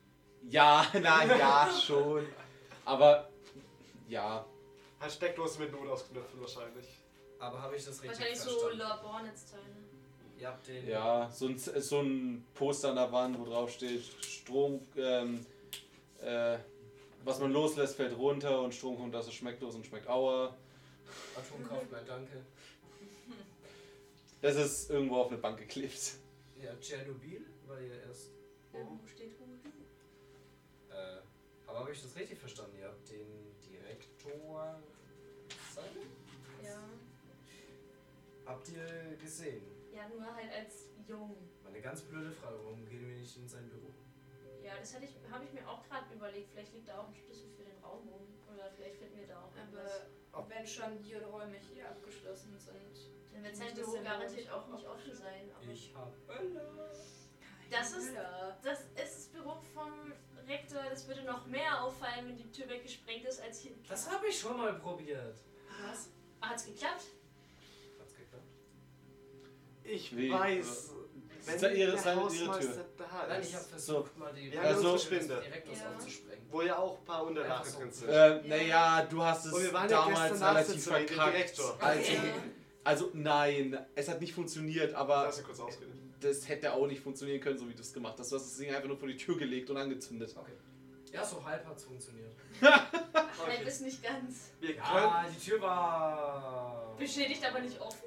S2: Ja, *laughs* na ja, schon. Aber ja,
S5: Hat Steckdose Halt mit Not ausknöpfen wahrscheinlich.
S1: aber habe ich das richtig
S6: Wahrscheinlich so
S1: verstanden?
S6: Labornetzteile.
S1: ihr habt den.
S2: ja, so ein, so ein Poster an der Wand, wo drauf steht, Strom, ähm, äh, was man loslässt, fällt runter und Strom kommt aus der Schmeckdose und schmeckt Aua.
S1: Atomkraftwerk, danke.
S2: Das ist irgendwo auf eine Bank geklebt.
S1: Ja, Tschernobyl war ja erst.
S6: Irgendwo steht Ruhe.
S1: Äh, aber habe ich das richtig verstanden? Ihr habt den Direktor. Simon?
S6: Ja.
S1: Habt ihr gesehen?
S6: Ja, nur halt als jung.
S1: Meine ganz blöde Frage, warum gehen wir nicht in sein Büro?
S6: Ja, das hatte ich, habe ich mir auch gerade überlegt. Vielleicht liegt da auch ein Schlüssel für den Raum rum. Oder vielleicht finden wir da auch irgendwas.
S4: Aber wenn schon die Räume hier abgeschlossen sind.
S6: Dann wird
S4: Nicht,
S6: sein
S4: dass
S6: Büro
S4: der
S6: garantiert
S4: Raum
S6: auch
S4: nicht
S6: nicht offen sein. Aber
S1: Ich hab.
S6: Das ist-
S4: Ja.
S6: das ist das Büro vom Rektor. Das würde noch mehr auffallen, wenn die Tür weggesprengt ist, als hier.
S1: Das habe ich schon mal probiert.
S4: Was?
S6: Ah, Hat's geklappt?
S1: Hat's geklappt?
S5: Ich
S2: Wie?
S5: weiß,
S2: Ist da ihre-
S5: der
S2: seine- ihre
S5: Hausmeister
S2: Tür?
S5: da
S1: Nein, ich
S5: ist,
S1: habe versucht, mal die
S5: Wir haben
S2: Also-
S5: unsere Spinde.
S1: Direktors
S6: Ja.
S1: aufzusprengen.
S5: wo ja auch ein paar Unterlagen
S1: Einfach so.
S5: drin sind.
S2: Ähm, naja, du hast es
S5: Und wir waren ja
S2: damals
S5: gestern
S2: relativ
S5: Nachsitzung mit dem
S2: verkackt.
S5: Direktor.
S2: Also, also nein, es hat nicht funktioniert, aber
S5: Lass sie kurz ausreden.
S2: das hätte auch nicht funktionieren können, so wie du es gemacht hast. Du hast das Ding einfach nur vor die Tür gelegt und angezündet.
S1: Okay. Ja, so halb hat's funktioniert.
S6: Vielleicht ist nicht
S5: *laughs*
S6: ganz.
S5: Wir können.
S1: Ja, die Tür war.
S6: Beschädigt, aber nicht offen.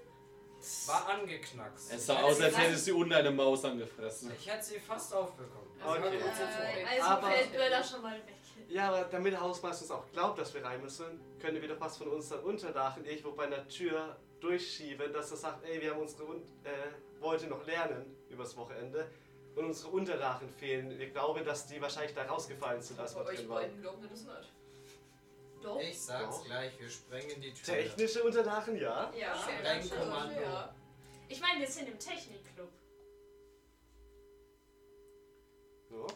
S1: War angeknackst.
S2: Es sah aus,
S1: Also,
S2: als hättest du unten eine Maus angefressen.
S1: Ich hätte sie fast aufbekommen.
S5: Okay.
S1: Also, kurz davor.
S6: Äh, also
S5: Aber-
S6: fällt Böller schon mal weg.
S5: Ja, aber damit der Hausmeister uns auch glaubt, dass wir rein müssen, können wir doch was von unseren Unterlagen irgendwo bei einer Tür durchschieben, dass er sagt, ey, wir haben unsere Un äh, wollte noch lernen übers Wochenende und unsere Unterlagen fehlen. Ich glaube, dass die wahrscheinlich da rausgefallen sind, als wir
S4: Bei
S5: drin
S4: euch
S5: waren.
S4: beiden glaubt ihr das nicht.
S6: Doch.
S1: Ich sag's
S5: Doch.
S1: gleich, wir sprengen die Tür.
S5: Technische Unterlagen, ja.
S4: Ja.
S1: Dein Kommando.
S4: Ja.
S6: Ich meine, wir sind im Technikclub.
S5: So.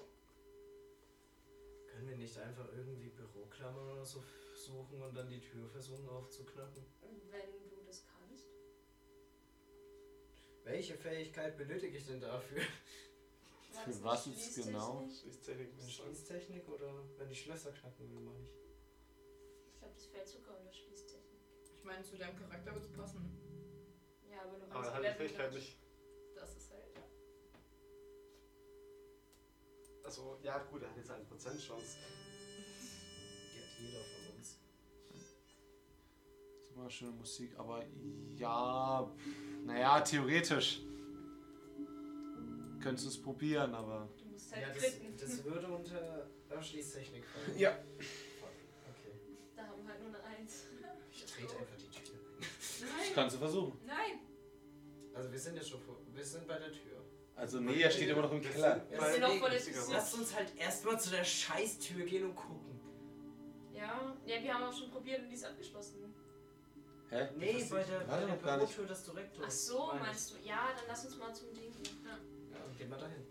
S1: Können wir nicht einfach irgendwie Büroklammern oder so suchen und dann die Tür versuchen aufzuknacken?
S6: Wenn du das kannst.
S1: Welche Fähigkeit benötige ich denn dafür?
S11: Für was jetzt genau?
S5: Ich zähle
S1: *laughs* Eine Schließtechnik oder wenn ich Schlösser knacken will, meine ich.
S6: Ich glaube, das fällt sogar unter Schließtechnik.
S4: Ich meine, zu deinem Charakter wird's passen.
S6: Ja, aber du
S5: Aber
S1: halt
S5: er
S6: weißt,
S5: hat
S6: wer
S5: die Fähigkeit
S6: du-
S5: nicht.
S4: Das ist halt.
S5: Also, ja, gut, er hat jetzt eine Prozentchance.
S1: Die hat jeder von uns.
S11: Das ist immer schöne Musik, aber ja, pff, naja, theoretisch. Könntest du es probieren, aber.
S6: Du musst
S1: Ja,
S6: halt
S1: das,
S6: dritten.
S1: das würde unter äh, Schließtechnik fallen.
S2: Ja.
S1: Fuck, Okay.
S6: Da haben wir halt nur eine Eins.
S1: *laughs* Ich trete einfach die Tür ein.
S2: Das
S4: Nein!
S2: kannst du versuchen.
S4: Nein!
S1: Also wir sind ja schon vor, wir sind bei der Tür.
S2: Also nee, er steht immer noch im Keller.
S1: Ja,
S6: sind auch voll
S1: deswegen.
S6: interessant.
S1: Lasst uns halt erstmal zu der Scheißtür gehen und gucken.
S6: Ja, ja, wir haben auch schon probiert und die ist abgeschlossen.
S2: Hä?
S1: Nee,
S2: Das-
S1: bei der,
S2: War
S1: bei
S2: der
S1: der
S2: noch gar nicht.
S1: Bürotür das direkt durch.
S6: Ach so,
S1: meine ich.
S6: meinst du? Ja, dann lass uns mal zum Ding gehen. Ah, Ja.
S1: Ja, dann gehen wir dahin.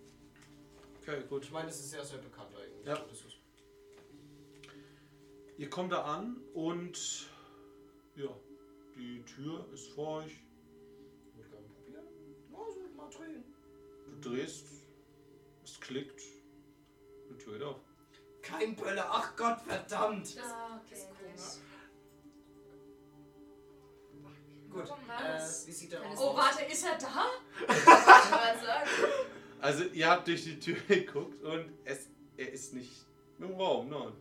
S2: Okay, gut.
S1: Ich meine, das ist ja sehr bekannt eigentlich.
S2: Ja.
S1: Das ist-
S2: Ihr kommt da an und ja, die Tür ist vor euch.
S1: Gut, kann man probieren. Ja, so mal drehen.
S2: Du drehst, es klickt, die Tür geht auf.
S1: Kein Böller, ach Gott, verdammt!
S6: Ah, okay.
S4: ist cool,
S6: nice.
S1: Gut,
S6: Warum war
S1: äh,
S6: das?
S1: wie sieht der
S4: Keine
S1: aus?
S6: Oh, warte, ist er da?
S4: Ich wollte gerade sagen.
S2: Also ihr habt durch die Tür *laughs* geguckt und es, er ist nicht im Raum, nein.
S6: Ähm,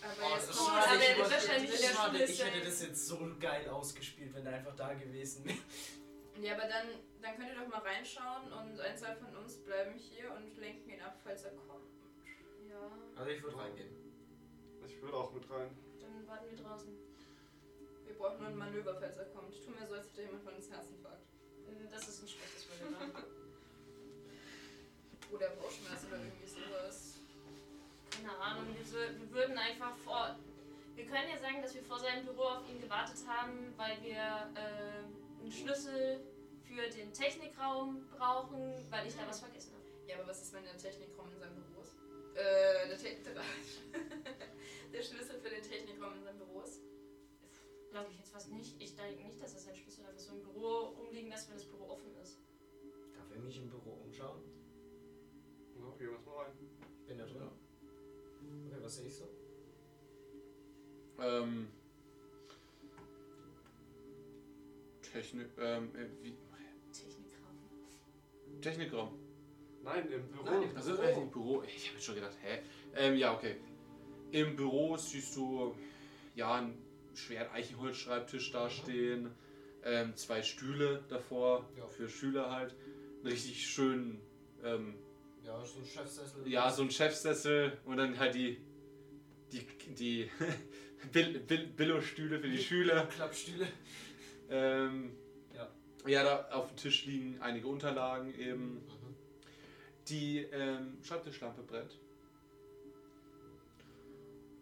S4: Aber
S1: Oh,
S4: jetzt
S1: das ist
S4: kommt
S1: schade,
S4: aber
S1: ich
S4: der
S1: wollte-
S4: wahrscheinlich in der
S1: schade,
S4: Schule
S1: ich hätte
S4: sein.
S1: das jetzt so geil ausgespielt, wenn er einfach da gewesen wäre.
S4: Ja, aber dann, dann könnt ihr doch mal reinschauen und ein, zwei von uns bleiben hier und lenken ihn ab, falls er kommt.
S6: Ja,
S1: Also ich würde reingehen.
S5: Ich würde auch mit rein.
S6: dann warten wir draußen.
S4: Wir brauchen nur ein Manöver, falls er kommt. Tu mir so, als hätte jemand von uns Herzinfarkt.
S6: Hm, Das ist ein schlechtes ne? Manöver.
S4: Oder Bauchschmerzen oder irgendwie sowas.
S6: Keine Ahnung, wir, wür- wir würden einfach vor. Wir können ja sagen, dass wir vor seinem Büro auf ihn gewartet haben, weil wir äh, einen Schlüssel für den Technikraum brauchen, weil ich da was vergessen habe.
S4: Ja, aber was ist, wenn der Technikraum in seinem Büro ist? Äh, der, Te *laughs* der, der Schlüssel für den Technikraum in seinem Büro ist.
S6: Glaube ich jetzt fast nicht. Ich denke nicht, dass das ein Schlüssel einfach so im Büro rumliegen lässt, wenn das Büro offen ist.
S1: Darf ich mich im Büro umschauen?
S5: Ja, gehen wir jetzt mal rein.
S1: Ich bin da drin. Okay, was sehe ich so?
S2: Ähm. Technik. Ähm, äh, wie,
S6: Technikraum.
S2: Technikraum.
S5: Nein, im Büro.
S1: Nein, im
S2: Also
S1: Büro.
S2: äh, im Büro. Ich habe schon gedacht, hä? Ähm, ja, okay. Im Büro siehst du ja einen schweren Eichenholzschreibtisch dastehen, ähm, zwei Stühle davor
S1: Ja.
S2: für Schüler halt, einen richtig schönen, ähm,
S1: Ja, so ein Chefsessel.
S2: ja so ein Chefsessel und dann halt die die die *laughs* Bill, Bill, Billo-Stühle für die Schüler.
S1: Klappstühle.
S2: Ähm,
S1: Ja.
S2: ja, da auf dem Tisch liegen einige Unterlagen eben. Die ähm, Schreibtischlampe brennt.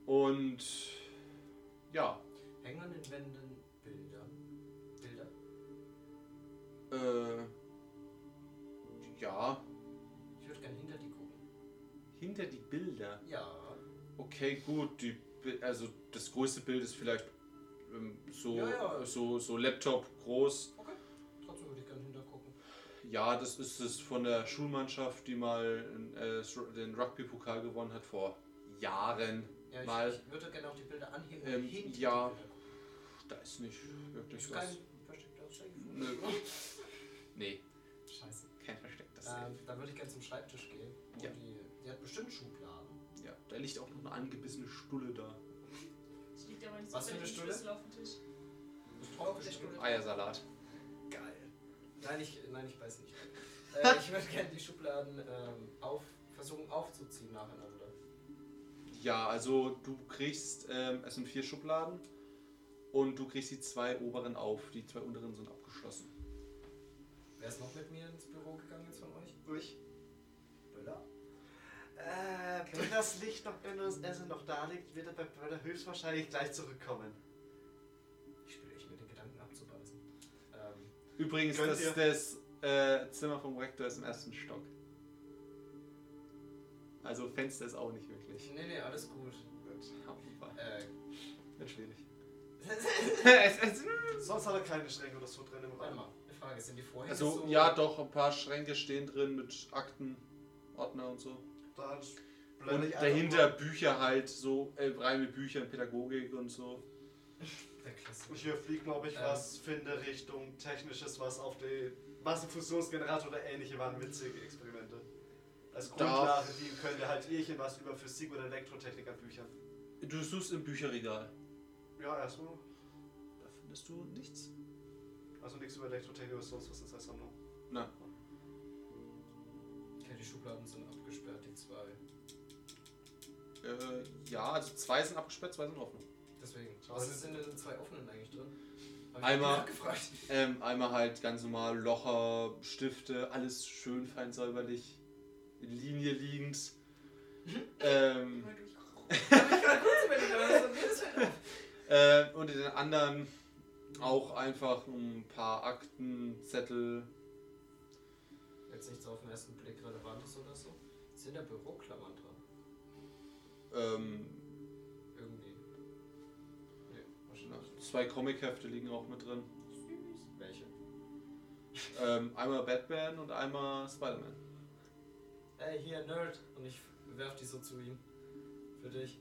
S2: Und ja,
S1: Hängen an den Wänden Bilder. Bilder?
S2: äh, ja,
S1: Ich würde gerne hinter die gucken.
S2: hinter die Bilder.
S1: Ja.
S2: Okay, gut, die, Bi- also das größte Bild ist vielleicht ähm, so,
S1: Ja, ja.
S2: so, so Laptop groß.
S1: Trotzdem würde ich gerne hinter gucken.
S2: Ja, das ist es von der Schulmannschaft, die mal äh, den Rugby-Pokal gewonnen hat vor Jahren.
S1: Ja, ich,
S2: Mal.
S1: ich würde gerne auch die Bilder anheben.
S2: Ähm,
S1: und hinter
S2: ja.
S1: Die Bilder. gucken.
S2: Da ist nicht wirklich
S1: Ist
S2: was.
S1: kein versteckter
S2: Nö.
S1: Safe.
S2: Nee,
S1: Scheiße.
S2: kein verstecktes Safe.
S1: Ähm, dann würde ich gerne zum Schreibtisch gehen. wo
S2: Ja.
S1: Die, die hat bestimmt Schubladen.
S2: Ja, da liegt auch noch eine angebissene Stulle da.
S6: Es liegt aber nicht
S1: Was für eine
S6: zufällig
S1: Stulle?
S6: ein Schlüssel auf dem Tisch.
S1: Ist draufgeschrieben.
S2: Eiersalat.
S1: Geil. Nein, ich, nein, ich weiß
S2: *laughs*
S1: nicht. äh, ich würde gerne die Schubladen ähm, auf, versuchen aufzuziehen nacheinander.
S2: Ja, also du kriegst, ähm, es sind vier Schubladen und du kriegst die zwei oberen auf. Die zwei unteren sind abgeschlossen.
S1: Wer ist noch mit mir ins Büro gegangen jetzt von euch?
S5: Durch.
S1: Böller?
S5: Äh, wenn das Licht noch, wenn das Essen noch da liegt, wird er bei Böller höchstwahrscheinlich gleich zurückkommen.
S1: Ich spiele echt mit den Gedanken abzubeißen. Ähm,
S2: Übrigens,
S5: Könnt
S2: das,
S5: ihr-
S2: das äh, Zimmer vom Rektor ist im ersten Stock. Also Fenster ist auch nicht wirklich.
S1: nee, nee, alles gut. Äh, *laughs*
S2: Wird schwierig.
S5: Sonst hat er keine Schränke oder so drin im
S1: warte
S5: Raum.
S1: mal, eine Frage, sind die Vorhänge
S2: Also
S1: so...
S2: ja, doch, ein paar Schränke stehen drin mit Akten, Ordner und so.
S5: Da hat Böller
S2: Und
S5: nicht einfach
S2: dahinter
S5: mal-
S2: Bücher halt, so äh, reine Bücher in Pädagogik und so.
S1: Der Klassiker.
S5: Und hier fliegt, glaube ich,
S1: Ähm.
S5: was, finde Richtung technisches, was auf den Massenfusionsgenerator oder ähnliche waren witzige Experimente. Als
S2: Da-
S5: Grundlage dienen könnte halt Ehrchen was über Physik oder Elektrotechnik an Büchern.
S2: Du suchst im Bücherregal.
S5: Ja, erstmal.
S2: Da findest du nichts.
S5: Also nichts über Elektrotechnik oder sonst was in seiner Sammlung.
S2: Na,
S1: Okay, die Schubladen sind abgesperrt, die zwei.
S2: äh, ja, also zwei sind abgesperrt, zwei sind offen.
S1: Deswegen.
S5: Schade.
S1: Was sind denn in zwei offenen eigentlich drin? Hab ich
S2: Einmal-
S1: nachgefragt.
S2: Ähm, einmal halt ganz normal Locher, Stifte, alles schön fein säuberlich
S1: Mhm.
S2: in Linie liegend. ähm,
S1: Hab ich gerade kurz
S2: unter Ähm, den anderen auch einfach ein paar Akten, Zettel.
S1: Jetzt nichts auf den ersten Blick Relevantes oder so. Sind da Büroklammern dran?
S2: Ähm,
S1: Irgendwie. Nee, wahrscheinlich. nicht.
S2: zwei Comichefte liegen auch mit drin.
S1: Welche?
S2: Ähm, einmal Batman und einmal Spider-Man.
S1: Ey, hier, Nerd. Und ich werf die so zu ihm. Für dich.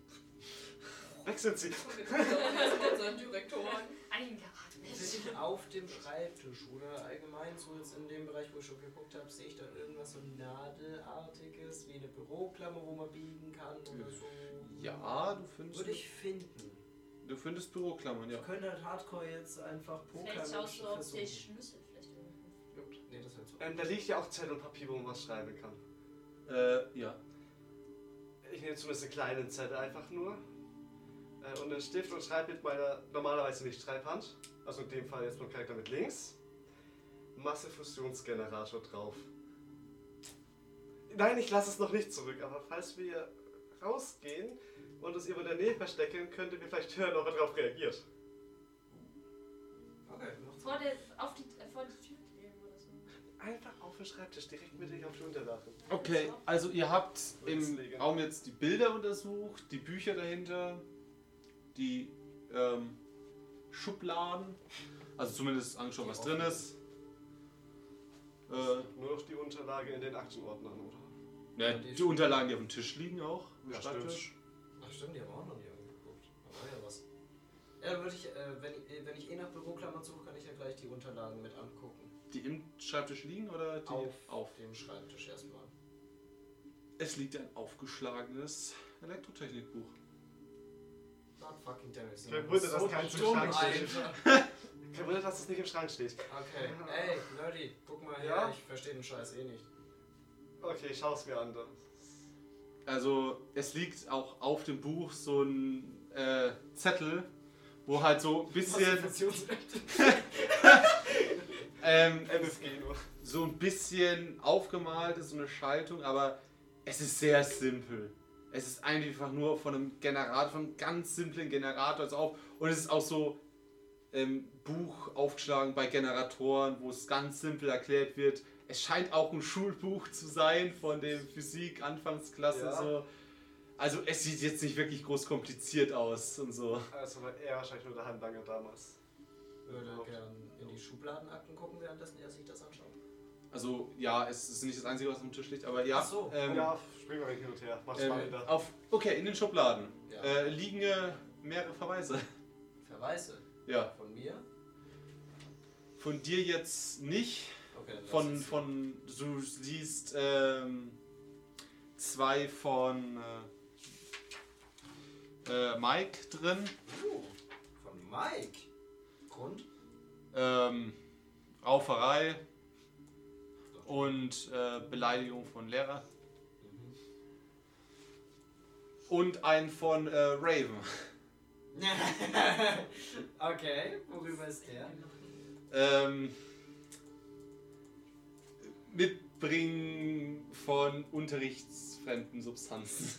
S5: Weg sind sie.
S4: Unseren Direktoren.
S6: Eingeatmet.
S1: Bin ich auf dem Schreibtisch oder allgemein so jetzt in dem Bereich, wo ich schon geguckt habe, sehe ich da irgendwas so Nadelartiges, wie eine Büroklammer, wo man biegen kann oder so?
S2: Ja, du findest,
S1: Würde ich finden.
S2: du findest Büroklammern, ja.
S1: Ich könnte halt Hardcore jetzt einfach Poker
S6: Vielleicht schaust du auf den
S1: versuchen.
S6: Schlüssel. Vielleicht irgendwo.
S1: Juckt. Nee, das wäre zu.
S5: Ähm, da liegt ja auch Zettel und Papier, wo man was schreiben kann.
S2: Äh, ja.
S5: Ich nehme zumindest einen kleinen Zettel einfach nur. Äh, und einen Stift und schreibe mit meiner normalerweise nicht Schreibhand. Also in dem Fall jetzt mein Charakter mit links. Massefusionsgenerator drauf. Nein, ich lasse es noch nicht zurück, aber falls wir rausgehen und es irgendwo in der Nähe verstecken, könnten wir vielleicht hören, ob er darauf reagiert.
S1: Okay, noch
S6: Vor der, auf die, äh, vor die Tür kleben oder so.
S5: Einfach auf den Schreibtisch, direkt mittig auf die Unterlagen.
S2: Okay, also ihr habt im
S5: Münzleger.
S2: Raum jetzt die Bilder untersucht, die Bücher dahinter, die ähm, Schubladen, also zumindest angeschaut, was drin ist. Äh,
S5: Nur noch die Unterlage in den Aktenordnern, oder?
S2: ja, die Unterlagen, die auf dem Tisch liegen auch, am
S5: Ja,
S2: Schreibtisch.
S1: Ach stimmt, die haben wir auch noch nie angeguckt. Da war ja was. Ja, dann würde ich, äh, wenn, ich- äh, wenn ich eh nach Büroklammern suche, kann ich ja gleich die Unterlagen mit angucken.
S2: Die im Schreibtisch liegen oder die
S1: Auf, auf dem Schreibtisch erstmal.
S2: Es liegt ein aufgeschlagenes Elektrotechnikbuch.
S1: God fucking damn, ich
S5: Kein Wunder, dass kein Schrank steht.
S1: Alter.
S5: Kein Wunder, dass es nicht im Schrank steht.
S1: Okay, ey, Nerdy, guck mal her,
S5: Ja?
S1: ich verstehe den Scheiß eh nicht.
S5: Okay, ich schaue es mir an dann.
S2: Also es liegt auch auf dem Buch so ein äh, Zettel, wo halt so ein bisschen ähm,
S5: MFG nur.
S2: so ein bisschen aufgemalt ist, so eine Schaltung, aber es ist sehr simpel. Es ist einfach nur von einem Generator, von einem ganz simplen Generator jetzt auf. Und es ist auch so ähm, Buch aufgeschlagen bei Generatoren, wo es ganz simpel erklärt wird. Es scheint auch ein Schulbuch zu sein von der Physik, Anfangsklasse
S5: Ja.
S2: so. Also es sieht jetzt nicht wirklich groß kompliziert aus und so.
S5: Also war er wahrscheinlich nur der Handlanger damals.
S1: würde gern in die Schubladenakten gucken, währenddessen er sich das anschaut.
S2: Also ja, es ist nicht das Einzige, was auf dem Tisch liegt, aber ja.
S1: Ach so.
S2: ähm,
S5: ja, springen wir weg hin und her. Mach
S2: Ähm,
S5: spannender.
S2: auf, okay, in den Schubladen
S1: Ja.
S2: äh, liegen äh, mehrere Verweise. *laughs*
S1: Verweise
S2: Ja,
S1: von mir.
S2: von dir jetzt nicht.
S1: Okay, dann lass
S2: Von,
S1: es.
S2: von du siehst ähm, zwei von äh, äh, Mike drin.
S1: Uh, von Mike. Grund?
S2: Ähm, Rauferei und äh, Beleidigung von Lehrer. Mhm. Und einen von äh, Raven.
S1: *laughs* okay, worüber ist der?
S2: ähm, Mitbringen von unterrichtsfremden Substanzen.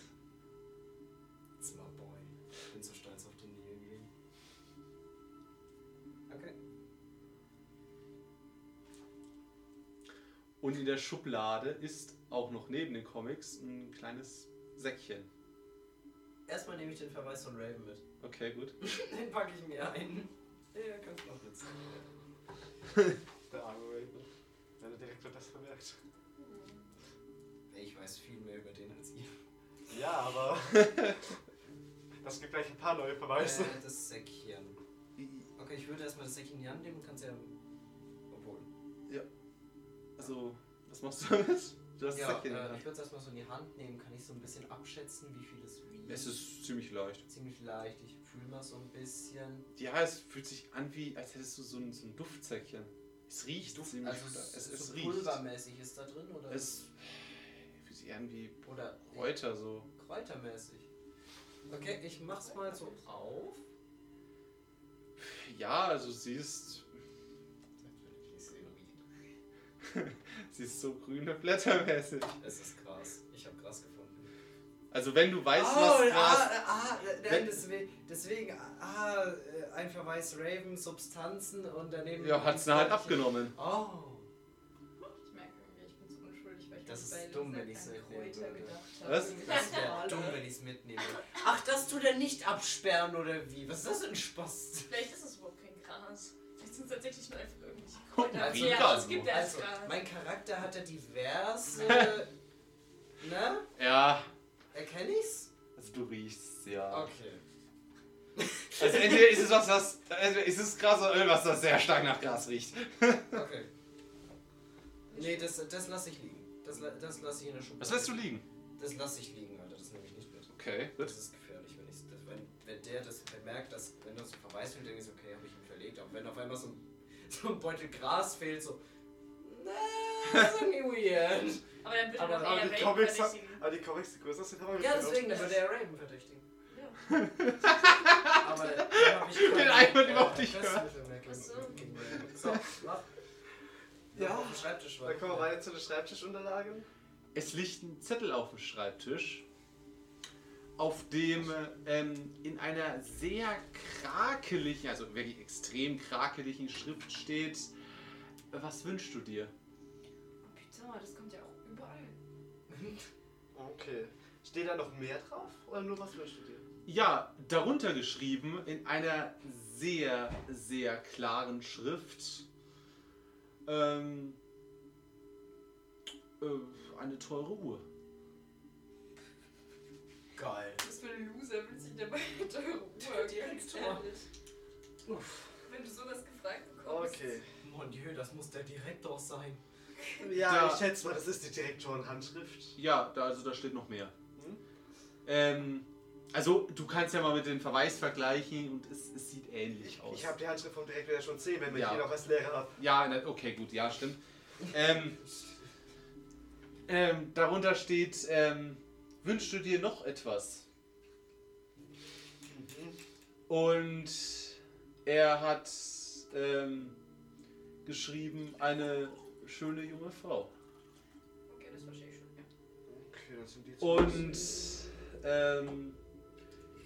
S1: Zimmer Boy. Ich bin so stolz auf den Neil Green. Okay.
S2: Und in der Schublade ist auch noch neben den Comics ein kleines Säckchen.
S1: Erstmal nehme ich den Verweis von Raven mit. *laughs*
S2: Okay, gut.
S1: Den packe ich mir ein. Ja, kannst noch nutzen.
S5: der arme Raven. Wenn er direkt wird das vermerkt.
S1: Ich weiß viel mehr über den als ihr.
S5: Ja,
S2: *laughs*
S5: aber. das gibt gleich ein paar neue Verweise.
S1: Äh, das Säckchen. Okay, ich würde erstmal das Säckchen in die Hand nehmen und kannst ja. Obwohl.
S2: Also, was machst du damit? Du hast das
S1: Ja,
S2: Säckchen in der
S1: äh, ich
S2: Hand.
S1: würde es erstmal so in die Hand nehmen. Kann ich so ein bisschen abschätzen, wie viel es wiegt?
S2: Es ist ziemlich leicht.
S1: ziemlich leicht. Ich fühle mal so ein bisschen.
S2: Ja, es fühlt sich an, wie als hättest du so ein, so ein Duftsäckchen. Es riecht ziemlich
S1: Also
S2: stark.
S1: es,
S2: Es,
S1: es,
S2: es
S1: so
S2: riecht.
S1: pulvermäßig ist da drin oder?
S2: Es fühlt sich an wie
S1: oder
S2: Kräuter so.
S1: Kräutermäßig. Okay, ich mach's mal so auf.
S2: Ja, also sie ist. sie ist so grüne Blättermäßig.
S1: Es ist Gras. Ich habe Gras gefunden.
S2: Also wenn du weißt,
S1: oh,
S2: was
S1: ah,
S2: Gras...
S1: ah,
S2: Wenn-
S1: nein, deswegen, deswegen ah, äh, ein Verweis Raven, Substanzen und daneben...
S2: Ja, hat's ne halt abgenommen.
S1: Oh,
S4: Ich merke irgendwie, ich bin so unschuldig, weil ich
S1: Das
S4: mir
S1: ist
S4: bei
S1: dumm,
S4: Lisa
S1: wenn ich's
S4: an
S1: mitnehmen
S4: Kräuter
S1: würde.
S4: gedacht
S2: Was?
S4: *laughs* habe.
S1: das wäre
S4: Normale.
S1: dumm, wenn ich es mitnehme. Ach, das tut er nicht absperren oder wie? Was ist das für ein Spaß?
S6: Vielleicht ist es überhaupt kein Gras. Vielleicht sind es tatsächlich nur einfach
S4: *laughs*
S6: irgendwelche
S2: Oh,
S6: Kräuter.
S1: also-
S6: ja, es gibt ja als
S1: Also,
S6: Gras.
S1: mein Charakter hat ja diverse... ne?
S2: Ja,
S1: Erkenne ich's?
S2: also du riechst ja.
S1: Okay.
S2: Also entweder ist es was, was... Entweder ist es Gras oder Öl, was das sehr stark nach Gras riecht.
S1: Okay. Nee, das, das lasse ich liegen. Das, la- das lasse ich in der Schublade.
S2: Was lässt du liegen?
S1: Das lasse ich liegen, Alter. Das nehme ich nicht mit.
S2: Okay,
S1: Das ist gefährlich, wenn, ich's- das, wenn, wenn der das bemerkt, dass wenn das so verweist wird, denke ich, so, okay, habe ich ihn verlegt. Aber wenn auf einmal so ein, *laughs* so ein Beutel Gras fehlt, so, nee, das ist irgendwie weird.
S6: aber dann bitte
S1: aber-
S6: noch
S1: aber
S6: eher
S5: die Comics
S6: Raven verdächtigen.
S5: Aber die Comics, die größer sind, haben wir
S1: Ja,
S5: mitgenommen.
S1: deswegen, da würde er Raven verdächtigen.
S6: Ja.
S1: *laughs* Aber dann habe ich
S2: Den Einwand überhaupt nicht gehört.
S6: Ach so.
S1: So, mach.
S5: Ja.
S1: Auf dem Schreibtisch war.
S5: Dann kommen wir weiter zu den Schreibtischunterlagen.
S2: Es liegt ein Zettel auf dem Schreibtisch, auf dem äh, ähm, in einer sehr krakeligen, also wirklich extrem krakeligen Schrift steht, was wünschst du dir?
S4: Pizza, das kommt ja auch überall.
S5: Okay. Steht da noch mehr drauf? Oder nur was wünschst du dir?
S2: Ja, darunter geschrieben in einer sehr, sehr klaren Schrift. Ähm, äh, eine teure Uhr.
S1: Geil.
S4: Was für ein Loser will sich dabei *laughs* mit eurer Uhr?
S1: Die
S4: Ganz
S1: Uhr.
S4: ehrlich.
S1: Uff.
S4: Wenn du sowas gefragt bekommst.
S5: Okay.
S1: Mon Dieu, das muss der Direktor sein.
S5: Ja,
S2: Da-
S5: ich schätze mal, das ist die Direktorenhandschrift.
S2: Ja, da, also da steht noch mehr.
S5: Mhm.
S2: Ähm, also du kannst ja mal mit dem Verweis vergleichen und es, es sieht ähnlich
S5: Ich,
S2: aus.
S5: ich habe die Handschrift vom Direktor ja schon gesehen, wenn ich
S2: Ja.
S5: ihn auch als Lehrer habe.
S2: Ja, na, okay, gut, ja, stimmt. Ähm, ähm, darunter steht, ähm, wünschst du dir noch etwas? Und er hat ähm, geschrieben, eine schöne junge Frau.
S4: Okay, das verstehe ich schon. Ja.
S5: Okay, dann sind die zwei.
S2: Und ähm,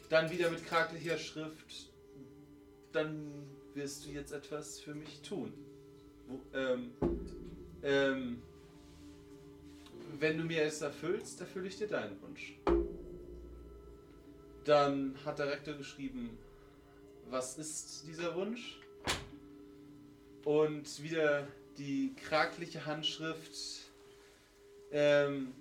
S2: dann wieder mit krakeliger Schrift, dann wirst du jetzt etwas für mich tun. Wo, ähm, ähm, wenn du mir es erfüllst, erfülle ich dir deinen Wunsch. Dann hat der Rektor geschrieben, was ist dieser Wunsch? Und wieder die krakliche Handschrift. Ähm,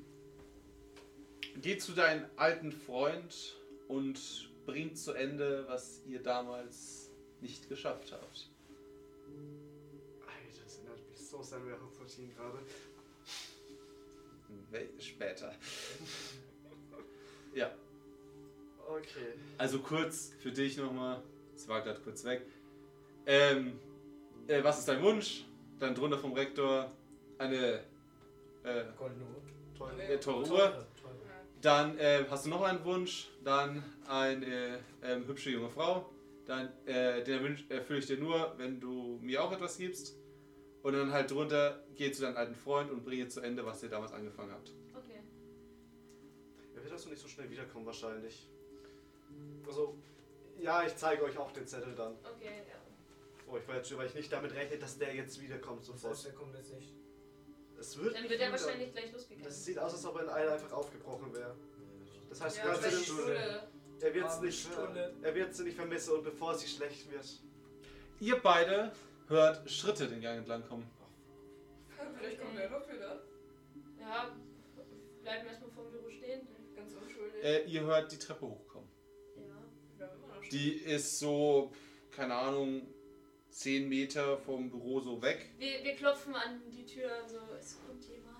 S2: Geh zu deinem alten Freund und bringt zu Ende, was ihr damals nicht geschafft habt.
S5: Alter, das erinnert mich so sehr an Währungsroutinen gerade.
S2: We- Später. ja,
S5: Okay.
S2: also kurz für dich nochmal. Es war gerade kurz weg. Ähm, äh, was ist dein Wunsch? Dann drunter vom Rektor eine äh,
S1: Goldene Uhr.
S5: Toll.
S2: äh, teure Uhr.
S1: Teure, teure.
S2: Dann äh, hast du noch einen Wunsch, dann eine ähm, hübsche junge Frau. Dann äh, den Wunsch erfülle ich dir nur, wenn du mir auch etwas gibst. Und dann halt drunter, geh zu deinem alten Freund und bringe zu Ende, was ihr damals angefangen habt.
S6: Okay.
S5: Er wird also nicht so schnell wiederkommen wahrscheinlich. Also, ja, ich zeige euch auch den Zettel dann.
S6: Okay, ja.
S5: Oh, ich war jetzt schon, weil ich nicht damit rechne, dass der jetzt wiederkommt
S1: Das heißt,
S5: sofort.
S1: der kommt jetzt nicht.
S5: Es wird.
S6: Dann wird er
S5: wieder-
S6: wahrscheinlich gleich losgegangen.
S5: Das sieht aus, als ob er in allen einfach aufgebrochen wäre. Das heißt,
S4: Ja,
S5: du kannst
S4: aber
S5: dir
S4: die
S5: das-
S4: Schule.
S5: er wird es
S1: Arme
S5: nicht,
S1: Stunde.
S5: er wird's nicht vermissen und bevor sie schlecht wird.
S2: Ihr beide hört Schritte den Gang entlang kommen.
S4: Vielleicht kommt er doch wieder.
S6: Ja, bleiben erstmal vor dem Büro stehen.
S4: Ganz unschuldig.
S2: Äh, ihr hört die Treppe hochkommen.
S6: Ja.
S4: Wir bleiben immer noch stehen.
S2: Die ist so, keine Ahnung, 10 Meter vom Büro so weg.
S6: Wir, wir klopfen an die Tür und so, es kommt jemand.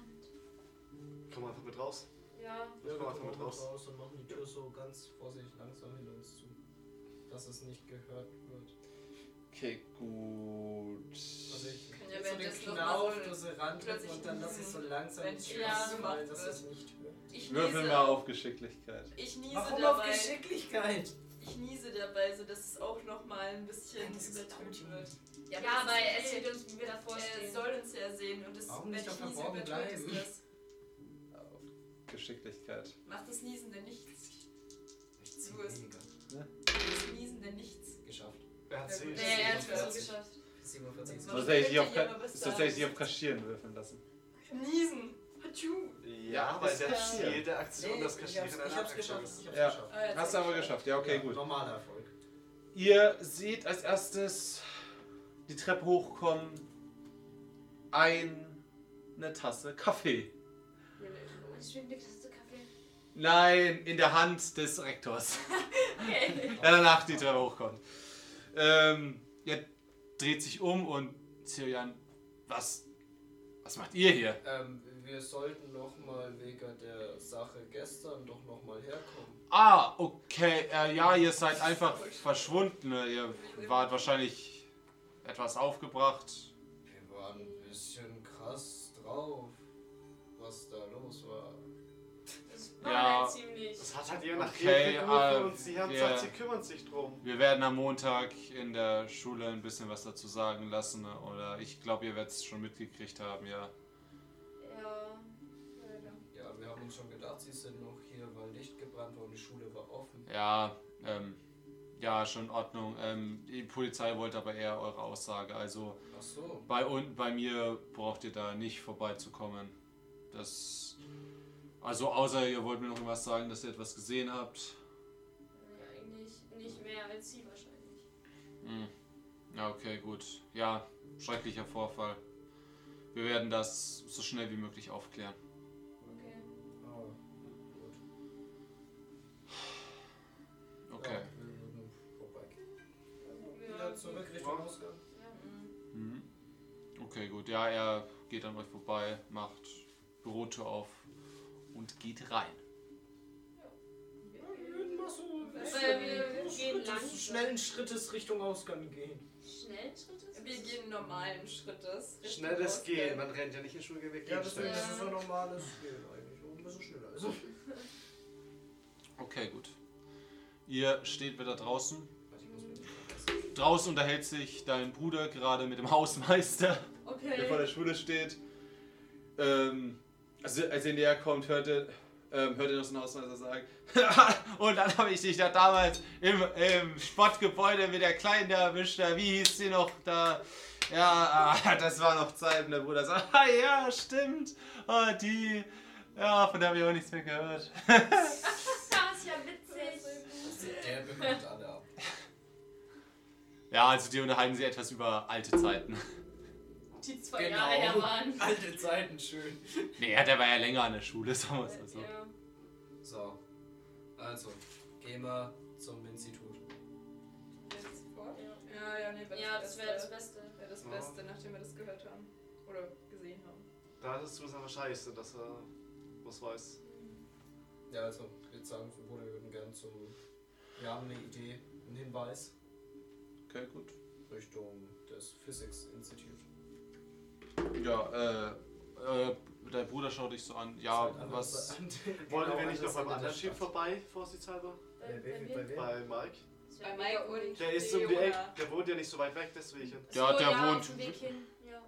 S5: Komm einfach mit raus.
S6: Ja.
S5: Ja, wir gucken
S1: mit
S5: mit raus.
S1: raus und machen die Tür so ganz vorsichtig langsam hinter uns zu, dass es nicht gehört wird.
S2: Okay, gut.
S1: Also ich
S4: Kann
S1: ja,
S4: ja
S1: so den
S4: währenddessen noch
S1: Knauf
S4: mal so
S1: durch sie rantritt
S4: plötzlich
S1: und dann lass ich so langsam
S4: wenn
S1: die
S4: die
S1: Tür
S6: Tür
S1: fallen,
S4: zugemacht
S1: dass
S4: wird.
S1: es nicht hören.
S4: Ich
S2: Würfel
S4: niese.
S2: mal auf Geschicklichkeit.
S4: Ich niese
S1: Warum auf
S4: dabei.
S1: Geschicklichkeit?
S4: ich niese dabei, sodass es auch nochmal ein bisschen
S1: Nein, das ist
S4: übertönt
S1: Audio.
S4: wird.
S6: Ja,
S4: das ist
S6: aber
S4: okay.
S1: eh
S4: Äh,
S6: es wird uns wieder
S4: Er
S6: vorstellen.
S4: soll uns ja sehen und das,
S1: Warum
S4: wenn
S1: nicht
S4: ich
S1: auf
S4: niese,
S1: verborgen
S4: übertönt es
S1: bleiben?
S4: das.
S2: Geschicklichkeit.
S4: Macht das Niesen denn nichts?
S1: Ich zieh
S4: Du hast-
S1: weniger.
S4: Das Niesen denn nichts?
S1: Geschafft.
S5: Er hat sie.
S4: Ja, gut.
S6: Nee, er hat's
S4: Ja,
S6: versucht.
S4: geschafft.
S1: 47.
S4: Man
S2: Sonst hätte ich die auf,
S4: könnte ja mal
S2: Ka-
S4: was
S2: sonst hätte ich die
S4: sagen.
S2: auf Kaschieren würfeln lassen.
S4: Niesen! Hatschu!
S5: Ja, weil
S2: ist
S5: der
S2: ja-
S5: Ziel der Aktion
S1: Nee,
S5: das
S1: ich, hab's,
S5: Kaschieren
S1: ich hab's geschafft. Ich hab's
S2: Ja.
S1: geschafft.
S4: Ah, jetzt
S2: Hast du aber geschafft, ja, okay,
S1: Ja,
S2: gut.
S1: Normaler Erfolg.
S2: Ihr seht als erstes die Treppe hochkommen. Eine Tasse Kaffee.
S6: Ich schwimme eine Tasse Kaffee.
S2: Nein, in der Hand des Rektors. *laughs*
S6: Okay.
S2: Der danach die Treppe hochkommt. Ähm, er dreht sich um und Cyrian, was, was macht ihr hier?
S1: Ähm, wir sollten nochmal wegen der Sache gestern doch nochmal herkommen.
S2: Ah, okay, äh, ja, ihr seid einfach verschwunden. ne? Ihr wart wahrscheinlich etwas aufgebracht.
S1: Wir waren ein bisschen krass drauf, was da los war.
S6: Das war
S2: Ja.
S6: halt ziemlich.
S5: Das hat halt ihr nach
S2: Okay,
S5: Hilfe gerufen
S2: äh,
S5: und sie haben
S2: wir-
S5: gesagt, sie kümmern sich drum.
S2: Wir werden am Montag in der Schule ein bisschen was dazu sagen lassen. ne? Oder ich glaube, ihr werdet es schon mitgekriegt haben, ja.
S6: Ja. leider.
S1: Ja, wir haben uns schon gedacht, sie sind noch hier, weil Licht gebrannt war und die Schule war offen.
S2: Ja, ähm, ja, schon in Ordnung. Ähm, die Polizei wollte aber eher eure Aussage. Also
S1: Ach so.
S2: bei, un bei mir braucht ihr da nicht vorbeizukommen. Das. Also außer ihr wollt mir noch was sagen, dass ihr etwas gesehen habt.
S6: Ja, Eigentlich nicht mehr als sie wahrscheinlich.
S2: Hm. Ja, okay, gut. Ja, schrecklicher Vorfall. Wir werden das so schnell wie möglich aufklären.
S6: Okay.
S1: Ah, gut.
S2: Okay.
S1: Ja, wir würden vorbeigehen.
S6: Ja,
S1: Wieder zurück Richtung Ausgang.
S2: Mhm. Okay, gut. Ja, er geht an euch vorbei, macht Bürotür auf und geht rein.
S6: Weil Äh, wir gehen langsam.
S1: Schnellen Schrittes Richtung Ausgang gehen.
S6: Schnellen Schrittes?
S4: Wir gehen normalen Schrittes.
S5: Schnelles
S4: Richtung
S5: Gehen,
S4: Ausgang.
S5: man rennt ja nicht in den Schulweg, wir
S1: Ja,
S5: gehen
S1: deswegen,
S6: Äh.
S5: schnell.
S1: das ist so normales Gehen eigentlich. Nur ein bisschen schneller. Also,
S2: Okay, gut. Ihr steht wieder draußen.
S1: ich muss mich
S2: Draußen unterhält sich dein Bruder gerade mit dem *laughs* Hausmeister, der vor
S6: Okay.
S2: der Schule steht. Ähm, also, als er näher kommt, hört er, ähm, hört er noch so einen Hausmeister sagen. *laughs* Und dann habe ich dich da damals im, im Sportgebäude mit der Kleinen da erwischt. Da, wie hieß sie noch da? Ja, ah, *laughs* das war noch Zeit. Und der Bruder sagt, *laughs* ah ja, stimmt. Ah, die, ja, von der habe ich auch nichts mehr gehört.
S6: Das ist ja witzig.
S1: Der bekommt alle ab.
S2: Ja, also die unterhalten sich etwas über alte Zeiten. *laughs*
S4: Die zwei
S6: Genau.
S4: Jahre her waren.
S1: Alte Zeiten, schön.
S2: Nee, ja, der war ja länger an der Schule, *laughs* sagen wir es mal so.
S6: Ja.
S1: So, also, gehen wir zum Institut.
S4: Jetzt vor? Ja, ja, nee,
S6: Ja, das wäre das Beste.
S4: Wäre das
S5: Ja.
S4: Beste, nachdem wir das gehört haben. Oder gesehen haben.
S5: Da ist es zumindest einfach scheiße, dass er was weiß.
S1: Ja, also, wir sagen zum Bruder, wir würden gerne zum. Wir haben eine Idee, einen Hinweis
S2: Okay, gut.
S1: Richtung des Physics Institute.
S2: Ja, äh, äh, dein Bruder schaut dich so an. Ja,
S1: Das ist halt
S2: was.
S1: anders an-
S5: Wollen
S1: genau
S5: wir nicht
S1: anders
S5: noch beim
S1: an der
S5: anderen Schiff
S1: Stadt.
S5: vorbei, vorsichtshalber?
S1: Bei
S6: Bei-
S1: wem?
S6: bei mir?
S1: Äh, Bei wem?
S5: Bei Mike.
S6: Das
S4: Bei
S6: wäre
S4: Mike
S6: mega
S4: und
S5: Der ist um die
S4: Leona.
S5: Ecke, der wohnt ja nicht so weit weg, deswegen.
S2: Ja,
S6: So,
S2: der
S6: ja,
S2: wohnt-
S6: Auf dem Weg hin. Ja.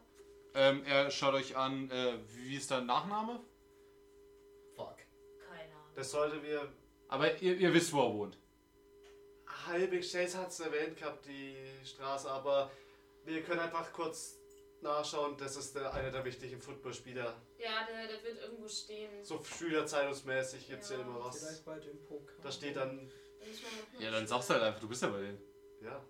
S2: Ähm, er schaut euch an, äh, wie ist dein Nachname?
S1: Fuck.
S6: Keine Ahnung.
S5: Das sollte wir
S2: Aber ihr, ihr wisst, wo er wohnt.
S5: halbwegs Chase hat es erwähnt gehabt, die Straße, aber wir können einfach kurz nachschauen, das ist der, einer der wichtigen Footballspieler.
S6: Ja, der, der wird irgendwo stehen.
S5: So Schülerzeitungsmäßig gibt es ja.
S6: Ja,
S5: immer was.
S1: Vielleicht bei dem Poker.
S5: Da steht dann,
S6: Ich mach noch
S2: Ja, dann sagst du halt einfach, du bist ja bei denen.
S5: ja,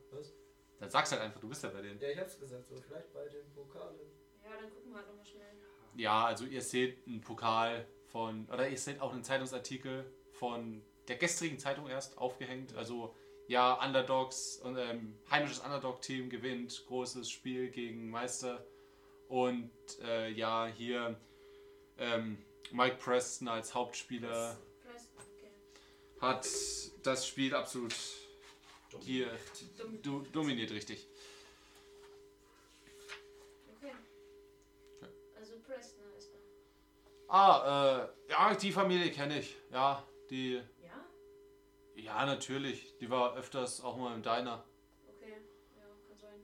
S2: Dann sagst halt einfach, du bist ja bei denen.
S1: Ja, ich hab's gesagt, so vielleicht bei den Pokalen.
S6: Ja, dann gucken wir halt nochmal schnell.
S2: Ja, also ihr seht einen Pokal von, oder ihr seht auch einen Zeitungsartikel von der gestrigen Zeitung erst aufgehängt. Also ja, Underdogs und ähm, heimisches Underdog-Team gewinnt großes Spiel gegen Meister. Und äh, ja, hier ähm, Mike Preston als Hauptspieler
S6: Vielleicht- Okay.
S2: hat das Spiel absolut hier du, dominiert richtig.
S6: Okay.
S2: Ja.
S6: Also Preston ist da.
S2: Ah, äh, ja, die Familie kenne ich. Ja, die
S6: Ja?
S2: Ja, natürlich. Die war öfters auch mal im Diner.
S6: Okay. Ja, kann sein.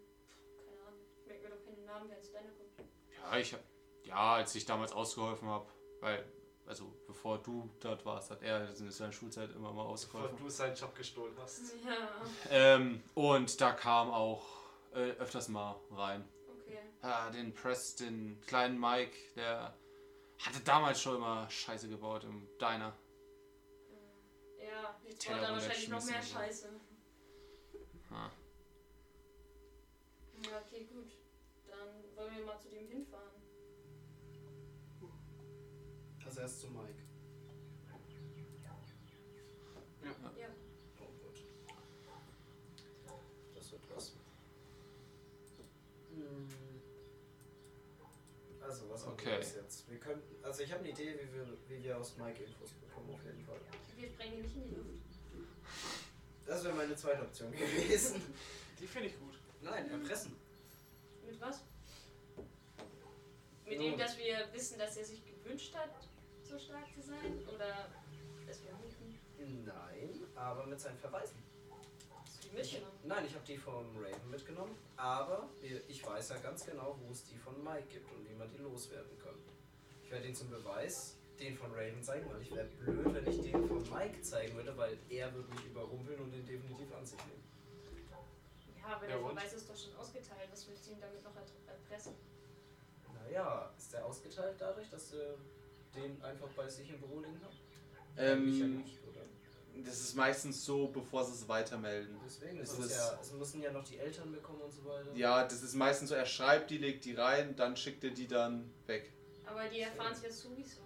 S6: Keine Ahnung. Ich merke mir doch keinen Namen, wer ins Deine kommt.
S2: Ja, ich hab- ja, als ich damals ausgeholfen habe, weil also bevor du dort warst, hat er in seiner Schulzeit immer mal
S5: Bevor
S2: ausgeholfen.
S5: du seinen Job gestohlen hast.
S6: *laughs* Ja,
S2: Ähm, und da kam auch äh, öfters mal rein.
S6: okay.
S2: Ah, den Press, den kleinen Mike, der hatte damals schon immer Scheiße gebaut im Diner.
S6: Äh, Ja, jetzt
S2: Teller
S6: braucht er Oh, wahrscheinlich noch mehr Scheiße.
S2: runterschmeißen Ah.
S6: Ja, okay, gut. Dann wollen wir mal zu dem hinfahren.
S1: Also erst zu Mike.
S6: Ja.
S1: Oh Gott. Das wird was. Hm. Also, was haben
S2: Okay.
S1: wir bis jetzt? Wir könnten, also ich habe eine Idee, wie wir, wie wir aus Mike Infos bekommen, auf jeden Fall.
S6: Wir sprengen ihn nicht in die Luft.
S1: Das wäre meine zweite Option *laughs* gewesen.
S12: Die finde ich gut.
S1: Nein, erpressen.
S6: Mit was? Mit
S1: Nun.
S6: dem, dass wir wissen, dass er sich gewünscht hat, so stark zu sein? Oder dass wir rufen?
S1: Nein, aber mit seinen Verweisen.
S6: Dass wir mitgenommen
S1: Nein, ich habe die von Raven mitgenommen, aber wir- ich weiß ja ganz genau, wo es die von Mike gibt und wie man die loswerden kann. Ich werde ihn zum Beweis den von Raven zeigen, weil ich wäre blöd, wenn ich den von Mike zeigen würde, weil er würde mich überrumpeln und den definitiv an sich nehmen.
S6: haben? Ja, aber
S5: Ja,
S6: der
S5: und?
S6: Verweis ist doch schon ausgeteilt. Was willst du ihm damit noch er- erpressen?
S1: Naja, ist der ausgeteilt dadurch, dass er den einfach bei sich im Büro liegen hat? Eigentlich ja
S2: Ähm,
S1: nicht, oder?
S2: das ist meistens so, bevor sie es weitermelden.
S1: Deswegen,
S2: also es
S1: es, ist
S2: ist-
S1: ja, es müssen ja noch die Eltern bekommen und so weiter.
S2: Ja, das ist meistens so, er schreibt die, legt die rein, dann schickt er die dann weg.
S6: Aber die erfahren es ja sowieso.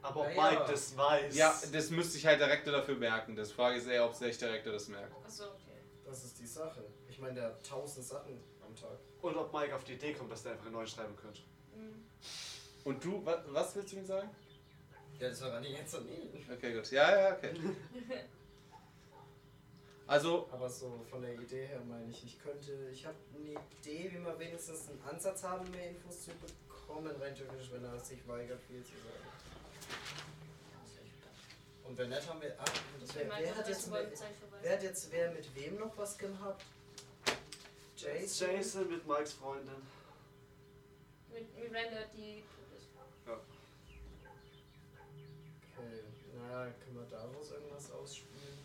S5: Aber ob
S1: Naja.
S5: Mike das weiß.
S2: Ja, das müsste ich halt der Rektor dafür merken. Das Frage ist eher, ob sich der Rektor das merkt.
S6: Achso, okay.
S1: Das ist die Sache. Ich meine, der hat tausend Sachen am Tag.
S5: Und ob Mike auf die Idee kommt, dass der einfach neu schreiben könnte.
S6: Hm.
S2: Und du, was, was willst du ihm sagen?
S1: Ja, das war gar nicht jetzt so nie.
S2: Okay, gut. Ja, ja, *laughs* okay. Also,
S1: Aber so von der Idee her meine ich, ich könnte, ich habe eine Idee, wie man wenigstens einen Ansatz haben, mehr Infos zu bekommen, rein theoretisch, wenn er sich weigert, viel zu sagen. Und wenn nicht, haben wir, ach, das
S6: Wir
S1: wär,
S6: meinen,
S1: wer, hat
S6: wir
S1: jetzt,
S6: wollen
S1: mit-
S6: sein
S1: wer
S6: Verweis.
S1: hat jetzt wer mit wem noch was gehabt? Jason?
S5: Jason mit Mikes Freundin.
S6: Mit Miranda, die tot ist.
S1: Okay, naja, können wir daraus irgendwas ausspielen?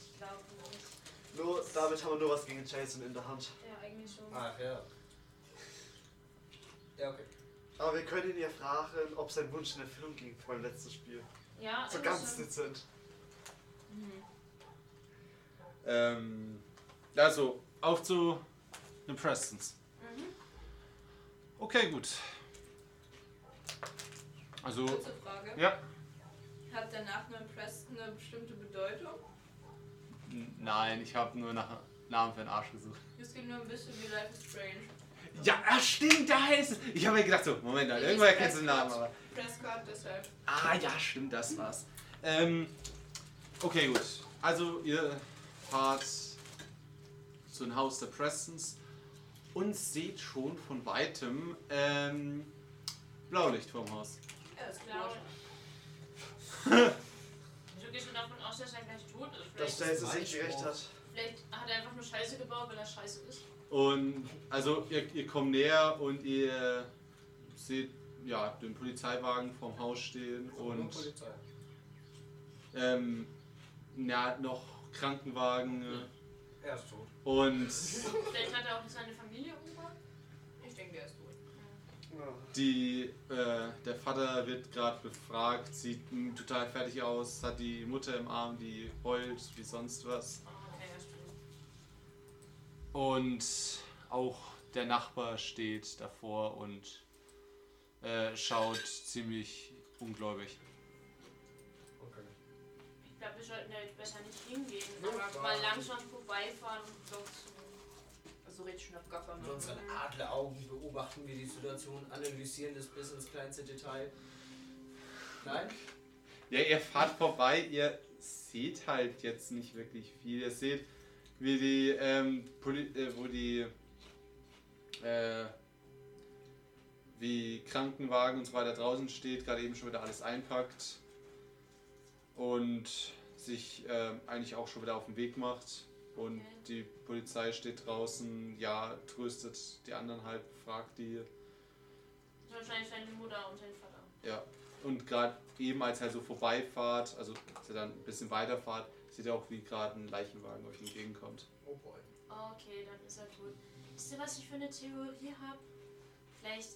S6: Ich glaube nicht.
S5: Nur, damit haben wir nur was gegen Jason in der Hand.
S6: Ja, eigentlich schon.
S1: Ach ja. Ja, okay.
S5: Aber wir können ihn ja fragen, ob sein Wunsch in Erfüllung ging vor dem letzten Spiel.
S6: Ja,
S5: So
S6: eigentlich
S5: ganz
S6: Also schon.
S5: dezent.
S2: ähm, also, auf zu den Prestons.
S6: Mhm.
S2: Okay, gut. Also,
S4: Kurze Frage.
S2: ja.
S4: Hat der Nachname Preston eine bestimmte Bedeutung?
S2: N- Nein, ich habe nur nach Namen für den Arsch gesucht.
S4: Es geht nur ein bisschen wie Life is Strange.
S2: Ja, ah, stimmt, da heißt es. Ich habe mir gedacht, so, Moment, mal,
S4: Wie
S2: irgendwoher
S4: ist
S2: kennst du den
S4: Prescott?
S2: Namen, aber.
S4: Prescott deshalb.
S2: Ah, ja, stimmt, das war's. Ähm, okay, gut. Also, ihr fahrt zu dem Haus der Prestons und seht schon von weitem ähm, Blaulicht vom Haus.
S4: Er ist
S6: Blau.
S4: klar.
S6: Ich gehe schon davon aus, dass er gleich tot ist.
S5: Dass
S6: Vielleicht,
S5: Jason
S1: Mike's
S5: sich gerecht hat.
S6: vielleicht hat er einfach nur Scheiße gebaut, weil er scheiße ist.
S2: Und also, ihr, ihr kommt näher und ihr seht ja den Polizeiwagen vom Haus stehen
S1: Nur
S2: und.
S1: Polizei.
S2: ähm, na, noch Krankenwagen äh,
S1: Er ist tot.
S2: und
S6: Vielleicht hat er auch seine Familie umgebracht.
S4: Ich denke, der ist gut.
S5: Ja.
S2: die, äh, der Vater wird gerade befragt, sieht mm, total fertig aus, hat die Mutter im Arm, die heult wie sonst was.
S6: Ah, Okay, ja, stimmt.
S2: Und auch der Nachbar steht davor und äh, schaut ziemlich ungläubig.
S1: Okay.
S6: Ich glaube, wir sollten da jetzt besser nicht hingehen,
S1: Ja,
S6: aber
S1: klar.
S6: mal langsam vorbeifahren und doch zu.
S4: Also red schon auf Gaffer.
S1: Mit unseren Adleraugen beobachten wir die Situation, analysieren das bis ins kleinste Detail. Nein?
S2: Ja, ihr fahrt vorbei, ihr seht halt jetzt nicht wirklich viel. Ihr seht, wie die, ähm, Poli äh, wo die, äh, wie Krankenwagen und so weiter draußen steht, gerade eben schon wieder alles einpackt und sich ähm, eigentlich auch schon wieder auf den Weg macht. Und
S6: Okay.
S2: die Polizei steht draußen, ja, tröstet die anderen halt, fragt die.
S6: Wahrscheinlich deine Mutter und dein Vater.
S2: Ja. Und gerade eben, als er so vorbeifahrt, also als er dann ein bisschen weiterfahrt, seht ihr auch, wie gerade ein Leichenwagen euch entgegenkommt.
S1: Oh boy.
S6: Okay, dann ist er tot. Wisst ihr, was ich für eine Theorie habe? Vielleicht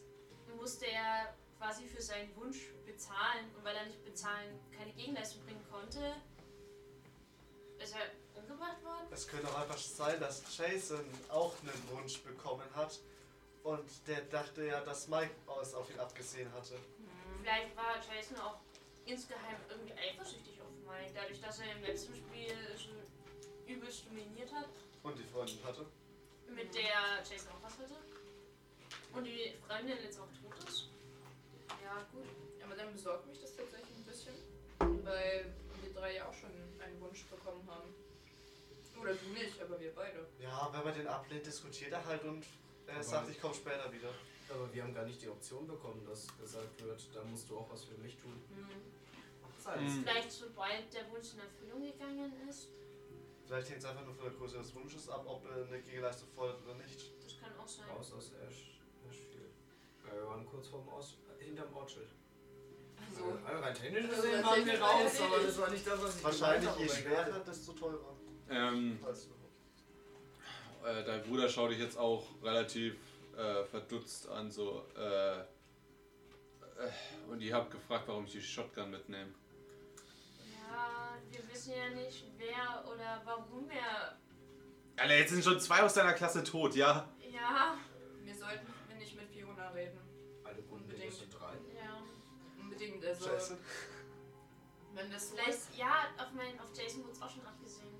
S6: musste er quasi für seinen Wunsch bezahlen und weil er nicht bezahlen, keine Gegenleistung bringen konnte, ist er umgebracht worden?
S5: Es könnte auch einfach sein, dass Jason auch einen Wunsch bekommen hat und der dachte ja, dass Mike es auf ihn abgesehen hatte.
S6: Vielleicht war Jason auch insgeheim irgendwie eifersüchtig auf Mike, dadurch, dass er im letzten Spiel schon übelst dominiert hat,
S5: Und die Freundin hatte.
S6: mit der Jason auch was hatte. Und die Freundin jetzt auch tot ist. Ja, gut.
S4: Aber dann besorgt mich das tatsächlich ein bisschen, weil wir drei ja auch schon einen Wunsch bekommen haben. Oder du nicht, aber wir beide.
S5: Ja, wenn man den ablehnt, diskutiert er halt und er
S1: Aber-
S5: sagt, ich komme später wieder.
S1: Aber wir haben gar nicht die Option bekommen, dass gesagt wird, da musst du auch was für mich tun. Das heißt,
S2: Mhm.
S6: Vielleicht sobald der Wunsch in Erfüllung gegangen ist.
S5: Vielleicht hängt es einfach nur von der Größe des Wunsches ab, ob er eine Gegenleistung fordert oder nicht.
S6: Das kann auch sein.
S1: raus aus Ash, Ashfield. Ja, Wir waren kurz vorm Aus, äh, hinterm Ortschild.
S4: Also,
S1: Äh, rein technisch
S4: Also
S1: gesehen
S4: rein
S1: waren wir
S4: technisch
S1: raus,
S4: gesehen-
S1: aber das war nicht das, was ich
S5: Wahrscheinlich
S1: gemeint
S5: je
S1: habe, aber egal.
S5: schwerer, desto teurer.
S2: Ähm,
S5: Als
S2: äh, dein Bruder schaut dich jetzt auch relativ äh, verdutzt an, so. Äh, äh, und ihr habt gefragt, warum ich die Shotgun mitnehme.
S6: Ja, wir wissen ja nicht, wer oder warum er.
S2: Alter, jetzt sind schon zwei aus deiner Klasse tot, ja?
S6: Ja,
S4: wir sollten nicht mit Fiona reden.
S1: Alle guten Dinge sind drei.
S6: ja.
S4: Unbedingt, also.
S5: Jason.
S4: Wenn das so ist.
S6: Vielleicht, ja, auf, mein, auf Jason Woods auch schon abgesehen.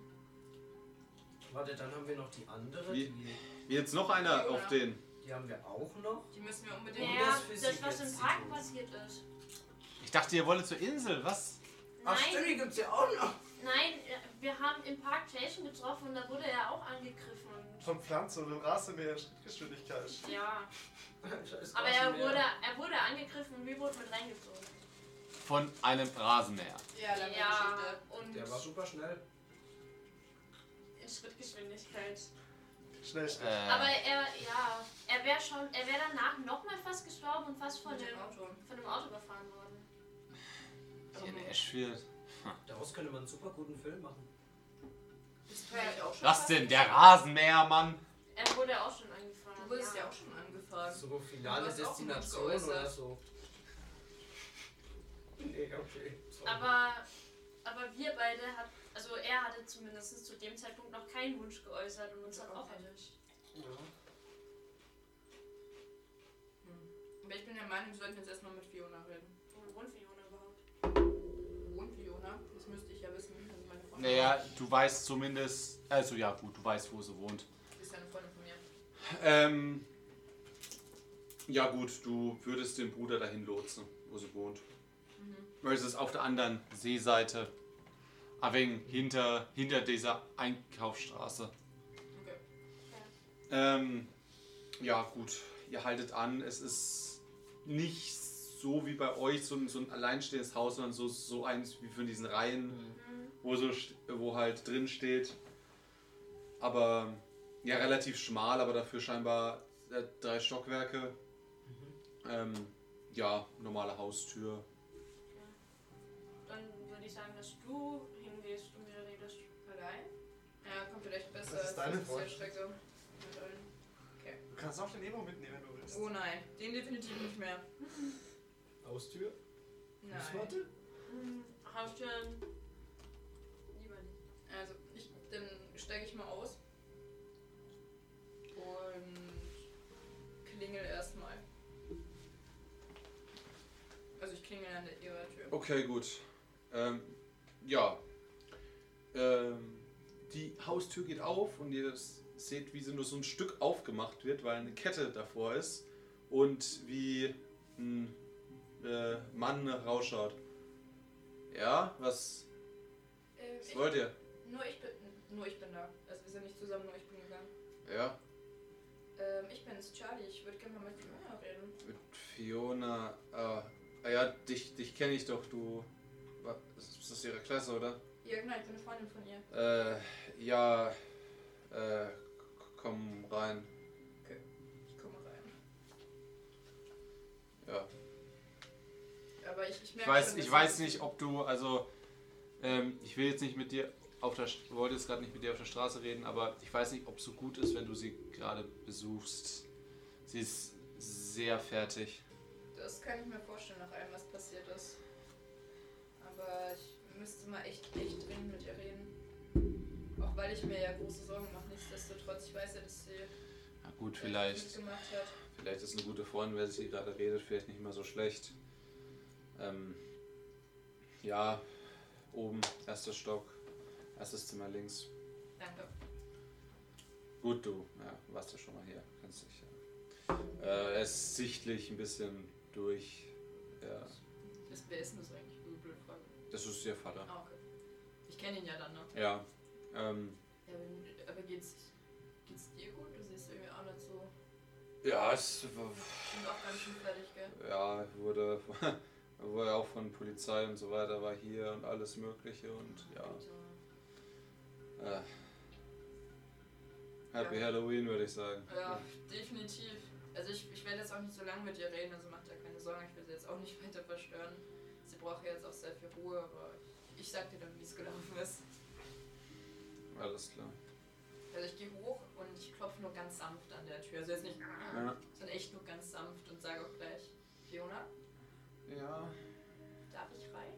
S1: Warte, dann haben wir noch die andere,
S2: Wie-
S1: die,
S2: Wie jetzt noch einer auf den.
S1: die haben wir auch noch.
S4: Die müssen wir unbedingt.
S1: Und
S6: Ja,
S1: das Physik
S6: das, was
S1: jetzt
S6: im
S1: zu
S6: Park
S1: tun.
S6: passiert ist.
S13: Ich dachte, ihr wolltet zur Insel, was?
S1: Ach,
S6: Nein.
S1: stimmt, die gibt's ja auch noch. *laughs*
S6: Nein, äh, wir haben im Park Jason getroffen und da wurde er auch angegriffen. Und
S5: Von Pflanzen und im Rasenmäher in Schrittgeschwindigkeit.
S6: ja,
S1: Scheiß
S6: aber er
S1: Rasenmäher.
S6: wurde, er wurde angegriffen und wir wurden mit reingezogen.
S13: Von einem Rasenmäher.
S4: Ja, lange
S6: Ja,
S4: Geschichte.
S1: Der war
S6: und
S1: super schnell.
S6: in Schrittgeschwindigkeit.
S5: Schnell,
S13: Äh,
S5: schnell.
S6: Aber er, ja, er wäre schon, er wäre danach nochmal fast gestorben und fast von
S4: Mit dem
S6: dem,
S4: Auto.
S6: von dem Auto überfahren worden.
S13: hier in Ashfield.
S1: Daraus könnte man einen super guten Film machen.
S4: Bist du ja auch schon
S13: Was
S4: mal-
S13: denn? Der Rasenmäher, Mann?
S6: Er wurde auch schon angefahren.
S4: Du wurdest ja auch schon angefragt.
S1: So finale
S4: Du hast auch einen Wunsch
S1: Destination oder
S4: geäußert.
S1: so. Nee, okay. sorry.
S6: Aber, aber wir beide hat, also er hatte zumindest zu dem Zeitpunkt noch keinen Wunsch geäußert und uns hat auch erwischt.
S4: Aber ich bin der Meinung, wir sollten jetzt erstmal mit Fiona reden.
S6: Hm. Wo wohnt Fiona überhaupt?
S4: Und Fiona? Das müsste ich ja wissen. Das ist meine Freundin.
S13: Naja, du weißt zumindest. Also ja, gut, du weißt, wo sie wohnt.
S4: Das ist ja eine Freundin von mir.
S2: Ähm, ja gut, du würdest den Bruder dahin lotsen, wo sie wohnt. Mhm. Es ist auf der anderen Seeseite. Ein wenig hinter, hinter dieser Einkaufsstraße.
S4: Okay.
S2: Ähm, ja gut, ihr haltet an. Es ist nicht so wie bei euch so ein, so ein alleinstehendes Haus, sondern so, so eins wie von diesen Reihen, wo, so, st- wo halt drin steht. Aber ja, relativ schmal, aber dafür scheinbar äh, drei Stockwerke. Ähm, ja, normale Haustür.
S6: Dann würde ich sagen, dass du hingehst und mir redest.
S4: Allein? Ja, kommt vielleicht besser.
S5: Das ist deine
S4: als
S5: Freundin.
S4: der Strecke. Mit allen.
S5: Du kannst auch den Emo mitnehmen, wenn du willst.
S4: Oh nein, den definitiv nicht mehr.
S1: Haustür?
S4: Nein.
S1: Fußmatte?
S6: Hm, Haustüren. Lieber nicht.
S4: Also, ich, dann steige ich mal aus. Und klingel erstmal. Also, ich klingel an der- ihrer Tür.
S2: Okay, gut. Ähm, ja. Ähm, die Haustür geht auf und ihr s- seht, wie sie nur so ein Stück aufgemacht wird, weil eine Kette davor ist und wie ein äh, Mann rausschaut. Ja, was,
S4: Ähm,
S2: was
S4: ich,
S2: wollt ihr?
S4: nur, ich bin, nur ich bin da. Also, wir sind nicht zusammen, nur ich bin gegangen.
S2: Ja,
S4: Ähm, ich bin's, Charlie. Ich würde gerne mal mit Fiona reden.
S2: mit Fiona. ah, ah ja, dich, dich kenne ich doch, du. wa- Ist das ihre Klasse, oder?
S4: Ja, genau, ich bin eine Freundin von ihr.
S2: Äh, ja, äh, komm rein.
S4: Ich komme rein.
S2: Ja.
S4: Aber ich, ich
S2: Ich
S4: merke
S2: weiß,
S4: schon,
S2: ich
S4: dass-
S2: weiß nicht, ob du, also, ähm, ich will jetzt nicht mit dir auf der, St- wollte jetzt gerade nicht mit dir auf der Straße reden, aber ich weiß nicht, ob es so gut ist, wenn du sie gerade besuchst. Sie ist sehr fertig.
S4: Das kann ich mir vorstellen, nach allem, was passiert ist. Aber ich müsste mal echt, echt dringend mit ihr reden. Auch weil ich mir ja große Sorgen mache. Nichtsdestotrotz, ich weiß ja, dass sie echt
S2: Na gut,
S4: gut
S2: vielleicht,
S4: gemacht hat.
S2: vielleicht ist eine gute Freundin, wenn sie gerade redet, vielleicht nicht mehr so schlecht. Ähm, ja, oben, erster Stock, erstes Zimmer links.
S4: Danke.
S2: Gut, du ja, warst ja schon mal hier, kannst dich. Ja. Äh, er ist sichtlich ein bisschen durch. Ja,
S4: Das, wer ist denn das eigentlich? Gute blöde Frage.
S2: das ist ihr Vater.
S4: Ah, okay. Ich kenne ihn ja dann, ne?
S2: Ja. Ähm,
S4: Ja, wenn- aber geht's, geht's dir gut? Du siehst irgendwie auch nicht so.
S2: ja, es war-
S4: Und auch ganz schön fertig, gell?
S2: ja, wurde, *laughs* wurde auch von Polizei und so weiter, war hier und alles Mögliche und ja. Äh, Happy
S4: Ja.
S2: Halloween, würde ich sagen.
S4: Ja, definitiv. Also ich, ich werde jetzt auch nicht so lange mit ihr reden, also macht dir keine Sorgen, ich will sie jetzt auch nicht *laughs* weiter verstören. Sie braucht ja jetzt auch sehr viel Ruhe, aber ich sag dir dann, wie es gelaufen ist.
S2: Alles klar.
S4: Also ich gehe hoch und ich klopfe nur ganz sanft an der Tür. Also jetzt nicht,
S2: Ja.
S4: sondern echt nur ganz sanft und sage auch gleich, Fiona,
S2: ja.
S4: darf ich rein?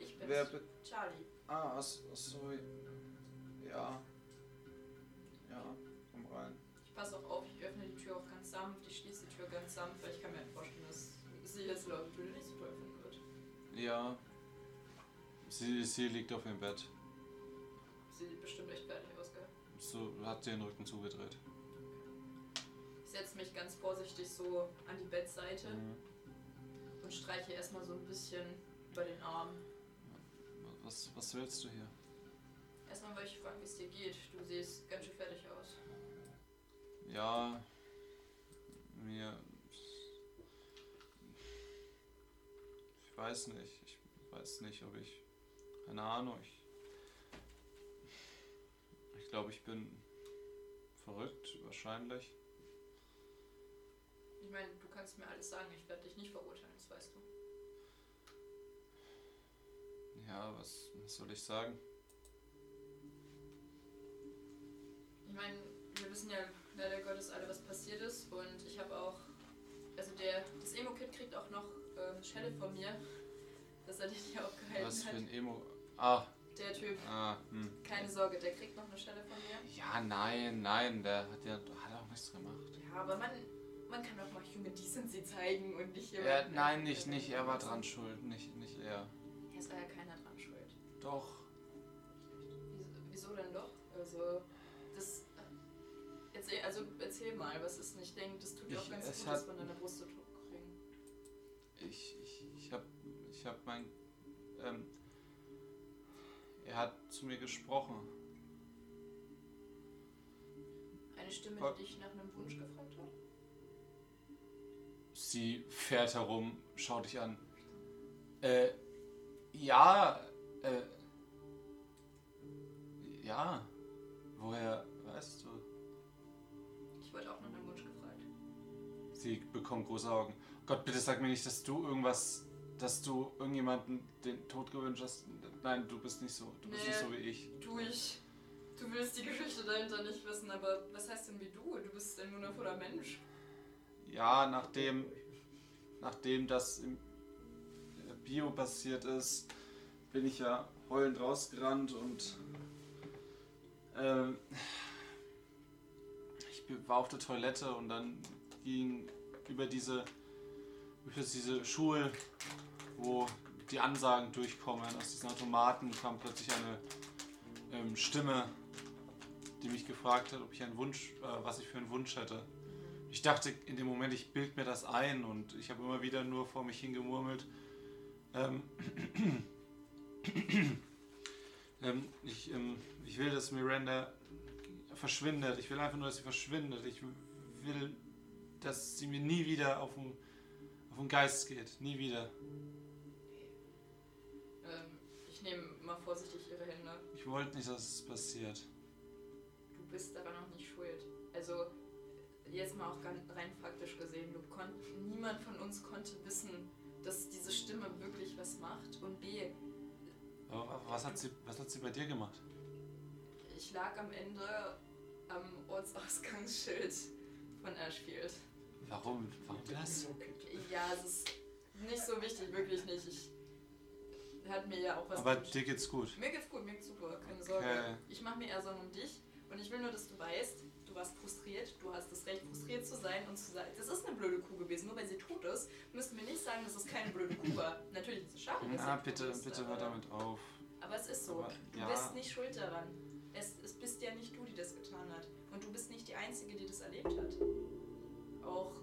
S4: Ich bin's,
S2: Wer be-
S4: Charlie.
S2: Ah, ach- ach so. Ja. Ja, komm rein.
S4: Ich passe auch auf, ich öffne die Tür auch ganz sanft, ich schließe die Tür ganz sanft, weil ich kann mir nicht vorstellen, dass sie jetzt Leute nicht so toll finden wird.
S2: Ja. Sie, sie liegt auf ihrem Bett.
S4: Sie sieht bestimmt echt fertig aus, gell?
S2: So hat sie den Rücken zugedreht.
S4: Ich setze mich ganz vorsichtig so an die Bettseite
S2: Mhm.
S4: und streiche erstmal so ein bisschen über den Arm.
S2: Was, was willst du hier?
S4: Erstmal wollte ich fragen, wie es dir geht. Du siehst ganz schön fertig aus.
S2: Ja. Mir. Ich weiß nicht. Ich weiß nicht, ob ich. Keine Ahnung. Ich, ich glaube, ich bin verrückt, wahrscheinlich.
S4: Ich meine, du kannst mir alles sagen, ich werde dich nicht verurteilen, das weißt du.
S2: Ja, was, was soll ich sagen?
S4: Ich meine, wir wissen ja leider Gottes alle, was passiert ist und ich habe auch, also der, das Emo-Kid kriegt auch noch ähm, Schelle von mir, dass er dich hier aufgehalten
S2: Was für
S4: hat.
S2: ein Emo. Ah,
S4: Der Typ,
S2: ah, hm.
S4: keine Sorge, der kriegt noch eine Schelle von mir.
S2: Ja, nein, nein, der hat ja hat auch nichts gemacht.
S4: Ja, aber man, man kann doch mal Human Decency zeigen und nicht
S2: Er,
S4: jemanden-
S2: nein, nicht, nicht, er war dran schuld, nicht, nicht er.
S4: Ja, es war ja keiner dran schuld.
S2: Doch.
S4: Wieso, wieso denn doch? Also, das. Erzähl, also erzähl mal, was ist denn? Ich denke, das tut dir auch
S2: Ich-
S4: ganz
S2: es
S4: gut,
S2: hat-
S4: das von deiner Brust zu kriegen.
S2: Ich, ich, ich hab, ich hab mein, ähm, er hat zu mir gesprochen.
S4: Eine Stimme,
S2: Fuck.
S4: die dich nach einem Wunsch gefragt hat?
S2: Sie fährt herum, schaut dich an. Äh, ja, äh, ja, woher weißt du?
S4: Ich wurde auch nach einem Wunsch gefragt.
S2: Sie bekommt große Augen. Gott, bitte sag mir nicht, dass du irgendwas, dass du irgendjemanden den Tod gewünscht hast. Nein, du bist nicht so, du bist
S4: Nee.
S2: nicht so wie ich.
S4: Du, ich. Du willst die Geschichte dahinter nicht wissen, aber was heißt denn wie du? Du bist ein wundervoller Mensch.
S2: Ja, nachdem, nachdem das im äh, Bio passiert ist, bin ich ja heulend rausgerannt und ähm, ich be- war auf der Toilette und dann ging über diese über diese Schuhe, wo die Ansagen durchkommen aus diesen Automaten, kam plötzlich eine ähm, Stimme, die mich gefragt hat, ob ich einen Wunsch, äh, was ich für einen Wunsch hätte. Ich dachte in dem Moment, ich bild mir das ein und ich habe immer wieder nur vor mich hingemurmelt. Ähm, *clears throat* ähm, ich, ähm, ich will, dass Miranda verschwindet. Ich will einfach nur, dass sie verschwindet. Ich will, dass sie mir nie wieder auf den, auf den Geist geht. Nie wieder.
S4: Ähm, ich nehme mal vorsichtig ihre Hände.
S2: Ich wollte nicht, dass es passiert.
S4: Du bist daran auch nicht schuld. Also, jetzt mal auch ganz rein faktisch gesehen, du kon niemand von uns konnte wissen, dass diese Stimme wirklich was macht. Und B,
S2: Aber was hat sie, was hat sie bei dir gemacht?
S4: ich lag am Ende am Ortsausgangsschild von Ashfield.
S2: Warum? Warum das?
S4: Ja, es ist nicht so wichtig, wirklich nicht. Ich hat mir ja auch was
S2: Aber
S4: gut.
S2: dir geht's gut.
S4: Mir geht's gut, mir geht's super, keine Sorge. Ich mache mir eher Sorgen um dich und ich will nur, dass du weißt, du warst frustriert, du hast das Recht, frustriert zu sein und zu sagen, das ist eine blöde Kuh gewesen. Nur weil sie tot ist, müssen wir nicht sagen, dass es keine blöde Kuh war. Natürlich ist es schade, dass
S2: Na,
S4: sie tot
S2: Ah, bitte,
S4: ist,
S2: bitte hör
S4: aber-
S2: damit auf.
S4: Aber es ist so.
S2: Aber,
S4: du
S2: ja.
S4: bist nicht schuld daran. Es, es bist ja nicht du, die das getan hat. Und du bist nicht die Einzige, die das erlebt hat. Auch.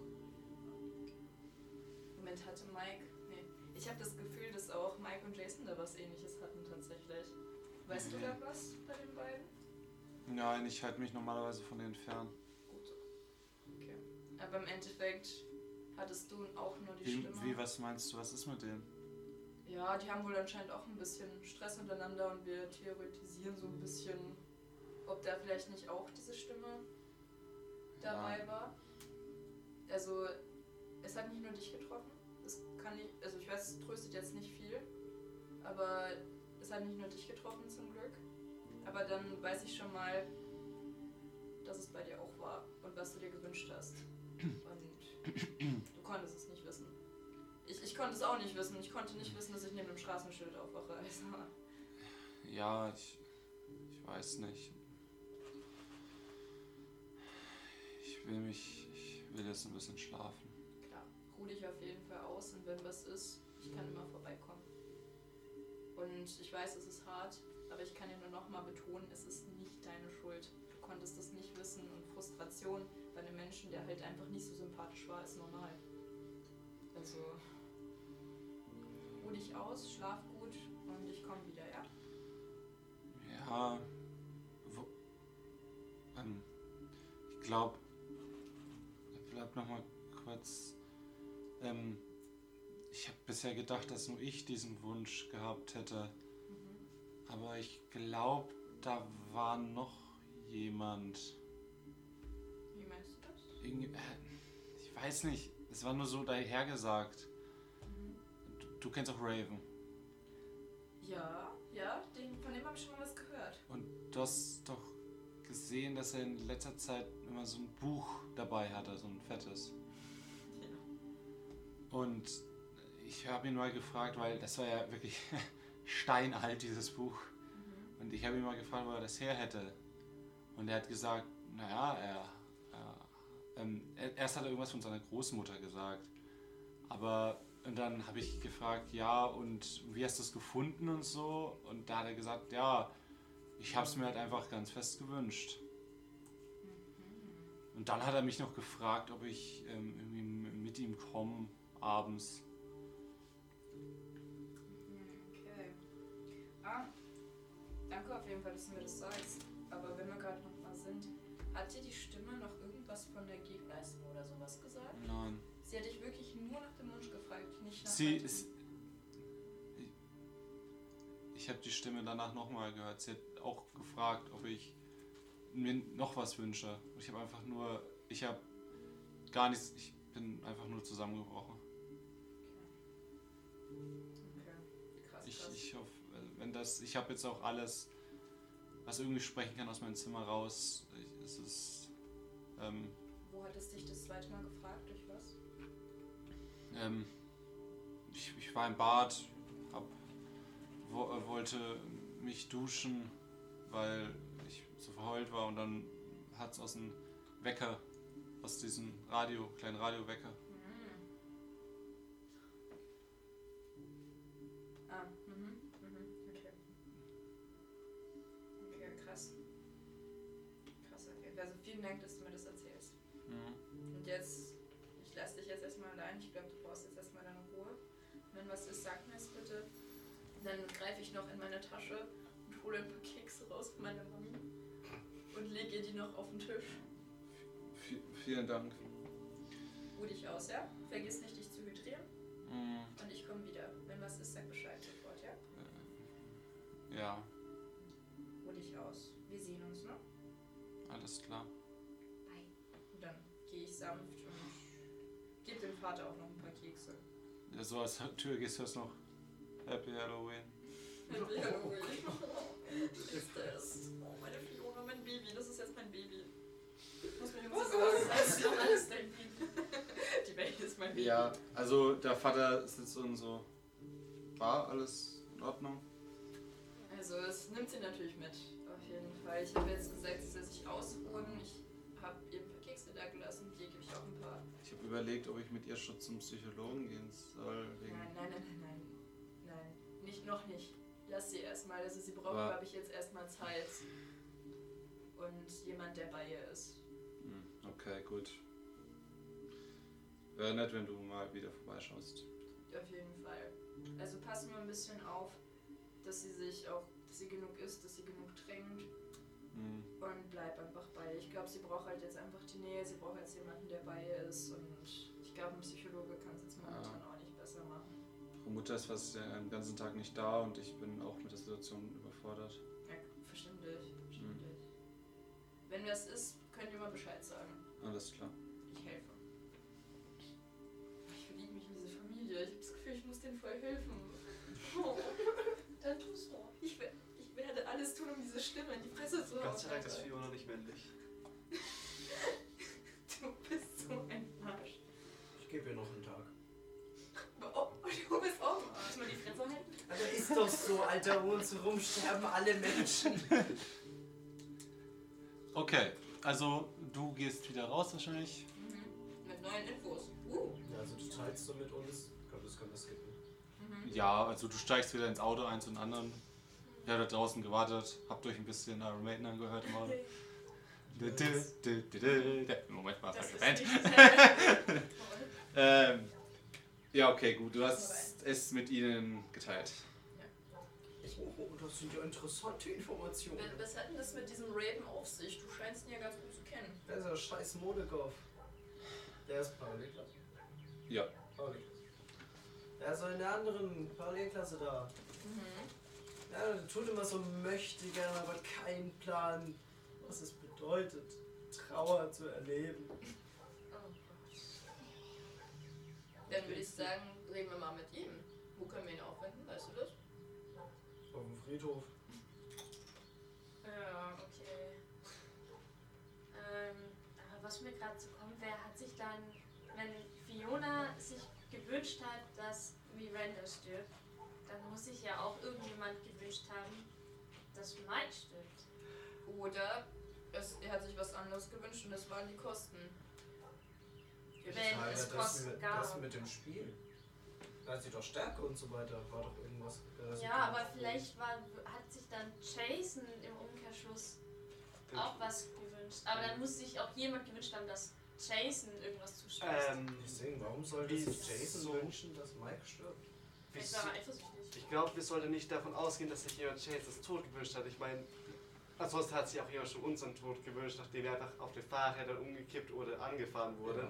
S4: Moment, hatte Mike. Nee. Ich habe das Gefühl, dass auch Mike und Jason da was ähnliches hatten tatsächlich. Weißt du
S2: Nee.
S4: da was bei den beiden?
S2: Nein, ich halte mich normalerweise von denen fern.
S4: Gut. Okay. Aber im Endeffekt hattest du auch nur die
S2: Wie,
S4: Stimme.
S2: wie, was meinst du, was ist mit denen?
S4: Ja, die haben wohl anscheinend auch ein bisschen Stress untereinander und wir theoretisieren so ein bisschen, ob da vielleicht nicht auch diese Stimme dabei
S2: Ja.
S4: war. Also, es hat nicht nur dich getroffen. Es kann nicht, also ich weiß, es tröstet jetzt nicht viel, aber es hat nicht nur dich getroffen zum Glück. Aber dann weiß ich schon mal, dass es bei dir auch war und was du dir gewünscht hast. Und du konntest es nicht wissen. Ich, ich konnte es auch nicht wissen. Ich konnte nicht wissen, dass ich neben dem Straßenschild aufwache. Also,
S2: Ja, ich, ich weiß nicht. Ich will mich, ich will jetzt ein bisschen schlafen.
S4: klar, ruh dich auf jeden Fall aus und wenn was ist, ich kann immer vorbeikommen. Und ich weiß, es ist hart, aber ich kann dir nur nochmal betonen, es ist nicht deine Schuld. Du konntest es nicht wissen und Frustration bei einem Menschen, der halt einfach nicht so sympathisch war, ist normal. Also, ruh dich aus, schlaf gut und ich komme wieder, ja?
S2: Ja, wo, ähm, ich glaube, bleib noch mal kurz. Ähm, ich habe bisher gedacht, dass nur ich diesen Wunsch gehabt hätte, aber ich glaube, da war noch jemand.
S4: Wie meinst du das?
S2: Irgendwie, äh, ich weiß nicht. Es war nur so dahergesagt. Du, du kennst auch Raven.
S4: Ja, ja, den, von dem habe ich schon mal was gehört.
S2: Und du hast doch gesehen, dass er in letzter Zeit immer so ein Buch dabei hatte, so ein fettes. Und ich habe ihn mal gefragt, weil das war ja wirklich *laughs* steinalt, dieses Buch. Und ich habe ihn mal gefragt, wo er das her hätte. Und er hat gesagt, naja, er, er, ähm, er- erst hat er irgendwas von seiner Großmutter gesagt. Aber und dann habe ich gefragt, ja, und wie hast du es gefunden und so? Und da hat er gesagt, ja, ich habe es mir halt einfach ganz fest gewünscht. Und dann hat er mich noch gefragt, ob ich ähm, irgendwie m- mit ihm komme abends.
S4: Okay. Ah, danke auf jeden Fall, dass du mir das sagst. Aber wenn wir gerade nochmal sind, hat dir die Stimme noch irgendwas von der Gegleistung oder sowas gesagt?
S2: Nein.
S4: Sie hat dich wirklich nur nach dem Wunsch gefragt, nicht nach
S2: Sie
S4: weiteren-
S2: ist. Ich habe die Stimme danach nochmal gehört. Sie hat auch gefragt, ob ich mir noch was wünsche. Und ich habe einfach nur. Ich habe gar nichts. Ich bin einfach nur zusammengebrochen.
S4: Okay. Krass,
S2: Ich,
S4: krass.
S2: ich hoffe, also wenn das. Ich habe jetzt auch alles, was irgendwie sprechen kann, aus meinem Zimmer raus. Ich, es ist. Ähm,
S4: Wo hat es dich das zweite Mal gefragt? Durch was?
S2: Ähm, ich, ich war im Bad, hab, wo, äh, wollte mich duschen, weil ich so verheult war und dann hat es aus dem Wecker, aus diesem Radio, kleinen Radiowecker.
S4: Ah, mhm, mhm, okay. Okay, krass. Krass, okay. Also vielen Dank, dass du mir das erzählst. Und jetzt, ich lasse dich jetzt erstmal allein. Ich glaube, du brauchst jetzt erstmal deine Ruhe. Wenn was ist, sag mir es bitte. Dann greife ich noch in meine Tasche und hole ein paar Kekse raus von meiner Mami und lege ihr die noch auf den Tisch.
S2: vielen Dank.
S4: Ruh dich aus, ja? Vergiss nicht, dich zu hydrieren. Und ich komme wieder. Wenn was ist, sag Bescheid sofort, ja?
S2: Ja,
S4: Ruh dich aus. Wir sehen uns, ne?
S2: alles klar.
S4: Und dann gehe sanft und gibt dem Vater auch noch ein paar Kekse.
S11: Ja, so als Tür gehst du jetzt noch. Happy Halloween.
S4: Happy Halloween. Was *laughs* ist das? Oh, meine Fiona, mein Baby, das ist jetzt mein Baby. Ich muss mir irgendwas das ist alles dein Baby. Die Welt ist mein Baby.
S2: Ja, also der Vater sitzt und so. War alles in Ordnung?
S4: Also es nimmt sie natürlich mit, auf jeden Fall. Ich habe jetzt gesagt, sie soll sich ausruhen. Ich habe ihr ein paar Kekse da gelassen, dir gebe ich auch ein paar.
S2: Ich habe überlegt, ob ich mit ihr schon zum Psychologen gehen soll. Wegen
S4: Nein, nein, nein, nein, nein. Nein, nicht, noch nicht. Lass sie erstmal. Also sie braucht,
S2: Aber-
S4: glaube ich, jetzt erstmal Zeit. Und jemand, der bei ihr ist.
S2: Hm, Okay, gut. Wäre nett, wenn du mal wieder vorbeischaust.
S4: Auf jeden Fall. Also passen wir ein bisschen auf, dass sie sich auch, dass sie genug isst, dass sie genug trinkt
S2: Hm.
S4: und bleib einfach bei ihr. Ich glaube, sie braucht halt jetzt einfach die Nähe, sie braucht jetzt jemanden, der bei ihr ist und ich glaube, ein Psychologe kann es jetzt momentan auch nicht besser machen.
S2: Ihre Mutter ist fast den ganzen Tag nicht da und ich bin auch mit der Situation überfordert.
S4: Ja, verständlich, verständlich. Wenn das ist, könnt ihr mal Bescheid sagen.
S2: Alles klar.
S4: Ich helfe. Ich verliebe mich in diese Familie. Ich habe das Gefühl, ich muss denen voll *laughs* helfen. Oh.
S6: Dann tu's doch.
S4: Ich, we- ich werde alles tun, um diese Stimme in die Fresse zu hauen.
S5: Gott sei Dank ist Fiona nicht männlich.
S4: Du bist so ein Arsch.
S1: Ich gebe ihr noch einen Tag.
S4: Oh, du bist auch ein Arsch. Mal die Fresse halten.
S1: Also ist doch so, Alter, um uns herum sterben alle Menschen.
S11: Okay, also du gehst wieder raus wahrscheinlich.
S4: Mit neuen Infos. Uh.
S1: Also du teilst so mit uns. Ich glaube, das können wir skippen.
S11: Ja, also du steigst wieder ins Auto ein zu den anderen. Ihr habt da draußen gewartet, habt euch ein bisschen Iron Maiden angehört mal. Moment mal, falsche Band.
S5: *laughs*
S2: Ähm, ja, okay, gut. Du hast es mit ihnen geteilt.
S1: Oh, das sind ja interessante Informationen.
S4: Was hat denn das mit diesem Raven auf sich? Du scheinst ihn ja ganz gut zu kennen.
S1: Wer ist der scheiß Modekov? Der ist Parallelklasse.
S2: Ja.
S1: Parallelklasse. Er ist doch in der anderen Parallelklasse da.
S3: Mhm.
S1: Ja, der tut immer so möchte gerne, aber keinen Plan, was es bedeutet, Trauer zu erleben.
S4: Dann würde ich sagen, reden wir mal mit ihm. Wo können wir ihn aufwenden? Weißt du das?
S1: Auf dem Friedhof.
S4: Ja.
S3: Okay. Ähm, aber was mir gerade so kommt, wer hat sich dann, wenn Fiona sich gewünscht hat, dass Miranda stirbt, dann muss sich ja auch irgendjemand gewünscht haben, dass Mike stirbt.
S4: Oder es, er hat sich was anderes gewünscht und das waren die Kosten.
S3: Wenn
S1: Alter,
S3: es
S1: das,
S3: Kosten
S1: mit,
S3: gab.
S1: das mit dem Spiel. Da hat sie doch Stärke und so weiter. War doch irgendwas. äh, so
S3: Ja, aber vielleicht war, hat sich dann Jason im Umkehrschluss auch was gewünscht. Aber dann muss sich auch jemand gewünscht haben, dass Jason irgendwas zustößt.
S1: Äh,
S5: Ähm,
S1: Deswegen, warum sollte sich Jason
S5: Wieso?
S1: wünschen, dass Mike stirbt?
S3: Vielleicht war er eifersüchtig.
S5: ich glaube, wir sollten nicht davon ausgehen, dass sich jemand Chases Tod gewünscht hat. Ich meine, ansonsten hat sich auch jemand schon unseren Tod gewünscht, nachdem wir einfach auf den Fahrrädern umgekippt oder angefahren wurden.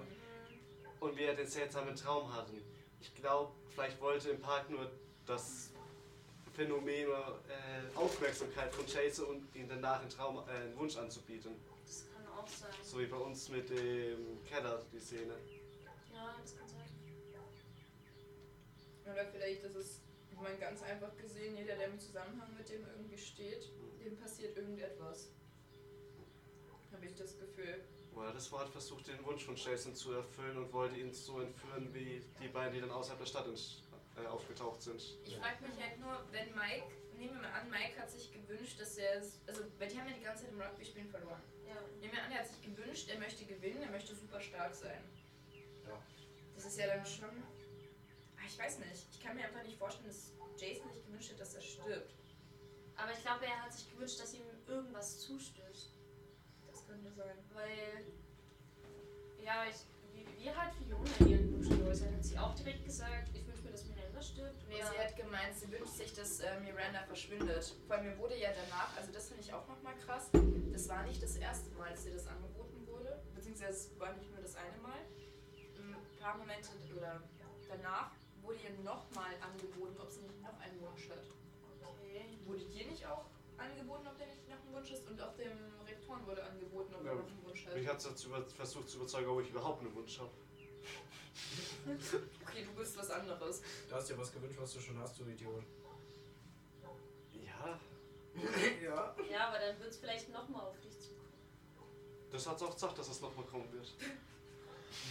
S5: Und wir den seltsamen Traum hatten. Ich glaube, vielleicht wollte im Park nur das Phänomen äh, Aufmerksamkeit von Chase und ihm danach einen, Traum, äh, einen Wunsch anzubieten.
S3: Das kann auch sein.
S5: So wie bei uns mit dem Keller, die Szene.
S3: Ja, das kann sein.
S4: Oder vielleicht ist es, ich meine, ganz einfach gesehen, jeder, der im Zusammenhang mit dem irgendwie steht, dem passiert irgendetwas. Habe ich das Gefühl.
S5: Oder das Wort versucht, den Wunsch von Jason zu erfüllen und wollte ihn so entführen wie die beiden, die dann außerhalb der Stadt ents- äh, aufgetaucht sind.
S4: Ich frage mich halt nur, wenn Mike, nehmen wir mal an, Mike hat sich gewünscht, dass er, es- also, weil die haben ja die ganze Zeit im Rugby-Spielen verloren.
S3: Ja.
S4: Nehmen wir an, er hat sich gewünscht, er möchte gewinnen, er möchte super stark sein.
S1: Ja.
S4: Das ist ja dann schon, Ah, ich weiß nicht, ich kann mir einfach nicht vorstellen, dass Jason sich gewünscht hat, dass er stirbt.
S3: Aber ich glaube, er hat sich gewünscht, dass ihm irgendwas zustößt.
S4: Das könnte sein.
S3: Weil, ja, ich, wie, wie hat Fiona ihren Wunsch geäußert? Hat sie auch direkt gesagt, ich wünsche mir, dass Miranda stirbt?
S4: Und Sie hat gemeint, sie wünscht sich, dass äh, Miranda verschwindet. Vor allem mir wurde ja danach, also das finde ich auch nochmal krass, das war nicht das erste Mal, dass ihr das angeboten wurde, beziehungsweise es war nicht nur das eine Mal. Ein paar Momente oder danach wurde ihr nochmal angeboten, ob sie nicht noch einen Wunsch hat.
S3: Okay.
S4: Wurde dir nicht auch angeboten, ob der nicht noch einen Wunsch ist? Und auf dem Rektor Korn wurde angeboten, ob
S5: Ja.
S4: man noch einen Wunsch hat.
S5: Mich hat es versucht zu überzeugen, ob ich überhaupt einen Wunsch habe.
S4: Okay, du willst was anderes.
S1: Du hast dir was gewünscht, was du schon hast, du Idiot.
S5: Ja,
S1: ja.
S6: Ja, aber dann wird es vielleicht nochmal auf dich zukommen.
S5: das hat's auch gesagt, dass es nochmal kommen wird.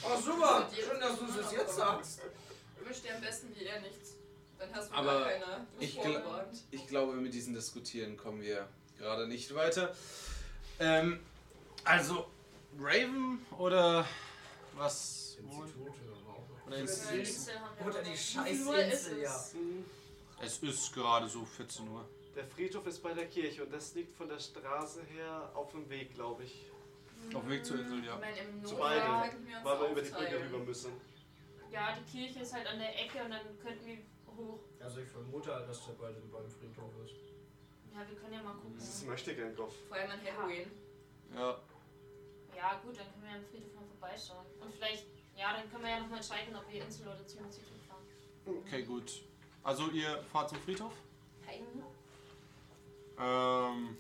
S1: Oh, super! Schön, dass du es jetzt jetzt sagst.
S4: Wünsch dir am besten wie er nichts. Dann hast du
S2: Aber
S4: gar keine. Du bist
S2: ich gl-
S4: vorgewarnt.
S2: Ich glaube, mit diesem Diskutieren kommen wir gerade nicht weiter. Ähm, also, Raven oder was?
S1: Institut.
S2: Oder
S6: Über die
S2: Inst-
S6: Insel haben wir
S1: Oder
S6: noch-
S1: die
S6: Wie viel Uhr ist
S1: Scheißinsel,
S6: es?
S1: ja.
S2: Es ist gerade so 14 Uhr.
S5: Der Friedhof ist bei der Kirche und das liegt von der Straße her auf dem Weg, glaube ich.
S2: Auf dem Weg zur Insel,
S4: Ich
S2: ja.
S4: meine, im
S5: Zu
S4: Notfall
S5: beiden.
S4: könnten wir uns
S5: Weil wir über die
S4: aufteilen.
S5: Brücke rüber müssen.
S6: Ja, die Kirche ist halt an der Ecke und dann könnten wir hoch.
S1: Also ich vermute, halt, dass der bei dem beim Friedhof ist.
S6: Ja, wir können ja mal gucken.
S5: Das möchte gern Kopf.
S4: Vor allem an Halloween.
S2: Ja,
S6: Ja, gut, dann können wir am Friedhof mal vorbeischauen. Und vielleicht, ja, dann können wir ja nochmal entscheiden, ob wir Insel oder zum Institut fahren.
S2: okay, gut. Also, ihr fahrt zum Friedhof?
S6: Nein.
S2: Ähm.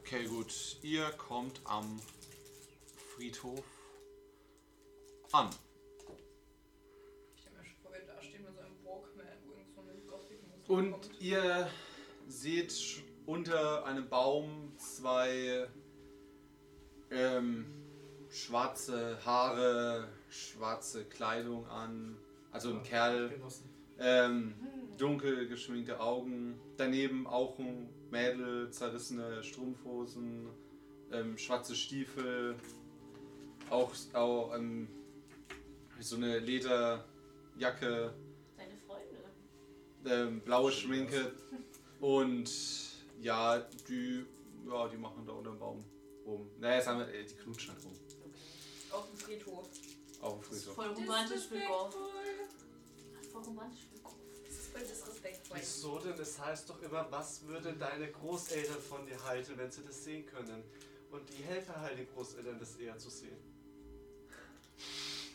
S2: Okay, gut. Ihr kommt am Friedhof an.
S4: Ich habe mir schon vorher dastehen mit so einem Walkman, wo irgend so eine gothic Musik
S2: Und
S4: kommt.
S2: ihr seht sch- unter einem Baum zwei ähm, schwarze Haare, schwarze Kleidung an. Also ein Kerl,
S1: Genossen.
S2: ähm, dunkel geschminkte Augen. Daneben auch ein Mädel, zerrissene Strumpfhosen, ähm, schwarze Stiefel. Auch, auch ähm, so eine Lederjacke
S6: Deine Freunde.
S2: ähm, blaue Schminke *laughs* und ja, die, ja, die machen da unter dem Baum rum. Naja, sagen wir, äh, die knutschen halt rum.
S4: Auf dem Friedhof.
S2: Auf dem
S6: Das ist
S2: Friedhof.
S6: voll romantisch für Golf.
S4: Disrespectful.
S6: Voll romantisch für Golf.
S4: Das ist voll disrespektvoll.
S5: Wieso denn? Das heißt doch immer, was würden deine Großeltern von dir halten, wenn sie das sehen können? Und die helfen halt den Großeltern, das eher zu sehen.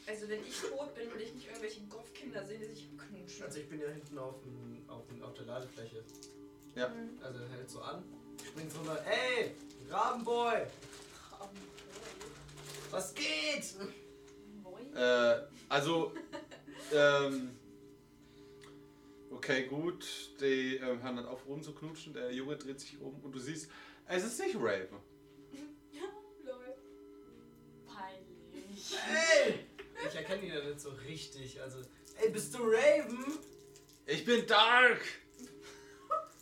S4: Also wenn ich tot bin, will ich nicht irgendwelche Goff-Kinder sehen, die sich abknutschen.
S1: Also ich bin ja hinten auf, dem, auf, dem, auf der Ladefläche.
S2: Ja.
S1: Also er hält so an, springt runter. Ey, Rabenboy, was geht?
S2: Äh, also, ähm, okay, gut, die ähm, hören dann auf rumzuknutschen, der Junge dreht sich um und du siehst, es ist nicht Raven.
S4: Lol.
S6: Peinlich.
S1: Ey! Ich erkenne ihn ja nicht so richtig. Also, ey, bist du Raven?
S2: Ich bin Dark!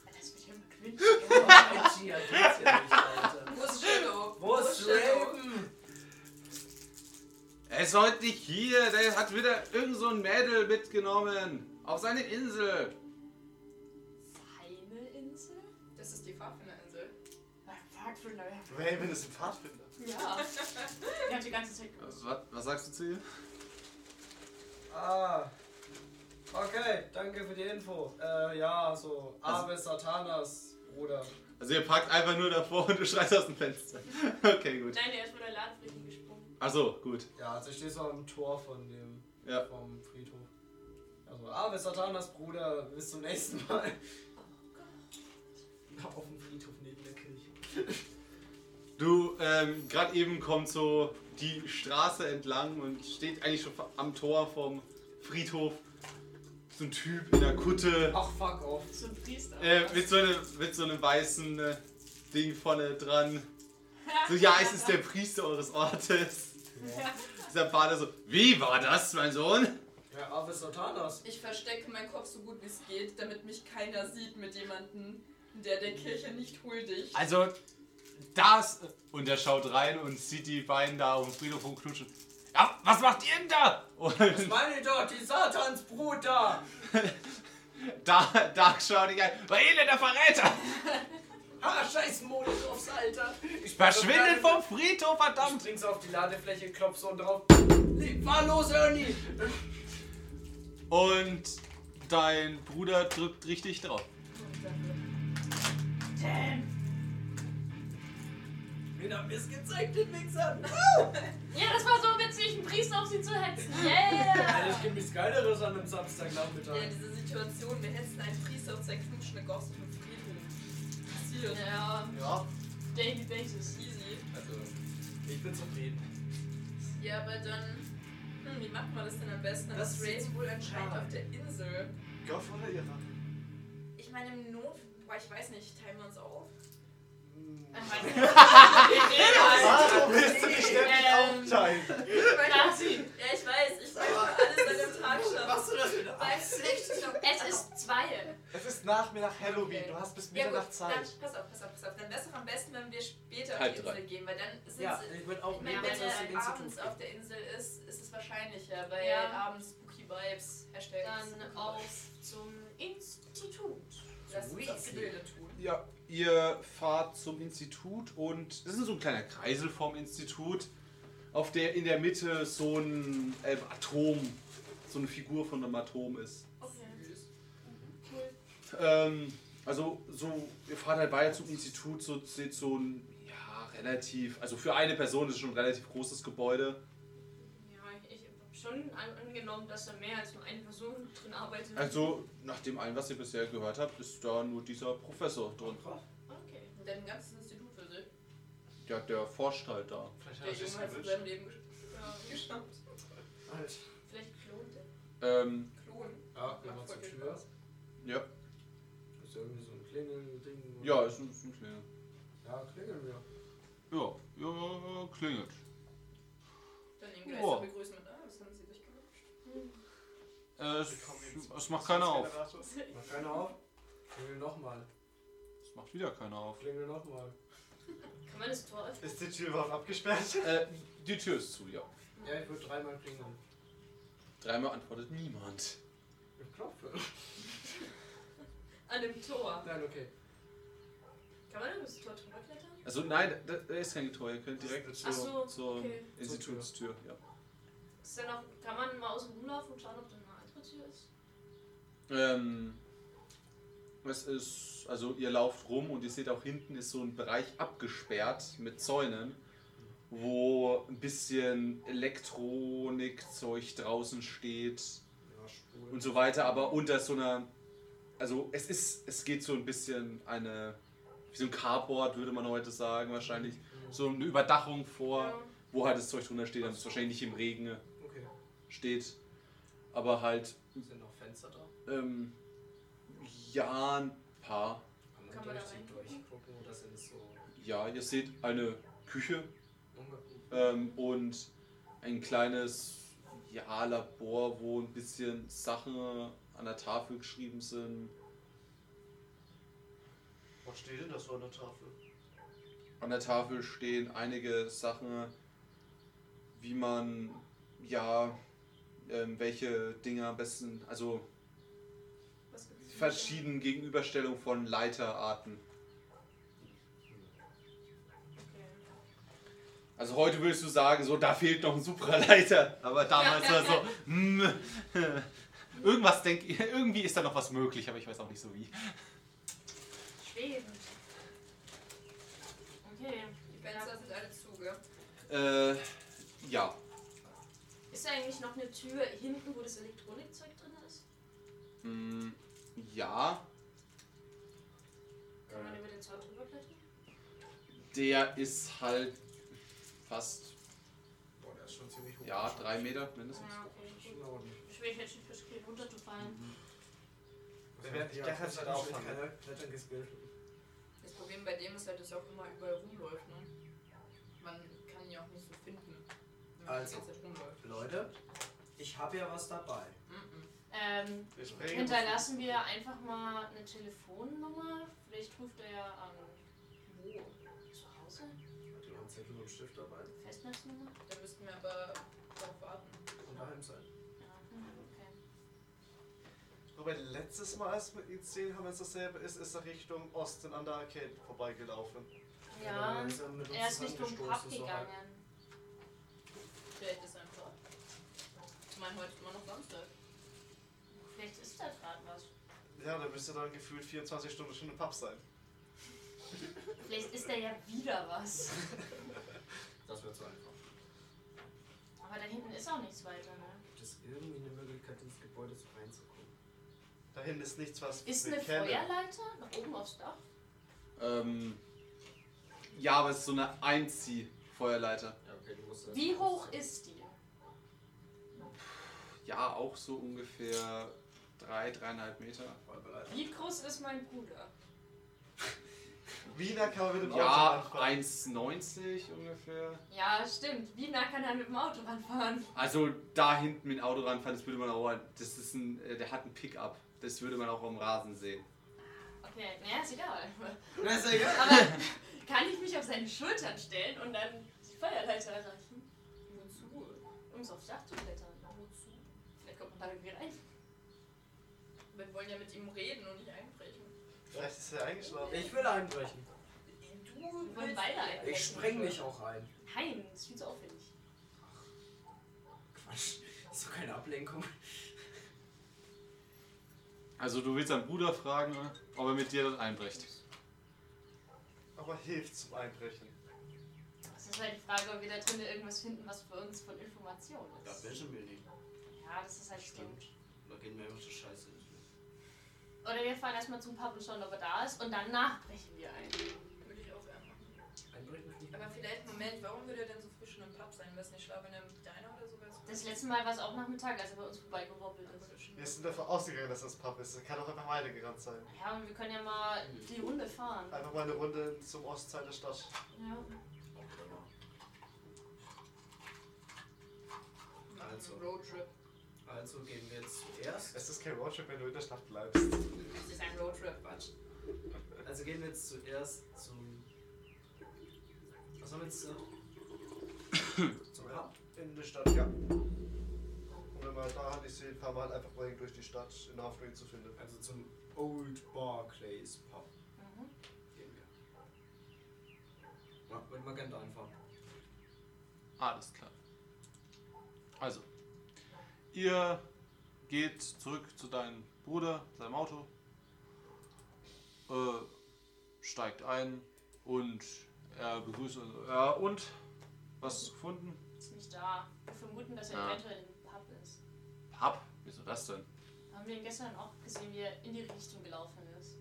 S6: Das wird ja immer cringe.
S1: Oh, Mensch, hier geht's ja nicht, Alter.
S4: Wo ist Shadow?
S1: Wo ist Raven?
S2: Er ist heute nicht hier, der hat wieder irgend so ein Mädel mitgenommen. Auf seine Insel.
S6: Seine Insel?
S4: Das ist die Pfadfinderinsel.
S6: Ah, Pfadfinder, ja.
S5: Raven ist ein Pfadfinder.
S6: Ja. *laughs* Ich hab die ganze Zeit gewusst.
S2: Was, Also, was, was sagst du zu ihr?
S1: Ah. Okay, danke für die Info. Äh, ja, so. Ave Satanas, Bruder.
S2: Also ihr parkt einfach nur davor und du schreist aus dem Fenster. *laughs* Okay, gut.
S6: Nein, der ist von der Ladefläche gesprungen.
S2: Achso, gut.
S1: Ja, also ich stehe so am Tor von dem
S2: Ja.
S1: vom Friedhof. Also, Ave Satanas, Bruder, bis zum nächsten Mal. Auf dem Friedhof neben der Kirche.
S2: Du, ähm, gerade eben kommt so die Straße entlang und steht eigentlich schon am Tor vom Friedhof so ein Typ in der Kutte
S1: Ach, fuck off.
S6: So ein Priester.
S2: äh, mit, so einem, mit so einem weißen äh, Ding vorne dran. So, ja, es ist der Priester eures Ortes. Dieser Vater so, wie war das, mein Sohn?
S1: Ja, ah, Ave Satanas.
S4: Ich verstecke meinen Kopf so gut wie es geht, damit mich keiner sieht mit jemandem, der der Kirche nicht huldigt.
S11: Also, das. Und er schaut rein und sieht die beiden da auf dem Friedhof rumknutschen. Ja, was macht ihr denn da?
S1: Was
S11: Und
S1: meine ich doch, die Satansbrut da!
S11: da, da schaut ich ein. War elender Verräter!
S1: Ha, scheiß Molotovs, Alter! Ich
S11: Verschwindet
S2: Also,
S11: vom Friedhof,
S1: Ich
S11: verdammt!
S1: spring's auf die Ladefläche, klopf so und drauf. Nee, Fahr los, Ernie!
S2: Und dein Bruder drückt richtig drauf.
S1: Wen haben mir's gezeigt, den Wichsern?
S6: Ja, das war so witzig, einen Priester auf sie zu hetzen. *laughs* Yeah!
S1: Ehrlich, gibt nichts Geileres an einem
S4: Ja,
S1: Samstagnachmittag.
S4: diese Situation, wir hetzen einen Priester und zerknutschen eine Gosse vom Friedhof. Das passiert.
S6: Ja,
S14: Ja,
S6: daily basis.
S4: Easy.
S14: also ich bin zufrieden.
S4: Ja, aber dann. Hm, wie macht man das denn am besten? Dann
S14: Das
S4: ist Ray wohl anscheinend auf der Insel.
S5: Goff oder Ira?
S4: Ich meine, im Not, boah, ich weiß nicht, teilen wir uns auf.
S5: Warum willst du dich denn
S6: Ähm.
S5: nicht aufteilen?
S4: Ich meine,
S6: Kasi,
S4: ja, ich weiß, ich weiß alles an dem Tag schon.
S14: Machst du das wieder?
S4: Weißt du nicht? Ich glaub,
S6: es
S4: also-
S6: ist zwei.
S5: Es ist nach mir nach Halloween, du hast bis
S4: Ja gut,
S5: Mitternacht
S4: dann,
S5: Zeit.
S4: pass auf, pass auf, pass auf. Dann wäre es doch am besten, wenn wir später
S2: Halb
S4: auf die
S2: drei.
S4: Insel gehen, weil dann sind
S14: Ja,
S4: sie...
S14: ich würde auch
S4: Ich meine,
S14: nehmen,
S4: wenn
S14: als was
S4: er
S14: den
S4: abends
S14: zu
S4: auf
S14: tun
S4: der Insel ist, ist es wahrscheinlicher, weil
S6: Ja.
S4: abends Spooky Vibes, Hashtag
S6: Dann
S4: Spooky
S6: auf
S4: Vibes.
S6: zum Institut.
S4: Lass uns das Gebilde tun.
S2: Ja, ihr fahrt zum Institut und das ist so ein kleiner Kreisel vom Institut, auf der in der Mitte so ein ähm, Atom, so eine Figur von einem Atom ist. Ähm, also so, ihr fahrt halt weiter zum Institut, so seht so ein ja relativ, also für eine Person ist es schon ein relativ großes Gebäude.
S6: Ja, ich habe schon an- angenommen, dass da mehr als nur eine Person drin arbeitet.
S2: Also nach dem allen, was ihr bisher gehört habt, ist da nur dieser Professor drin.
S6: Okay.
S4: Und dann ein ganzes Institut für sich.
S2: Ja, der forscht halt da.
S14: Vielleicht
S4: Der
S14: hat er sich's
S4: Junge hat in
S14: gewünscht.
S4: seinem Leben gesch- geschafft.
S14: Halt.
S6: Vielleicht klont er.
S2: Ähm,
S4: Klon.
S1: Ja, gehen wir zur Tür.
S2: ja,
S1: Ist ja irgendwie so ein Klingelding.
S2: ja, ist ein, ist ein kleiner.
S1: Ja, klingeln wir.
S2: Ja, ja, klingelt.
S4: Dann den
S2: Ja.
S4: Geist ja. begrüßen und ah, was haben sie sich gewünscht?
S2: Äh,
S14: Wir kommen
S2: Es,
S14: jetzt
S2: es macht keiner auf.
S1: Mach keiner auf. Klingel nochmal.
S2: Es macht wieder keiner auf.
S1: Klingel nochmal.
S6: Kann man das Tor öffnen?
S5: Ist die Tür überhaupt abgesperrt?
S2: Äh, die Tür ist zu, ja.
S1: Ja, ich würde dreimal klingeln.
S2: Dreimal antwortet niemand.
S1: Ich klopfe.
S6: An dem Tor.
S1: *laughs* Nein, okay.
S6: Kann man über das Tor drüber klettern?
S2: Also nein, da, da ist kein Tor. Ihr könnt direkt
S6: Ach
S2: zur,
S6: so,
S2: zur
S6: okay.
S2: Institutstür. Ja.
S6: Ist dann auch, kann man mal außen rumlaufen und schauen, ob da eine andere Tür ist?
S2: Ähm, es ist, also ihr lauft rum und ihr seht auch hinten ist so ein Bereich abgesperrt mit Zäunen, wo ein bisschen Elektronikzeug draußen steht
S1: Ja, schwul.
S2: und so weiter, aber unter so einer, also es ist, es geht so ein bisschen eine, wie so ein Carport würde man heute sagen wahrscheinlich, so eine Überdachung vor, wo halt das Zeug drunter steht, damit es wahrscheinlich nicht im Regen
S1: Okay.
S2: steht, aber halt
S1: Sind noch Fenster da?
S2: ähm, ja, ein paar.
S1: Kann
S6: Kann
S1: man,
S6: man da
S1: durch die
S6: reingucken?
S1: durchgucken oder sind es so.
S2: Ja, ihr seht eine Küche ähm, und ein kleines ja, Labor, wo ein bisschen Sachen an der Tafel geschrieben sind.
S5: Was steht denn da so an der Tafel?
S2: An der Tafel stehen einige Sachen, wie man, ja, ähm, welche Dinge am besten, also
S6: Was gibt's denn?
S2: verschiedene Gegenüberstellung von Leiterarten. Also heute würdest du sagen, so da fehlt noch ein Supraleiter, aber damals war so, hm, irgendwas denk, irgendwie ist da noch was möglich, aber ich weiß auch nicht so wie.
S6: Schweben. Okay.
S4: Die Fenster sind alle zu, gell?
S2: Äh, ja,
S6: Ist da eigentlich noch eine Tür hinten, wo das Elektronikzeug drin ist?
S2: mm, ja,
S6: Kann man über den Zaun drüber klettern?
S2: der ist halt fast,
S14: Boah, der ist schon ziemlich hoch.
S2: ja, drei Meter mindestens.
S6: Ja, Ah, okay. gut. Ich will jetzt nicht riskieren, runterzufallen.
S14: Wer wird die
S5: Ja, das
S14: ganze
S5: hat
S14: Zeit
S5: auch
S14: auffangen?
S5: keiner.
S1: Klettern gespielt.
S4: Das Problem bei dem ist halt, dass er auch immer überall rumläuft, ne? Man kann ihn auch nicht so finden, wenn man
S1: Also.
S4: die ganze Zeit rumläuft.
S1: Leute, ich habe ja was dabei.
S4: Mhm.
S6: Ähm,
S5: Wir springen.
S6: hinterlassen wir einfach mal eine Telefonnummer. Vielleicht ruft er ja an. Wo? Zu Hause?
S1: Die haben Zettel und Stift dabei.
S6: Festnetznummer?
S4: Da müssten wir aber darauf warten.
S1: Und daheim sein.
S6: Ja. hm, Okay.
S5: Wobei letztes Mal, als wir ihn sehen haben, wenn es dasselbe ist, ist er Richtung Osten an der Arcade vorbeigelaufen.
S1: Aber
S6: Ja,
S1: wenn sie mit uns
S6: er ist nicht um den Pub
S1: zusammengestoßen, halt so halb.
S6: gegangen.
S4: Vielleicht ist einfach. Ich meine, heute ist immer noch Samstag.
S6: Vielleicht ist da gerade was.
S5: Ja, da müsste dann gefühlt 24 Stunden schon im Pub sein.
S6: Vielleicht ist da ja wieder was.
S1: Das wird so einfach.
S6: Aber da hinten ist auch nichts weiter, ne?
S1: Gibt es irgendwie eine Möglichkeit, ins Gebäude so reinzukommen?
S5: Da hinten ist nichts, was
S6: Ist
S5: wir
S6: eine
S5: kennen.
S6: Feuerleiter nach oben aufs Dach?
S2: Ähm, ja, aber es ist so eine Einziehfeuerleiter.
S1: Ja, okay, du musst das-
S6: Wie hoch ist die?
S2: Ja, auch so ungefähr drei, dreieinhalb Meter.
S1: Feuerleiter.
S6: Wie groß ist mein Bruder?
S5: Wiener kann man mit dem Auto
S2: Ja,
S5: anfahren.
S2: 1,90 ungefähr.
S6: Ja, stimmt. Wie nah kann er mit dem Auto ranfahren?
S2: Also da hinten mit dem Auto ranfahren, das würde man auch, das ist ein, äh, der hat einen Pickup. Das würde man auch am Rasen sehen.
S6: Okay, naja, ist egal.
S1: Na, ist ja egal.
S6: Aber kann ich mich auf seine Schultern stellen und dann die Feuerleiter erreichen? Wozu? Um es aufs Dach zu klettern. Wozu? Vielleicht kommt man da irgendwie rein.
S4: Wir wollen ja mit ihm reden und nicht einbrechen.
S5: Vielleicht ist er eingeschlafen.
S1: Ich will einbrechen.
S4: Du
S6: Wir wollen beide einbrechen.
S1: Ich spreng mich auch ein.
S6: Nein, das ist viel zu aufwendig.
S1: Quatsch. Das ist doch keine Ablenkung.
S2: Also du willst deinen Bruder fragen, ob er mit dir dort einbricht.
S5: Aber hilft zum Einbrechen.
S6: Es ist halt die Frage, ob wir da drinnen irgendwas finden, was für uns von Information
S1: Das
S6: ist.
S1: wissen wir nicht.
S6: Ja, das ist halt stimmt.
S1: Da gehen wir einfach so scheiße nicht mit.
S6: Oder wir fahren erstmal zum Pub und schauen, ob er da ist und danach brechen wir ein.
S4: Würde ich auch gerne machen.
S1: Einbrechen ist nicht.
S4: Aber vielleicht, Moment, warum würde er denn so früh schon im Pub sein? Weil es nicht schlafen in einem Diner oder sowas?
S6: Das letzte Mal war es auch Nachmittag, als er bei uns vorbeigewobbelt ist.
S5: Wir sind davon ausgegangen, dass das Pub ist. Er kann auch einfach weitergerannt sein.
S6: Ja, und wir können ja mal die Runde fahren.
S5: Einfach mal eine Runde zum Ostteil der Stadt.
S6: Ja.
S4: Machen
S1: Also.
S4: einen Roadtrip.
S1: Also gehen wir jetzt zuerst.
S5: Es ist kein Roadtrip, wenn du in der Stadt bleibst.
S4: Das ist ein Roadtrip.
S1: Quatsch. Also gehen wir jetzt zuerst zum. Was haben wir jetzt gesagt? zum Hub.
S5: In der Stadt, ja. Und wenn man da hat, ich sehe, fahren wir halt einfach mal durch die Stadt, in Hafenring zu finden.
S1: Also zum Old Barclays Pub
S6: Mhm.
S1: gehen wir. Ja, wird Magenta einfach.
S2: Alles klar. Also, ihr geht zurück zu deinem Bruder, seinem Auto, äh, steigt ein und er begrüßt uns. Ja, und? Was hast du gefunden?
S6: Ist nicht da. Wir vermuten, dass er
S2: Ja.
S6: eventuell im Pub ist.
S2: Pub? Wieso das denn?
S6: Haben wir ihn gestern auch gesehen, wie er in die Richtung gelaufen ist.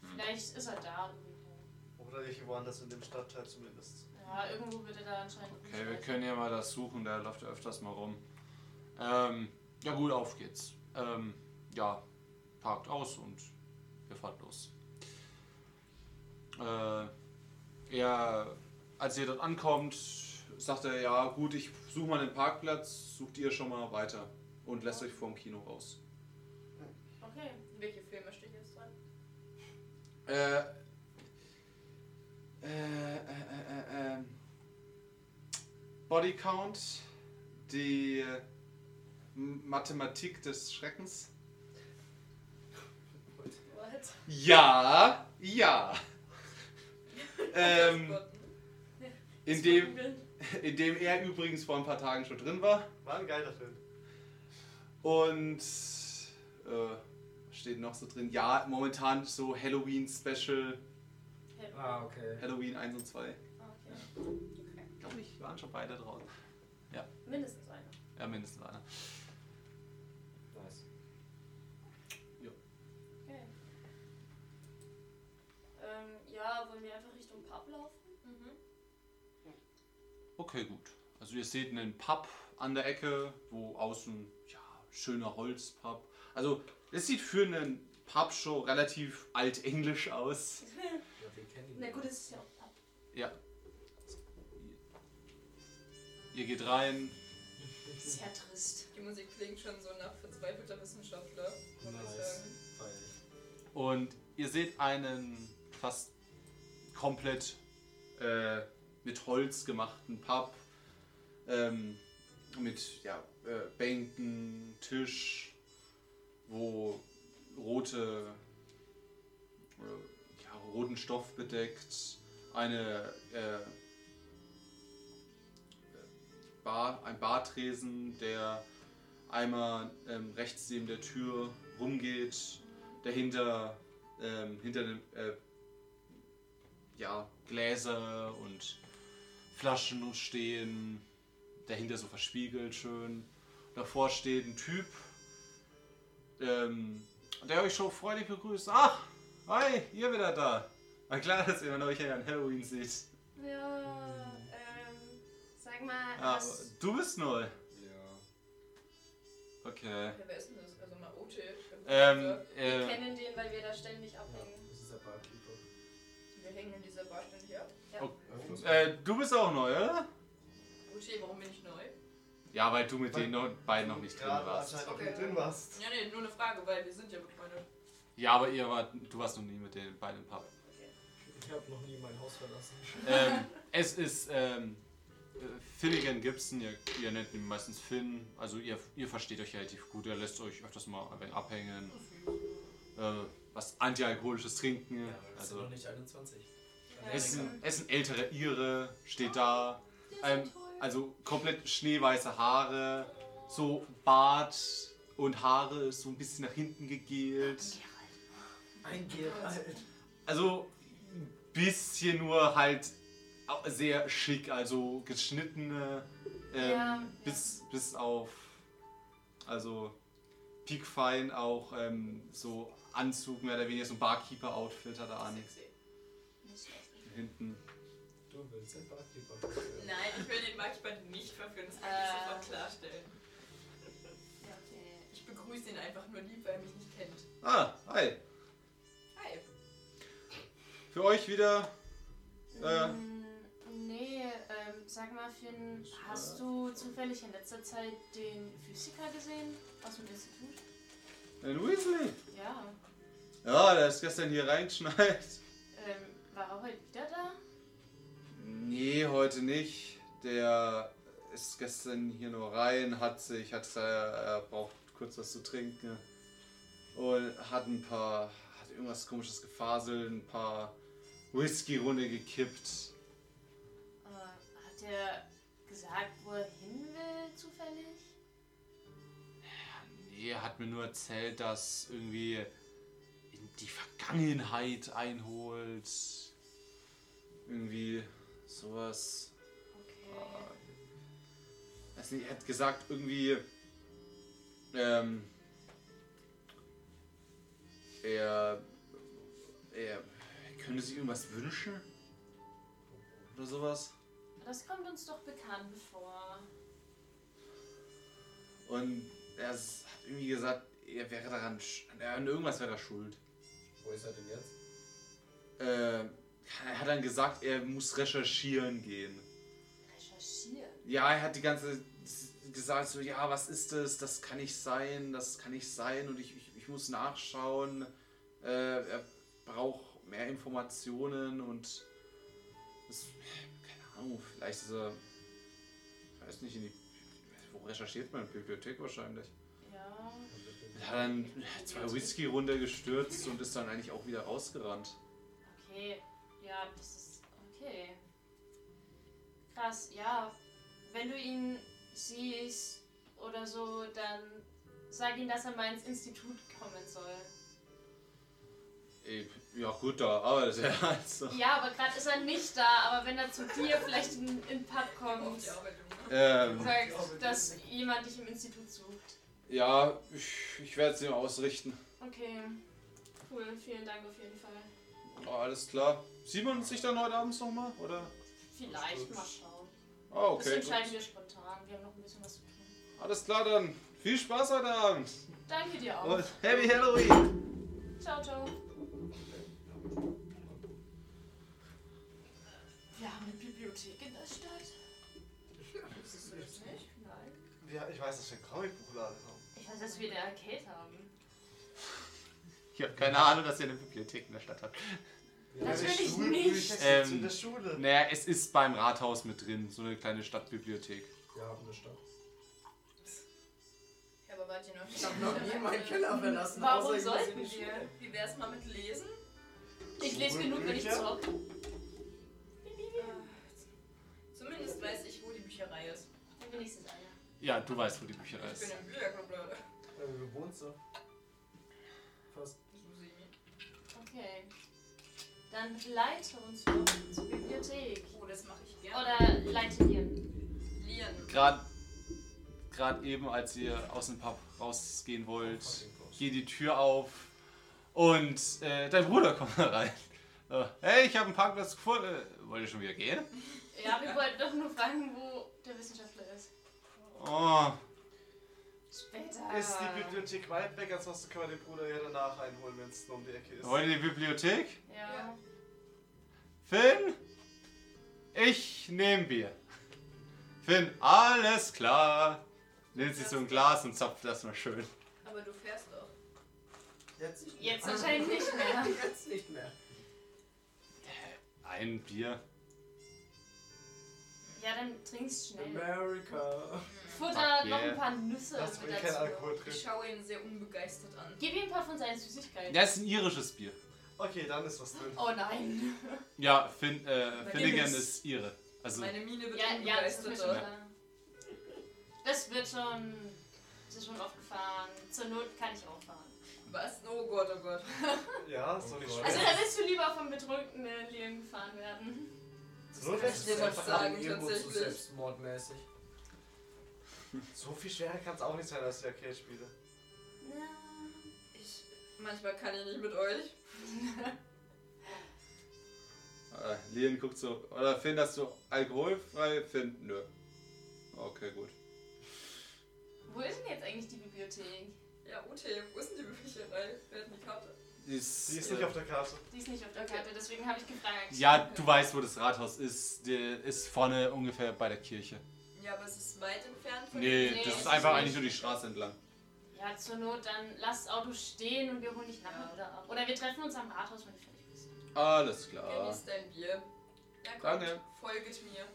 S2: Hm.
S6: Vielleicht ist er da irgendwo.
S5: Oder irgendwo anders in dem Stadtteil zumindest.
S6: Ja, irgendwo wird er da anscheinend.
S2: Okay, wir können ja mal das suchen, da läuft er öfters mal rum. Ähm, ja gut, auf geht's. Ähm, ja, parkt aus und ihr fahrt los. Äh, er, als ihr dort ankommt, sagt er, ja gut, ich suche mal den Parkplatz, sucht ihr schon mal weiter und lässt euch vorm Kino raus.
S6: Okay.
S4: Welche Filme stehe ich jetzt dran?
S2: Äh, äh, äh, äh, äh, äh. Body Count, die äh, M- Mathematik des Schreckens.
S4: What?
S2: Ja, ja. ähm, in, dem, in dem er übrigens vor ein paar Tagen schon drin war.
S5: War ein geiler Film.
S2: Und äh, was steht noch so drin? Ja, momentan so Halloween-Special,
S1: Ah, okay.
S2: Halloween 1 und 2.
S6: Okay.
S2: Glaube ich, waren schon beide draußen.
S6: Mindestens einer.
S2: Ja, mindestens einer.
S1: Nice.
S6: Okay. Ähm, ja, wollen wir einfach Richtung Pub laufen?
S2: Okay, gut. Also ihr seht einen Pub an der Ecke, wo außen, ja, schöner Holzpub. Also es sieht für einen Pub-Show relativ altenglisch aus.
S1: Ja, wir kennen ihn.
S6: Na gut, es ist ja auch Pub.
S2: Ja. Ihr geht rein.
S6: Sehr trist.
S4: Die Musik klingt schon so nach verzweifelter Wissenschaftler, muss ich sagen.
S1: Nice. Feier ich.
S2: Und ihr seht einen fast komplett äh, mit Holz gemachten Pub. Ähm, mit ja, äh, Bänken, Tisch, wo rote, äh, ja, roten Stoff bedeckt, eine äh, äh, Bar, ein Bartresen, der einmal ähm, rechts neben der Tür rumgeht dahinter ähm, hinter den äh, ja, Gläser und Flaschen stehen, dahinter so verspiegelt schön. Davor steht ein Typ, ähm, der euch schon freudig begrüßt. Ach, hi, ihr wieder da. War klar, dass ihr euch ja an Halloween seht.
S6: Ja, ähm, sag mal,
S2: Ah,
S6: was,
S2: du bist neu.
S15: Ja.
S2: Okay.
S4: Ja, wer ist denn das? Also mal OT.
S2: Ähm,
S6: wir
S2: äh,
S6: kennen den, weil wir da ständig abhängen.
S1: Das ist der Barkeeper.
S4: Wir hängen in dieser Bar ständig ab.
S2: äh, du bist auch neu, oder?
S4: OT, warum bin ich neu?
S2: Ja, weil du mit den noch, beiden noch nicht drin
S15: Gerade
S2: warst.
S15: anscheinend noch
S4: Okay.
S15: nicht drin warst.
S4: Ja, nee, nur eine Frage, weil wir sind ja Freunde.
S2: Ja, aber ihr wart, du warst noch nie mit den beiden im Pub.
S1: Ich habe noch nie mein Haus verlassen.
S2: ähm, es ist ähm, äh, Finnegan Gibson, ihr, ihr nennt ihn meistens Finn. Also ihr, ihr versteht euch relativ gut, er lässt euch öfters mal ein wenig abhängen. Äh, was antialkoholisches Trinken.
S1: Ja, aber das sind
S2: also
S1: noch nicht 21.
S2: es ist, ein, es ist ein älterer Ire, steht da. Ähm, also komplett schneeweiße Haare, so Bart und Haare ist so ein bisschen nach hinten gegelt.
S1: Ein Geralt.
S2: Also ein bisschen nur halt au- sehr schick, also geschnittene ähm,
S6: Ja,
S2: bis, bis auf also piekfein auch ähm, so Anzug mehr oder weniger so ein Barkeeper-Outfit hat er an
S4: Sexy.
S2: hinten.
S1: Du willst den Barkeeper.
S4: Nein, ich will den Marktband nicht verführen, das kann
S16: Äh.
S4: ich sofort klarstellen. Ich begrüße ihn einfach nur lieb, weil er mich nicht kennt.
S2: Ah, hi.
S4: Hi.
S2: Für euch wieder. Äh,
S6: Mm, Nee, ähm, sag mal, Finn, hast du zufällig in letzter Zeit den Physiker gesehen? Aus dem Institut?
S2: ein Weasley.
S6: Ja.
S2: Ja, der ist gestern hier reingeschneit.
S6: Ähm, war er heute wieder da?
S2: Nee, heute nicht. Der ist gestern hier nur rein, hat sich, hat gesagt, er braucht kurz was zu trinken. Und hat ein paar, hat irgendwas komisches gefaselt, ein paar Whisky-Runde gekippt.
S6: Äh, hat er gesagt, wo er hin will, zufällig?
S2: Nee, er hat mir nur erzählt, dass irgendwie in die Vergangenheit einholt. Irgendwie sowas.
S6: Okay.
S2: Weiß nicht, Ah. Also, er hat gesagt, irgendwie. Ähm, er. Er könnte sich irgendwas wünschen? Oder sowas?
S6: Das kommt uns doch bekannt vor.
S2: Und er s- hat irgendwie gesagt, er wäre daran. sch- ja, An irgendwas wäre er schuld.
S1: Wo ist er denn jetzt?
S2: Äh, er hat dann gesagt, er muss recherchieren gehen.
S6: Recherchieren.
S2: Ja, er hat die ganze s- gesagt so, ja, was ist das? Das kann nicht sein, das kann nicht sein und ich, ich, ich muss nachschauen. Äh, er braucht mehr Informationen und das, keine Ahnung, vielleicht ist er, ich weiß nicht, in die, wo recherchiert man? Bibliothek wahrscheinlich.
S6: Ja.
S2: Er hat dann zwei Whisky runtergestürzt und ist dann eigentlich auch wieder rausgerannt.
S6: Okay, ja, das ist okay. Krass, ja. Wenn du ihn siehst oder so, dann sag ihm, dass er mal ins Institut kommen soll.
S2: Ey, Ja gut, da arbeitet er also.
S6: Ja, aber gerade ist er nicht da, aber wenn er zu dir vielleicht in in den Pub kommt,
S4: Auf die Arbeit, Junge.
S2: Ähm,
S6: sagt, dass jemand dich im Institut sucht.
S2: ja, ich, ich werde es ihm ausrichten.
S6: Okay, cool, vielen Dank auf jeden Fall.
S2: Ah, alles klar. Sieht man sich dann heute abends nochmal? Oder?
S6: Vielleicht mal schauen.
S2: Ah,
S6: Das
S2: okay.
S6: entscheiden wir spontan, wir haben noch ein bisschen was zu tun.
S2: Alles klar dann. Viel Spaß heute Abend.
S6: Danke dir auch.
S2: Und Happy Halloween.
S6: Ciao, ciao. Wir haben eine Bibliothek in der Stadt.
S4: Wusstest du das nicht? Nein.
S5: Ja, ich weiß, dass wir einen Comicbuchladen haben.
S6: Ich weiß, dass wir eine Arcade haben.
S17: Ich habe keine Ahnung, dass ihr eine Bibliothek in der Stadt habt.
S6: Natürlich nicht.
S17: Ähm,
S5: Ähm, in der Schule.
S2: Naja, es ist beim Rathaus mit drin, so eine kleine Stadtbibliothek.
S1: Wir haben eine Stadt.
S4: Ja, aber wart ihr noch nicht?
S1: Ich habe noch nie meinen Keller verlassen.
S6: Warum
S1: außer ich muss
S6: sollten
S1: in die
S6: wir?
S1: Schule.
S4: Wie wär's mal mit Lesen?
S6: Ich lese genug, wenn ich
S5: Bücher?
S6: zocke.
S4: Zumindest weiß ich, wo die Bücherei ist.
S6: Dann wenigstens einer.
S2: Ja, du weißt, wo die Bücherei
S4: Ich bin
S2: ist.
S4: im Bücherclub, Leute.
S1: Äh, Wo wohnst du? Fast.
S4: Susi.
S6: Okay. Dann leite uns doch zur Bibliothek.
S4: Oh, das mache ich gerne.
S6: Oder leite dir.
S4: Oder Lieren.
S2: Gerade gerade eben, als ihr aus dem Pub rausgehen wollt, geht die Tür auf und äh, dein Bruder kommt herein. Äh, hey, ich habe einen Parkplatz gefunden. Äh, Wollt ihr schon wieder gehen?
S6: Ja, wir wollten doch nur fragen, wo der Wissenschaftler ist.
S2: Oh,
S6: Später.
S5: Ist die Bibliothek weit weg, ansonsten können wir den Bruder ja danach einholen, wenn es nur um die Ecke ist.
S2: wollt ihr die Bibliothek?
S6: Ja.
S2: Finn? Ich nehme Bier. Finn, alles klar. Nimmt sich so ein Glas und zapft das mal schön.
S4: Aber du fährst doch.
S1: Jetzt nicht
S6: Jetzt
S5: Ah,
S6: wahrscheinlich nicht *laughs* mehr.
S1: Jetzt nicht mehr.
S2: Ein Bier.
S6: Ja, dann trinkst schnell.
S1: America.
S6: Futter,
S2: Fuck
S6: noch
S2: yeah.
S6: ein paar Nüsse
S5: Dass du
S6: mit
S5: mir keinen
S6: dazu.
S5: Alkohol
S4: Ich
S5: trinkst.
S4: schaue ihn sehr unbegeistert an.
S6: Gib ihm ein paar von seinen Süßigkeiten.
S2: Das ist ein irisches Bier.
S5: Okay, dann ist was drin.
S4: Oh nein.
S2: Ja, Finn, äh,
S4: Bei
S2: Finnegan
S4: dem
S2: ist ihre. Also,
S4: Meine Miene wird
S6: Ja, ja, das ist mir schon
S4: unbegeisterter.
S6: klar. Das wird schon. Das ist schon aufgefahren. Zur Not kann ich auch fahren.
S4: Was? Oh Gott, oh Gott.
S5: Ja, so nicht
S1: Gott.
S5: schlecht.
S6: Also, da willst du lieber vom betrunkenen Lien gefahren werden.
S5: So,
S4: kannst du dir
S5: schwer-
S4: mal sagen,
S1: irgendwo zu
S4: tatsächlich.
S1: selbstmordmäßig.
S5: so viel schwerer kann es auch nicht sein, als die Arcade-Spiele.
S4: Ich, manchmal kann ich nicht mit euch.
S2: äh, Lien guckt so. Oder Finn, hast du alkoholfrei? Finn, nö. Okay, gut.
S6: Wo ist denn jetzt eigentlich die Bibliothek?
S4: Ja, Ute, wo ist denn die Bücherei? Wer hat denn die Karte?
S2: Die ist, äh,
S5: Sie ist nicht auf der Karte.
S6: Die ist nicht auf der Karte, deswegen habe ich gefragt.
S2: Ja, du weißt, wo das Rathaus ist. Die ist vorne ungefähr bei der Kirche.
S4: Ja, aber es ist weit entfernt von
S2: Nee,
S6: Nee,
S2: das
S6: es
S2: ist
S6: ist
S2: einfach
S6: nicht.
S2: eigentlich nur die Straße entlang.
S6: Ja, zur Not, dann lass das Auto stehen und wir holen dich nachher wieder ab. Oder wir treffen uns am Rathaus, wenn du fertig bist.
S2: Alles klar.
S4: Genieß dein Bier. Ja, kommt,
S2: Danke.
S4: folget mir.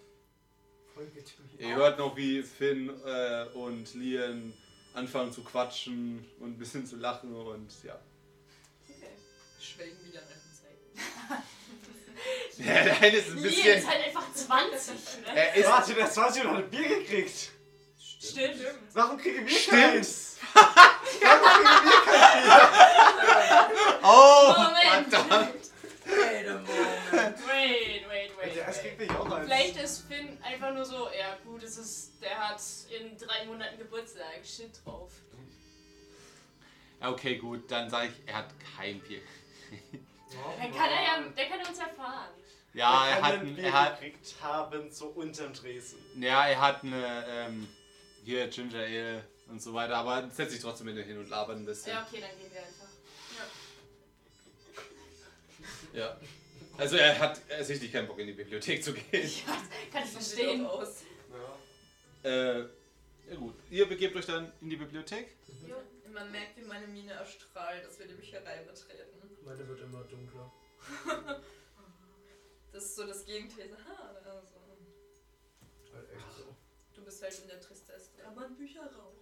S1: Folget mir.
S2: Ihr hört noch, wie Finn äh, und Lien anfangen zu quatschen und ein bisschen zu lachen und ja. *laughs*
S4: Okay. Schwelgen wieder in alten Zeiten.
S2: Der eine ist ein
S6: Lien
S2: bisschen.
S6: ist halt einfach 20, ne?
S2: Er ist.
S5: Martin, der 20 und hat ein Bier gekriegt.
S4: Stimmt.
S5: Warum kriegen wir
S2: Stimmt.
S5: keins? Warum kriegen wir
S2: Oh!
S6: Moment!
S1: Wait a moment.
S6: Wait, wait,
S5: keins? Der Eis
S6: wait.
S5: kriegt nicht auch eins.
S6: Vielleicht ist Finn einfach nur so, ja gut, es ist, der hat in drei Monaten Geburtstag. Shit drauf.
S2: Ja, Okay, gut, dann sage ich, er hat kein Bier.
S6: Dann kann er ja, der kann uns erfahren.
S2: Ja, er
S5: Der kann
S2: hat,
S5: ein
S2: ein,
S5: Bier
S2: er hat,
S5: gekriegt haben, so unterm Dresen.
S2: ja, er hat eine, ähm, hier Ginger Ale und so weiter, aber setzt sich trotzdem wieder hin und labert ein bisschen.
S6: Ja, okay, dann gehen wir einfach.
S2: Ja. Also er hat sichtlich keinen Bock in die Bibliothek zu gehen.
S6: *laughs* Kann ich
S4: So sieht er
S6: verstehen.
S4: auch aus.
S5: Ja.
S2: Äh, ja gut. Ihr begebt euch dann in die Bibliothek.
S4: Man merkt, wie meine Miene erstrahlt, als wir die Bücherei betreten.
S1: Meine wird immer dunkler.
S4: Das ist so das Gegenteil. Ah, also,
S1: Halt echt so.
S4: du bist halt in der Tristesse. Kann man Bücher rauchen?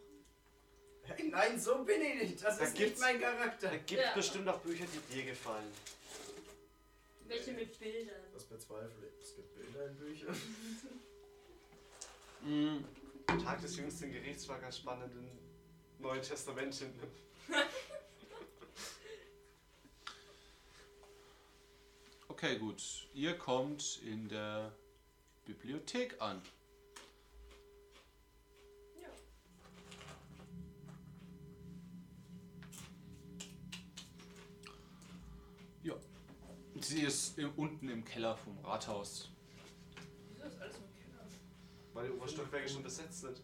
S1: Hey, nein, so bin ich nicht. Das
S5: Da
S1: ist nicht
S5: gibt's-
S1: mein
S5: Da
S1: Charakter.
S5: gibt
S4: Ja.
S5: bestimmt auch Bücher, die dir gefallen.
S6: Welche mit Bildern?
S1: Das bezweifle ich. Es gibt Bilder in Büchern.
S2: Mm,
S5: Tag des jüngsten Gerichts war ganz spannend im Neuen Testament hinten.
S2: Okay, gut. Ihr kommt in der Bibliothek an.
S4: Ja.
S2: Ja. Sie ist im, unten im Keller vom Rathaus.
S4: Wieso ist alles im Keller?
S5: Weil die Oberstockwerke schon besetzt sind.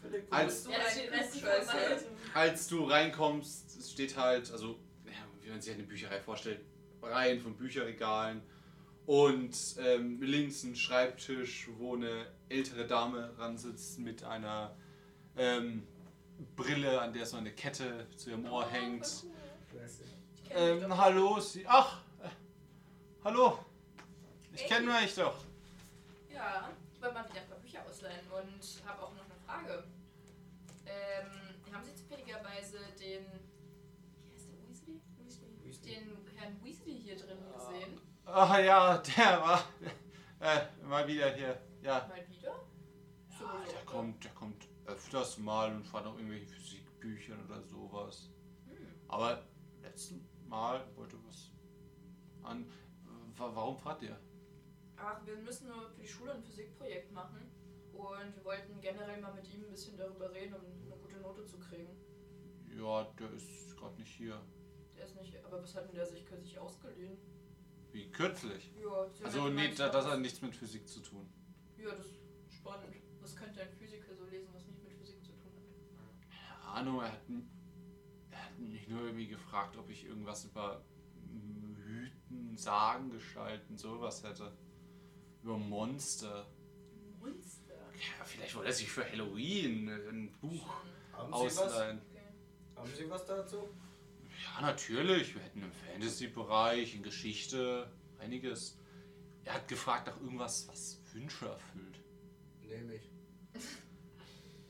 S1: Philipp,
S2: Als-
S1: bist du
S4: Ja,
S1: ein-
S4: das
S6: die
S4: sieht
S6: besten
S4: scheiße.
S6: Verhalten.
S2: Als du reinkommst, es steht halt, also ja, wie man sich eine Bücherei vorstellt, Reihen von Bücherregalen und ähm, links ein Schreibtisch, wo eine ältere Dame dran sitzt mit einer ähm, Brille, an der so eine Kette zu ihrem Ohr hängt.
S1: Classic.
S4: Ich kenn dich
S2: Ähm, hallo, sie. Ach! Äh, hallo! Ich kenne euch doch.
S4: Ja, ich wollte mal wieder ein paar Bücher ausleihen und habe auch noch eine Frage. Ähm, haben Sie zufälligerweise den. Wie heißt der Weasley? Weasley. Den Herrn Weasley hier drin gesehen?
S2: Ah ja, der war äh, mal wieder hier. Ja,
S4: Mal wieder? So,
S2: Ah,
S4: so.
S2: der kommt, der kommt öfters mal und fand auch irgendwelche Physikbücher oder sowas. Aber letzten Mal wollte was an. Wa- Warum fragt ihr?
S4: Ach, wir müssen nur für die Schule ein Physikprojekt machen. Und wir wollten generell mal mit ihm ein bisschen darüber reden, um eine gute Note zu kriegen.
S2: Ja, der ist gerade nicht hier.
S4: Der Ich weiß nicht, aber was hat denn der sich kürzlich ausgeliehen?
S2: Wie kürzlich.
S4: Ja, das halt
S2: Also, nee, da- das hat nichts mit Physik zu tun.
S4: Ja, das ist spannend. Was könnte ein Physiker so lesen, was nicht mit Physik zu tun hat?
S2: Keine Ahnung, er hat, n- er hat mich nur irgendwie gefragt, ob ich irgendwas über Mythen, Sagen, Gestalten, sowas hätte. Über Monster.
S4: Monster.
S2: Ja, vielleicht wollte er sich für Halloween äh, ein Buch
S1: Haben Sie was?
S2: ausleihen.
S1: Haben Sie was dazu?
S2: Ja, natürlich. Wir hätten im Fantasy-Bereich, in Geschichte, einiges. Er hat gefragt nach irgendwas, was Wünsche erfüllt.
S1: Nehme ich.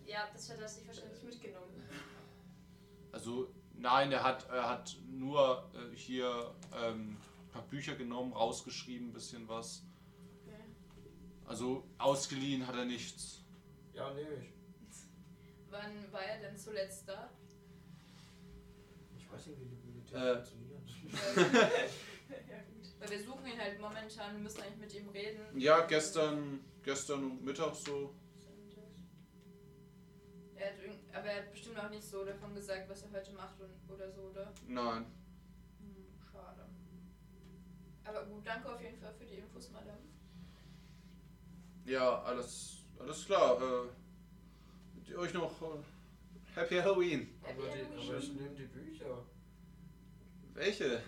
S6: Ja, das hat er sich wahrscheinlich mitgenommen.
S2: Also, nein, er hat, er hat nur äh, hier ähm, ein paar Bücher genommen, rausgeschrieben, ein bisschen was.
S6: Okay.
S2: Also ausgeliehen hat er nichts.
S1: Ja, nehme ich.
S4: Wann war er denn zuletzt da?
S1: Ich weiß nicht, wie die Bibliothek
S2: Äh.
S1: funktioniert.
S4: Weil wir suchen ihn halt momentan, müssen eigentlich mit ihm reden.
S2: Ja, gestern, gestern um Mittag so.
S4: Er hat irgend, aber er hat bestimmt auch nicht so davon gesagt, was er heute macht und, oder so, oder?
S2: Nein.
S4: Hm, schade. Aber gut, danke auf jeden Fall für die Infos, Madame.
S2: Ja, alles, alles klar. Äh, mit euch noch äh, Happy Halloween.
S1: *laughs* Aber, die, aber ich nehme die Bücher.
S2: Welche?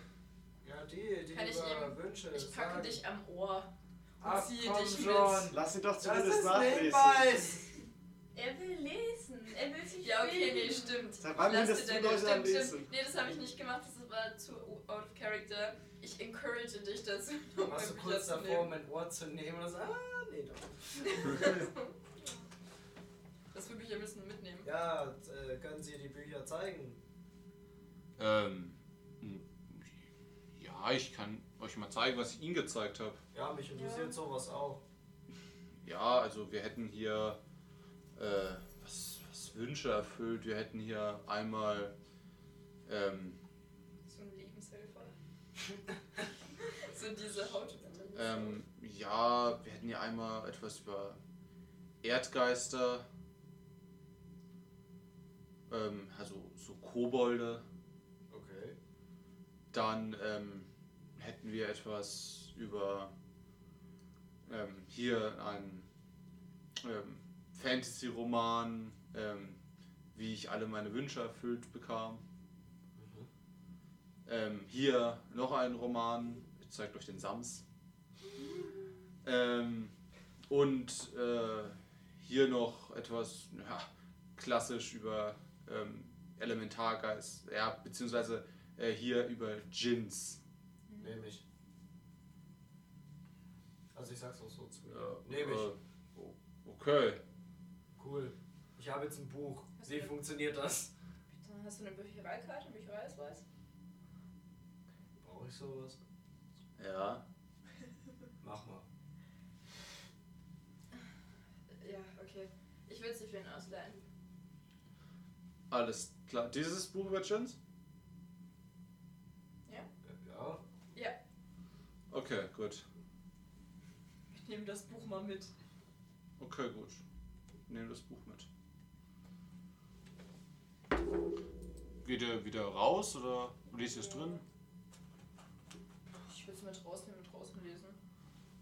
S1: Ja, die, die
S4: Kann ich
S1: über
S4: nehmen?
S1: Wünsche.
S4: Ich packe
S1: sagen.
S4: dich am Ohr.
S1: Ach,
S4: ziehe
S1: komm
S4: dich mit.
S1: schon.
S5: Lass ihn doch
S1: Das
S5: zumindest
S1: ist ein
S5: nachlesen.
S1: Hinweis.
S6: Er will lesen. Er will sich
S4: Ja, okay, nee,
S6: bilden.
S4: stimmt.
S5: Seit wann
S4: Lass
S5: bist
S4: dir
S5: du
S4: deine-
S5: Leute am
S4: stimmt, stimmt.
S5: Lesen?
S4: Nee, das habe ich nicht gemacht, das war zu out of character. Ich encourage dich dazu.
S1: Warst du
S4: um
S1: kurz
S4: Bücher zu
S1: davor,
S4: nehmen.
S1: mein Ohr zu nehmen und so, ah, nee, doch.
S4: Das würde ich ein bisschen mitnehmen.
S1: Ja, äh, können Sie die Bücher zeigen?
S2: Ähm, m- ja, ich kann euch mal zeigen, was ich Ihnen gezeigt habe.
S1: Ja, mich interessiert sowas auch.
S2: Ja, also wir hätten hier äh, was, was Wünsche erfüllt. Wir hätten hier einmal ähm,
S4: So ein Lebenshelfer. *laughs* so diese Haut.
S2: Ähm, ja, wir hätten ja einmal etwas über Erdgeister, ähm, also so Kobolde.
S1: Okay.
S2: Dann ähm, hätten wir etwas über ähm, hier einen ähm, Fantasy-Roman, ähm, wie ich alle meine Wünsche erfüllt bekam. Ähm, hier noch ein Roman, ich zeige euch den Sams. Ähm, und äh, hier noch etwas ja, klassisch über ähm, Elementargeist, ja, beziehungsweise äh, hier über Djinns.
S1: Nehme ich. Also ich sag's auch so zu mir.
S2: Äh,
S1: Nehme ich.
S2: Äh, o- okay.
S1: Cool. Ich habe jetzt ein Buch.
S4: Hast
S1: Wie
S4: du-
S1: funktioniert das?
S4: Hast du eine Büchereikarte, Büchereiausweis?
S1: Brauche ich sowas?
S2: Ja.
S1: Mach mal.
S4: Ja, okay. Ich will sie für ihn ausleihen.
S2: Alles klar. Dieses Buch über Djinns?
S1: Äh, Ja.
S2: Okay, gut.
S4: Ich nehme das Buch mal mit.
S2: Okay, gut. Nehme das Buch mit. Geht ihr wieder raus oder lest ihr es drin?
S4: Ich will es mit rausnehmen und draußen lesen.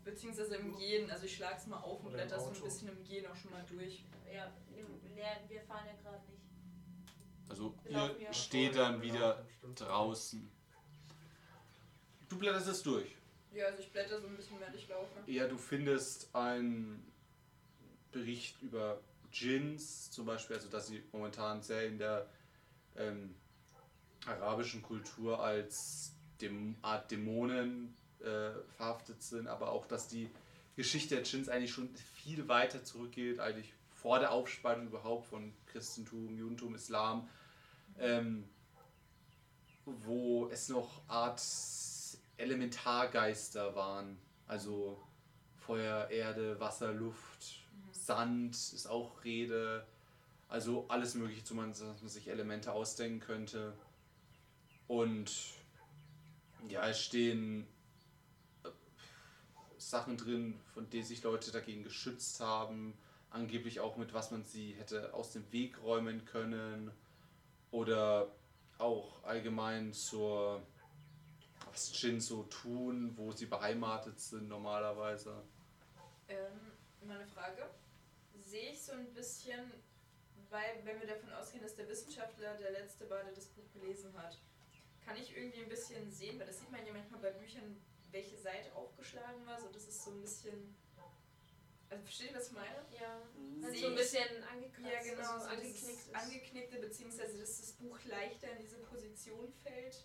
S4: Beziehungsweise im Gehen. Also ich schlag's mal auf und
S1: Oder
S4: blätter
S1: im
S4: so ein
S1: Auto.
S4: bisschen im Gehen auch schon mal durch.
S6: Ja, wir- wir fahren ja gerade nicht.
S2: Also
S6: Wir laufen ja
S2: ihr steht
S1: Vorher,
S2: dann
S1: genau,
S2: wieder
S1: stimmt.
S2: draußen. Du blätterst es durch.
S4: Ja, also ich blätter so ein bisschen, während ich laufe.
S2: Ja, du findest einen Bericht über Djinns zum Beispiel, also dass sie momentan sehr in der ähm, arabischen Kultur als Däm Art Dämonen äh, verhaftet sind, aber auch, dass die Geschichte der Djinns eigentlich schon viel weiter zurückgeht, eigentlich vor der Aufspaltung überhaupt von Christentum, Judentum, Islam, ähm, wo es noch Art Elementargeister waren. Also Feuer, Erde, Wasser, Luft, Sand ist auch Rede. Also alles Mögliche, zu man, dass man sich Elemente ausdenken könnte. Und ja, es stehen äh, Sachen drin, von denen sich Leute dagegen geschützt haben. Angeblich auch mit was man sie hätte aus dem Weg räumen können. Oder auch allgemein zur, was Jin so tun, wo sie beheimatet sind normalerweise.
S4: Ähm, meine Frage. Sehe ich so ein bisschen, weil wenn wir davon ausgehen, dass der Wissenschaftler der letzte war, der das Buch gelesen hat, kann ich irgendwie ein bisschen sehen, weil das sieht man ja manchmal bei Büchern, welche Seite aufgeschlagen war, so das ist so ein bisschen. Also versteht ihr, was ich meine?
S6: Ja. Also
S4: Sehe
S6: so ein
S4: ich-
S6: bisschen Mhm. angekratzt.
S4: Ja, genau,
S6: also
S4: so
S6: so angeknickt
S4: angeknickte,
S6: ist.
S4: angeknickte beziehungsweise dass das Buch leichter in diese Position fällt.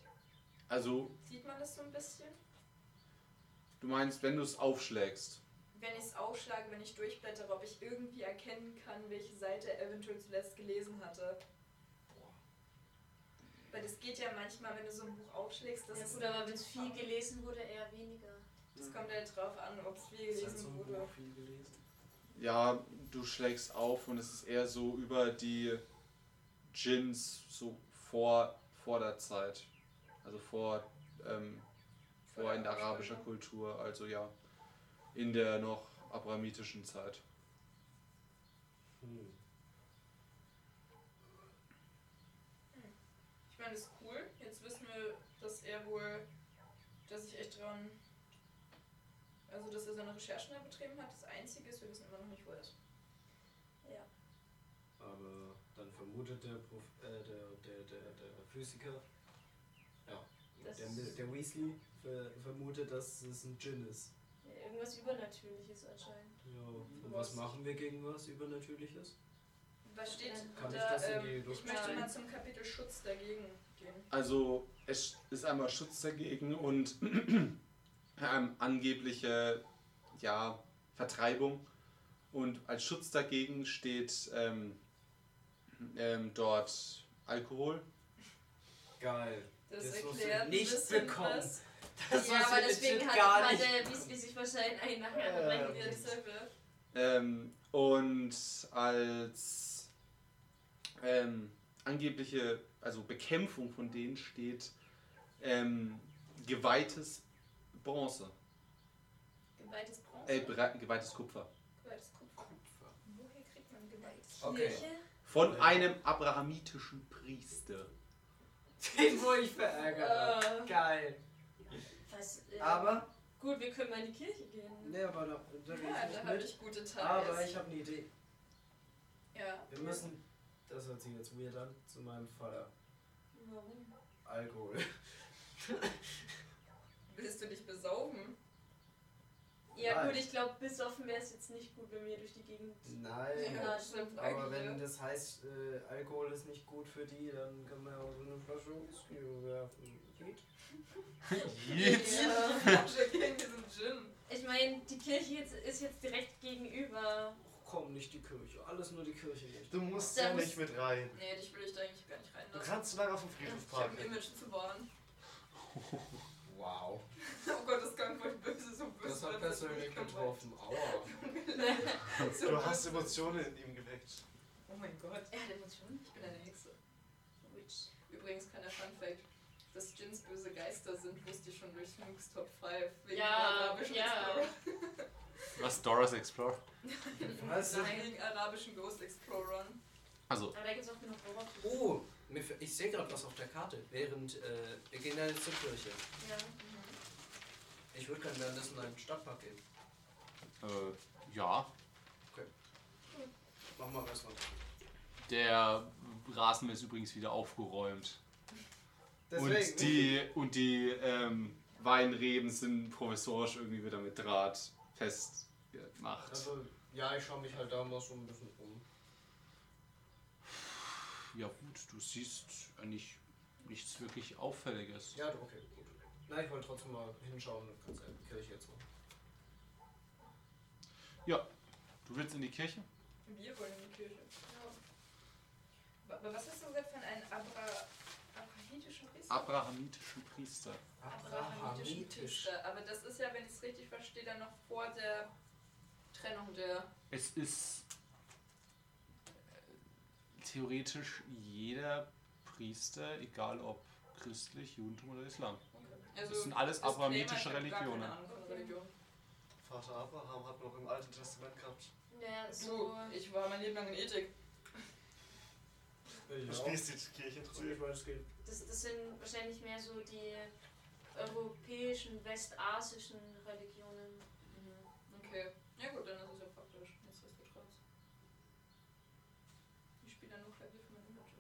S2: Also,
S4: Sieht man das so ein bisschen?
S2: du meinst, wenn du es aufschlägst.
S4: Wenn ich es aufschlage, wenn ich durchblättere, ob ich irgendwie erkennen kann, welche Seite er eventuell zuletzt gelesen hatte. Weil das geht ja manchmal, wenn du so ein Buch aufschlägst, das,
S6: ja,
S4: ist
S6: gut, aber wenn es viel gelesen wurde, eher weniger.
S4: das kommt halt drauf an, ob es viel
S1: Ich habe halt so
S4: gelesen
S1: ein
S4: wurde.
S1: Buch viel gelesen.
S2: Ja, du schlägst auf und es ist eher so über die Jins so vor, vor der Zeit. Also vor, ähm, vor in der arabischer Kultur, also ja, in der noch abramitischen Zeit.
S1: Hm.
S4: Ich meine, das ist cool. Jetzt wissen wir, dass er wohl, dass ich echt dran, also dass er seine Recherchen da betrieben hat. Das Einzige ist, wir wissen immer noch nicht, wo er ist. Ja.
S1: Aber dann vermutet der, Prof, äh, der, der, der, der Physiker, ja,
S6: Das
S1: der,
S6: ist-
S1: der Weasley ver, vermutet, dass es ein Djinn ist.
S6: Ja, irgendwas Übernatürliches anscheinend.
S1: Ja, und was machen wir gegen was Übernatürliches?
S4: Was steht
S1: Kann ich
S4: da?
S1: das in die
S4: ähm, ich
S1: Luft
S4: möchte
S1: steigen?
S4: mal zum Kapitel Schutz dagegen gehen.
S2: Also es ist einmal Schutz dagegen und *clears throat* ähm, angebliche ja, Vertreibung. Und als Schutz dagegen steht ähm, ähm, dort Alkohol.
S1: Geil.
S4: Das,
S1: Das wirst du
S4: erklärt
S1: nicht
S4: ein bisschen
S1: bekommen.
S4: was.
S1: wirst
S6: ja,
S1: du
S6: aber
S1: legit
S6: deswegen hat
S1: gar
S6: gerade
S1: nicht
S6: Weasley sich wahrscheinlich einen nachher
S1: Äh,
S6: rein-
S4: Wenn wir das selber-
S2: Ähm, und als ähm, angebliche, also Bekämpfung von denen steht ähm, geweihtes Bronze,
S4: Geweihtes Bronze.
S2: äh, bere- geweihtes Kupfer.
S4: Geweihtes Kupfer. Woher kriegt man geweihtes?
S1: Okay.
S6: Kirche?
S2: Von einem abrahamitischen Priester.
S1: Den wurde ich verärgert.
S4: Ah.
S1: hab. Geil.
S6: Was, äh,
S1: Aber,
S6: Gut, wir können mal in die Kirche gehen.
S1: ne, aber da, da rede
S4: Ja,
S1: ich
S4: da
S1: nicht
S4: habe
S1: mit.
S4: ich gute Tage.
S1: Aber ich habe eine Idee.
S4: ja.
S1: Wir müssen, das hört sich jetzt weird an, zu meinem Vater.
S4: Warum?
S1: Alkohol. *laughs*
S4: Willst du dich besaufen?
S6: Ja
S1: Nein.
S6: gut, ich glaube, besoffen wäre es jetzt nicht gut, wenn wir durch die Gegend...
S1: Nein.
S6: Ja,
S4: stimmt.
S1: Aber wenn das heißt, äh, Alkohol ist nicht gut für die, dann kann man ja auch so eine Flasche Whisky werfen. Geht?
S4: Ja. Flasche gegen diesen Gin.
S6: Ich meine, die Kirche jetzt, ist jetzt direkt gegenüber.
S1: Ach komm, nicht die Kirche. Alles nur die Kirche nicht.
S5: Du musst
S6: Da
S5: ja
S6: muss-
S5: nicht mit rein.
S4: Nee, dich will ich da eigentlich gar nicht
S5: Du
S4: reinlassen.
S5: kannst so lange auf dem Friedhof
S4: Ich habe ein
S5: parken.
S4: Image zu wahren.
S1: Wow.
S4: *laughs* Oh Gott, das klang voll böse, so böse.
S1: Das hat
S4: dass das
S1: persönlich
S4: nicht kommt.
S1: getroffen. Aua.
S4: So
S5: Du hast
S4: böse.
S5: Emotionen in ihm geweckt.
S4: Oh mein Gott. Er hat Emotionen. Ich bin eine Hexe. Witch. Übrigens, kleiner Funfact. Dass Jins böse Geister sind, wusste ich schon durch Luke's Top 5. Wegen der
S6: Ja,
S4: arabischen
S6: ja.
S4: Explorer.
S2: Was Doris Explorer?
S1: Was?
S4: Nein, wegen arabischen Ghost Explorern.
S2: Also,
S6: Aber da gibt es auch genug Roboter.
S1: Oh, mir f- ich sehe gerade was auf der Karte. Während, äh, wir gehen dann jetzt zur Kirche.
S6: Ja. mhm.
S1: Ich würde gerne währenddessen in einen Stadtpark gehen.
S2: äh, ja,
S1: Mach mal was mal.
S2: der Rasen ist übrigens wieder aufgeräumt. Und die, und die ähm, Weinreben sind provisorisch irgendwie wieder mit Draht festgemacht.
S1: Also, ja, ich schaue mich halt da mal so ein bisschen um.
S2: ja gut, du siehst eigentlich nichts wirklich Auffälliges.
S1: Ja, okay, gut. Nein, ich wollte trotzdem mal hinschauen. Kannst ja die Kirche jetzt mal.
S2: Du willst in die Kirche?
S4: Wir wollen in die Kirche. Aber was hast du gesagt von einem Abra... Abrahitischen Priester?
S2: Abrahamitischen Priester.
S1: Ah,
S4: Abrahamitischen Priester. Aber das ist ja, wenn ich es richtig verstehe, dann noch vor der Trennung der...
S2: Es ist äh, theoretisch jeder Priester, egal ob christlich, Judentum oder Islam.
S4: Also,
S2: Das sind alles
S4: Disclaimer,
S2: abrahamitische
S4: ich hab gar keine
S2: Religionen.
S4: Ahnung von
S6: Okay.
S4: Religion.
S5: Vater Abraham hat noch im Alten Testament gehabt.
S6: Naja,
S4: So,
S6: so...
S4: ich war mein Leben lang in Ethik.
S2: Genau.
S5: Du spielst die Kirche zurück.
S1: Ich meine, es geht.
S6: Das, das sind wahrscheinlich mehr so die europäischen, westasischen Religionen.
S4: Okay. Ja gut, dann ist es ja praktisch. Nichtsdestotrotz. Ich spiele dann nur Klavier für meinen Mutter.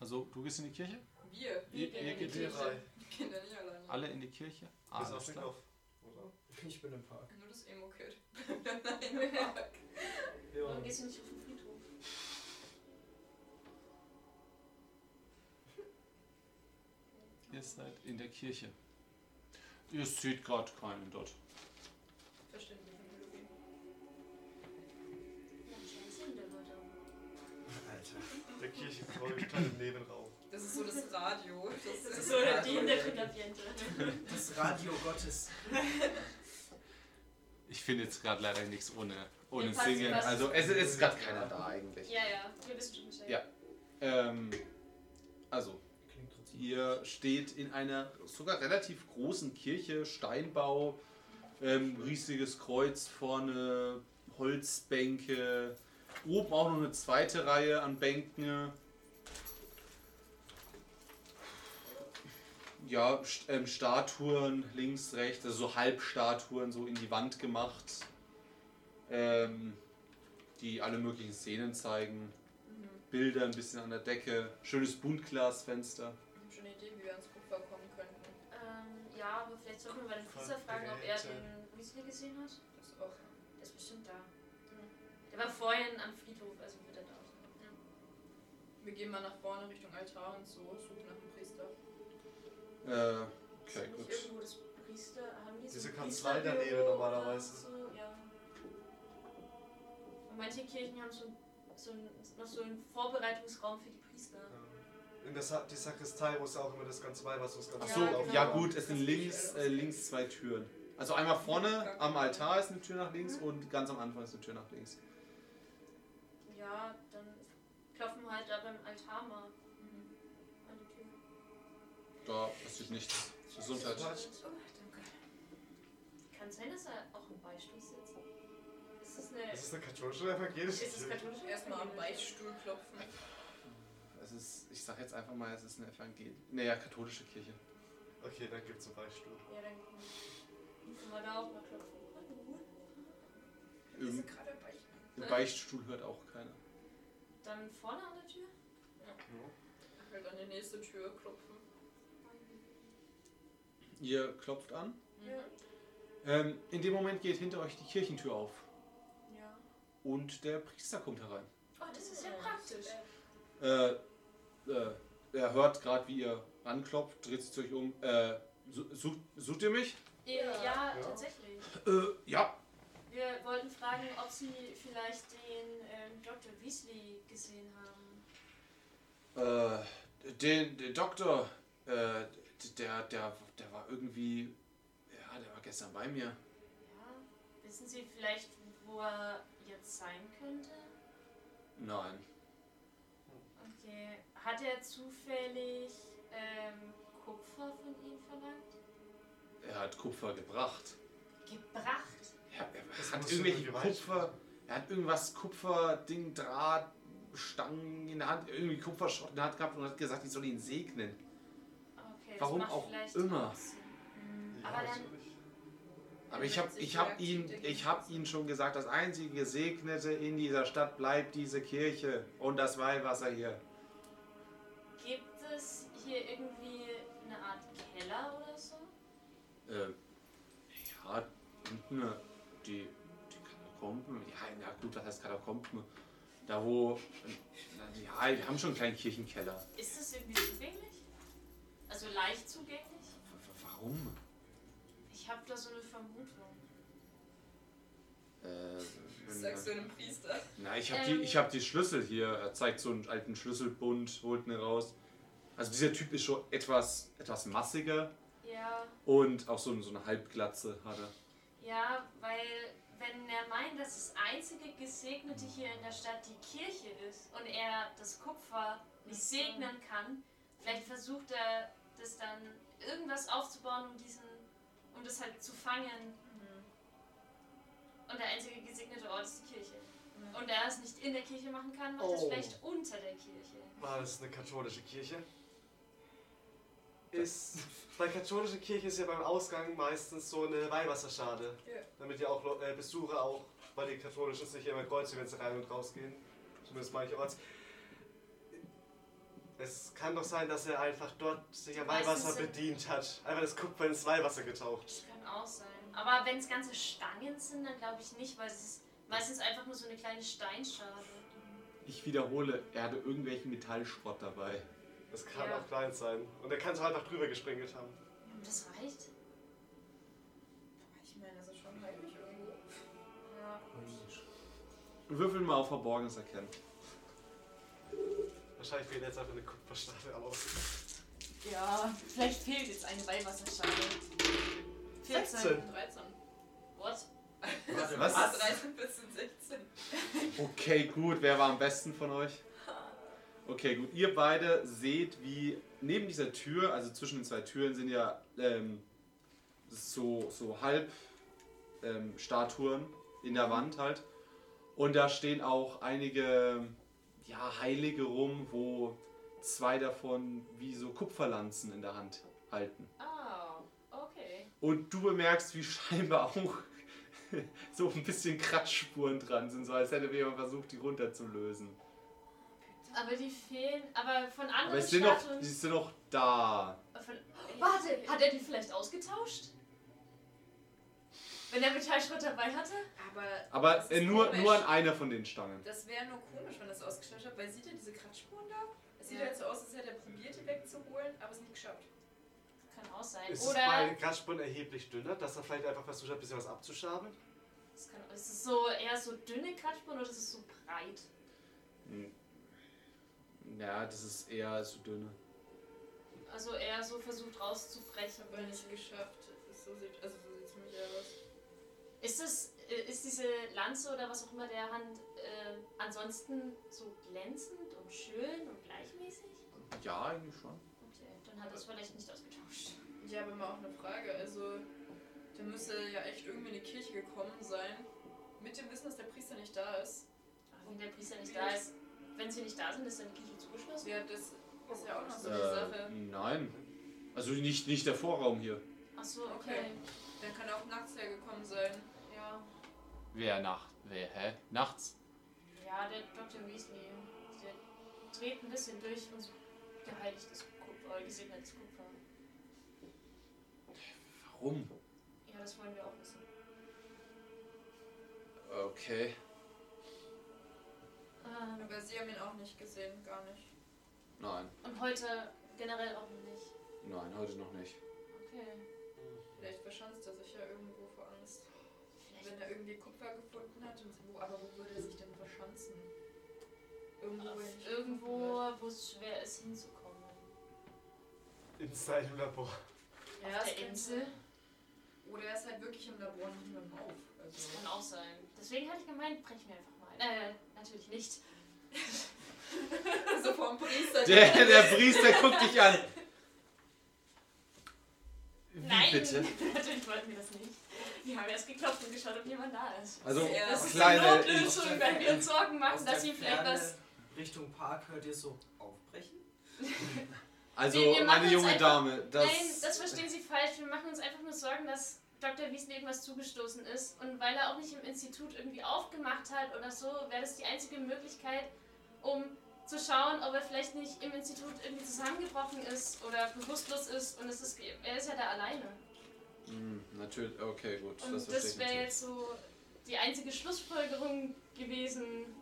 S2: Also, du gehst in die Kirche?
S4: Wir.
S2: Ihr,
S6: gehen
S2: ihr
S6: in die
S2: geht hier
S4: Kirche.
S2: rein.
S4: Kinder nicht alleine.
S2: Alle in die Kirche?
S5: Bis
S2: Alles
S5: auf den
S2: klar.
S5: Knopf, oder?
S1: Ich bin im Park.
S4: Nur das *laughs* Emo-Kid. Nein.
S6: Warum
S5: Ja.
S6: gehst du nicht auf den Friedhof?
S2: Ihr seid in der Kirche. Ihr seht gerade keinen dort.
S4: Verstehen wir die Melodie.
S6: Ja, wahrscheinlich sind da Leute.
S1: Alter.
S5: Der Kirche folgt halt im Nebenraum.
S4: Das ist so das *laughs* Radio. Das
S6: Das
S4: ist
S6: ist
S4: so
S6: so der Dienerfin-Ambiente.
S1: Das Radio Gottes.
S2: Ich finde jetzt gerade leider nichts ohne, ohne
S6: Ja, passt,
S2: Singen.
S6: passt.
S2: Also es, es ist gerade keiner da eigentlich.
S6: Ja, ja, wir wissen schon Bescheid.
S2: Ja. Ähm, also,
S1: Klingt trotzdem.
S2: ihr steht in einer sogar relativ großen Kirche, Steinbau, ähm, riesiges Kreuz vorne, Holzbänke, oben auch noch eine zweite Reihe an Bänken. Ja, St ähm, Statuen links, rechts, also so Halbstatuen so in die Wand gemacht, ähm, die alle möglichen Szenen zeigen. Bilder ein bisschen an der Decke, schönes Buntglasfenster.
S4: Ich habe schon eine Idee, wie wir ans Kupfer kommen könnten.
S6: Ähm, ja, aber vielleicht sollten wir bei den Fieser fragen, ob er den Weasley gesehen hat.
S4: Das ist auch.
S6: Der ist bestimmt da. Der war vorhin am Friedhof, also wird er da sein.
S4: Wir gehen mal nach vorne Richtung Altar und so, suchen nach dem Priester.
S2: Äh,
S6: Ist
S2: okay,
S6: nicht
S2: gut.
S6: Irgendwo das Priester, haben die so
S5: Diese
S6: ein
S5: Kanzlei daneben
S6: Priesterbüro oder
S5: normalerweise.
S6: So, ja. Und manche Kirchen haben so, so ein, noch so einen Vorbereitungsraum für die Priester.
S5: Ähm, In der Sa die Sakristei, wo es auch immer das ganze Weihwasser, das ganze
S2: Achso,
S6: Ja,
S5: Blut
S6: genau.
S2: ja
S5: aufbewahrt.
S2: gut, es sind links, äh, links zwei Türen. Also einmal vorne am Altar ist eine Tür nach links und ganz am Anfang ist eine Tür nach links.
S6: Ja, dann klopfen wir halt da beim Altar mal an die Tür.
S2: Da passiert nichts. Gesundheit.
S6: Kann sein, dass er auch im Beistuhl sitzt. Ist das eine.
S5: Das ist eine katholische oder evangelische
S6: Ist es
S5: Kirche?
S6: katholisch?
S4: Erstmal am Beichtstuhl klopfen.
S2: Es ist, ich sag jetzt einfach mal, es ist eine Evangel naja, katholische Kirche.
S5: Okay, dann gibt's einen Beistuhl.
S6: Ja, dann müssen wir da auch mal klopfen. Hallo.
S4: Wir
S2: Im,
S4: sind gerade am Beichtstuhl.
S2: im Beichtstuhl hört auch keiner.
S6: Dann vorne an der Tür?
S4: Halt an die nächste Tür klopfen.
S2: Ihr klopft an.
S4: Mhm.
S6: Ja.
S2: Ähm, in dem Moment geht hinter euch die Kirchentür auf
S6: Ja.
S2: und der Priester kommt herein.
S6: Oh, das ist ja praktisch.
S2: Äh, äh, er hört gerade, wie ihr ranklopft, dreht sich zu euch um. Äh, su- sucht, sucht ihr mich?
S6: Ja,
S5: Ja.
S6: tatsächlich.
S2: Äh, ja,
S6: Wir wollten fragen, ob Sie vielleicht den ähm, Dr. Weasley gesehen haben.
S2: Äh, den, den Doktor, äh, der, der, der war irgendwie, ja, der war gestern bei mir.
S6: Ja. Wissen Sie vielleicht, wo er jetzt sein könnte?
S2: Nein.
S6: Okay. Hat er zufällig ähm, Kupfer von Ihnen verlangt?
S2: Er hat Kupfer gebracht.
S6: Gebracht?
S2: Er, er
S5: Das
S2: hat
S5: muss
S2: irgendwelche
S5: irgendwie weit-
S2: Kupfer, er hat irgendwas Kupfer, Ding, Draht, Stangen in der Hand, irgendwie Kupferschrott in der Hand gehabt und hat gesagt, ich soll ihn segnen.
S6: Okay,
S2: Warum
S6: das macht
S2: auch
S6: vielleicht
S2: immer. also
S6: auch Sinn. Mhm.
S5: Ja,
S6: Aber dann-
S5: natürlich.
S2: Aber ich habe ich hab ihn, ich hab ihn schon gesagt, das einzige Gesegnete in dieser Stadt bleibt diese Kirche und das Weihwasser hier.
S6: Gibt es hier irgendwie eine Art Keller oder so?
S2: Äh, ja, unten äh, die, die Katakomben. Ja, na gut, das heißt Katakomben. Da wo. äh, Ja, die haben schon einen kleinen Kirchenkeller.
S6: Ist das irgendwie zugänglich? Also leicht zugänglich?
S2: W- w- Warum?
S6: Ich habe da so eine Vermutung.
S2: Äh,
S4: Das sagst du einem Priester.
S2: na, ich habe die,
S6: Ähm.
S2: ich hab die Schlüssel hier. Er zeigt so einen alten Schlüsselbund, holt ihn raus. Also dieser Typ ist schon etwas, etwas massiger
S6: Ja,
S2: und auch so, so eine Halbglatze hat er.
S6: ja, weil wenn er meint, dass das einzige Gesegnete hier in der Stadt die Kirche ist und er das Kupfer nicht segnen kann, vielleicht versucht er das dann irgendwas aufzubauen, um diesen, um Mhm. das halt zu fangen. Und der einzige gesegnete Ort ist die Kirche. Und da er es nicht in der Kirche machen kann, macht er es
S5: Oh.
S6: vielleicht unter der Kirche.
S5: War das eine katholische Kirche? Ist. Bei katholischer Kirche ist ja beim Ausgang meistens so eine Weihwasserschale.
S4: Ja.
S5: Damit ja auch Leu- äh, Besucher auch, weil die katholischen sich ja immer kreuzen, wenn sie rein und raus gehen. Zumindest mancherorts. Es kann doch sein, dass er einfach dort sich am
S6: Meistens
S5: Weihwasser
S6: sind-
S5: bedient hat. Einfach das Kupfer ins Weihwasser getaucht.
S6: Das kann auch sein. Aber wenn es ganze Stangen sind, dann glaube ich nicht, weil es ist meistens einfach nur so eine kleine Steinschale.
S2: Ich wiederhole, er hatte irgendwelchen Metallschrott dabei.
S5: Das kann
S6: Ja.
S5: auch klein sein. Und er kann es auch einfach drüber gesprengelt haben.
S6: Und das reicht.
S4: Ich meine, das ist schon heimlich irgendwo.
S6: Ja.
S2: Würfel mal auf Verborgenes erkennen.
S5: Wahrscheinlich fehlt jetzt einfach eine Kupferschale aus.
S4: Ja, vielleicht fehlt jetzt eine Weihwasserschale.
S5: 16.
S4: 13.
S6: What?
S2: Was?
S4: 13, 14, 16.
S2: Okay, gut. Wer war am besten von euch? Okay, gut. Ihr beide seht, wie neben dieser Tür, also zwischen den zwei Türen, sind ja ähm, so, so halb ähm, Statuen in der Wand halt. Und da stehen auch einige ja, Heilige rum, wo zwei davon wie so Kupferlanzen in der Hand halten.
S6: Oh,
S18: Ah, okay.
S2: Und du bemerkst, wie scheinbar auch *laughs* so ein bisschen Kratzspuren dran sind, so als hätte jemand versucht, die runterzulösen.
S6: Aber die fehlen. Aber von anderen
S2: Aber es sind noch,
S6: Statuen.
S2: die sind noch da.
S6: Von, warte, hat er die vielleicht ausgetauscht? Wenn er Metallschrott dabei hatte?
S4: Aber
S2: Aber
S4: Das
S2: äh,
S4: ist
S2: nur,
S4: komisch.
S2: nur an einer von den Stangen.
S4: das wäre nur komisch, wenn das ausgeschnappt hat, weil sieht er diese Kratzspuren da? Es sieht
S6: Ja.
S4: halt so aus, als hätte er probiert, die wegzuholen, aber es nicht geschafft.
S6: Kann auch sein.
S5: Ist es bei
S6: Oder
S5: den Kratzspuren erheblich dünner, dass er vielleicht einfach versucht hat, ein bisschen was abzuschaben?
S6: es, kann, es ist so eher so dünne Kratzspuren oder es ist so breit.
S2: Hm. Ja, das ist eher so dünne.
S6: Also eher so versucht rauszubrechen.
S4: Aber nicht geschafft. Das ist So sieht, also so sieht es für mich aus.
S6: Ist es, äh, ist diese Lanze oder was auch immer der Hand äh, ansonsten so glänzend und schön und gleichmäßig?
S2: Ja, eigentlich schon.
S6: Okay, dann hat er es vielleicht nicht ausgetauscht.
S4: Ich habe immer auch eine Frage. Also, da müsste er ja echt irgendwie in die Kirche gekommen sein. Mit dem Wissen, dass der Priester nicht da ist.
S6: Aber wenn der Priester nicht da ist, wenn sie nicht da sind, ist dann die Kirche zugeschlossen?
S4: Ja, das ist ja auch noch so eine
S2: Äh,
S4: Sache.
S2: nein. Also nicht, nicht der Vorraum hier.
S6: Achso, okay.
S4: Dann kann er auch nachts hergekommen sein.
S6: Ja.
S19: Wer nacht? Wer, hä? Nachts?
S6: ja, der Dr. Weasley, der dreht ein bisschen durch und geheiligt ist Kupfer, äh, gesegnetes Kupfer.
S2: Warum?
S6: Ja, das wollen wir auch wissen.
S2: Okay.
S6: Ähm,
S4: Aber sie haben ihn auch nicht gesehen, gar nicht.
S2: Nein.
S6: und heute generell auch noch nicht.
S2: Nein, heute noch
S6: *laughs*
S2: nicht.
S6: Okay.
S4: Vielleicht verschanzt er sich ja irgendwo vor Angst. Wenn er irgendwie Kupfer gefunden hat, und wo, aber wo würde er sich denn verschanzen? Irgendwo, wo er nicht gefunden wird.
S6: Irgendwo, wo es schwer ist, hinzukommen.
S5: In seinem Labor.
S4: Ja,
S6: Auf
S4: es
S6: der
S4: könnte-
S6: Insel?
S4: Oder er ist halt wirklich im Labor und nimmt ihn auf.
S6: Das
S4: Also,
S6: *laughs* kann auch sein. Deswegen hatte ich gemeint, brech mir einfach mal. ein. Äh, natürlich nicht.
S4: so vom Priester.
S2: Der, der Priester guckt dich an. Wie
S6: Nein,
S2: bitte?
S6: natürlich wollten wir das nicht. Wir haben erst geklopft und geschaut, ob jemand da ist.
S2: Also,
S4: Ja.
S6: Das ist die
S2: kleine. Ich,
S6: Notlösung, weil wir uns Sorgen machen, dass ihm vielleicht was.
S1: Richtung Park hört ihr so aufbrechen.
S2: also,
S6: Nee, wir machen
S2: meine
S6: uns
S2: junge
S6: einfach-
S2: Dame, das.
S6: Nein, das verstehen Sie falsch. Wir machen uns einfach nur Sorgen, dass Dr. Wiesner irgendwas zugestoßen ist. Und weil er auch nicht im Institut irgendwie aufgemacht hat oder so, wäre das die einzige Möglichkeit, um zu schauen, ob er vielleicht nicht im Institut irgendwie zusammengebrochen ist oder bewusstlos ist. Und es ist, er ist ja da alleine.
S2: Hm, natürlich, okay, gut.
S6: Und das,
S2: verstehe ich
S6: wäre
S2: natürlich.
S6: jetzt so die einzige Schlussfolgerung gewesen,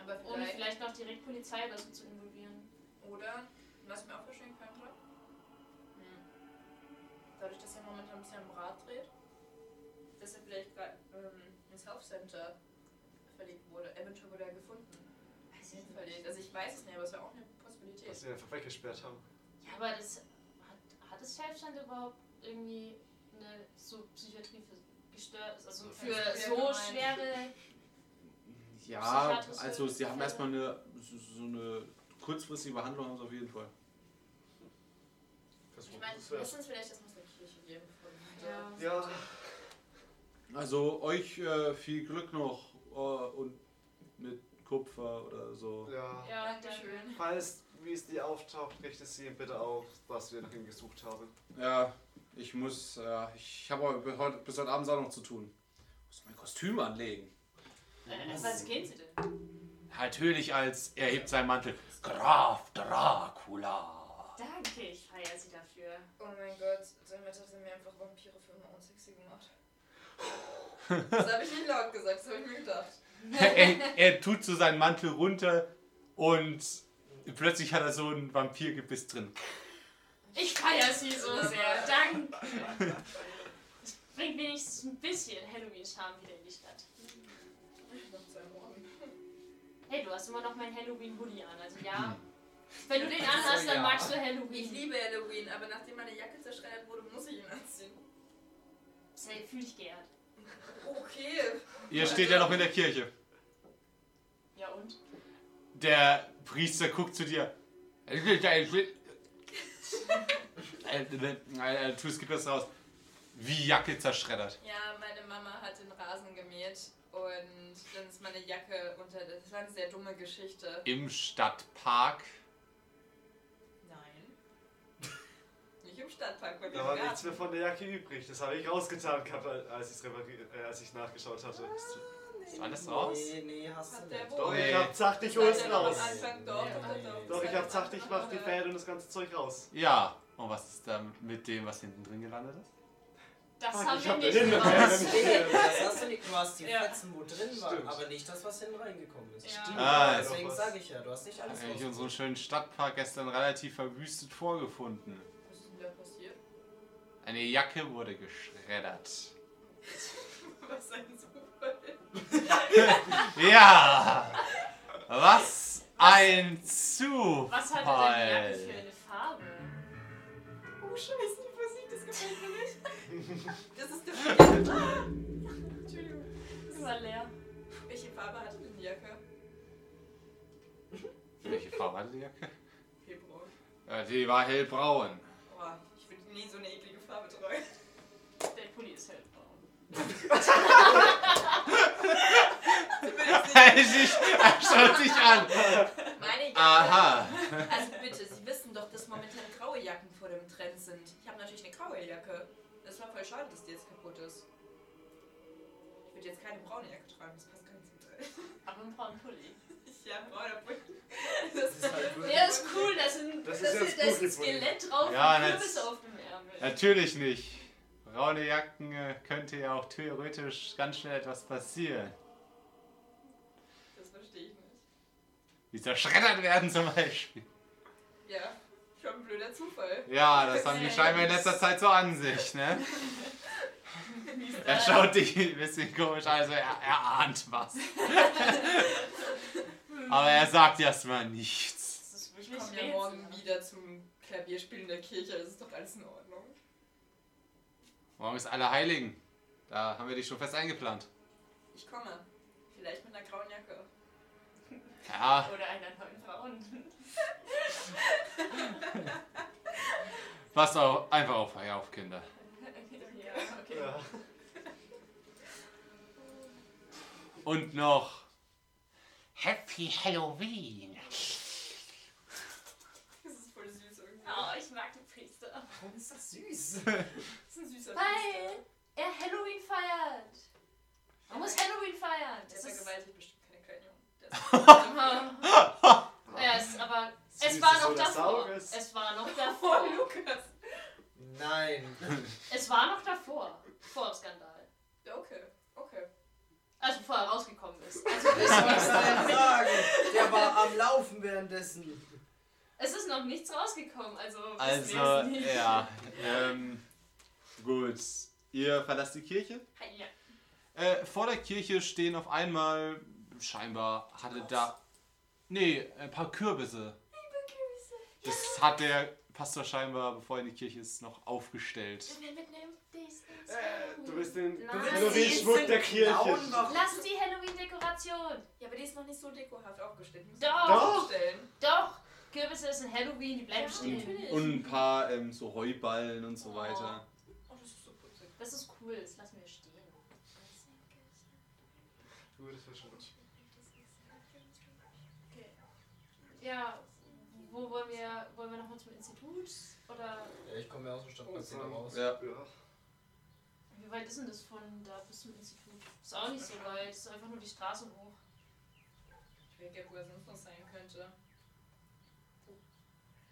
S4: Aber
S6: um
S4: vielleicht.
S6: vielleicht noch direkt Polizei oder so zu involvieren.
S4: Oder, was mir auch verstehen könnte, hm, dadurch, dass er momentan ein bisschen am Rad dreht, dass er vielleicht gerade ähm, ins Health Center verlegt wurde. Eventuell wurde er gefunden. Weiß ich verlegt. Also ich weiß es nicht, aber es wäre auch eine Possibilität.
S5: Dass wir ihn einfach weggesperrt haben.
S6: Ja, aber das hat, hat das Schäfstand überhaupt irgendwie eine so Psychiatrie für gestört, also für
S4: schwer
S6: so
S4: gemeint.
S6: schwere.
S2: Ja,
S6: psychiatrische
S2: also sie haben
S6: Fälle.
S2: erstmal eine so so eine kurzfristige Behandlung haben sie auf jeden Fall.
S5: Das
S4: Ich meine,
S5: muss-
S4: lass uns vielleicht das aus der Kirche geben. bevor wir-
S6: Ja.
S5: Ja,
S2: Also euch äh, viel Glück noch äh, und
S20: mit Kupfer oder so.
S5: Ja.
S6: Ja,
S4: Dankeschön.
S5: Falls, wie es dir auftaucht, richtet sie ihm bitte auf, was wir nach ihm gesucht haben.
S20: Ja, ich muss,
S2: äh,
S20: ja, ich habe bis heute, bis heute Abend auch noch zu tun. Ich muss mein Kostüm anlegen.
S6: Äh, was gehen sie denn?
S2: Natürlich als er hebt seinen
S6: *laughs*
S2: Mantel. Graf Dracula.
S6: Danke, ich feiere sie dafür.
S4: Oh mein Gott, sein Wetter sind mir einfach Vampire für immer unsexy gemacht. Das habe ich nicht laut gesagt, das habe ich mir gedacht.
S2: er, er tut so seinen Mantel runter und plötzlich hat er so ein Vampirgebiss drin.
S6: Ich feiere sie so sehr. Danke. Es bringt wenigstens ein bisschen Halloween-Charme wieder in die Stadt.
S4: Noch zwei Morgen.
S6: Hey, du hast immer noch meinen Halloween-Hoodie an, also ja. Wenn du den anhast, dann
S21: Ja.
S6: magst du
S4: Ich
S6: Halloween.
S4: liebe Halloween, aber nachdem meine Jacke zerschreddert wurde, muss ich ihn anziehen.
S6: Sei fühl dich geehrt.
S4: Okay.
S2: Ihr steht ja noch in der Kirche.
S6: Ja und?
S2: Der Priester guckt zu dir. Äh, *laughs* äh, äh, Tu es gibt das raus. Wie Jacke zerschreddert.
S4: Ja, meine Mama hat den Rasen gemäht und dann ist meine Jacke unter. Das war eine sehr dumme Geschichte.
S2: Im Stadtpark.
S4: Nein. *laughs* Nicht im Stadtpark, bei mir
S5: Da war
S4: im Garten.
S5: nichts mehr von der Jacke übrig. Das habe ich rausgetan gehabt, als ich äh, als ich nachgeschaut hatte.
S2: Ist alles raus?
S1: Nee, nee, hast du
S4: Hat der
S1: nicht.
S4: wohl.
S5: Doch, ich
S2: Nee.
S5: hab gesagt, ich hol's raus.
S4: Am Anfang doch,
S1: Nee.
S4: und dann
S5: Doch, ich hab gesagt, ich mach die
S4: Fäden.
S5: Fäden und das ganze Zeug raus.
S2: Ja. Und was ist da mit dem, was hinten drin gelandet ist?
S6: Das
S5: Fuck,
S6: haben
S5: ich
S6: wir
S5: hab
S6: nicht
S5: den
S6: gemacht.
S1: *laughs*
S5: Hintern.
S1: Das hast du nicht. Du hast die
S6: Ja.
S1: Fetzen, wo drin waren,
S5: Stimmt.
S1: aber nicht das, was hinten reingekommen ist.
S6: Ja.
S2: Ah,
S1: Deswegen
S5: noch was.
S1: sage ich ja, du hast nicht
S2: Da
S1: alles
S2: habe ich
S1: rausgeholt.
S2: unseren schönen Stadtpark gestern relativ verwüstet vorgefunden.
S4: Was ist denn da passiert?
S2: Eine Jacke wurde geschreddert.
S4: Was ein Zufall.
S2: Ja! Was ein Zufall!
S6: Was hatte deine Jacke für eine Farbe?
S4: Oh, scheiße, die Musik, das gefällt mir nicht.
S5: *laughs*
S4: Das ist der Verkehr. Ah! Entschuldigung.
S6: Das war leer.
S4: Welche Farbe hatte denn die Jacke?
S2: Welche Farbe hatte die Jacke?
S4: Februar.
S2: Äh, Die war hellbraun.
S4: Boah, ich würde nie so eine eklige Farbe tragen. *laughs*
S6: Der Pulli ist halt hellbraun.
S2: Er schaut dich an.
S4: Meine Jacke.
S2: Aha.
S4: Also bitte, Sie wissen doch, dass momentan graue Jacken vor dem Trend sind. Ich habe natürlich eine graue Jacke. Das war voll schade, dass die jetzt kaputt ist. Ich würde jetzt keine braune Jacke tragen, das passt gar nicht zum Trend.
S6: Aber ein braunen Pulli.
S4: *laughs* Ja, brauner Pulli. Das
S1: ist halt wirklich-
S6: Ja, das ist cool. Da ist ein,
S5: Das
S6: das
S5: ist
S6: ist,
S5: jetzt
S6: da ist ein
S5: Spooky Pulli.
S6: Skelett drauf
S2: Ja,
S6: und
S2: das-
S6: Kürbis auf dem Ärmel.
S2: Natürlich nicht. Braune Jacken äh, könnte ja auch theoretisch ganz schnell etwas passieren.
S4: Das verstehe ich nicht.
S2: Wie zerschreddert werden zum Beispiel.
S4: Ja, schon ein blöder Zufall.
S2: Ja, das haben die scheinbar in letzter Zeit so an sich, ne? Er schaut dich ein bisschen komisch, an, also er, er ahnt was. Aber er sagt erstmal nichts.
S6: Das ist
S4: Ich
S6: wirklich
S4: komme ja morgen wieder zum Klavierspielen in der Kirche, das ist doch alles in Ordnung.
S2: Morgen ist Allerheiligen. Da haben wir dich schon fest eingeplant.
S4: Ich komme. Vielleicht mit einer grauen *laughs* Jacke.
S2: Ja,
S6: Oder einer neuen Frauen.
S2: passt auch einfach auf euch auf, Kinder.
S6: ja,
S4: *laughs*
S6: okay.
S5: Ja.
S2: Und noch. Happy Halloween!
S4: Das ist voll süß irgendwie.
S6: Oh, ich mag den Priester.
S1: Warum ist das süß?
S4: Das ist ein süßer
S6: Weil er Halloween feiert. Man muss Halloween feiern.
S4: Der
S6: Das ist
S4: vergewaltigt bestimmt keine kleinen Jungen.
S6: *laughs*
S4: Der ist
S6: ja, es ist aber. Es war
S5: Süßes
S6: noch
S5: oder
S6: davor.
S5: Saures?
S6: Es war noch
S4: Oh,
S6: davor.
S4: Lukas.
S1: *laughs* Nein.
S6: Es war noch davor. Vor dem Skandal.
S4: Ja, okay. Okay.
S6: Also bevor er rausgekommen ist. Also
S1: Ich muss denn sagen, der war am Laufen währenddessen.
S6: Es ist noch nichts rausgekommen, also. wissen
S21: Also,
S6: wir
S2: äh,
S6: es nicht.
S21: ja. Ähm, gut. Ihr verlasst die Kirche?
S6: Ja.
S21: Äh, vor der Kirche stehen auf einmal, scheinbar hatte da. Nee, ein paar Kürbisse.
S2: Das hat der Pastor scheinbar, bevor er in die Kirche ist, noch aufgestellt.
S6: Wenn wir mitnehmen, dies, dies,
S5: Äh, du bist den, du
S6: Nein,
S5: bist nur den
S1: sie
S5: Schmuck
S1: sind
S5: der Kirche.
S1: Blauen Wachen.
S6: Lass die Halloween-Dekoration.
S4: Ja, aber die ist noch nicht so dekohaft aufgestellt. Muss
S6: Doch.
S4: aufstellen.
S6: Doch. Kürbisse ist ein Halloween, die bleiben stehen.
S4: natürlich.
S21: Und ein paar ähm, so Heuballen und so weiter.
S4: Oh, das ist so putzig.
S6: Das ist cool, das lassen wir stehen.
S5: Du, das wär schon gut.
S6: Ja, wo wollen wir, wollen wir nochmal zum Institut? Oder
S1: Ja, ich komme ja aus dem Stadtpazit raus.
S2: Ja.
S5: Ja.
S6: wie weit ist denn das von da bis zum Institut? Ist auch nicht so weit, ist einfach nur die Straßen hoch.
S4: Ich will gerne, wo er sonst noch sein könnte.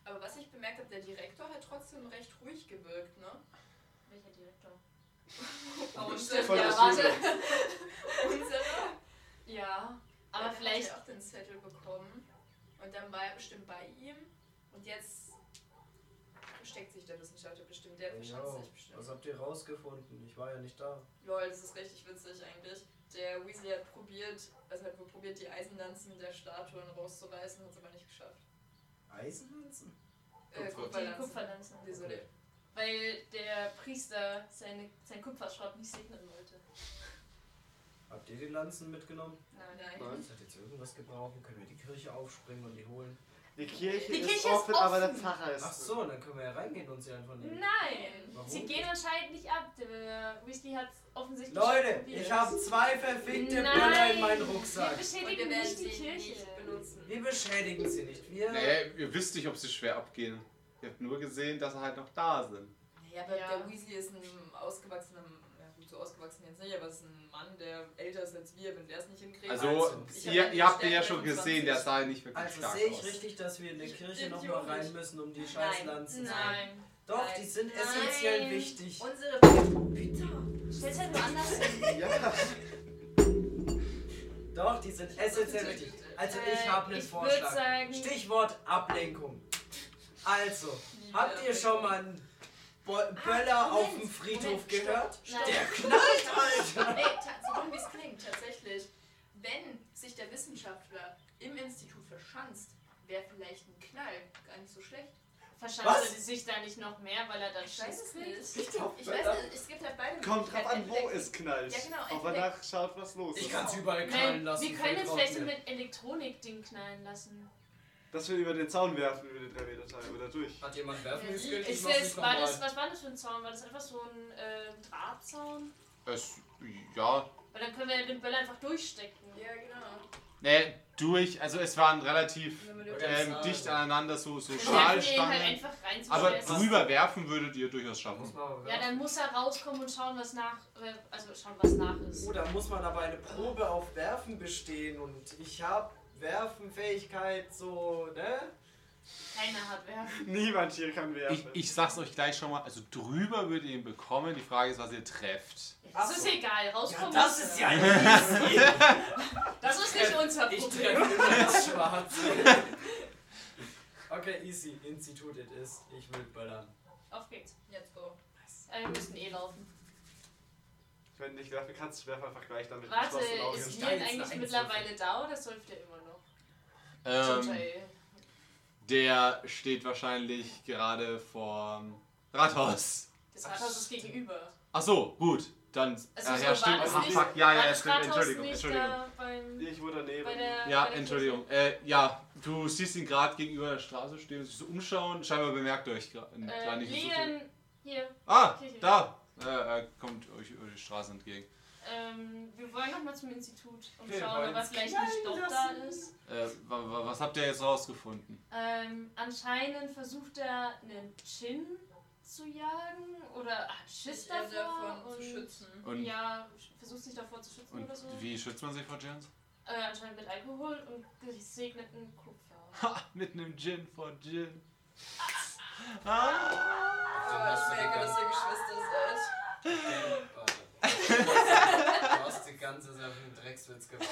S4: Aber was ich bemerkt habe, der Direktor hat trotzdem recht ruhig gewirkt, ne? äh,
S6: Welcher Direktor?
S4: Warum
S5: Voll
S4: ja,
S5: das
S4: warte. *laughs* Unserer.
S6: Ja, aber
S4: Dann
S6: vielleicht.
S4: Hat er auch den Zettel bekommen. Und dann war er bestimmt bei ihm. Und jetzt versteckt sich der Wissenschaftler bestimmt.
S6: Oh,
S4: Der verschanzt
S1: Genau.
S4: sich bestimmt.
S6: Also
S1: Was habt ihr rausgefunden? Ich war ja nicht da.
S4: Lol, das ist richtig witzig eigentlich. Der Weasley hat probiert, also hat wohl probiert, die Eisenlanzen der Statuen rauszureißen, hat es aber nicht geschafft.
S1: Eisenlanzen?
S4: Äh,
S5: Kupfer.
S6: Die
S4: Kupferlanzen.
S6: Kupferlanzen.
S4: Désolé.
S6: Weil der Priester seine, sein Kupferschrott nicht segnen wollte.
S1: Habt ihr die Lanzen mitgenommen?
S6: Nein.
S4: Nein.
S5: Nein.
S1: Das hat jetzt irgendwas gebrauchen. Können wir die Kirche aufspringen und die holen?
S5: Die Kirche,
S6: Die Kirche
S5: ist,
S6: ist
S5: offen, aber der
S6: offen.
S5: Pfarrer ist.
S1: Ach so, dann können wir ja reingehen und sie einfach nehmen.
S6: Nein!
S1: Warum?
S6: Sie gehen anscheinend nicht ab. Der Whisky hat offensichtlich.
S1: Leute,
S6: probiert.
S1: ich habe zwei verfickte
S6: Nein.
S1: Böller in meinen
S6: Wir
S1: Rucksack.
S4: Und wir
S6: beschädigen
S4: werden
S6: nicht
S4: sie
S6: die Kirche.
S4: nicht benutzen.
S1: Wir beschädigen sie nicht. Wir.
S2: Nee, ihr wisst nicht, ob sie schwer abgehen. Ihr habt nur gesehen, dass sie halt noch da sind.
S4: Ja, aber
S6: Ja.
S4: der Weasley ist ein ausgewachsener, ja gut, so ausgewachsen jetzt nicht, aber ist ein Mann, der älter ist als wir, wenn der es nicht hinkriegt.
S2: Also,
S4: Ich hab
S2: ihr,
S4: einen
S2: ihr habt den ja
S4: Stärke
S2: schon
S4: 25.
S2: gesehen, der sah halt nicht wirklich
S1: Also
S2: stark
S1: sehe
S2: aus.
S1: ich richtig, dass wir in der
S4: Ich-
S1: Kirche
S4: ich-
S1: nochmal
S4: ich-
S1: rein müssen, um die
S4: Nein.
S1: Scheißlanzen zu holen?
S6: Nein.
S1: Doch,
S4: Nein.
S1: die sind
S4: Nein.
S1: essentiell wichtig.
S4: Unsere. Bitte.
S6: Stell's halt nur anders hin.
S5: Ja.
S1: Doch, die sind essentiell wichtig. Also ich
S6: Äh,
S1: habe einen
S6: ich würd
S1: Vorschlag.
S6: sagen-
S1: Stichwort Ablenkung. Also, habt ihr schon mal einen Bo Böller auf dem Friedhof
S6: Halt, Moment, stopp.
S1: gehört?
S6: Nein.
S1: Der knallt, Alter!
S4: Ey, ta- so dumm wie es klingt, tatsächlich. Wenn sich der Wissenschaftler im Institut verschanzt, wäre vielleicht ein Knall gar nicht so schlecht.
S6: Verschanzt
S1: Was?
S6: er sich da nicht noch mehr, weil er dann
S4: Ich weiß
S6: Schiss
S4: es
S6: kriegt?
S4: nicht.
S5: Ich glaub,
S4: Ich weiß, es- es gibt halt beide
S5: Kommt drauf an, wo
S4: Möglichkeiten.
S5: es knallt.
S4: Ja, genau,
S5: Ob man
S4: entweder-
S5: nachschaut, was los
S1: Ich
S5: ist.
S1: kann's überall knallen
S6: Nein,
S1: lassen.
S6: wir können jetzt
S1: voll
S6: vielleicht so
S1: trocken.
S6: mit Elektronik-Ding knallen lassen.
S5: Dass wir über den Zaun werfen, über den 3 meter teil oder durch.
S1: Hat jemand werfen geskillt?
S6: Ist
S1: mach's
S6: das,
S1: nicht
S6: war
S1: nochmal.
S6: das, was war das für ein Zaun? War das einfach so ein äh, Drahtzaun?
S2: Es, ja,
S6: Weil dann können wir den Böller einfach durchstecken.
S4: Ja, genau.
S2: ne, durch. Also es waren relativ
S4: Wenn wir
S1: Okay.
S2: ähm,
S1: Stahl.
S2: dicht aneinander so, so
S6: Wir werfen ihn halt
S2: Stahlstangen.
S6: einfach rein zu
S2: Aber
S6: Scheiß.
S2: drüber werfen würdet ihr durchaus
S1: Da muss
S2: schaffen.
S1: man aber
S6: Ja,
S1: werfen.
S6: dann muss er rauskommen und schauen, was nach. äh, Also schauen, was nach ist.
S1: Oh, da muss man aber eine Probe auf Werfen bestehen und ich habe Werfenfähigkeit so, ne?
S6: Keiner hat werfen.
S5: Niemand hier kann
S2: Ich,
S5: werfen.
S2: ich sag's euch gleich schon mal, also drüber würdet ihr ihn bekommen. Die Frage ist, was ihr trefft.
S1: Ach
S6: Das ist
S1: so.
S6: egal, rauskommen. muss er.
S1: easy.
S6: Das
S1: *laughs*
S6: ist nicht unser
S1: Ich
S6: Problem.
S1: treffe nur das Schwarze. Okay, easy. Institut it is. Ich will böllern.
S6: Auf geht's.
S4: Jetzt go.
S6: Äh, Wir müssen eh laufen.
S5: Wenn du nicht werfen kannst, werf einfach gleich damit.
S6: Warte,
S5: geschlossenen Augen.
S6: ist
S1: Stein
S6: Leon
S1: ist eine
S6: eigentlich
S1: Einzelwürfel.
S6: mittlerweile da oder säuft er immer noch?
S2: Ähm,
S6: Total.
S2: der steht wahrscheinlich gerade vorm Rathaus.
S6: Das Rathaus ist gegenüber.
S2: Ach so, gut. Dann.
S6: Also
S2: ah,
S6: so
S2: ja,
S6: war
S2: stimmt.
S6: das
S2: Ah,
S6: nicht-
S2: fuck. Ja,
S6: War
S2: ja, ja,
S6: das
S2: stimmt.
S6: Rathaus
S2: Entschuldigung,
S6: nicht ähm,
S2: Entschuldigung.
S6: Da beim,
S5: Ich wurde
S6: bei
S5: daneben.
S6: der,
S2: Ja,
S6: bei der
S2: Entschuldigung. Äh, ja, du siehst ihn gerade gegenüber der Straße stehen, sich so umschauen. Scheinbar bemerkt er euch gerade
S6: Kirche?
S2: gar
S6: Äh,
S2: nicht so viel.
S6: Leon, hier.
S2: Ah,
S6: Kirche.
S2: da. Äh, er kommt euch über die Straße entgegen.
S6: Ähm, wir wollen nochmal zum Institut und
S1: Wir
S6: schauen, ob er
S1: wollen's
S6: vielleicht nicht doch da ist.
S2: Äh, wa- wa- was habt ihr jetzt rausgefunden?
S6: Ähm, anscheinend versucht er einen Chin zu jagen oder hat Schiss
S4: Sich eben
S6: davor.
S4: davon zu
S6: und-
S4: schützen.
S2: Und,
S6: ja, sch- versucht sich davor zu schützen
S2: und
S6: oder so.
S2: wie schützt man sich vor Gins? *laughs*
S6: Äh, anscheinend mit Alkohol und gesegneten Kupfer.
S2: *laughs* Ha, mit einem Gin vor Gin.
S4: ich merke, dass ihr Geschwister seid.
S1: Warte. Du hast die ganze Sache einen Dreckswitz gemacht.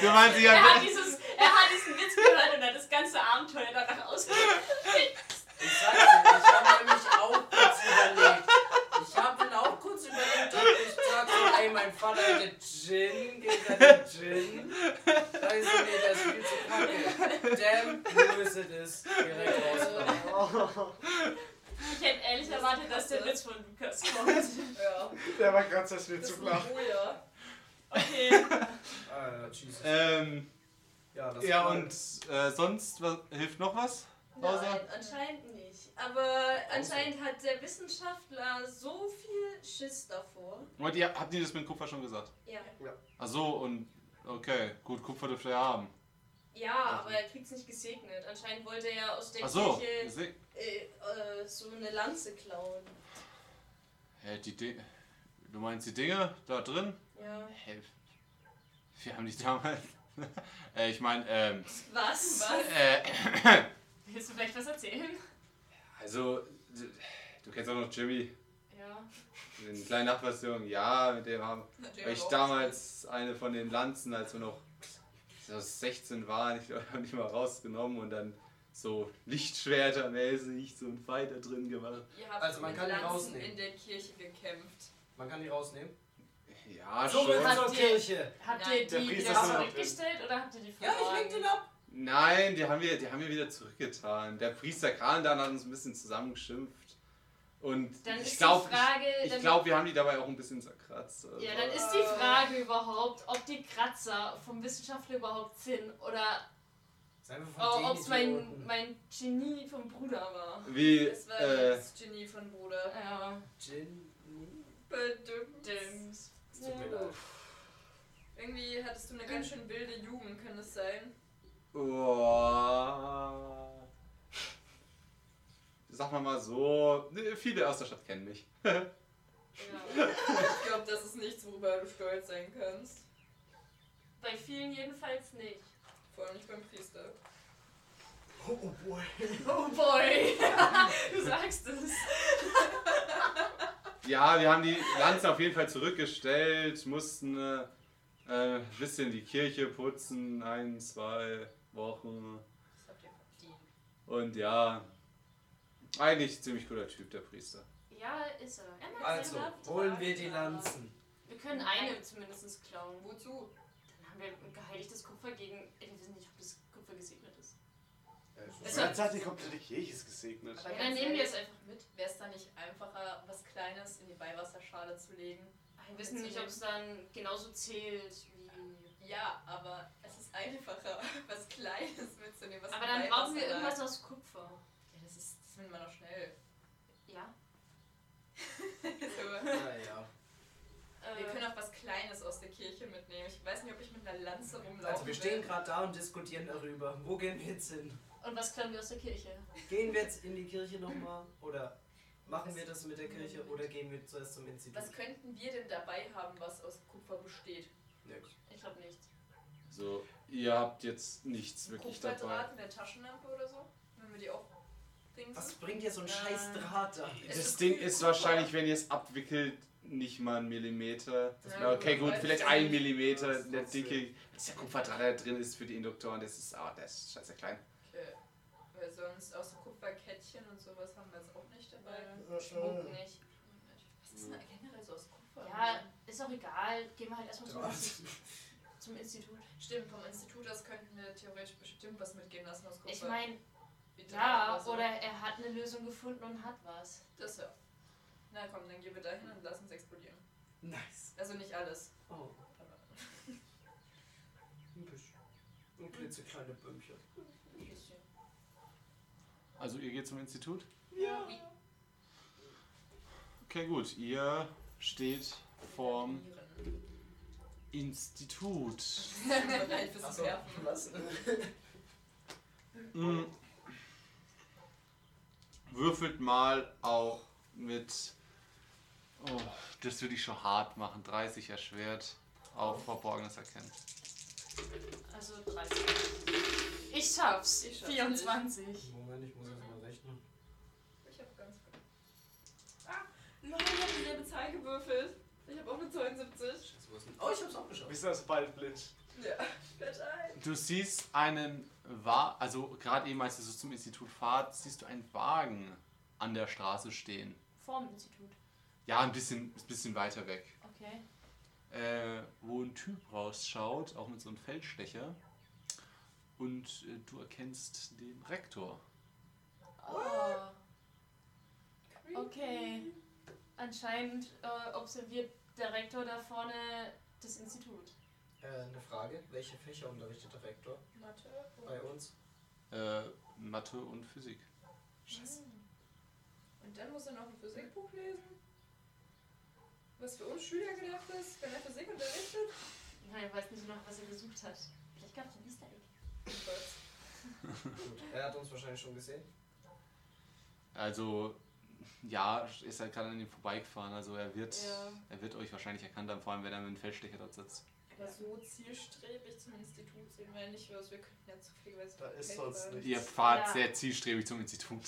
S2: Du meinst, ihr
S6: Er hat,
S2: habt,
S6: dieses, er hat diesen Witz gehört und hat das ganze Abenteuer danach ausgespielt.
S1: Ich sag's dir, ich habe nämlich auch kurz überlegt. Ich habe dann auch kurz überlegt, ob ich sag so, ey, mein Vater hätte Gin, geht er den Gin? Da ist so, nee, der ist viel zu kacke. Damn, böse ist. Direkt
S4: Also,
S1: raus.
S6: Ich hätte ehrlich erwartet, dass der Witz von Lukas kommt.
S4: Ja.
S5: Der war ganz das
S4: Das
S5: zu
S4: ist
S5: flach.
S4: ein Boja.
S6: Okay.
S1: Ah, Jesus.
S2: ähm,
S1: Ja, das
S2: ja
S1: war-
S2: und äh, sonst was, hilft noch was?
S6: Nein, anscheinend nicht. Aber anscheinend hat der Wissenschaftler so viel Schiss davor.
S2: Und ihr habt ihr das mit dem Kupfer schon gesagt?
S6: Ja.
S2: Ach so, und Okay, gut, Kupfer dürfte er haben.
S22: Ja, aber er kriegt's nicht gesegnet. Anscheinend wollte er aus der
S2: Achso,
S22: Kirche äh, äh, so eine Lanze klauen.
S2: Hä, die Di Du meinst die Dinge da drin?
S22: Ja.
S2: Hä? Wir haben die damals. *laughs* äh, ich meine, ähm.
S22: Was?
S6: Hm,
S22: Was?
S2: Äh,
S22: Willst du vielleicht was erzählen?
S2: also, du du kennst auch noch Jimmy,
S22: Ja.
S2: den kleinen Nachbarsjungen. Ja, mit dem haben weil ich damals eine von den Lanzen, als wir noch so 16 waren, *laughs* ich habe die mal rausgenommen und dann so Lichtschwertermäßig so ein Fight da drin gemacht.
S4: Ihr habt
S1: Also man
S4: mit
S1: kann ihn
S4: Lanzen
S1: rausnehmen.
S4: in der Kirche gekämpft.
S1: Man kann die rausnehmen.
S2: Ja,
S1: So,
S2: schon.
S6: halt
S1: wir zur
S22: Habt ihr-
S1: Kirche.
S6: Habt
S4: Nein,
S6: ihr
S5: der
S6: die wieder
S5: Priester ist immer noch
S6: zurückgestellt oder habt ihr die
S4: Ja,
S6: verloren?
S4: ich leg den ab.
S2: Nein, die haben, wir, die haben wir wieder zurückgetan. Der Priester Krandan hat uns ein bisschen zusammengeschimpft. Und
S6: Dann ist
S2: ich
S6: die
S2: glaube,
S6: Frage,
S2: ich, ich
S6: dann-
S2: glaub, wir haben die dabei auch ein bisschen zerkratzt. Also.
S6: Ja, dann ist die Frage überhaupt, ob die Kratzer vom Wissenschaftler überhaupt sind oder
S1: Seien wir von denen
S6: ob es Oh, mein,
S1: Idioten.
S6: mein Genie vom Bruder war.
S2: Wie,
S4: Das war
S2: äh,
S4: das Genie von Bruder.
S6: Ja,
S1: Gin.
S4: Bedimmt.
S6: Dims.
S1: Es tut mir leid.
S4: Irgendwie hattest du eine ganz schön wilde Jugend, kann das sein?
S2: oh, sag mal mal so, ne, viele aus der Stadt kennen mich.
S4: Ja. ich glaube, das ist nichts, worüber du stolz sein kannst.
S6: Bei vielen jedenfalls nicht.
S4: Vor allem nicht beim Priester.
S1: Oh, oh boy.
S6: Oh *laughs* boy! du sagst es.
S2: Ja, wir haben die Lanze auf jeden Fall zurückgestellt, mussten äh, äh, ein bisschen die Kirche putzen, ein, zwei Wochen.
S4: Das habt ihr verdient.
S2: Und ja, eigentlich ziemlich cooler Typ, der Priester.
S6: Ja, ist er. er mag
S1: Also,
S6: selber
S1: holen wir
S6: tragen,
S1: die
S6: aber-
S1: Lanzen.
S6: Wir können eine zumindest klauen.
S4: Wozu?
S6: Dann haben wir ein geheiligtes Kupfer gegen. Ey, wir wissen nicht, ob das Kupfer gesegnet ist.
S5: Die ganze Zeit die komplette Kirche ist gesegnet.
S4: Aber
S6: Ja, dann nehmen wir es einfach mit.
S4: Wäre es dann nicht einfacher, was Kleines in die Weihwasserschale zu legen?
S6: Wir wissen nicht, ob es dann genauso zählt wie.
S4: Ja, aber es ist einfacher, *laughs* was Kleines mitzunehmen. Was
S6: Aber
S4: in
S6: dann brauchen wir
S4: Weihwasser
S6: irgendwas
S4: lag.
S6: aus Kupfer.
S4: Ja, das ist, das findet man doch schnell. *laughs*
S6: Ja.
S4: so.
S1: Naja.
S6: Äh,
S4: Wir können auch was Kleines aus der Kirche mitnehmen. Ich weiß nicht, ob ich mit einer Lanze rumlaufe.
S1: Also, wir stehen gerade da und diskutieren darüber. Wo gehen wir jetzt hin?
S6: Und was klauen wir aus der Kirche?
S1: Gehen wir jetzt in die Kirche nochmal? Oder machen wir das mit der Kirche? Oder gehen wir zuerst zum Institut?
S4: Was könnten wir denn dabei haben, was aus Kupfer besteht?
S1: Nix.
S6: Ich glaube nicht.
S2: So, ihr habt jetzt nichts
S4: Ein
S2: wirklich dabei.
S4: Kupferdraht in der Taschenlampe oder so? Wenn wir die auch bringen.
S1: Was bringt dir so ein
S4: Äh,
S1: scheiß Draht da?
S4: Es
S2: Das
S4: ist
S2: Ding
S4: viel
S2: ist
S4: Kupfer.
S2: wahrscheinlich, wenn ihr es abwickelt, nicht mal ein Millimeter.
S4: Ja,
S2: Na, okay,
S4: gut,
S2: gut,
S4: weiß
S2: vielleicht
S4: ich
S2: ein
S4: nicht.
S2: Millimeter
S1: Ja,
S2: in der
S1: trotzdem.
S2: Dicke. Das ist der Kupferdraht, der da drin ist für die Induktoren. Das ist, ah, das ist scheiße klein.
S4: Okay. Weil sonst aus Kupferkettchen und sowas haben wir jetzt auch nicht dabei.
S1: Oh.
S6: Schmuck nicht.
S4: Was ist denn
S2: Hm.
S4: generell so aus Kupfer?
S6: Ja, ist auch egal. Gehen wir halt erstmal zum,
S1: Draht.
S6: Insti- zum Institut.
S4: Stimmt, vom Institut aus könnten wir theoretisch bestimmt was mitgehen lassen aus Kupfer.
S6: Ich meine,
S4: Wie
S6: ja,
S4: Draht so.
S6: oder er hat eine Lösung gefunden und hat was.
S4: Das ja. Na komm, dann gehen wir da hin und lassen es explodieren.
S1: Nice.
S4: Also nicht alles.
S1: Oh. Ein bisschen. Ein klitzekleine Bömmchen.
S2: Also, ihr geht zum Institut?
S1: Ja.
S4: *laughs*
S2: Okay, gut. Ihr steht vorm
S4: Formieren.
S2: Institut.
S4: Bereit fürs
S1: Achso,
S4: Werfen.
S1: was?
S2: Mm. Würfelt mal auch mit. Oh, das würde ich schon hart machen. 30 erschwert. Auf Verborgenes erkennen.
S6: Also 30. Ich schaff's.
S4: Ich schaff's
S6: 24.
S1: Moment, ich muss jetzt mal rechnen.
S4: Ich hab ganz gut. Ah, Leute, ich hab dieselbe Zahl gewürfelt. Ich hab auch eine 72.
S1: Scheiße, wo ist denn- Oh, ich hab's auch geschafft.
S5: Wir sind also bald blind.
S4: Ja, *laughs* fällt ein.
S2: Du siehst einen Wagen, also gerade eben, als du so zum Institut fahrt, siehst du einen Wagen an der Straße stehen.
S6: Vorm Institut.
S2: Ja, ein bisschen, ein bisschen weiter weg.
S6: Okay.
S2: äh, wo ein Typ rausschaut, auch mit so einem Feldstecher. Und äh, du erkennst den Rektor.
S6: Oh. Okay. Anscheinend äh, observiert der Rektor da vorne das Institut.
S1: Äh, eine Frage. Welche Fächer unterrichtet der Rektor
S4: Mathe.
S1: bei uns?
S2: Äh, Mathe und Physik.
S4: Scheiße. Ah. Und dann muss er noch ein Physikbuch lesen. Was für uns Schüler gedacht ist, wenn er Physik unterrichtet.
S6: Ja, Nein, weißt nicht noch, was er gesucht hat. Vielleicht gab es ein Easter Egg.
S4: Oh
S1: Gut, er hat uns wahrscheinlich schon gesehen.
S2: Also, ja, ist halt gerade an ihm vorbeigefahren. Also, er wird,
S4: Ja.
S2: er wird euch wahrscheinlich erkannt haben, vor allem wenn er mit dem Feldstecher dort sitzt.
S4: Aber so zielstrebig zum Institut sehen wir ja nicht aus. Wir könnten ja zufälligerweise.
S5: Da ist sonst
S4: wegfahren.
S5: nichts.
S2: Ihr fahrt
S6: Ja.
S2: sehr zielstrebig zum Institut.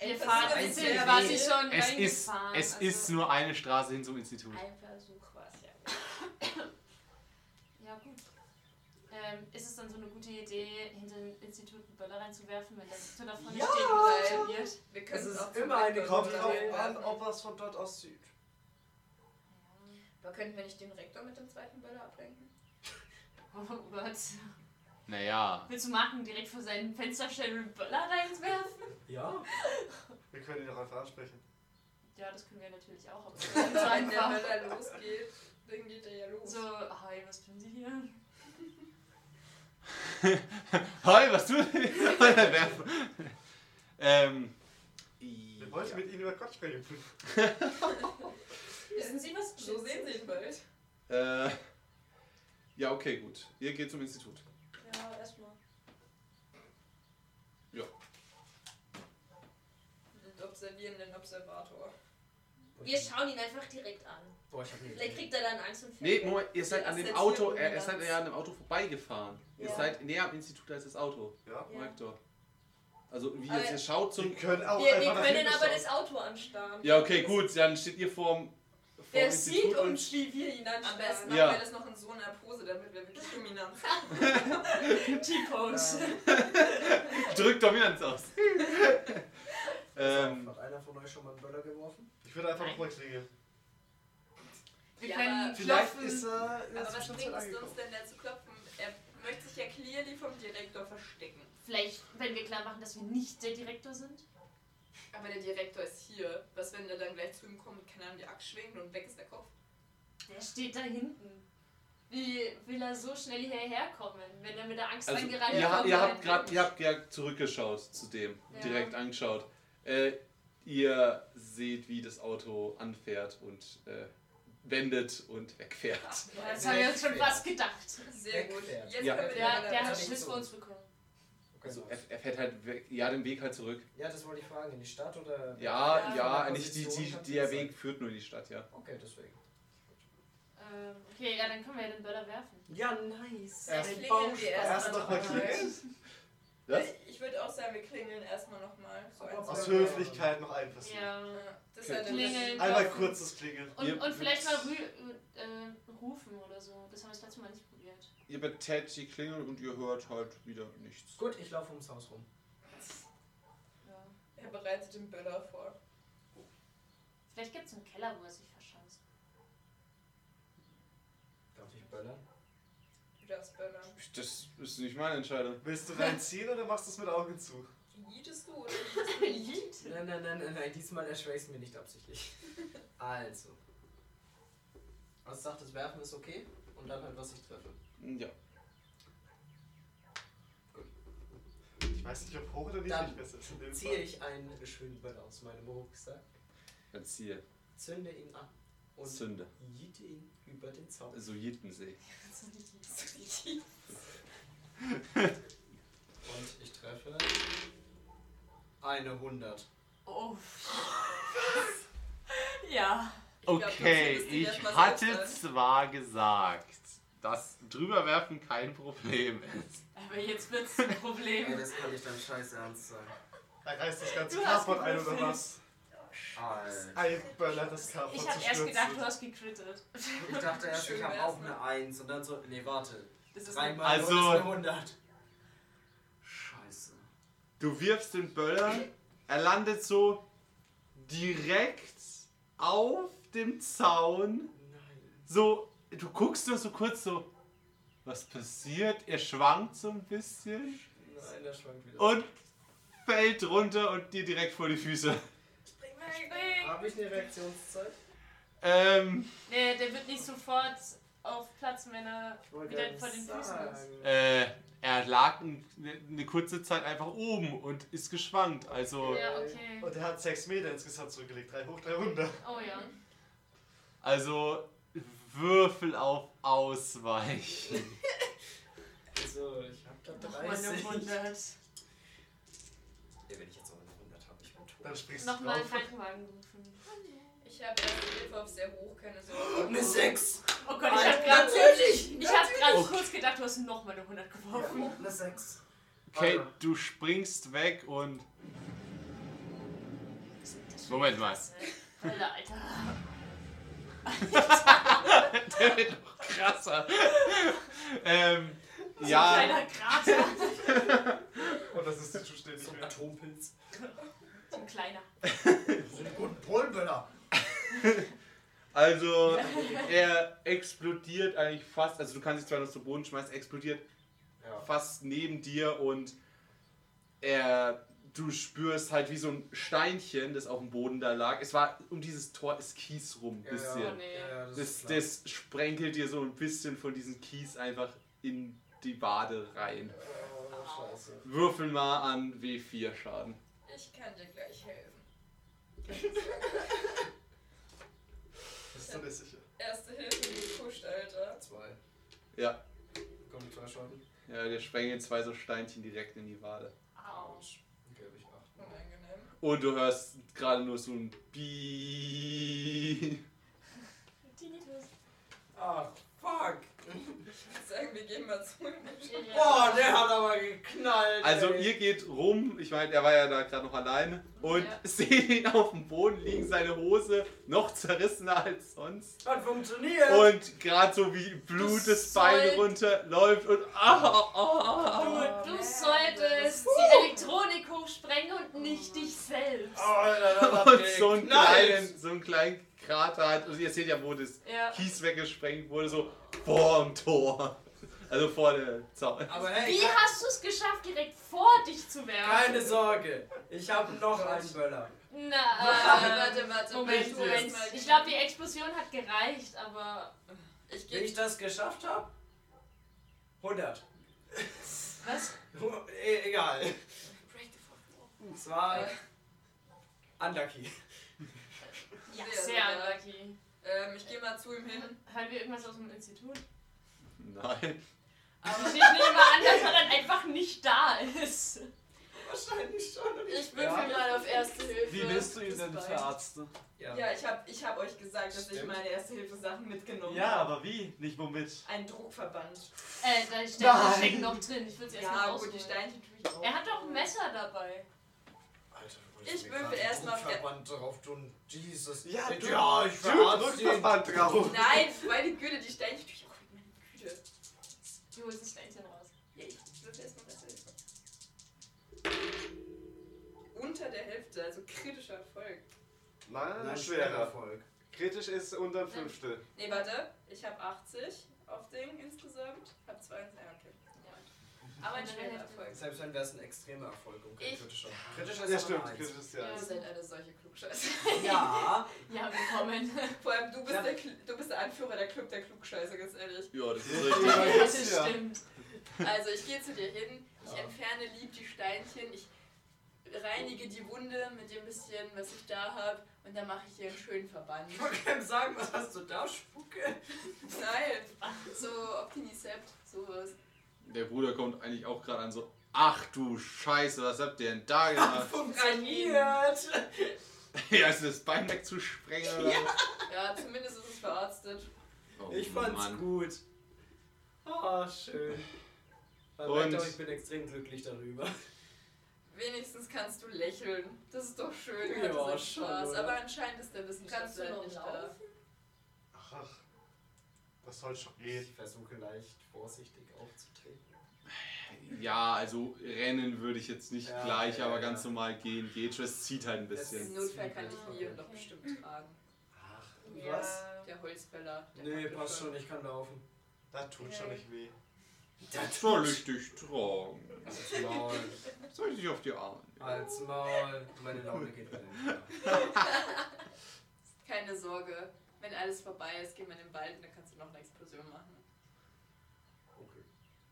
S6: Ihr
S4: Ein
S6: fahrt ein
S4: Versuch
S6: bisschen
S4: ist
S6: quasi
S4: ja
S6: schon
S2: Es ist,
S6: reingefahren,
S2: es
S6: also-
S2: ist nur eine Straße hin zum Institut.
S4: Ein Versuch war es ja.
S6: Ja, gut. Ähm, ist es dann so eine gute Idee, hinter dem Institut einen Böller reinzuwerfen, wenn das Tür davon ja! steht und funktioniert?
S4: Wir
S1: Es
S4: können
S1: ist
S4: auch zum
S1: immer eine
S4: Backdoor
S1: Kommt
S4: gehen.
S1: drauf an, ob er es von dort aus sieht.
S4: Aber könnten wir nicht den Rektor mit dem zweiten Böller ablenken?
S6: Oh Gott.
S2: Naja, *laughs*
S6: Willst du Marken direkt vor seinem Fenster stellen und einen Böller reinwerfen?
S1: Ja.
S5: Wir können ihn doch einfach ansprechen.
S6: Ja, das können wir natürlich auch, aber
S4: Wenn
S23: *laughs*
S6: so
S4: der
S6: einfach.
S4: Böller losgeht, dann geht er ja los.
S6: So, hi, was tun Sie hier?
S2: hi, was tut ihr? *laughs* Werfen. ähm,
S5: Wir wollten mit ihm über Gott sprechen.
S6: Wissen Sie was?
S4: So sehen sie ihn bald.
S2: äh, ja, okay, gut. Ihr geht zum Institut.
S4: Ja, erstmal.
S2: Ja.
S4: Und observieren den Observator.
S23: Wir schauen ihn einfach direkt an.
S1: Boah, ich hab eine
S23: Vielleicht
S1: Idee.
S23: kriegt er dann Angst und
S2: Nee,
S23: fällt.
S2: Moment, ihr seid
S4: Wir
S2: an dem
S4: assoziieren
S2: Auto,
S4: ihn
S2: er, ihr seid
S4: ganz.
S2: ja an dem Auto vorbeigefahren. Ihr
S23: Ja.
S2: seid näher am Institut als das Auto.
S5: Ja.
S23: Ja.
S2: Rektor. Also wie
S23: Aber-
S2: jetzt ihr schaut
S5: Wir
S2: zum.
S5: können auch
S23: wir wir
S5: einfach nach
S23: können
S5: hinten
S23: aber
S5: schauen.
S23: das Auto anstarren.
S2: Ja, okay, gut, dann steht ihr vorm, vorm
S23: Der
S2: Institut
S23: sieht
S2: und
S23: uns, wie wir ihn
S4: Am
S23: anstarren.
S4: besten machen
S2: Ja.
S4: wir das noch in so einer Pose, damit wir wirklich dominant sind.
S6: T-Pose.
S23: *laughs*
S1: Ähm,
S2: drückt Dominanz aus. ähm,
S1: Hat einer von euch schon mal einen Böller geworfen?
S5: Ich würde einfach nochmal klingeln.
S6: Wir
S4: Ja,
S6: können
S4: aber
S5: Vielleicht
S6: klopfen.
S5: ist er. in der
S4: *laughs* Aber was
S5: Zwischenzeit
S4: bringt es
S5: angekommen.
S4: uns denn da zu klopfen? Er möchte sich ja clearly vom Direktor verstecken.
S6: Vielleicht, wenn wir klar machen, dass wir nicht der Direktor sind.
S4: Aber der Direktor ist hier. Was, wenn er dann gleich zu ihm kommt und keine Ahnung, die Axt schwingt und weg ist der Kopf?
S6: Der steht da hinten. Wie will er so schnell hierher kommen, wenn er mit der Angst
S2: also,
S6: angereiht
S2: ihr, habt-
S6: kommt?
S2: ihr habt gerade, ihr habt ja zurückgeschaut zu dem,
S6: Ja.
S2: direkt angeschaut. Äh, ihr seht, wie das Auto anfährt und äh, wendet und wegfährt.
S6: Ja, das haben wir uns schon fast gedacht.
S4: Sehr gut.
S1: Wegfährt.
S4: Jetzt
S2: Ja.
S4: können wir den
S6: Ja,
S4: Böller
S6: der hat
S4: ablenken.
S6: Schiss vor uns bekommen.
S2: Also
S1: Genau.
S2: er, er fährt halt weg, ja den Weg halt zurück.
S1: Ja, das wollte ich fragen. In die Stadt oder?
S2: Ja,
S4: Ja,
S1: von
S2: ja,
S1: der
S2: nicht die, die,
S1: Position
S2: der
S1: kannst du
S2: Weg führt nur in die Stadt, ja.
S1: Okay, deswegen.
S6: Ähm, okay, ja, dann können wir ja den Böller werfen.
S1: Ja, nice.
S4: Dann
S1: Ein
S4: klingeln wir
S1: Bauspaß.
S5: Erst
S4: erst
S5: nochmal
S4: nochmal.
S5: klingeln.
S2: Was?
S4: Ich würde auch sagen, wir klingeln erstmal nochmal. So ein,
S5: Aus
S4: zwei Mal.
S5: Höflichkeit noch ein Versuch.
S6: Ja.
S4: Ja, Das ist halt ein
S6: Klingeln.
S5: Einmal
S6: Klopfen.
S5: kurzes Klingeln.
S6: Und,
S2: Ihr
S6: und vielleicht mal
S2: würdt's-
S6: rü äh, rufen oder so. Das haben wir das letzte Mal nicht probiert.
S2: Ihr betätigt die Klingel und ihr hört halt wieder nichts.
S1: Gut, ich laufe ums Haus rum.
S6: Ja.
S4: Er bereitet den Böller vor.
S6: Vielleicht gibt es einen Keller, wo er sich verschanzt.
S1: Darf ich böllern?
S4: Du darfst böllern.
S2: Das ist nicht meine Entscheidung.
S5: Willst du reinziehen oder machst du es mit Augen zu?
S4: Jedes *laughs* du oder jedes du nicht?
S1: Nein, nein, nein, nein, nein. Diesmal erschwächst mir nicht *laughs* absichtlich. Also. Also sagt, das Werfen ist okay und dann halt, was ich treffe.
S2: Ja.
S5: Ich weiß nicht, ob hoch oder niedrig
S1: Dann
S5: besser ist. in dem
S1: Ziehe
S5: Fall.
S1: ich einen schönen Böller aus meinem Rucksack,
S2: Dann ziehe.
S1: zünde ihn an und
S2: Zünde.
S1: jiete ihn über den Zaun.
S2: So Jitensee.
S1: Und ich treffe eine 100.
S6: Oh. ja.
S2: Okay, ich
S4: Ich glaub, du zündest die erst mal
S2: hatte
S4: selbst
S2: zwar gesagt, dass drüberwerfen kein Problem ist.
S6: Aber jetzt wird's ein Problem.
S1: das kann ich dann scheiße ernst sein.
S5: Da reißt das ganze
S6: Du hast
S5: Carport ein oder
S6: gewürfelt.
S5: was?
S1: Alter.
S5: Ein Böller das Carport
S6: Ich habe erst gedacht, du hast gekrittet.
S1: Ich dachte erst,
S4: Schön
S1: ich habe
S4: wär's,
S1: auch eine 1 und dann so, nee, warte.
S6: Das ist
S1: Dreimal
S2: Also-
S1: also, eine 100. Scheiße.
S2: Du wirfst den Böller, er landet so direkt auf dem Zaun.
S1: Nein.
S2: So, du guckst nur so kurz so, was passiert? Er schwankt so ein bisschen.
S1: Nein, der schwankt wieder.
S2: und fällt runter und dir direkt vor die Füße.
S4: Spring weg.
S1: Habe ich eine Reaktionszeit?
S2: Ähm,
S6: Nee, der wird nicht sofort auf Platz, wenn er
S1: Ich wollte
S6: wieder
S1: gerade
S6: vor den Füßen ist.
S1: sagen.
S2: äh, er lag n- eine kurze Zeit einfach oben und ist geschwankt. Also,
S6: Ja, okay.
S5: Und er hat 6 Meter insgesamt zurückgelegt. Drei hoch, drei runter.
S6: Oh ja.
S2: also Würfel auf Ausweichen.
S1: So, Also, ich hab da
S4: Meine
S1: 30.
S4: 100.
S1: Ja, wenn ich jetzt noch eine 100 habe, ich bin tot.
S5: Dann springst du
S6: Nochmal einen
S5: drauf.
S6: Krankenwagen rufen.
S4: Ich habe erste Hilfe auf sehr hoch, keine
S1: Und
S4: Sorge.
S1: Eine 6!
S6: Oh Gott, ich hab gerade
S4: Natürlich!
S6: ich hab grad kurz gedacht, du hast nochmal eine 100 geworfen.
S1: Eine 6.
S2: Okay, du springst weg und. Moment mal.
S6: Alter, Alter.
S2: *laughs* Der wird noch krasser. *laughs* ähm,
S6: Ja.
S2: ja.
S6: Kleiner Krater.
S5: Und das ist zuständig.
S1: So ein Atompilz.
S6: So ein kleiner.
S1: Das sind die guten Polenböller.
S2: Also, er explodiert eigentlich fast, also du kannst dich zwar noch zu Boden schmeißen, explodiert
S1: Ja.
S2: fast neben dir und er, du spürst halt wie so ein Steinchen, das auf dem Boden da lag. Es war um dieses Tor ist Kies rum, ein bisschen.
S1: Ja,
S6: Oh, nee.
S1: ja, das,
S2: Das,
S1: ist klar.
S2: das sprenkelt dir so ein bisschen von diesem Kies einfach in die Wade rein.
S1: Oh, scheiße.
S2: Würfel mal an W4 Schaden.
S4: Ich kann dir gleich helfen.
S5: Das ist doch nicht sicher.
S4: Erste Hilfe gepusht, Alter.
S1: Zwei.
S2: Ja.
S1: Kommen die zwei Schaden?
S2: Ja, dir sprengeln zwei so Steinchen direkt in die Wade.
S1: Autsch. Okay, hab ich acht.
S4: Unangenehm.
S2: Und du hörst gerade nur so ein Bi.
S6: Tinnitus.
S1: Ah, fuck!
S4: Ich würde sagen, wir gehen mal zu ihm.
S1: Boah, der hat aber geknallt.
S2: Also
S1: ey.
S2: ihr geht rum, ich meine, er war ja da gerade noch alleine und
S6: Ja.
S2: *laughs* seht ihn auf dem Boden liegen, seine Hose noch zerrissener als sonst.
S1: Hat funktioniert!
S2: Und gerade so wie Blut das Bein
S6: sollst-
S2: runterläuft und ah, ah, ah.
S6: Du solltest die Elektronik hochsprengen und nicht dich selbst.
S1: oh, Alter, das hat
S2: und so einen,
S1: geknallt.
S2: kleinen, so einen kleinen Krater hat. Und ihr seht ja, wo das
S6: Ja.
S2: Kies weggesprengt wurde, so vorm Tor. Also vor der Zaun. *laughs*
S1: Aber hey,
S6: Wie hast du es geschafft, direkt vor dich zu werfen?
S1: keine Sorge. Ich habe noch einen Böller.
S6: Na, äh,
S4: warte, warte,
S6: Moment,
S4: warte,
S6: Moment.
S4: erst mal-
S6: Ich glaube, die Explosion hat gereicht, aber.
S4: Ich
S1: Wenn
S4: gehe
S1: ich das geschafft habe, 100.
S6: Was?
S1: E egal.
S4: Break the fuck wall.
S1: Es war unlucky.
S6: Ja,
S4: Sehr,
S6: sehr
S4: sehr.
S6: unlucky.
S4: Ähm, ich gehe mal zu ihm hin.
S6: Hören wir irgendwas aus dem Institut?
S2: Nein.
S6: Aber ich nehme mal an, dass er dann einfach nicht da ist.
S1: Wahrscheinlich schon.
S4: Ich würfel
S1: Ja.
S4: mal auf Erste Hilfe.
S24: Wie willst du ihn
S4: Das
S24: denn
S4: reicht.
S24: verarzten?
S1: Ja.
S4: Ja, ich habe ich hab euch gesagt, dass ich
S1: Stimmt.
S4: meine Erste-Hilfe-Sachen mitgenommen
S24: Ja,
S4: habe.
S24: aber wie? Nicht womit?
S4: Ein Druckverband.
S6: Äh, da stecken die Stecken noch drin. Ich würde sie erstmal
S4: Ja, gut, die
S6: rausholen.
S4: Steinchen tue ich auch.
S6: Er hat doch ein Messer dabei.
S1: Alter, du
S4: Ich würfel erst mal auf-
S1: Verband drauf tun. Jesus.
S5: Ja,
S1: ich,
S5: du-
S1: ja, ich verarzt ihn.
S5: Verband drauf.
S4: Nein, meine Güte, die Steinchen tue ich auch in meine Güte.
S6: Du holst das Steinchen raus.
S4: Ja, ich würfel erstmal das Hilfe. Unter der Hälfte, also kritischer Erfolg.
S5: Nein,
S1: Nein, schwerer
S5: schwerer.
S1: Erfolg.
S5: Kritisch ist unter ein Fünftel.
S4: Nee, warte, ich habe 80 auf Ding insgesamt. Hab 22, ja, okay.
S6: Aber
S4: Ein
S6: ein
S4: schwerer
S6: Steinchen.
S4: Erfolg.
S1: Selbst wenn wäre es ein extremer Erfolg und kein
S4: Ich-
S1: kritischer. Kritischer ist
S5: Ja,
S1: aber
S5: stimmt.
S1: eine
S5: Kritisch
S1: Eins.
S5: ist ja
S4: *laughs* Ihr
S5: eins.
S4: seid alle solche Klugscheiße.
S1: *laughs* Ja.
S6: Ja, willkommen.
S4: *laughs*
S6: *laughs*
S4: Vor allem du bist,
S1: Ja.
S4: der, Kl- du bist der Anführer der Club der Klugscheiße, ganz ehrlich.
S2: Ja, das ist
S6: *laughs*
S2: richtig.
S6: Das ist stimmt.
S4: Also ich gehe zu dir hin, ich
S1: Ja.
S4: entferne lieb die Steinchen, ich reinige die Wunde mit dem bisschen, was ich da habe und dann mache ich dir einen schönen
S1: *laughs*
S4: Verband.
S1: Ich wollte keinem sagen, was hast du da, Spucke?
S4: Nein, so Optimicept, sowas.
S2: Der Bruder kommt eigentlich auch gerade an so, ach du Scheiße, was habt ihr denn da gemacht?
S1: Funktioniert.
S2: *laughs* ja, ist das Bein wegzusprengen oder? Ja.
S4: Ja, zumindest ist es verarztet.
S2: Oh,
S1: Ich fand's gut. Ah, schön. Man
S2: Und-
S1: merkt auch, ich bin extrem glücklich darüber.
S4: Wenigstens kannst du lächeln. Das ist doch schön.
S1: Ja,
S4: Ja, das ist
S1: schon,
S4: Spaß.
S1: oder?
S4: Aber anscheinend ist der Wissenschaftler
S6: Kannst du noch
S4: nicht
S6: laufen?
S5: Ach, ach. Das soll schon gehen.
S1: Ich versuche leicht vorsichtig aufzutreten.
S2: Ja, also rennen würde ich jetzt nicht
S1: Ja,
S2: gleich,
S1: ja,
S2: aber
S1: ja.
S2: ganz normal gehen geht schon. Es zieht halt ein
S4: da.
S2: bisschen.
S4: Im Notfall kann ich
S1: Okay.
S4: Leon doch bestimmt tragen.
S1: Ach,
S4: Der Holzfäller. Der
S1: Nee,
S4: Pappel-
S1: passt schon, ich kann laufen.
S5: Das tut schon
S4: Okay.
S5: nicht weh.
S2: Soll ich dich tragen?
S1: Als Maul.
S2: Soll ich dich auf die Arme? nehmen?
S1: Als Maul. Meine Laune geht rein.
S4: Keine Sorge. Wenn alles vorbei ist, gehen wir in den Wald und dann kannst du noch eine Explosion machen.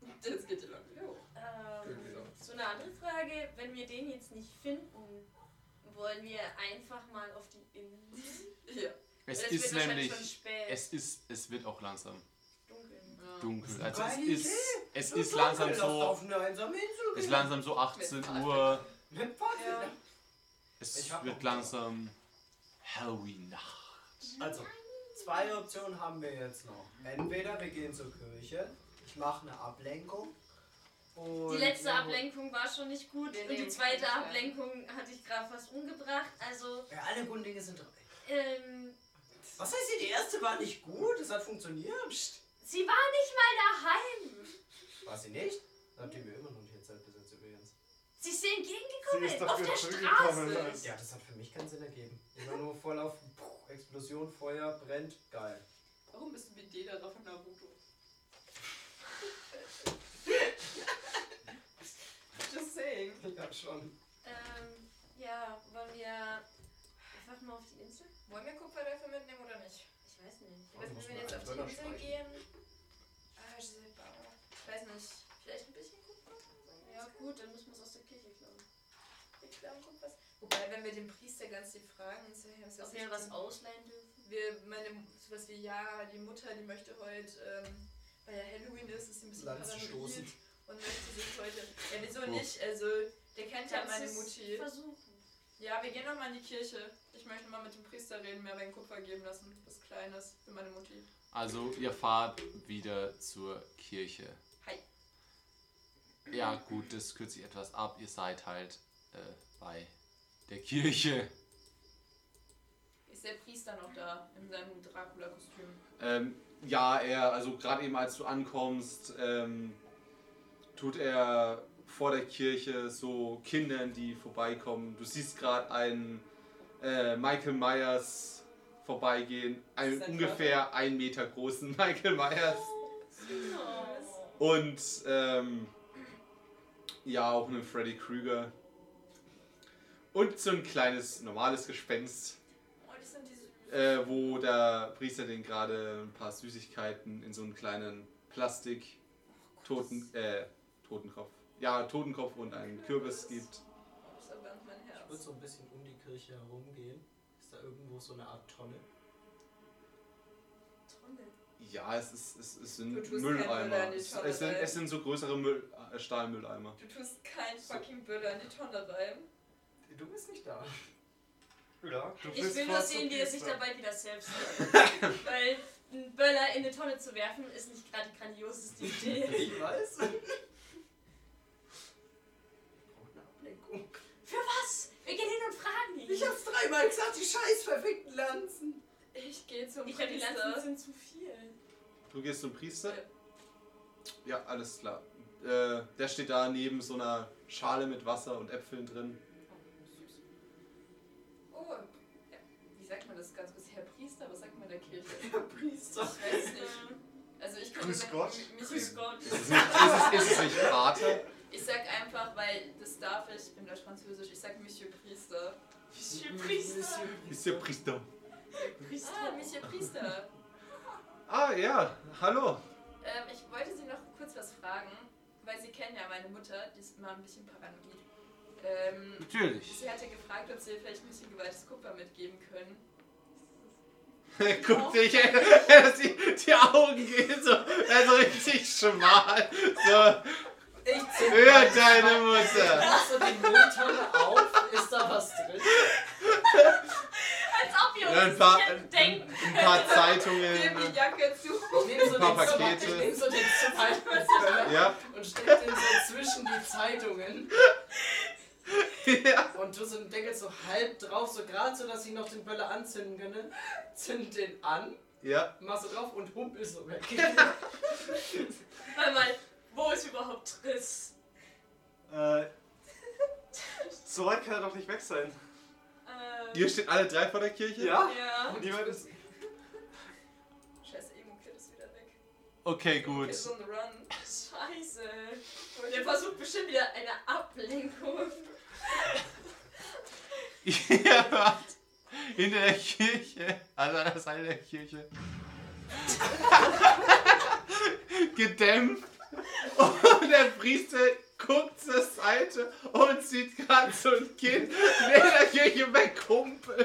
S4: *laughs*
S1: Okay.
S4: Das geht dir lang wieder hoch.
S1: Genau.
S6: Ähm, so eine andere Frage, wenn wir den jetzt nicht finden, wollen wir einfach mal auf die Insel?
S4: Ja.
S2: Es
S6: Das
S2: ist
S6: wird wahrscheinlich
S2: nämlich,
S6: schon spät. Oh.
S2: Es ist, es wird auch langsam
S6: Dunkel.
S2: dunkel. Also
S1: Meine
S2: es ist,
S1: Idee.
S2: es
S1: Du
S2: ist langsam
S1: sollst Auf
S2: so,
S1: eine einsame Insel
S2: es ist
S1: gehen.
S2: langsam so 18 Uhr.
S1: Mit Pfadfinder.
S2: Es
S1: Ich hab
S2: wird
S1: noch Hunger.
S2: langsam Halloween Nacht.
S1: Also, zwei Optionen haben wir jetzt noch. Entweder wir gehen zur Kirche, ich mache eine Ablenkung. Und
S6: Die letzte
S1: Ja,
S6: Ablenkung war schon nicht gut
S4: Wir
S6: und die
S4: nehmen
S6: zweite
S4: keine
S6: Ablenkung hatte ich gerade fast umgebracht. Also,
S1: Ja, alle guten Dinge sind drei.
S6: ähm,
S1: Was heißt hier, die erste war nicht gut? Es hat funktioniert. Psst.
S6: sie war nicht mal daheim.
S1: War sie nicht? Dann habt ihr mir immer noch nicht erzählt bis jetzt übrigens.
S6: Sie ist denen
S5: Sie ist
S6: entgegengekommen, auf
S5: dafür
S6: der
S5: zurückgekommen.
S6: Straße.
S1: Ja, das hat für mich keinen Sinn ergeben. Immer nur Vorlauf, puh, Explosion, Feuer, brennt, geil.
S4: Warum bist du mit dir darauf von *laughs* Naruto? Just saying.
S1: Ja, schon.
S6: Ähm, ja, wollen wir einfach mal auf die Insel?
S4: Wollen wir Kupferläufe mitnehmen oder nicht?
S6: Ich weiß nicht.
S4: Was,
S1: muss
S4: wenn
S1: man
S4: wir jetzt auf die
S1: einfach
S4: Insel
S1: speichern.
S4: gehen? Ah, diese Bar. Ich weiß nicht. Vielleicht ein bisschen Kupfer?
S6: Ja gut, dann müssen wir es aus der Kirche klauen.
S4: Ich glaube, Kupfer. Wobei, wenn wir den Priester ganz die Fragen und sagen, ist das
S6: Ob wir
S4: nicht-
S6: was ausleihen dürfen?
S4: Wir, meine, sowas wie, ja, die Mutter, die möchte heute, ähm, weil ja Halloween ist, ist sie ein bisschen
S1: Lanzen
S4: paranoid
S1: stoßen.
S4: und möchte sich heute. Ja, wieso
S2: Oh.
S4: nicht? Also, der kennt ja
S6: Kannst
S4: meine
S6: es
S4: Mutti.
S6: Versuchen.
S4: Ja, wir gehen noch mal in die Kirche. Ich möchte mal mit dem Priester reden, mir mein Kupfer geben lassen. Was Kleines für meine Mutti.
S2: Also ihr fahrt wieder zur Kirche.
S4: Hi.
S2: Ja gut, das kürzt sich etwas ab. Ihr seid halt äh, bei der Kirche.
S4: Ist der Priester noch da in seinem Dracula-Kostüm?
S2: Ähm, ja, er, also gerade eben als du ankommst, ähm, tut er vor der Kirche so Kindern, die vorbeikommen. Du siehst gerade einen äh, Michael Myers vorbeigehen, einen
S4: Ist das
S2: ungefähr einen Meter großen *laughs* Michael Myers.
S6: Oh.
S2: Und ähm, ja, auch einen Freddy Krüger. Und so ein kleines, normales Gespenst
S4: Oh, die sind diese.
S2: äh, wo der Priester den gerade ein paar Süßigkeiten in so einen kleinen
S4: Oh
S2: Plastik Toten äh, Totenkopf. Ja, Totenkopf und einen Kürbis gibt.
S4: Oh, das erwärmt mein
S1: Ich würde
S4: Herz.
S1: so ein bisschen um die Kirche herumgehen. Ist da irgendwo so eine Art Tonne?
S4: Trommel.
S2: Ja, es ist es ist ein
S4: Du tust keinen Müll
S2: Mülleimer.
S4: in die
S2: Es,
S4: Tonne
S2: es, sind,
S4: rein.
S2: es sind so größere Müll, äh, Stahlmülleimer.
S4: Du tust kein fucking Böller in die Tonne rein.
S1: Du bist nicht da.
S5: Ja, du
S6: Ich
S5: bist
S6: will nur
S5: fast
S6: sehen,
S5: so
S6: wie er sich
S5: düster.
S6: dabei wieder selbst
S5: *laughs*
S6: Weil einen Böller in eine Tonne zu werfen, ist nicht gerade die grandioseste Idee.
S1: Ich weiß. Ich brauche eine Ablenkung.
S6: Für was? Wir gehen hin und fragen ihn.
S1: Ich hab's dreimal gesagt, die scheiß verfickten Lanzen.
S4: Ich gehe zum
S6: ich glaube, die
S4: Priester.
S6: Lanzen sind zu viel.
S2: Du gehst zum Priester? Ja, alles klar. Äh, der steht da neben so einer Schale mit Wasser und Äpfeln drin.
S4: Oh, ja, wie sagt man das ganz kurz? Herr Priester? Was sagt man
S6: *laughs*
S4: der Kirche?
S1: Der Priester.
S4: Ich weiß nicht. Also ich kann
S5: Grüß Gott.
S4: Mich,
S6: Grüß Gott.
S2: Ist es nicht, ist es, ist es nicht Vater?
S4: Ich sag einfach, weil das darf ich, ich bin Deutsch Französisch, ich sag Monsieur Priester.
S6: Monsieur Priester.
S2: Ist der Priester?
S6: Priester.
S4: Ah, Monsieur Priester.
S2: Ah ja, hallo.
S4: ähm, ich wollte Sie noch kurz was fragen, weil Sie kennen ja meine Mutter, die ist mal ein bisschen paranoid. Ähm,
S25: Natürlich.
S2: *laughs*
S4: sie hatte gefragt, ob Sie ihr vielleicht ein bisschen geweihtes Kupfer mitgeben können.
S2: Guckt dich, äh, *laughs* die, die Augen gehen so, also richtig schmal. So,
S1: Ich zieh
S2: hör deine Mutter.
S1: so die Mülltonne auf. Ist da was drin?
S6: Als ob ihr
S2: Ja, ein
S6: uns
S2: paar,
S6: nicht hättet denken.
S2: ein paar
S4: Nimm die
S2: Zeitungen.
S4: Jacke zu.
S1: Ich nehme so
S2: Ein paar
S1: den Zimmer-
S2: Pakete.
S1: Ich nehme so den Zimmer
S2: Ja,
S1: und stecke den so zwischen die Zeitungen.
S2: ja.
S1: Und tu so den Deckel so halb drauf, so gerade so, dass ich noch den Böller anzünden könnte. Zünd den an,
S2: ja.
S1: mach so drauf und humpel so
S4: *laughs*
S1: weg.
S6: Warte mal, wo ist überhaupt Triss?
S5: Äh, so weit kann er doch nicht weg sein.
S6: Ähm,
S2: Ihr steht alle drei vor der Kirche?
S5: Ja?
S6: ja.
S5: Niemand ist.
S4: Scheiße, Emo Kid ist wieder weg.
S2: Okay, gut.
S4: Kids on the Run.
S6: Scheiße. Und er versucht bestimmt wieder eine Ablenkung.
S2: Ihr wart hinter der Kirche, also an der Seite der Kirche, *laughs* gedämpft und der Priester guckt zur Seite und sieht gerade so ein Kind neben der Kirche wegkumpeln.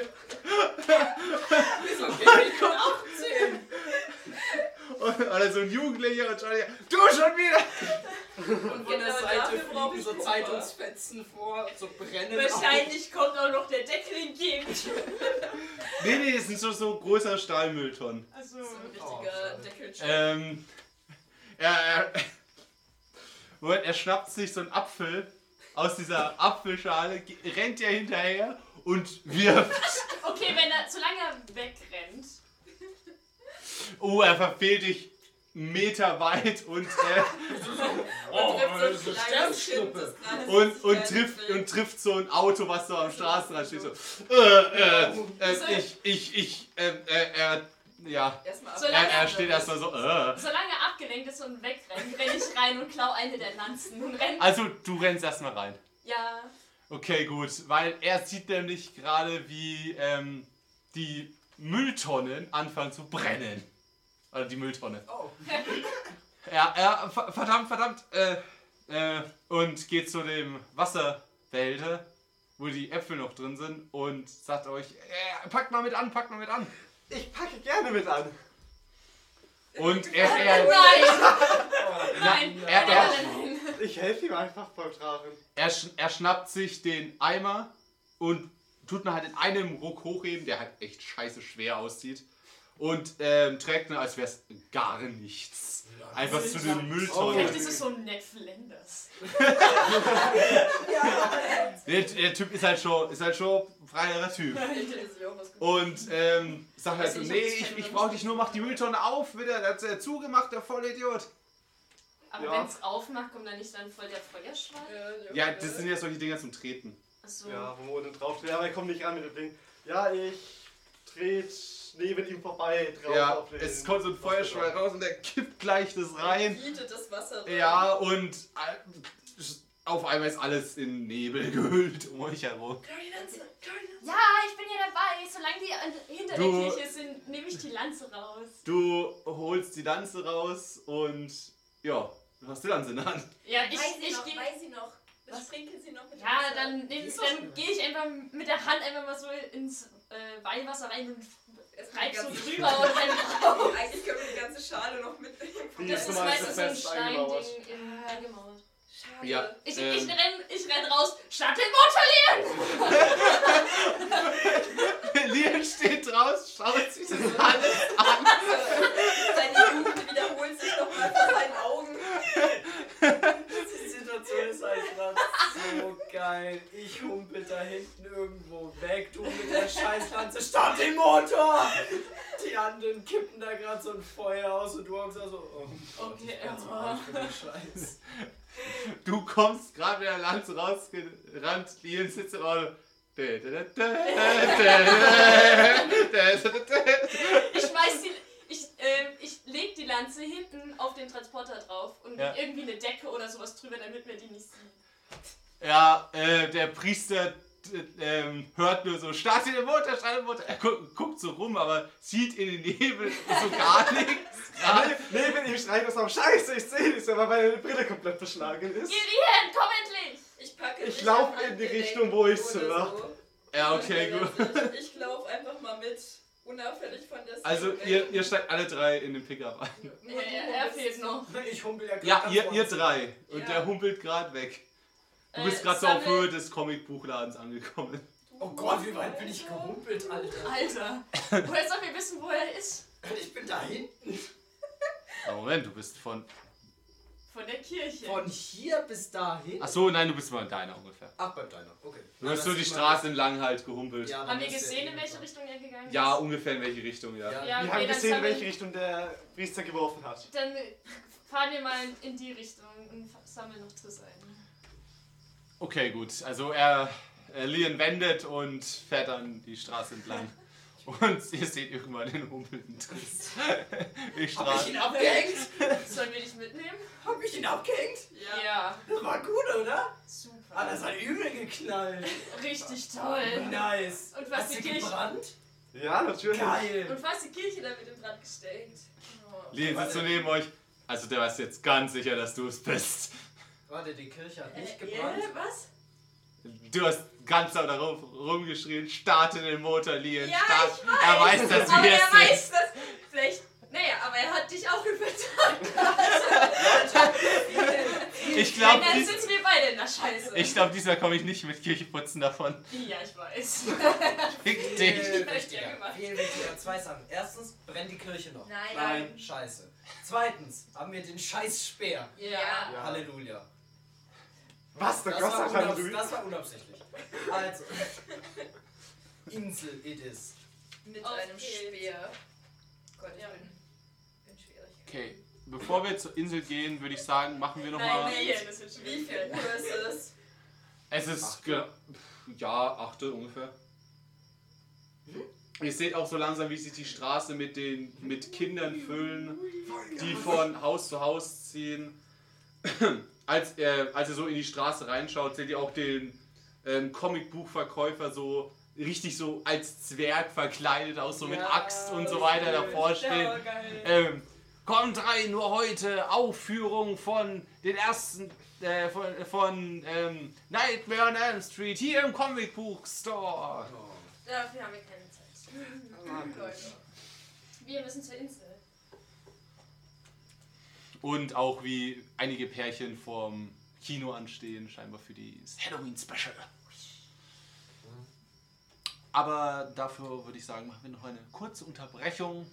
S1: Wieso kann ich den abzählen?
S2: also ein Jugendlicher und Johnny, du schon wieder!
S1: Und von der
S4: Genau
S1: Seite
S4: dafür brauche
S1: fliegen
S4: ich
S1: so
S4: Pulver.
S1: Zeitungsfetzen vor, so brennen.
S6: Wahrscheinlich kommt auch noch der Deckel entgegen.
S2: Nee, nee, das sind so, so großer Stahlmülltonnen.
S6: Also,
S4: So ein
S1: Oh,
S4: richtiger
S1: schade.
S4: Deckelcheck.
S2: Ähm, er, er, Moment, er schnappt sich so einen Apfel aus dieser Apfelschale, ge- rennt ihr hinterher und wirft.
S6: okay, wenn er, solange er wegrennt.
S2: Oh, er verfehlt dich meterweit und, äh,
S4: und trifft so ein kleines Kind,
S1: Sternschnuppe.
S4: das gerade
S2: und,
S4: sich
S2: und,
S4: ganz
S2: trifft,
S4: will.
S2: und trifft so ein Auto, was so am Straßenrand steht. So, äh, äh, äh, ich, ich, ich, äh, äh, er, ja.
S4: Erstmal ab-
S2: Er, er steht erstmal so, äh.
S6: Solange er abgelenkt ist und wegrennt, renne ich rein und klau eine der Lanzen und renn.
S2: Also, du rennst erstmal rein.
S6: Ja,
S2: Okay, gut, weil er sieht nämlich gerade, wie ähm, die Mülltonnen anfangen zu brennen. Also die Mülltonne.
S1: Oh.
S2: *laughs* Ja, ja, ver- verdammt, verdammt. Äh, äh, und geht zu dem Wasserbehälter, wo die Äpfel noch drin sind und sagt euch, äh, packt mal mit an, packt mal mit an.
S5: Ich packe gerne mit an.
S2: Und er, er,
S6: nein,
S2: nein,
S6: *laughs* nein.
S2: er, er,
S5: Ich helfe ihm einfach beim Tragen.
S2: er, schn- er schnappt sich den Eimer und tut ihn halt in einem Ruck hochheben, der halt echt scheiße schwer aussieht. Und ähm, trägt ihn, als wäre es gar nichts. Einfach zu den
S6: Vielleicht
S2: Mülltonnen.
S6: ist es so ein Ned *laughs* Flanders.
S2: Der, der Typ ist halt schon, ist halt schon ein freierer Typ.
S4: Ich hätte sich auch was gemacht.
S2: Und ähm, sagt halt so,
S4: Also Ich
S2: nee,
S4: weiß nicht,
S2: ich, ich brauch dich nur, mach die Mülltonne auf, wieder, das hat er zugemacht, der Vollidiot.
S6: Aber
S5: Ja.
S6: wenn es aufmacht, kommt dann nicht dann voll der Feuerschwein?
S2: Ja, das sind ja solche Dinger zum Treten.
S6: Achso.
S5: Ja, wo oben drauf dreht. Aber er kommt nicht ran mit dem Ding. Ja, ich trete neben ihm vorbei drauf
S2: Ja,
S5: auf den.
S2: es kommt so ein Feuerschwein raus und der kippt gleich das rein.
S4: Bietet das Wasser rein.
S2: Ja, und äh, auf einmal ist alles in Nebel gehüllt um euch herum.
S6: Ja, ich bin ja dabei. Solange die an- hinter
S2: Du-
S6: der Kirche sind, nehme ich die Lanze raus.
S2: Du holst die Lanze raus und ja, du hast die Lanze in der Hand.
S6: Ja, ich,
S26: Ich, weiß sie
S6: ich
S26: noch,
S6: gehe.
S26: weiß sie noch.
S4: Was?
S26: Was sprinkel sie noch mit dem
S6: Ja,
S26: Wasser?
S6: dann, nehm,
S1: Ist das
S6: dann gehe ich einfach mit der Hand einfach mal so ins äh, Weihwasser rein und
S4: Erstmal
S6: reib
S4: die
S6: so
S4: ganze- Oh,
S6: drüber und
S4: *laughs*
S6: dann.
S4: Eigentlich können wir die ganze Schale noch mitnehmen.
S5: Die
S6: Das
S5: ist
S6: ist
S5: normal
S6: meistens so ein
S5: fest eingemauert.
S6: Steinding im- eingemauert.
S4: Schade.
S2: Ja.
S6: Ich,
S2: Ähm.
S6: ich renn, ich renn raus. Statt den Mund verlieren!
S2: Lian steht draußen, schaut sich das alles an.
S4: Seine Jugend wiederholt sich nochmal vor seinen Augen.
S1: Die Situation ist einfach so geil. Ich humpel da hinten irgendwo weg, du mit der Scheißlanze, start den Motor! Die anderen kippen da gerade so ein Feuer aus und du hockst da so, oh Gott,
S6: Okay,
S1: ich bin so
S6: ja.
S1: alt für den Scheiß.
S2: Du kommst gerade mit der Lanze rausgerannt, Lian sitzt im Auto. Dä, dä, dä, dä, dä, dä, dä, dä, dä.
S6: Ich schmeiß die. Ich, ähm, ich leg die Lanze hinten auf den Transporter drauf und
S2: Ja.
S6: irgendwie eine Decke oder sowas drüber, damit wir die nicht sehen.
S2: Ja, äh, der Priester d- ähm, hört nur so, starte den Motor, starte den Motor. Er gu guckt so rum, aber sieht in den Nebel *laughs* so gar nichts. Ja,
S5: ne, Neben ihm schreit es auch Scheiße, ich sehe nichts, weil meine Brille komplett beschlagen ist.
S6: Gillian, komm endlich!
S4: Ich packe
S5: Ich
S4: dich
S5: lauf
S4: am
S5: in die
S4: Handgelenk
S5: Richtung, wo ich
S4: oder
S5: zimmer.
S4: so. Also,
S2: ja okay, gut.
S4: Ich, ich lauf einfach mal mit. Unauffällig von der
S2: Also
S4: Szene
S2: ihr,
S4: weg.
S2: ihr steigt alle drei in den Pickup ein.
S4: Nur die
S6: Äh, er, er
S4: Hunde
S6: fehlt noch.
S1: Ich humpel ja gerade
S2: Ja,
S1: ganz
S2: ihr, ihr
S1: woanders
S2: drei. Und
S4: Ja.
S2: der humpelt gerade weg. Du
S6: Äh,
S2: bist gerade so auf
S6: sammel-
S2: Höhe des Comicbuchladens angekommen.
S1: hin. Oh Gott, wie weit bin ich gehumpelt, Alter?
S2: *laughs*
S6: Alter, woher sollen wir wissen, wo er ist?
S1: Ich bin da hinten.
S2: Aber Moment, du bist von...
S6: Von der Kirche.
S1: Von hier bis dahin.
S2: Achso, nein, du bist mal in deiner ungefähr.
S1: Ach, bei deiner, okay.
S2: Du hast so die Straße entlang halt gehumpelt. Ja,
S6: Haben wir gesehen, in welche Richtung er gegangen ist?
S2: ungefähr in welche Richtung, ja.
S1: Ja.
S6: Ja,
S5: Wir
S6: okay,
S5: haben
S6: dann,
S5: gesehen, in
S6: sammeln-
S5: welche Richtung der Priester geworfen hat.
S6: dann fahren wir mal in die Richtung und sammeln noch zu sein.
S2: Okay, gut. Also er, er Leon wendet und fährt dann die Straße
S6: *laughs*
S2: entlang. Und ihr seht irgendwann den humpelnden
S6: *laughs*
S2: Triss. Die
S1: Hab ich
S2: Straße.
S1: ihn abgehängt?
S6: Sollen wir dich mitnehmen?
S1: Hab ich ihn abgehängt?
S4: Ja.
S1: Das war gut, oder? Ah,
S6: Super.
S1: das hat übel geknallt.
S6: Richtig toll.
S1: Nice.
S6: *laughs* Und was
S1: Hat sie
S6: die Kirche- Äh,
S1: gebrannt?
S5: Ja, natürlich.
S1: Geil.
S6: Und fast die Kirche damit in Brand gestellt.
S2: Leon sitzt so neben euch. Also der weiß jetzt ganz sicher, dass du es bist.
S1: Warte, die Kirche hat nicht
S4: Äh,
S1: gebrannt.
S4: äh, was?
S2: Du hast ganz laut darauf rumgeschrien, starte den Motor, Leon,
S6: Ja,
S2: start.
S6: ich
S2: er weiß, dass
S6: aber
S2: wir
S6: er
S2: es sind.
S6: weiß das. Vielleicht. Naja, aber er hat dich auch übertragen.
S9: Ich glaube,
S6: Wenn, dann
S9: dies,
S6: sitzen wir beide in der Scheiße.
S9: ich glaub, diesmal komme ich nicht mit Kircheputzen davon.
S6: ja, ich weiß.
S9: Fick dich.
S1: Viel
S6: Hätte ich gern
S1: wichtiger.
S6: gemacht.
S1: Viel wichtiger. Zwei Sachen. Erstens, brennt die Kirche noch.
S4: Nein.
S1: Nein. Scheiße. Zweitens, haben wir den scheiß Speer.
S6: Ja.
S5: Ja.
S1: Halleluja.
S5: Was? Der
S1: Das
S5: Gott
S1: war,
S5: sagt
S1: unabs
S5: Halleluja.
S1: das war unabsichtlich. *laughs* Also. Insel it is.
S4: Mit
S6: Auf
S4: einem
S6: geht's.
S4: Speer. Gott, ich
S6: Ja.
S4: bin, bin schwierig.
S9: Okay, bevor wir zur Insel gehen, würde ich sagen, machen wir
S6: Nein,
S9: nochmal.
S6: nee, das wird
S4: Wie
S6: schwierig.
S4: viel Uhr ist es?
S9: Es ist.
S11: Achte. Ja, achte ungefähr.
S2: Ihr seht auch so langsam, wie sich die Straße mit den mit Kindern füllen, die von Haus zu Haus ziehen. *clears throat* Als, äh, als ihr so in die Straße reinschaut, seht ihr auch den ähm, Comicbuchverkäufer so richtig so als Zwerg verkleidet, auch so mit
S1: Ja,
S2: Axt und so weiter davor stehen.
S9: Ähm, kommt rein, nur heute Aufführung von den ersten. Äh, von von ähm, Nightmare on Elm Street hier im Comicbook Store.
S6: Dafür haben wir keine Zeit.
S4: Oh
S6: Wir müssen zur Insel.
S2: Und auch wie einige Pärchen vorm Kino anstehen, scheinbar für die
S9: Halloween Special. Aber dafür würde ich sagen, machen wir noch eine kurze Unterbrechung